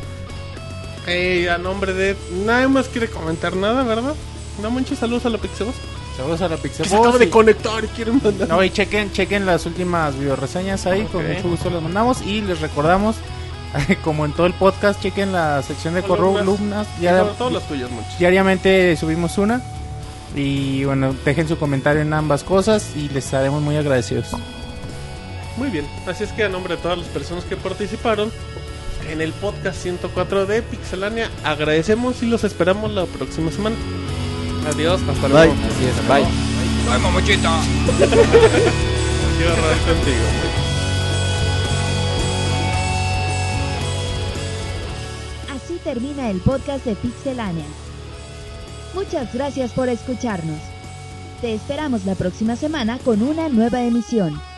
Speaker 2: Eh, a nombre de. Nadie más quiere comentar nada, ¿verdad? No muchos saludos a la Oh, Pixabos.
Speaker 4: Saludos a la
Speaker 2: Que
Speaker 4: Pixel
Speaker 2: se acaba
Speaker 4: Boss
Speaker 2: de
Speaker 4: y-
Speaker 2: conectar y quieren mandar.
Speaker 4: No, y chequen, chequen las últimas videoreseñas ahí,
Speaker 2: Ok.
Speaker 4: con mucho gusto las mandamos y les recordamos, como en todo el podcast, chequen la sección de correo
Speaker 2: Columnas.
Speaker 4: columnas,
Speaker 2: Sobre
Speaker 4: ya-
Speaker 2: todo las tuyas, muchos.
Speaker 4: diariamente subimos una y bueno, dejen su comentario en ambas cosas y les estaremos muy agradecidos.
Speaker 2: Muy bien. Así es que a nombre de todas las personas que participaron en el podcast 104 de Pixelania, agradecemos y los esperamos la próxima semana. Adiós, hasta luego.
Speaker 8: Así es, bye.
Speaker 2: Quiero hablar contigo. muy
Speaker 1: Así termina el podcast de Pixelania. Muchas gracias por escucharnos. Te esperamos la próxima semana con una nueva emisión.